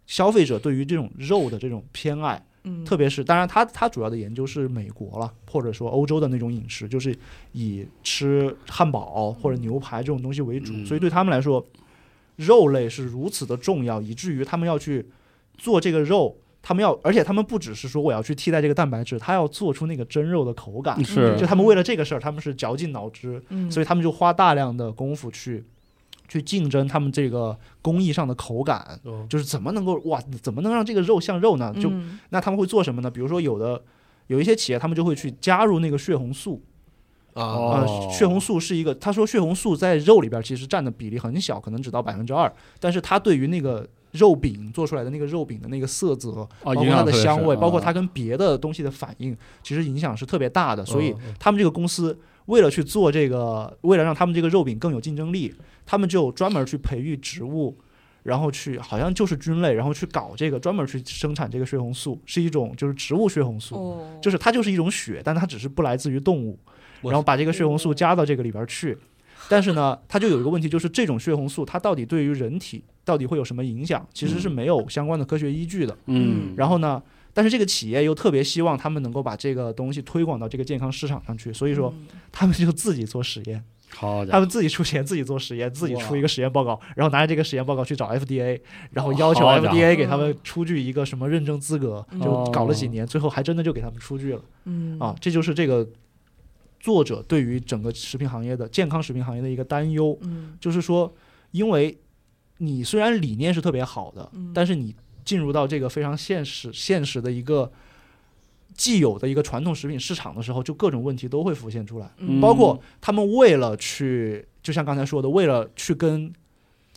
Speaker 5: 消费者对于这种肉的这种偏爱，
Speaker 1: 嗯
Speaker 5: 特别是当然它它主要的研究是美国了，或者说欧洲的那种饮食，就是以吃汉堡或者牛排这种东西为主，
Speaker 4: 嗯
Speaker 5: 所以对他们来说，肉类是如此的重要，以至于他们要去做这个肉。他们要，而且他们不只是说我要去替代这个蛋白质，他要做出那个真肉的口感。
Speaker 4: 哦是
Speaker 5: 就他们为了这个事儿，他们是绞尽脑汁，
Speaker 1: 嗯，
Speaker 5: 所以他们就花大量的功夫去去竞争他们这个工艺上的口感，
Speaker 2: 哦
Speaker 5: 就是怎么能够哇，怎么能让这个肉像肉呢？啊就
Speaker 1: 嗯
Speaker 5: 那他们会做什么呢？比如说有的有一些企业，他们就会去加入那个血红素
Speaker 2: 啊
Speaker 4: 哦
Speaker 5: 啊、呃血红素是一个，他说血红素在肉里边其实占的比例很小，可能只到百分之二，但是它对于那个肉饼做出来的那个肉饼的那个色泽，
Speaker 4: 啊，
Speaker 5: 包
Speaker 4: 影
Speaker 5: 括它
Speaker 4: 响
Speaker 5: 的香味，
Speaker 2: 啊
Speaker 5: 包括它
Speaker 4: 它
Speaker 5: 跟别的东西的反应，其实影响是特别大的。所以
Speaker 2: 嗯嗯
Speaker 5: 他们这个公司为了去做这个，为了让他们这个肉饼更有竞争力，他们就专门去培育植物，然后去好像就是菌类，然后去搞这个，专门去生产这个血红素，是一种就是植物血红素，
Speaker 1: 哦，
Speaker 5: 就是它就是一种血，但它只是不来自于动物，
Speaker 2: 我
Speaker 5: 然后把这个血红素加到这个里边去。但是呢，它就有一个问题，就是这种血红素它到底对于人体到底会有什么影响，
Speaker 2: 嗯
Speaker 5: 其实是没有相关的科学依据的。
Speaker 4: 嗯，
Speaker 5: 然后呢，但是这个企业又特别希望他们能够把这个东西推广到这个健康市场上去，所以说
Speaker 1: 嗯
Speaker 5: 他们就自己做实验，
Speaker 4: 好家
Speaker 5: 他
Speaker 4: 伙，
Speaker 5: 们自己出钱，自己做实验，自己
Speaker 4: 哇
Speaker 5: 出一个实验报告，然后拿着这个实验报告去找 FDA，然后要求
Speaker 4: 好家伙嗯哦
Speaker 5: FDA 给他们出具一个什么认证资格，
Speaker 1: 嗯
Speaker 5: 就搞了几年，最后还真的就给他们出具了
Speaker 1: 嗯
Speaker 5: 啊！，这就是这个作者对于整个食品行业的健康食品行业的一个担忧，
Speaker 1: 嗯
Speaker 5: 就是说，因为你虽然理念是特别好的，
Speaker 1: 嗯
Speaker 5: 但是你进入到这个非常现实、现实的一个既有的一个传统食品市场的时候，就各种问题都会浮现出来，
Speaker 1: 嗯
Speaker 5: 包括他们为了去，就像刚才说的，为了去跟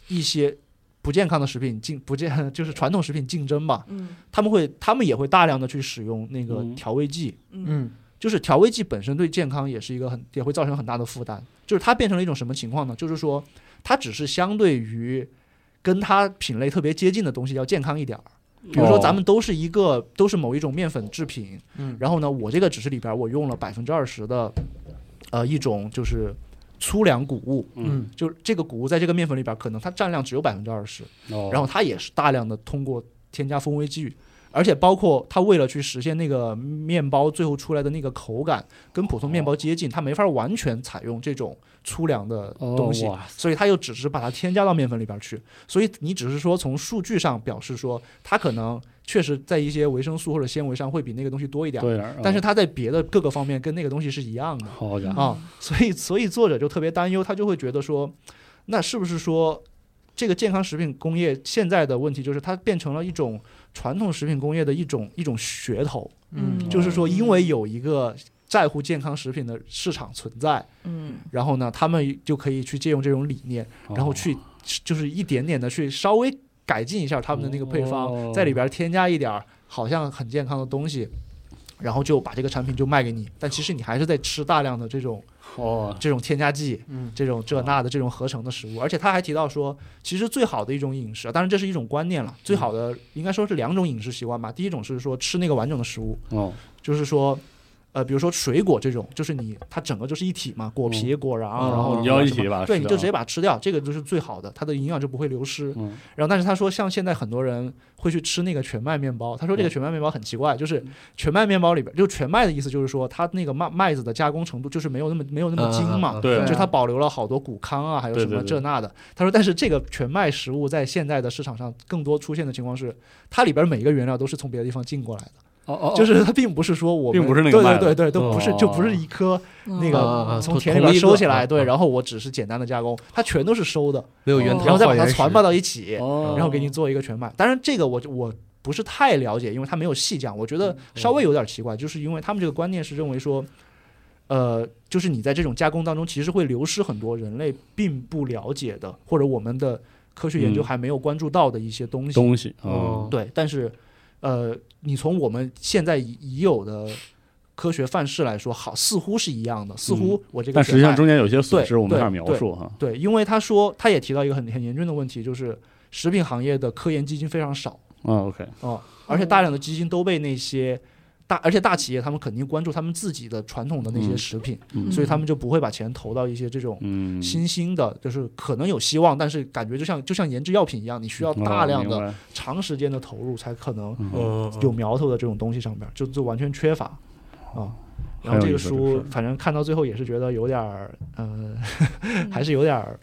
Speaker 5: 一些。不健康的食品竞不健 就是传统食品竞争吧，
Speaker 1: 嗯
Speaker 5: 他们会他们也会大量的去使用那个
Speaker 4: 嗯
Speaker 5: 调味剂，
Speaker 1: 嗯
Speaker 3: 嗯
Speaker 5: 就是调味剂本身对健康也是一个很也会造成很大的负担。就是它变成了一种什么情况呢？就是说，它只是相对于跟它品类特别接近的东西要健康一点儿。比如说，
Speaker 4: 哦
Speaker 5: 咱们都是一个、都是某一种面粉制品，
Speaker 3: 嗯
Speaker 5: 然后呢，我这个只是里边儿我用了百分之二十的，呃，一种就是粗粮谷物，
Speaker 4: 嗯，
Speaker 5: 就是这个谷物在这个面粉里边儿可能它占量只有百分之二十，嗯然
Speaker 4: 然
Speaker 5: 后它也是大量的通过添加风味剂，而且包括它为了去实现那个面包最后出来的那个口感跟普通面包接近，它没法完全采用这种粗粮的
Speaker 4: 哦
Speaker 5: 东西，所以它又只是把它添加到面粉里边去。所以你只是说从数据上表示说，它可能确实在一些维生素或者纤维上会比那个东西多一点，
Speaker 4: 对点儿，哦
Speaker 5: 但是它在别的各个方面跟那个东西是一样的。
Speaker 4: 好
Speaker 1: 嗯
Speaker 4: 家伙，
Speaker 5: 啊，所以所以作者就特别担忧，他就会觉得说，那是不是说这个健康食品工业现在的问题就是它变成了一种传统食品工业的一种一种噱头，
Speaker 1: 嗯
Speaker 5: 就是说因为
Speaker 1: 嗯
Speaker 5: 有一个在乎健康食品的市场存在，
Speaker 1: 嗯
Speaker 5: 然后呢，他们就可以去借用这种理念，然
Speaker 4: 哦
Speaker 5: 后去就是一点点的去稍微改进一下他们的那个配
Speaker 4: 哦
Speaker 5: 方，在里边添加一点儿好像很健康的东西。然后就把这个产品就卖给你，但其实你还是在吃大量的这种
Speaker 4: 哦，
Speaker 5: 这种添加剂，
Speaker 3: 嗯
Speaker 5: 这种这那的这种合成的食物，而且他还提到说，其实最好的一种饮食，当然这是一种观念了，最好的应该说是两种饮食习惯吧。第一种是说吃那个完整的食物，
Speaker 4: 哦，
Speaker 5: 就是说，呃，比如说水果这种，就是你它整个就是一体嘛，果皮、果瓤，然后
Speaker 4: 你要一
Speaker 5: 哦什么
Speaker 4: 起把它
Speaker 5: 对，
Speaker 4: 吃
Speaker 5: 你就
Speaker 4: 掉
Speaker 5: 直接把它吃掉，这个就是最好的，它的营养就不会流失。
Speaker 4: 嗯，
Speaker 5: 然后，但是他说，像现在很多人会去吃那个全麦面包。他说这个全麦面包很奇怪，就是全麦面包里边，就全麦的意思就是说，它那个麦麦子的加工程度就是没有那么没有
Speaker 2: 嗯
Speaker 5: 那
Speaker 2: 啊
Speaker 5: 么精嘛，
Speaker 4: 对
Speaker 5: 就它保留了好多谷糠啊，还有
Speaker 4: 哎对
Speaker 5: 什么
Speaker 4: 对对
Speaker 5: 这那的。他说，但是这个全麦食物在现在的市场上更多出现的情况是，它里边每一个原料都是从别的地方进过来的，
Speaker 4: 哦哦，
Speaker 5: 就是它并不是说我们
Speaker 4: 并不是那个麦
Speaker 5: 对
Speaker 4: 子
Speaker 5: 对对对，都不是、就不
Speaker 4: 哦
Speaker 5: 是一颗那
Speaker 1: 嗯
Speaker 5: 个呃
Speaker 2: 啊
Speaker 5: 从
Speaker 2: 同
Speaker 5: 田里
Speaker 2: 同
Speaker 5: 边
Speaker 2: 一
Speaker 5: 收
Speaker 2: 个
Speaker 5: 起来，
Speaker 2: 啊
Speaker 5: 对，
Speaker 2: 啊
Speaker 5: 然后我只是简单的加工，它全都是收的，
Speaker 2: 没有原
Speaker 1: 哦
Speaker 2: 汤，
Speaker 5: 然后再把它
Speaker 2: 还原
Speaker 5: 传
Speaker 2: 食
Speaker 5: 播到一起，
Speaker 4: 哦，
Speaker 5: 然后给你做一个全麦。当然，这个我就我不是太了解，因为他没有细讲。我觉
Speaker 4: 嗯
Speaker 5: 得稍微有点奇怪，就是因为他们这个观念是认为说，呃，就是你在这种加工当中，其实会流失很多人类并不了解的，或者我们的科学研究
Speaker 4: 嗯
Speaker 5: 还没有关注到的一些东西。
Speaker 4: 东西，
Speaker 2: 哦
Speaker 4: 哦，
Speaker 5: 对，但是，呃，你从我们现在已已有的科学范式来说，好，似乎是一样的，似乎我这个
Speaker 4: 嗯但实际
Speaker 5: 全
Speaker 4: 上
Speaker 5: 麦
Speaker 4: 中间有些损失
Speaker 5: 对
Speaker 4: 我没法
Speaker 5: 对
Speaker 4: 描
Speaker 5: 对
Speaker 4: 述哈，
Speaker 5: 对，因为他说他也提到一个很很严峻的问题，就是食品行业的科研基金非常少。
Speaker 4: 嗯，OK，
Speaker 5: 哦，而且大量的基金都被那些大，而且大企业他们肯定关注他们自己的传统的那些
Speaker 4: 嗯
Speaker 5: 食品，
Speaker 4: 嗯
Speaker 5: 所以他们就不会把钱投到一些这种
Speaker 4: 嗯，
Speaker 5: 新兴的，就是可能有希望，但是感觉就像就像研制药品一样，你需要
Speaker 4: 哦
Speaker 5: 大量
Speaker 4: 明
Speaker 5: 的
Speaker 4: 白
Speaker 5: 长时间的投入才可能
Speaker 4: 嗯
Speaker 2: 嗯，
Speaker 5: 有苗头的这种东西上边儿，就就完全缺乏啊。
Speaker 4: 很
Speaker 5: 然
Speaker 4: 有
Speaker 5: 后这
Speaker 4: 意
Speaker 5: 个
Speaker 4: 思这个事
Speaker 5: 书
Speaker 4: 儿，
Speaker 5: 反正看到最后也是觉得有点儿，嗯、 还是有点儿，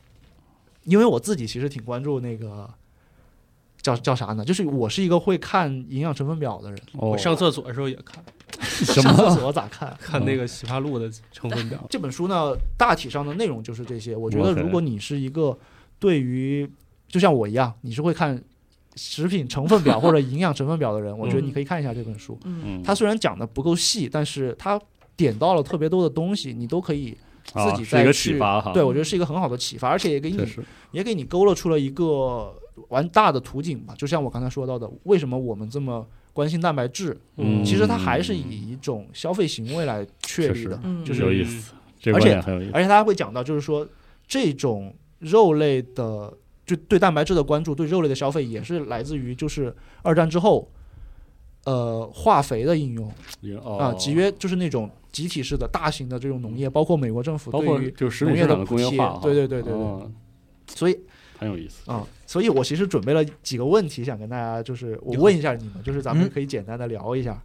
Speaker 5: 因为我自己其实挺关注那个叫叫啥呢？就是我是一个会看营养成分 表的人，
Speaker 4: 哦
Speaker 2: 我，上厕所的时候也看
Speaker 4: 什
Speaker 5: 上厕
Speaker 4: 么？
Speaker 5: 所咋看？，
Speaker 2: 看那个洗发露的成分表
Speaker 5: 这本书呢，大体上的内容就是这些。我觉得
Speaker 4: OK
Speaker 5: 如果你是一个对于就像我一样，你是会看食品成分表或者营养成分表的人，我觉得你可以看一下这本书。
Speaker 1: 嗯
Speaker 4: 嗯，
Speaker 5: 它虽然讲的不够细，但是它点到了特别多的东西，你都可以。
Speaker 4: 啊
Speaker 5: 自己
Speaker 4: 是
Speaker 5: 再
Speaker 4: 一个
Speaker 5: 去
Speaker 4: 启发哈，
Speaker 5: 对，我觉得是一个很好的启发，而且也给
Speaker 4: 啊确
Speaker 5: 你
Speaker 4: 实，
Speaker 5: 也给你勾勒出了一个完大的图景吧。就像我刚才说到的，为什么我们这么关心蛋白质？
Speaker 4: 嗯
Speaker 5: 其实它还是以一种消费行为来确
Speaker 4: 确
Speaker 5: 立
Speaker 4: 实
Speaker 5: 的，
Speaker 1: 嗯，
Speaker 5: 就是
Speaker 4: 有意思，这个
Speaker 5: 而
Speaker 4: 观
Speaker 5: 且
Speaker 4: 点很有意思，
Speaker 5: 而且他会讲到，就是说这种肉类的，就对蛋白质的关注，对肉类的消费也是来自于就是二战之后，呃，化肥的应用
Speaker 4: 也
Speaker 5: 啊，
Speaker 4: 哦，
Speaker 5: 集约就是那种集体式的大型的这种农业，包括美国政府
Speaker 4: 包
Speaker 5: 对
Speaker 4: 括
Speaker 5: 于，
Speaker 4: 就是食
Speaker 5: 农
Speaker 4: 品
Speaker 5: 业
Speaker 4: 市
Speaker 5: 的
Speaker 4: 场的
Speaker 5: 补
Speaker 4: 工业
Speaker 5: 贴
Speaker 4: 化哈，
Speaker 5: 对对对对对
Speaker 4: 哦
Speaker 5: 所以
Speaker 4: 很有意思，
Speaker 5: 啊、所以我其实准备了几个问题，想跟大家就是我问一下你们，就是咱
Speaker 4: 嗯
Speaker 5: 们可以简单的聊一下。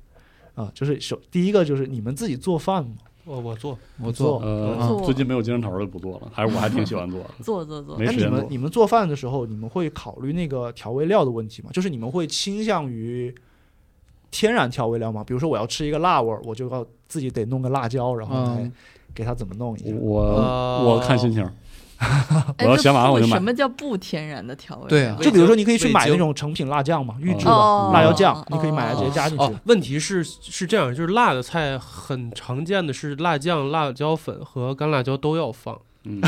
Speaker 5: 啊，就是首第一个就是你们自己做饭吗？
Speaker 2: 我我做
Speaker 3: 我
Speaker 5: 做
Speaker 3: 做
Speaker 4: 呃，
Speaker 1: 做，
Speaker 4: 最近没有精神头儿就不做了，还是我还挺喜欢做 的
Speaker 1: 做做做
Speaker 4: 没
Speaker 5: 哎那
Speaker 4: 时
Speaker 5: 你
Speaker 4: 间
Speaker 5: 们
Speaker 4: 做
Speaker 5: 你们做饭的时候，你们会考虑那个调味料的问题吗？就是你们会倾向于天然调味料吗？比如说我要吃一个辣味儿，我就要自己得弄个辣椒，然后来
Speaker 3: 嗯
Speaker 5: 给它怎么弄一下。
Speaker 4: 我
Speaker 2: 呃
Speaker 4: 我看心 情，
Speaker 1: 哎
Speaker 4: 我要
Speaker 1: 这
Speaker 4: 想完
Speaker 1: 不
Speaker 4: 我就买
Speaker 1: 什么叫不天然的调味料？
Speaker 3: 对啊
Speaker 5: 就比如说，你可以
Speaker 2: 味
Speaker 5: 去
Speaker 2: 精
Speaker 5: 买那种成品辣酱嘛，预
Speaker 4: 啊
Speaker 5: 制
Speaker 1: 哦
Speaker 5: 的辣椒酱
Speaker 1: 哦，
Speaker 5: 你可以买来直接加进去
Speaker 2: 哦。，问题是是这样，就是辣的菜很常见的是辣酱、辣椒粉和干辣椒都要放
Speaker 4: 嗯，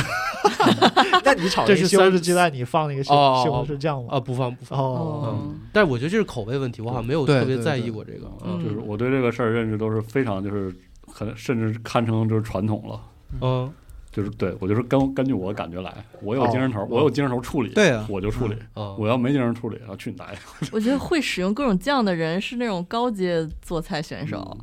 Speaker 5: 那你 炒
Speaker 2: 这
Speaker 5: 那
Speaker 2: 是
Speaker 5: 个西红
Speaker 2: 三
Speaker 5: 柿鸡蛋，你放那个西
Speaker 2: 哦哦哦
Speaker 5: 西红柿酱吗？
Speaker 2: 啊，不放不放。
Speaker 5: 哦，
Speaker 1: 哦，
Speaker 4: 嗯
Speaker 2: 但是我觉得这是口味问题，我好像没有
Speaker 3: 对
Speaker 2: 特别
Speaker 3: 对
Speaker 2: 在意
Speaker 3: 对
Speaker 2: 过这个。啊
Speaker 1: 嗯
Speaker 4: 就是我对这个事儿认识都是非常就是很甚至堪称就是传统了。
Speaker 2: 嗯，
Speaker 4: 就是对我就是根根据我的感觉来，我有
Speaker 5: 哦
Speaker 4: 精神头儿，我有精神头儿处理，
Speaker 3: 对啊
Speaker 4: 我就处理，
Speaker 2: 啊，
Speaker 4: 我要没精神处理，然后去你大爷！
Speaker 1: 我觉得会使用各种酱的人是那种高阶做菜选 手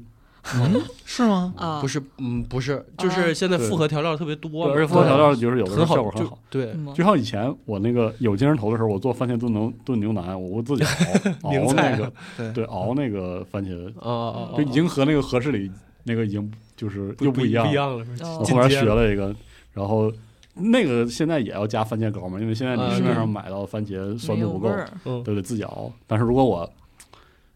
Speaker 3: 是吗？
Speaker 1: 啊，
Speaker 2: 不
Speaker 1: 是
Speaker 2: 是，嗯，不是，就是现在复合调料特别多
Speaker 4: 对
Speaker 2: 嘛，
Speaker 4: 而且复合调料就是有的时
Speaker 2: 很好，
Speaker 4: 候效果很
Speaker 2: 就
Speaker 4: 好。，
Speaker 2: 对，
Speaker 1: 吗？
Speaker 4: 就像以前我那个有精神头的时候，我做番茄炖牛炖牛腩，我自己 熬
Speaker 2: 名
Speaker 4: 熬
Speaker 2: 菜
Speaker 4: 那个
Speaker 3: 对，
Speaker 4: 对熬那个番茄，
Speaker 2: 啊啊啊，
Speaker 4: 就已经和那个和式里那个已经就是
Speaker 2: 不
Speaker 4: 又
Speaker 2: 不
Speaker 4: 一样
Speaker 2: 不一
Speaker 4: 了。
Speaker 2: 样了，是吧
Speaker 1: 哦
Speaker 4: 我
Speaker 2: 进
Speaker 4: 后来
Speaker 2: 阶
Speaker 4: 学了一个，然后那个现在也要加番茄膏嘛，因为现在你
Speaker 2: 嗯
Speaker 4: 市面上
Speaker 1: 嗯
Speaker 4: 买到的番茄酸
Speaker 1: 没有
Speaker 4: 度不
Speaker 1: 味
Speaker 4: 够，
Speaker 1: 儿，
Speaker 2: 嗯，
Speaker 4: 对对，自己熬。但是如果我，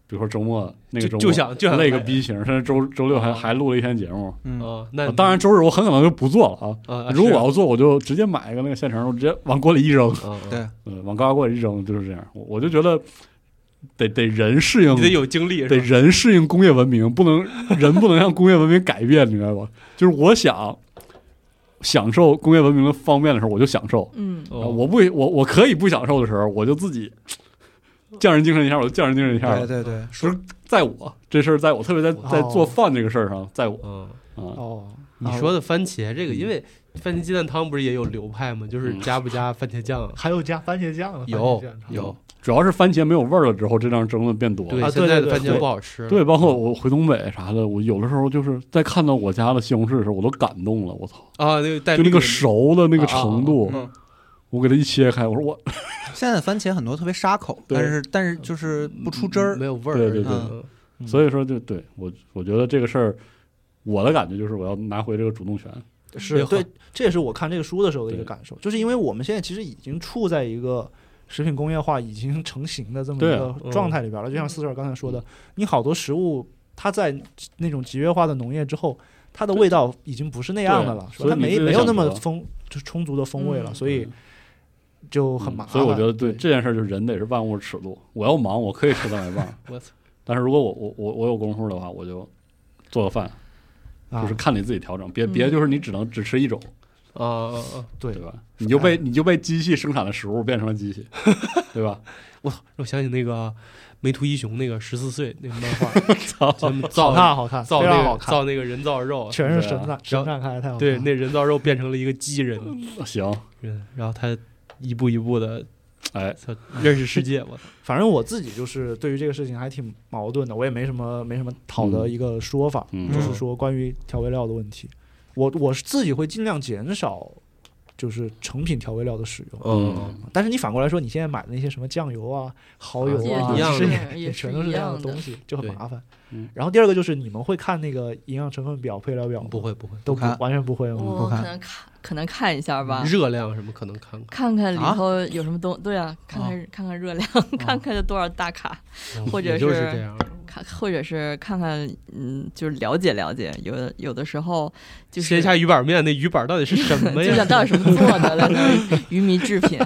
Speaker 4: 比如说周末那个周
Speaker 2: 就
Speaker 4: 末
Speaker 2: 就想就想
Speaker 4: 累个
Speaker 2: 来
Speaker 4: 逼型，甚至周周六还
Speaker 2: 哦
Speaker 4: 还录了一天节目。
Speaker 3: 嗯，
Speaker 2: 啊，那
Speaker 4: 哦当然周日我很可能就不做了啊。
Speaker 2: 啊，
Speaker 4: 如果我
Speaker 2: 啊
Speaker 4: 要做，我就直接买一个那个现成，我直接往锅里一扔，
Speaker 2: 是啊啊
Speaker 3: 对
Speaker 4: 嗯，往高压锅里一扔，就是这样。我我就觉得得得人适应
Speaker 2: 你，得有精力，
Speaker 4: 得
Speaker 2: 是吧
Speaker 4: 人适应工业文明，不能人不能让工业文明改变，你明白吧？就是我想享受工业文明的方便的时候，我就享受；
Speaker 1: 嗯，
Speaker 4: 然后
Speaker 2: 哦
Speaker 4: 啊我不我我可以不享受的时候，我就自己匠人精神一下，我就匠人精神一下了
Speaker 3: 对。对对，
Speaker 4: 在我这事儿，在我特别在
Speaker 5: 哦
Speaker 4: 在做饭这个事儿上，在我
Speaker 2: 嗯，
Speaker 4: 啊，
Speaker 5: 哦，
Speaker 2: 你说的番茄这个，因为番茄鸡蛋汤不是也有流派吗？就是
Speaker 4: 嗯
Speaker 2: 加不加番茄酱？啊
Speaker 5: 还有加番茄酱的，番
Speaker 2: 有
Speaker 5: 茄酱汤
Speaker 2: 有，
Speaker 4: 主要是番茄没有味儿了之后，这场争论变多了。
Speaker 2: 对，
Speaker 5: 啊
Speaker 2: 现
Speaker 5: 对
Speaker 2: 在
Speaker 5: 对
Speaker 2: 的番茄
Speaker 5: 对
Speaker 2: 不好吃了。
Speaker 4: 对，包括我回东北啥的，我有的时候就是在看到我家的西红柿的时候，我都感动了。我操，
Speaker 2: 啊，那个带
Speaker 4: 就那
Speaker 2: 绿
Speaker 4: 个
Speaker 2: 的
Speaker 4: 熟的那个
Speaker 2: 啊
Speaker 4: 程度，
Speaker 2: 嗯
Speaker 4: 我给它一切开，我说我
Speaker 3: 现在番茄很多特别沙口，
Speaker 4: 对
Speaker 3: 但是但是就是不出汁儿
Speaker 2: 没。有味儿。
Speaker 4: 对对
Speaker 3: 对
Speaker 2: 嗯
Speaker 5: 嗯
Speaker 4: 所以说就对我，我觉得这个事儿，我的感觉就是我要拿回这个主动权。
Speaker 5: 是
Speaker 2: 也
Speaker 5: 对
Speaker 2: 好，，
Speaker 5: 这也是我看这个书的时候的一个
Speaker 4: 对
Speaker 5: 感受，就是因为我们现在其实已经处在一个食品工业化已经成型的这么一
Speaker 4: 对
Speaker 5: 个
Speaker 4: 啊
Speaker 5: 状态里边了。就像四十二刚才说的，你好多食物它在那种集约化的农业之后，它的味道已经不是那样的了，是
Speaker 4: 所
Speaker 5: 吧
Speaker 4: 以
Speaker 5: 它
Speaker 4: 你
Speaker 5: 没
Speaker 4: 自己
Speaker 5: 没有那
Speaker 4: 想
Speaker 5: 么
Speaker 4: 辙
Speaker 5: 丰就充足的风味了，
Speaker 1: 嗯
Speaker 5: 所以就很麻
Speaker 4: 嗯
Speaker 5: 烦。
Speaker 4: 所以我觉得对
Speaker 5: 对
Speaker 4: 这件事，就是人得是万物尺度。我要忙，我可以吃蛋白棒
Speaker 2: 我操！
Speaker 4: 但是如果我我我我有功夫的话，我就做个饭，
Speaker 5: 啊
Speaker 4: 就是看你自己调整，别
Speaker 1: 嗯
Speaker 4: 别就是你只能只吃一种，
Speaker 2: 啊啊啊！
Speaker 5: 对
Speaker 4: 对吧？你就被你就被机器生产的食物变成了机器，对吧？
Speaker 2: 我想起那个梅图一雄那个十四岁那个漫画，
Speaker 4: 操，
Speaker 2: 他们
Speaker 5: 好
Speaker 2: 造
Speaker 5: 看好看，
Speaker 2: 造
Speaker 5: 非常好
Speaker 2: 那个
Speaker 5: 看，
Speaker 2: 造那个人造肉，
Speaker 5: 全是
Speaker 4: 对啊
Speaker 5: 神探
Speaker 2: 然
Speaker 5: 神
Speaker 2: 后
Speaker 5: 探开太好看
Speaker 2: 对，
Speaker 4: 嗯
Speaker 5: 了。
Speaker 2: 那人造肉变成了一个机人，
Speaker 4: 行，
Speaker 2: 嗯然后他一步一步的
Speaker 4: 哎，
Speaker 2: 认识世界。 我操！
Speaker 5: 反正我自己就是对于这个事情还挺矛盾的，我也没什么没什么好的一个说法，
Speaker 4: 嗯
Speaker 5: 就是说关于调味料的问题，我我是自己会尽量减少就是成品调味料的使用。
Speaker 4: 嗯，
Speaker 5: 但是你反过来说，你现在买的那些什么酱油啊、蚝油啊，
Speaker 2: 也一样
Speaker 5: 其实
Speaker 1: 的
Speaker 5: 也
Speaker 1: 也是
Speaker 5: 全都是
Speaker 1: 一
Speaker 5: 那样的
Speaker 1: 样的
Speaker 5: 东西，就很
Speaker 2: 对
Speaker 5: 麻烦
Speaker 4: 嗯。
Speaker 5: 然后第二个就是你们会看那个营养成分表、配料表吗
Speaker 2: 嗯不会不会，
Speaker 5: 都
Speaker 3: 不看
Speaker 5: 完全不会吗？
Speaker 1: 我
Speaker 3: 不看
Speaker 1: 可能看可能看一下吧，
Speaker 2: 热量什么可能看过。
Speaker 1: 看看里
Speaker 3: 啊
Speaker 1: 头有什么东，对啊，看看
Speaker 5: 哦
Speaker 1: 看看热量， 看看有多少大卡，或者
Speaker 2: 也就是
Speaker 1: 是
Speaker 2: 这样。
Speaker 1: 看或者是看看，嗯，就是了解了解，有的有的时候就是
Speaker 2: 鲜虾鱼板面那鱼板到底是什么
Speaker 1: 就
Speaker 2: 呀
Speaker 1: 想？到底什么做的了呢？鱼迷制 品。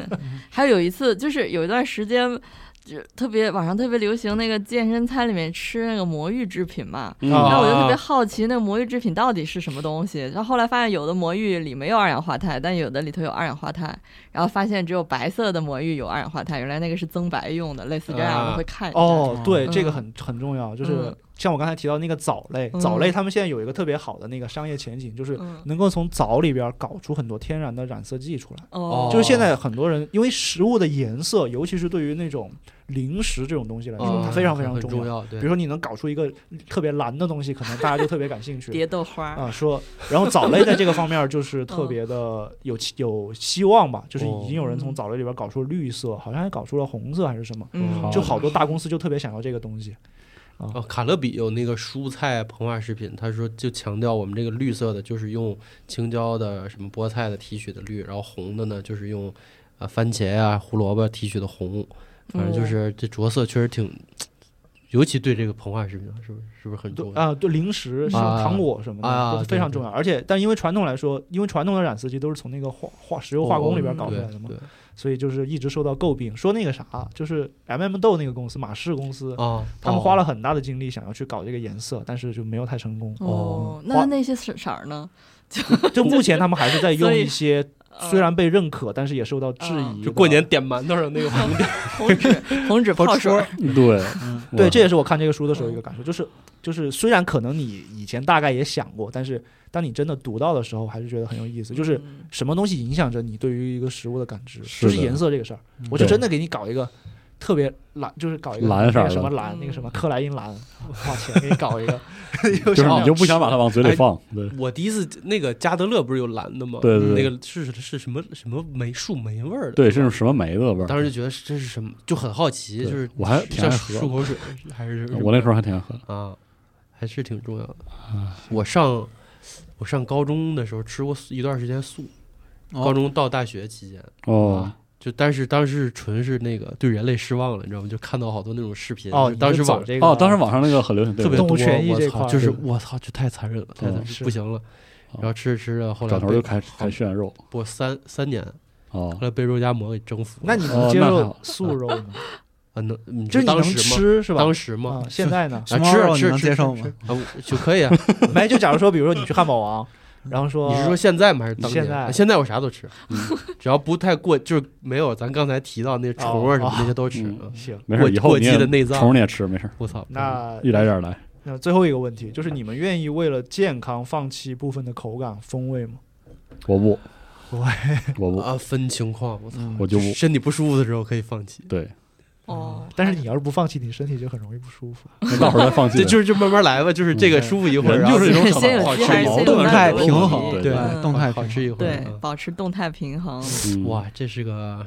Speaker 1: 还有一次，就是有一段时间，就特别网上特别流行那个健身餐里面吃那个魔芋制品嘛。
Speaker 4: 嗯
Speaker 5: 啊
Speaker 1: 那我就特别好奇，那个魔芋制品到底是什么东西？然后后来发现，有的魔芋里没有二氧化钛，但有的里头有二氧化钛。然后发现只有白色的魔芋有二氧化钛，原来那个是增白用的，类似这样，
Speaker 2: 啊
Speaker 1: 我会看一下。
Speaker 5: 哦，对，
Speaker 1: 嗯
Speaker 5: 这个很很重要，就是
Speaker 1: 嗯
Speaker 5: 像我刚才提到那个藻类，
Speaker 1: 嗯
Speaker 5: 藻类他们现在有一个特别好的那个商业前景，就是
Speaker 1: 嗯，
Speaker 5: 能够从藻里边搞出很多天然的染色剂出来。
Speaker 1: 哦，
Speaker 5: 就是现在很多人因为食物的颜色，尤其是对于那种零食这种东西来说，
Speaker 2: 啊
Speaker 5: 它非常非常
Speaker 2: 很重
Speaker 5: 要。
Speaker 2: 要。
Speaker 5: 比
Speaker 2: 对
Speaker 5: 如，说你能搞出一个特别蓝的东西，可能大家就特别感 兴趣。
Speaker 1: 蝶豆花。
Speaker 5: 啊，说，然后藻类在这个方面就是
Speaker 2: 嗯
Speaker 5: 特别的有希有希望吧，就是已经有人
Speaker 2: 哦
Speaker 5: 从藻类里边搞出绿色，好像还搞出了红色还是什么，
Speaker 1: 嗯，
Speaker 5: 就好多大公司就特别想要这个东西。
Speaker 2: 哦，卡乐比有那个蔬菜膨化食品，他说就强调我们这个绿色的，就是用青椒的、什么菠菜的提取的绿，然后红的呢，就是用呃番茄啊、胡萝卜提取的红，
Speaker 1: 嗯
Speaker 2: 反
Speaker 1: 哦
Speaker 2: 正就是这着色确实挺，尤其对这个膨化食品啊是不是是不是很
Speaker 5: 对
Speaker 2: 重要？
Speaker 5: 啊，对零食、是
Speaker 2: 啊
Speaker 5: 糖果什么的，
Speaker 2: 啊
Speaker 5: 都非常
Speaker 2: 对对
Speaker 5: 重要。而且，但因为传统来说，因为传统的染色剂都是从那个化化石油化工里边搞出来的嘛，
Speaker 2: 对对
Speaker 5: 所以就是一直受到诟病，说那个啥，就是 M、m 豆那个公司，马氏公司，
Speaker 2: 啊，
Speaker 5: 他们花
Speaker 2: 了
Speaker 5: 了很大的精力想要去搞这个颜色，但是就没有太 成功。
Speaker 1: 哦
Speaker 5: 嗯，
Speaker 1: 那
Speaker 5: 花
Speaker 1: 那些色色儿呢？
Speaker 5: 就目前他们还是在用
Speaker 1: 所以
Speaker 5: 一些
Speaker 1: 呃
Speaker 2: 嗯
Speaker 5: 虽然被认可，但是也受到 质
Speaker 1: 啊
Speaker 5: 疑。
Speaker 2: 就过年。点馒头上 那个红点
Speaker 1: 红纸红纸泡水儿，
Speaker 4: 对，
Speaker 5: 对，
Speaker 2: 嗯
Speaker 4: 哇
Speaker 5: 这也是我看这个书的时候一个感受，就是就是虽然可能你以前大概也想过，但是当你真的读到的时候，还是觉得很有意思。就是
Speaker 1: 嗯
Speaker 5: 什么东西影响着你对于一个食物的感知，
Speaker 4: 是
Speaker 5: 就
Speaker 4: 的
Speaker 5: 是颜色这个事儿。我就真的给你搞一个特别蓝，就是搞一个
Speaker 4: 蓝色
Speaker 5: 那
Speaker 4: 儿
Speaker 5: 个
Speaker 4: 的
Speaker 5: 什么蓝，
Speaker 1: 嗯
Speaker 5: 那个什么克莱因蓝，花钱给你搞一个，就
Speaker 4: 就是你就不想把它往
Speaker 5: 哎
Speaker 4: 嘴里放，对
Speaker 2: 我第一次那个加德乐不是有蓝的吗？
Speaker 4: 对对对
Speaker 2: 那个是是什么什么梅树梅味儿的？
Speaker 4: 对，这种什么梅子的味儿。
Speaker 2: 当时就觉得是这是什么，就很好奇，
Speaker 4: 对
Speaker 2: 就是
Speaker 4: 我还挺
Speaker 2: 像
Speaker 4: 爱
Speaker 2: 漱
Speaker 4: 喝
Speaker 2: 漱口水还是什么
Speaker 4: 我那时候还挺爱喝的，
Speaker 2: 啊，还是挺重要的。我上我上高中的时候吃过一段时间素，
Speaker 3: 哦
Speaker 2: 高中到大学期间，
Speaker 5: 啊
Speaker 4: 哦，
Speaker 2: 就但是当时纯是那个对人类失望了，你知道吗？就看到好多那种视频，
Speaker 5: 哦，
Speaker 2: 就
Speaker 5: 你
Speaker 2: 当
Speaker 5: 就
Speaker 2: 时
Speaker 5: 走
Speaker 2: 网
Speaker 5: 这个
Speaker 4: 哦，当时网上那个很流行，对
Speaker 2: 特别
Speaker 5: 动物
Speaker 2: 多，
Speaker 5: 权益这
Speaker 2: 我
Speaker 5: 块
Speaker 2: 操，
Speaker 5: 儿
Speaker 2: 就是
Speaker 5: 对
Speaker 2: 我操，这太残忍了，太残
Speaker 4: 嗯
Speaker 2: 忍，
Speaker 5: 是嗯
Speaker 2: 不行了。然后吃着吃着，后来
Speaker 4: 转头
Speaker 2: 被
Speaker 4: 就开开炫肉
Speaker 2: 我三三年，
Speaker 4: 哦
Speaker 2: 后，来被肉夹馍给征服了。
Speaker 5: 嗯那你能
Speaker 4: 哦
Speaker 5: 接
Speaker 4: 那还
Speaker 5: 受
Speaker 4: 好
Speaker 5: 素肉吗？
Speaker 2: 啊，能你
Speaker 5: 就
Speaker 2: 知
Speaker 5: 是你
Speaker 2: 道
Speaker 5: 能
Speaker 2: 当时吗？
Speaker 5: 吃是吧？
Speaker 2: 当时吗
Speaker 5: 啊？，现在呢？
Speaker 2: 啊，
Speaker 3: 熊猫
Speaker 2: 吃啊吃
Speaker 3: 肉你能
Speaker 2: 吃
Speaker 3: 接受
Speaker 2: 吃
Speaker 3: 吗？
Speaker 2: 啊，我就可以啊。
Speaker 5: 没，就假如说，比如说你去汉堡王，然后说
Speaker 2: 你是说 现在吗？还是当年？
Speaker 5: 现在嗯
Speaker 2: 现在我啥都吃，只要不太过，就是没有咱刚才提到
Speaker 5: 哦
Speaker 2: 那虫啊什么那些都吃。
Speaker 4: 嗯
Speaker 2: 嗯
Speaker 5: 行，
Speaker 4: 没事，以后
Speaker 2: 过
Speaker 4: 你
Speaker 2: 期的
Speaker 4: 也
Speaker 2: 内脏
Speaker 4: 虫，你也吃，没事，
Speaker 2: 我操！
Speaker 5: 那
Speaker 4: 一点点来。
Speaker 5: 那最后一个问题就是，你们愿意为了健康放弃部分的口感风味吗？
Speaker 4: 我不，
Speaker 5: 我
Speaker 4: 我不，
Speaker 2: 啊，分情况，我
Speaker 5: 嗯
Speaker 2: 操，
Speaker 4: 我 就不
Speaker 2: 身体不舒服的时候可以放弃，
Speaker 4: 对，
Speaker 1: 哦，
Speaker 5: 嗯但是你要是不放弃，你身体就很容易不舒服。
Speaker 4: 那到时候再放弃
Speaker 2: 这
Speaker 4: 呗。
Speaker 2: 就是就慢慢来吧，就是这个
Speaker 5: 嗯
Speaker 2: 舒服一会儿，
Speaker 4: 人
Speaker 2: 然后
Speaker 4: 就是一种
Speaker 1: 先有
Speaker 4: 好
Speaker 1: 鸡
Speaker 4: 吃
Speaker 1: 还是
Speaker 4: 矛
Speaker 1: 先有蛋
Speaker 3: 动
Speaker 4: 盾的
Speaker 3: 态
Speaker 4: 问
Speaker 3: 平
Speaker 4: 题
Speaker 3: 衡
Speaker 4: 对
Speaker 2: 对，
Speaker 1: 嗯
Speaker 3: 动态
Speaker 2: 好
Speaker 3: 平
Speaker 2: 吃一会
Speaker 1: 对
Speaker 2: 儿，。啊
Speaker 1: 保持动态平衡，
Speaker 4: 嗯
Speaker 2: 哇，这是个，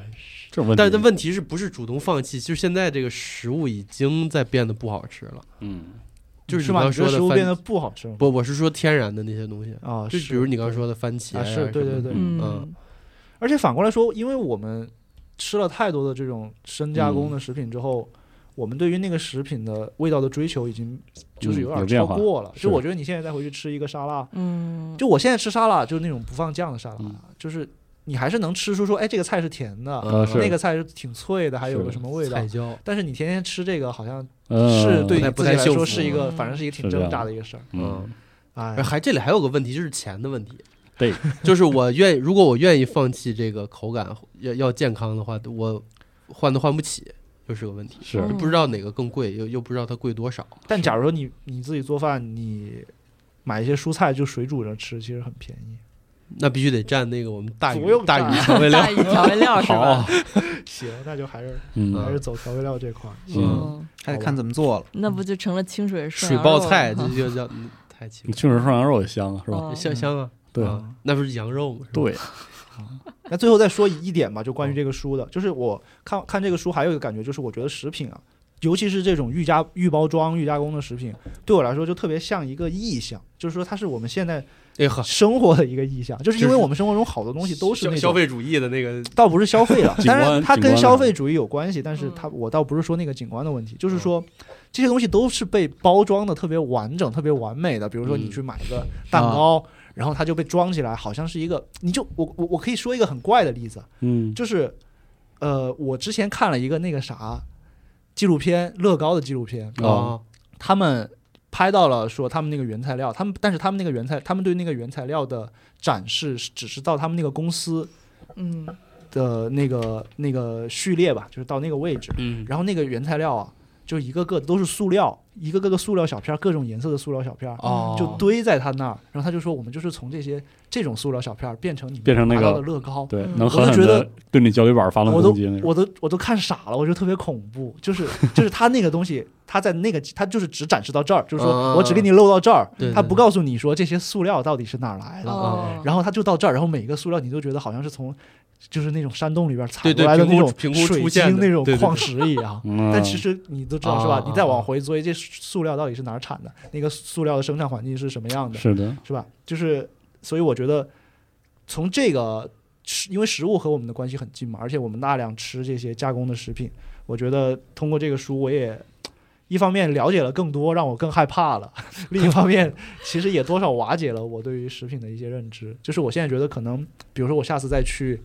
Speaker 4: 这问题，
Speaker 2: 但是问题是不是主动放弃？就是现在这个食物已经在变得不好吃了，
Speaker 4: 嗯，
Speaker 2: 就是
Speaker 5: 是
Speaker 2: 你
Speaker 5: 吧？
Speaker 2: 刚
Speaker 5: 你
Speaker 2: 说
Speaker 5: 的食
Speaker 2: 的
Speaker 5: 物变得
Speaker 2: 番，
Speaker 5: 不好吃吗？
Speaker 2: 不，我是说天然的那些东西，
Speaker 5: 啊，
Speaker 2: 就是比如你刚刚说的番茄
Speaker 5: 啊，
Speaker 2: 呀什么
Speaker 5: 是
Speaker 2: 的
Speaker 5: 对对对。
Speaker 4: 嗯
Speaker 1: 嗯，
Speaker 5: 而且反过来说，因为我们吃了太多的这种深加工的食品之后，我们对于那个食品的味道的追求已经就是
Speaker 4: 嗯
Speaker 5: 有
Speaker 4: 有
Speaker 5: 点
Speaker 4: 变
Speaker 5: 超
Speaker 4: 化
Speaker 5: 过了。
Speaker 4: 是
Speaker 5: 就我觉得你现在再回去吃一个沙拉，
Speaker 1: 嗯，
Speaker 5: 就我现在吃沙拉就是那种不放酱的沙拉，
Speaker 4: 嗯
Speaker 5: 就是你还是能吃出说，哎，这个菜是甜的，
Speaker 2: 啊
Speaker 4: 呃是
Speaker 5: 那个菜是挺脆的，还有个什么味道哎
Speaker 2: 菜。椒，
Speaker 5: 但是你天天吃这个，好像
Speaker 4: 呃
Speaker 5: 是对你
Speaker 2: 不
Speaker 5: 自
Speaker 2: 太
Speaker 5: 己来
Speaker 2: 幸
Speaker 5: 说
Speaker 2: 福
Speaker 5: 是一个，
Speaker 1: 嗯
Speaker 5: 反正是一个挺
Speaker 4: 是这
Speaker 5: 挣
Speaker 4: 样
Speaker 5: 扎的一个事儿。
Speaker 4: 嗯，
Speaker 5: 哎
Speaker 2: 而，还这里还有个问题，就是钱的问题。
Speaker 4: 对，
Speaker 2: 就是我愿，如果我愿意放弃这个口感，要要健康的话，我换都换不起，就是个问题。
Speaker 4: 是
Speaker 1: 嗯
Speaker 2: 不知道哪个更贵，又又不知道它贵多少。
Speaker 5: 但假如说你你自己做饭，你买一些蔬菜就水煮着吃，其实很便宜。
Speaker 2: 那必须得蘸那个我们大
Speaker 5: 左右
Speaker 2: 鱼
Speaker 5: 大
Speaker 2: 大 鱼调味料
Speaker 1: 大。鱼调味料是吧
Speaker 4: 好？，啊
Speaker 5: 行，那就还是还
Speaker 4: 嗯
Speaker 5: 是走调味料这块儿。
Speaker 4: 嗯，
Speaker 1: 嗯，
Speaker 3: 还得看怎么做了。
Speaker 1: 那不就成了清水涮
Speaker 2: 水
Speaker 1: 羊
Speaker 2: 爆
Speaker 1: 肉啊
Speaker 2: 菜
Speaker 1: 了
Speaker 2: 这
Speaker 1: 吗
Speaker 2: 就叫嗯太奇
Speaker 4: 你
Speaker 2: 怪，
Speaker 4: 确实涮羊肉也香啊，是吧？
Speaker 1: 哦
Speaker 2: 香香啊，
Speaker 4: 对
Speaker 2: 啊那不是羊肉吗？是吧，
Speaker 4: 对，
Speaker 5: 那最后再说一点吧，就关于这个书的，就是我看看这个书还有一个感觉，就是我觉得食品啊，尤其是这种预加预包装、预加工的食品，对我来说就特别像一个意象，就是说它是我们现在
Speaker 2: 哎呵，
Speaker 5: 生活的一个意象，就是因
Speaker 2: 就
Speaker 5: 为
Speaker 2: 是
Speaker 5: 我们生活中好多东西都是
Speaker 2: 消
Speaker 5: 那
Speaker 2: 消
Speaker 5: 种。
Speaker 2: 费主义的那个
Speaker 5: 倒不是消费了
Speaker 4: ，景观
Speaker 5: 当然它
Speaker 4: 景观
Speaker 5: 跟
Speaker 4: 的
Speaker 5: 消费主义有关系，但是
Speaker 1: 嗯
Speaker 5: 它我倒不是说那个景观的问题，
Speaker 2: 嗯
Speaker 5: 就是说这些东西都是被包装的特别完整、特别完美的。比如说你
Speaker 2: 嗯啊
Speaker 5: 去买一个蛋糕，然后它就被装起来，好像是一个，你就我我我可以说一个很怪的例子，
Speaker 4: 嗯，
Speaker 5: 就是呃，我之前看了一个那个啥纪录片，乐高的纪录片，
Speaker 4: 哦
Speaker 2: 啊，
Speaker 5: 他们拍到了说他们那个原材料，他们但是他们那个原材，他们对那个原材料的展示是只是到他们那个公司
Speaker 1: 嗯，
Speaker 5: 的那个那个序列吧，就是到那个位置，
Speaker 2: 嗯，
Speaker 5: 然后那个原材料啊，就一个个都是塑料，一个个的塑料小片儿，各种颜色的塑料小片儿。
Speaker 2: 哦，
Speaker 5: 就堆在他那儿，然后他就说：“我们就是从这些这种塑料小片儿变成你们
Speaker 4: 变成那
Speaker 5: 拿
Speaker 4: 个
Speaker 5: 到的乐高，
Speaker 4: 对，
Speaker 1: 嗯
Speaker 4: 能
Speaker 5: 我
Speaker 4: 狠
Speaker 5: 就
Speaker 4: 狠
Speaker 5: 觉
Speaker 4: 的
Speaker 5: 得
Speaker 4: 对你脚底板发动
Speaker 5: 我
Speaker 4: 攻
Speaker 5: 都
Speaker 4: 击那种。
Speaker 5: 我都我都看傻了，我觉得特别恐怖，就是 就是他那个东西，他在那个他就是只展示到这儿，就是
Speaker 2: 啊
Speaker 5: 说我只给你露到这儿
Speaker 2: 对，
Speaker 5: 他
Speaker 2: 对
Speaker 5: 不告诉你说这些塑料到底是哪儿来的，
Speaker 1: 哦，
Speaker 5: 然后他就到这儿，然后每一个塑料你都觉得好像是从就是那种山洞里边采
Speaker 2: 对对
Speaker 5: 过来的
Speaker 2: 评
Speaker 5: 那
Speaker 2: 估
Speaker 5: 种
Speaker 2: 评估
Speaker 5: 水
Speaker 2: 出现
Speaker 5: 晶
Speaker 2: 的
Speaker 5: 那种
Speaker 2: 对对对
Speaker 5: 矿石一 样。
Speaker 4: 嗯，
Speaker 5: 但其实你都知道是
Speaker 2: 啊
Speaker 5: 吧
Speaker 2: 啊？
Speaker 5: 你再
Speaker 2: 啊
Speaker 5: 往回追，这塑料到底是哪儿产的？那个塑料的生产环境是什么样的？
Speaker 4: 是的，
Speaker 5: 是吧？就是，所以我觉得从这个食，因为食物和我们的关系很近嘛，而且我们大量吃这些加工的食品，我觉得通过这个书，我也一方面了解了更多，让我更害怕了； 另一方面，其实也多少瓦解了我对于食品的一些认知。就是我现在觉得，可能比如说我下次再去。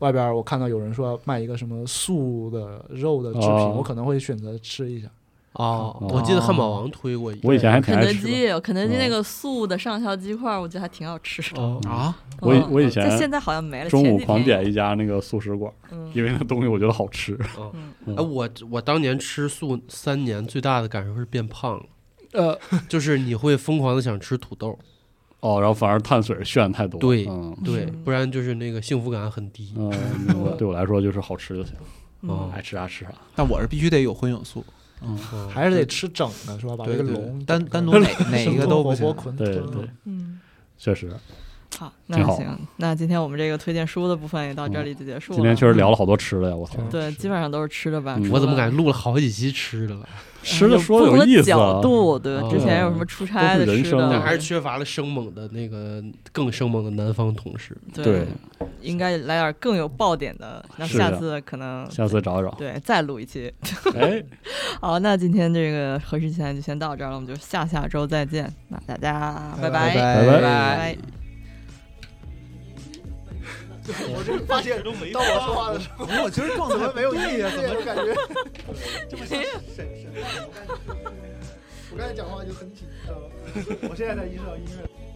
Speaker 5: 外边儿我看到有人说卖一个什么素的肉的制品，
Speaker 4: 哦
Speaker 5: 我可能会选择吃一下。
Speaker 2: 哦，
Speaker 4: 哦
Speaker 2: 我记得汉堡王推过一，
Speaker 4: 我以前还挺
Speaker 1: 肯
Speaker 4: 爱
Speaker 1: 德
Speaker 4: 吃的。
Speaker 1: 基，肯德基
Speaker 4: 嗯
Speaker 1: 那个素的上校鸡块儿，我觉得还挺好吃的。
Speaker 2: 哦
Speaker 3: 啊，
Speaker 4: 我以
Speaker 1: 嗯
Speaker 4: 我以前
Speaker 1: 但现在好像没了。
Speaker 4: 中
Speaker 1: 前
Speaker 4: 午
Speaker 1: 几
Speaker 4: 狂
Speaker 1: 天
Speaker 4: 点
Speaker 1: 有
Speaker 4: 一家那个素食馆，
Speaker 1: 嗯
Speaker 4: 因为那东西我觉得好吃。嗯
Speaker 2: 哎，我我当年吃素三年，最大的感受是变胖了，
Speaker 5: 呃，
Speaker 2: 就是你会疯狂的想吃土豆，
Speaker 4: 哦，然后反而碳水炫太多。
Speaker 2: 对
Speaker 4: 嗯
Speaker 2: 对，
Speaker 1: 嗯
Speaker 2: 不然就是那个幸福感很低。
Speaker 4: 嗯，明白对我来说就是好吃就行，
Speaker 1: 嗯
Speaker 2: 哦
Speaker 4: 爱吃啥吃啥。
Speaker 3: 但我是必须得有荤有素，
Speaker 2: 嗯
Speaker 5: 还是得吃整的是吧？把这
Speaker 3: 对
Speaker 5: 个
Speaker 3: 对
Speaker 5: 龙
Speaker 3: 单单独哪哪一个都不
Speaker 5: 活
Speaker 3: 行
Speaker 5: 活。捆
Speaker 4: 对
Speaker 5: 吞
Speaker 4: 对
Speaker 5: 了。，
Speaker 1: 嗯，
Speaker 4: 确实，
Speaker 1: 好，
Speaker 4: 挺
Speaker 1: 那
Speaker 4: 好
Speaker 1: 行，那今天我们这个推荐书的部分也到这里就结束了。
Speaker 4: 今天确实聊了好多吃的呀，我操！
Speaker 1: 对，基本上都是吃的吧
Speaker 4: 嗯。
Speaker 2: 我怎么
Speaker 1: 感
Speaker 2: 感觉录了好几期吃的了？
Speaker 4: 吃的说有意
Speaker 1: 嗯
Speaker 4: 思
Speaker 1: 角
Speaker 4: 啊，
Speaker 1: 度，对
Speaker 2: 哦，
Speaker 1: 之前有什么出差的
Speaker 4: 都是人
Speaker 1: 吃
Speaker 4: 生
Speaker 1: 的，
Speaker 4: 啊
Speaker 2: 但还是缺乏了生猛的那个更生猛的南方同事。
Speaker 4: 对
Speaker 1: 对，，应该来点更有爆点的。那
Speaker 4: 是
Speaker 1: 下
Speaker 4: 的
Speaker 1: 次可能
Speaker 4: 下次找找。
Speaker 1: 对再录一期。
Speaker 4: 哎，
Speaker 1: 好，那今天这个合适期待就先到这儿了，我们就下下周再见。那大家拜拜
Speaker 3: 拜
Speaker 4: 拜拜
Speaker 1: 拜。
Speaker 5: 我就发现都没到 我说话的时候，
Speaker 3: 我今儿状
Speaker 5: 怎么没有意义啊？怎么感觉？我刚才讲话就很紧张，我现在才意识到音乐。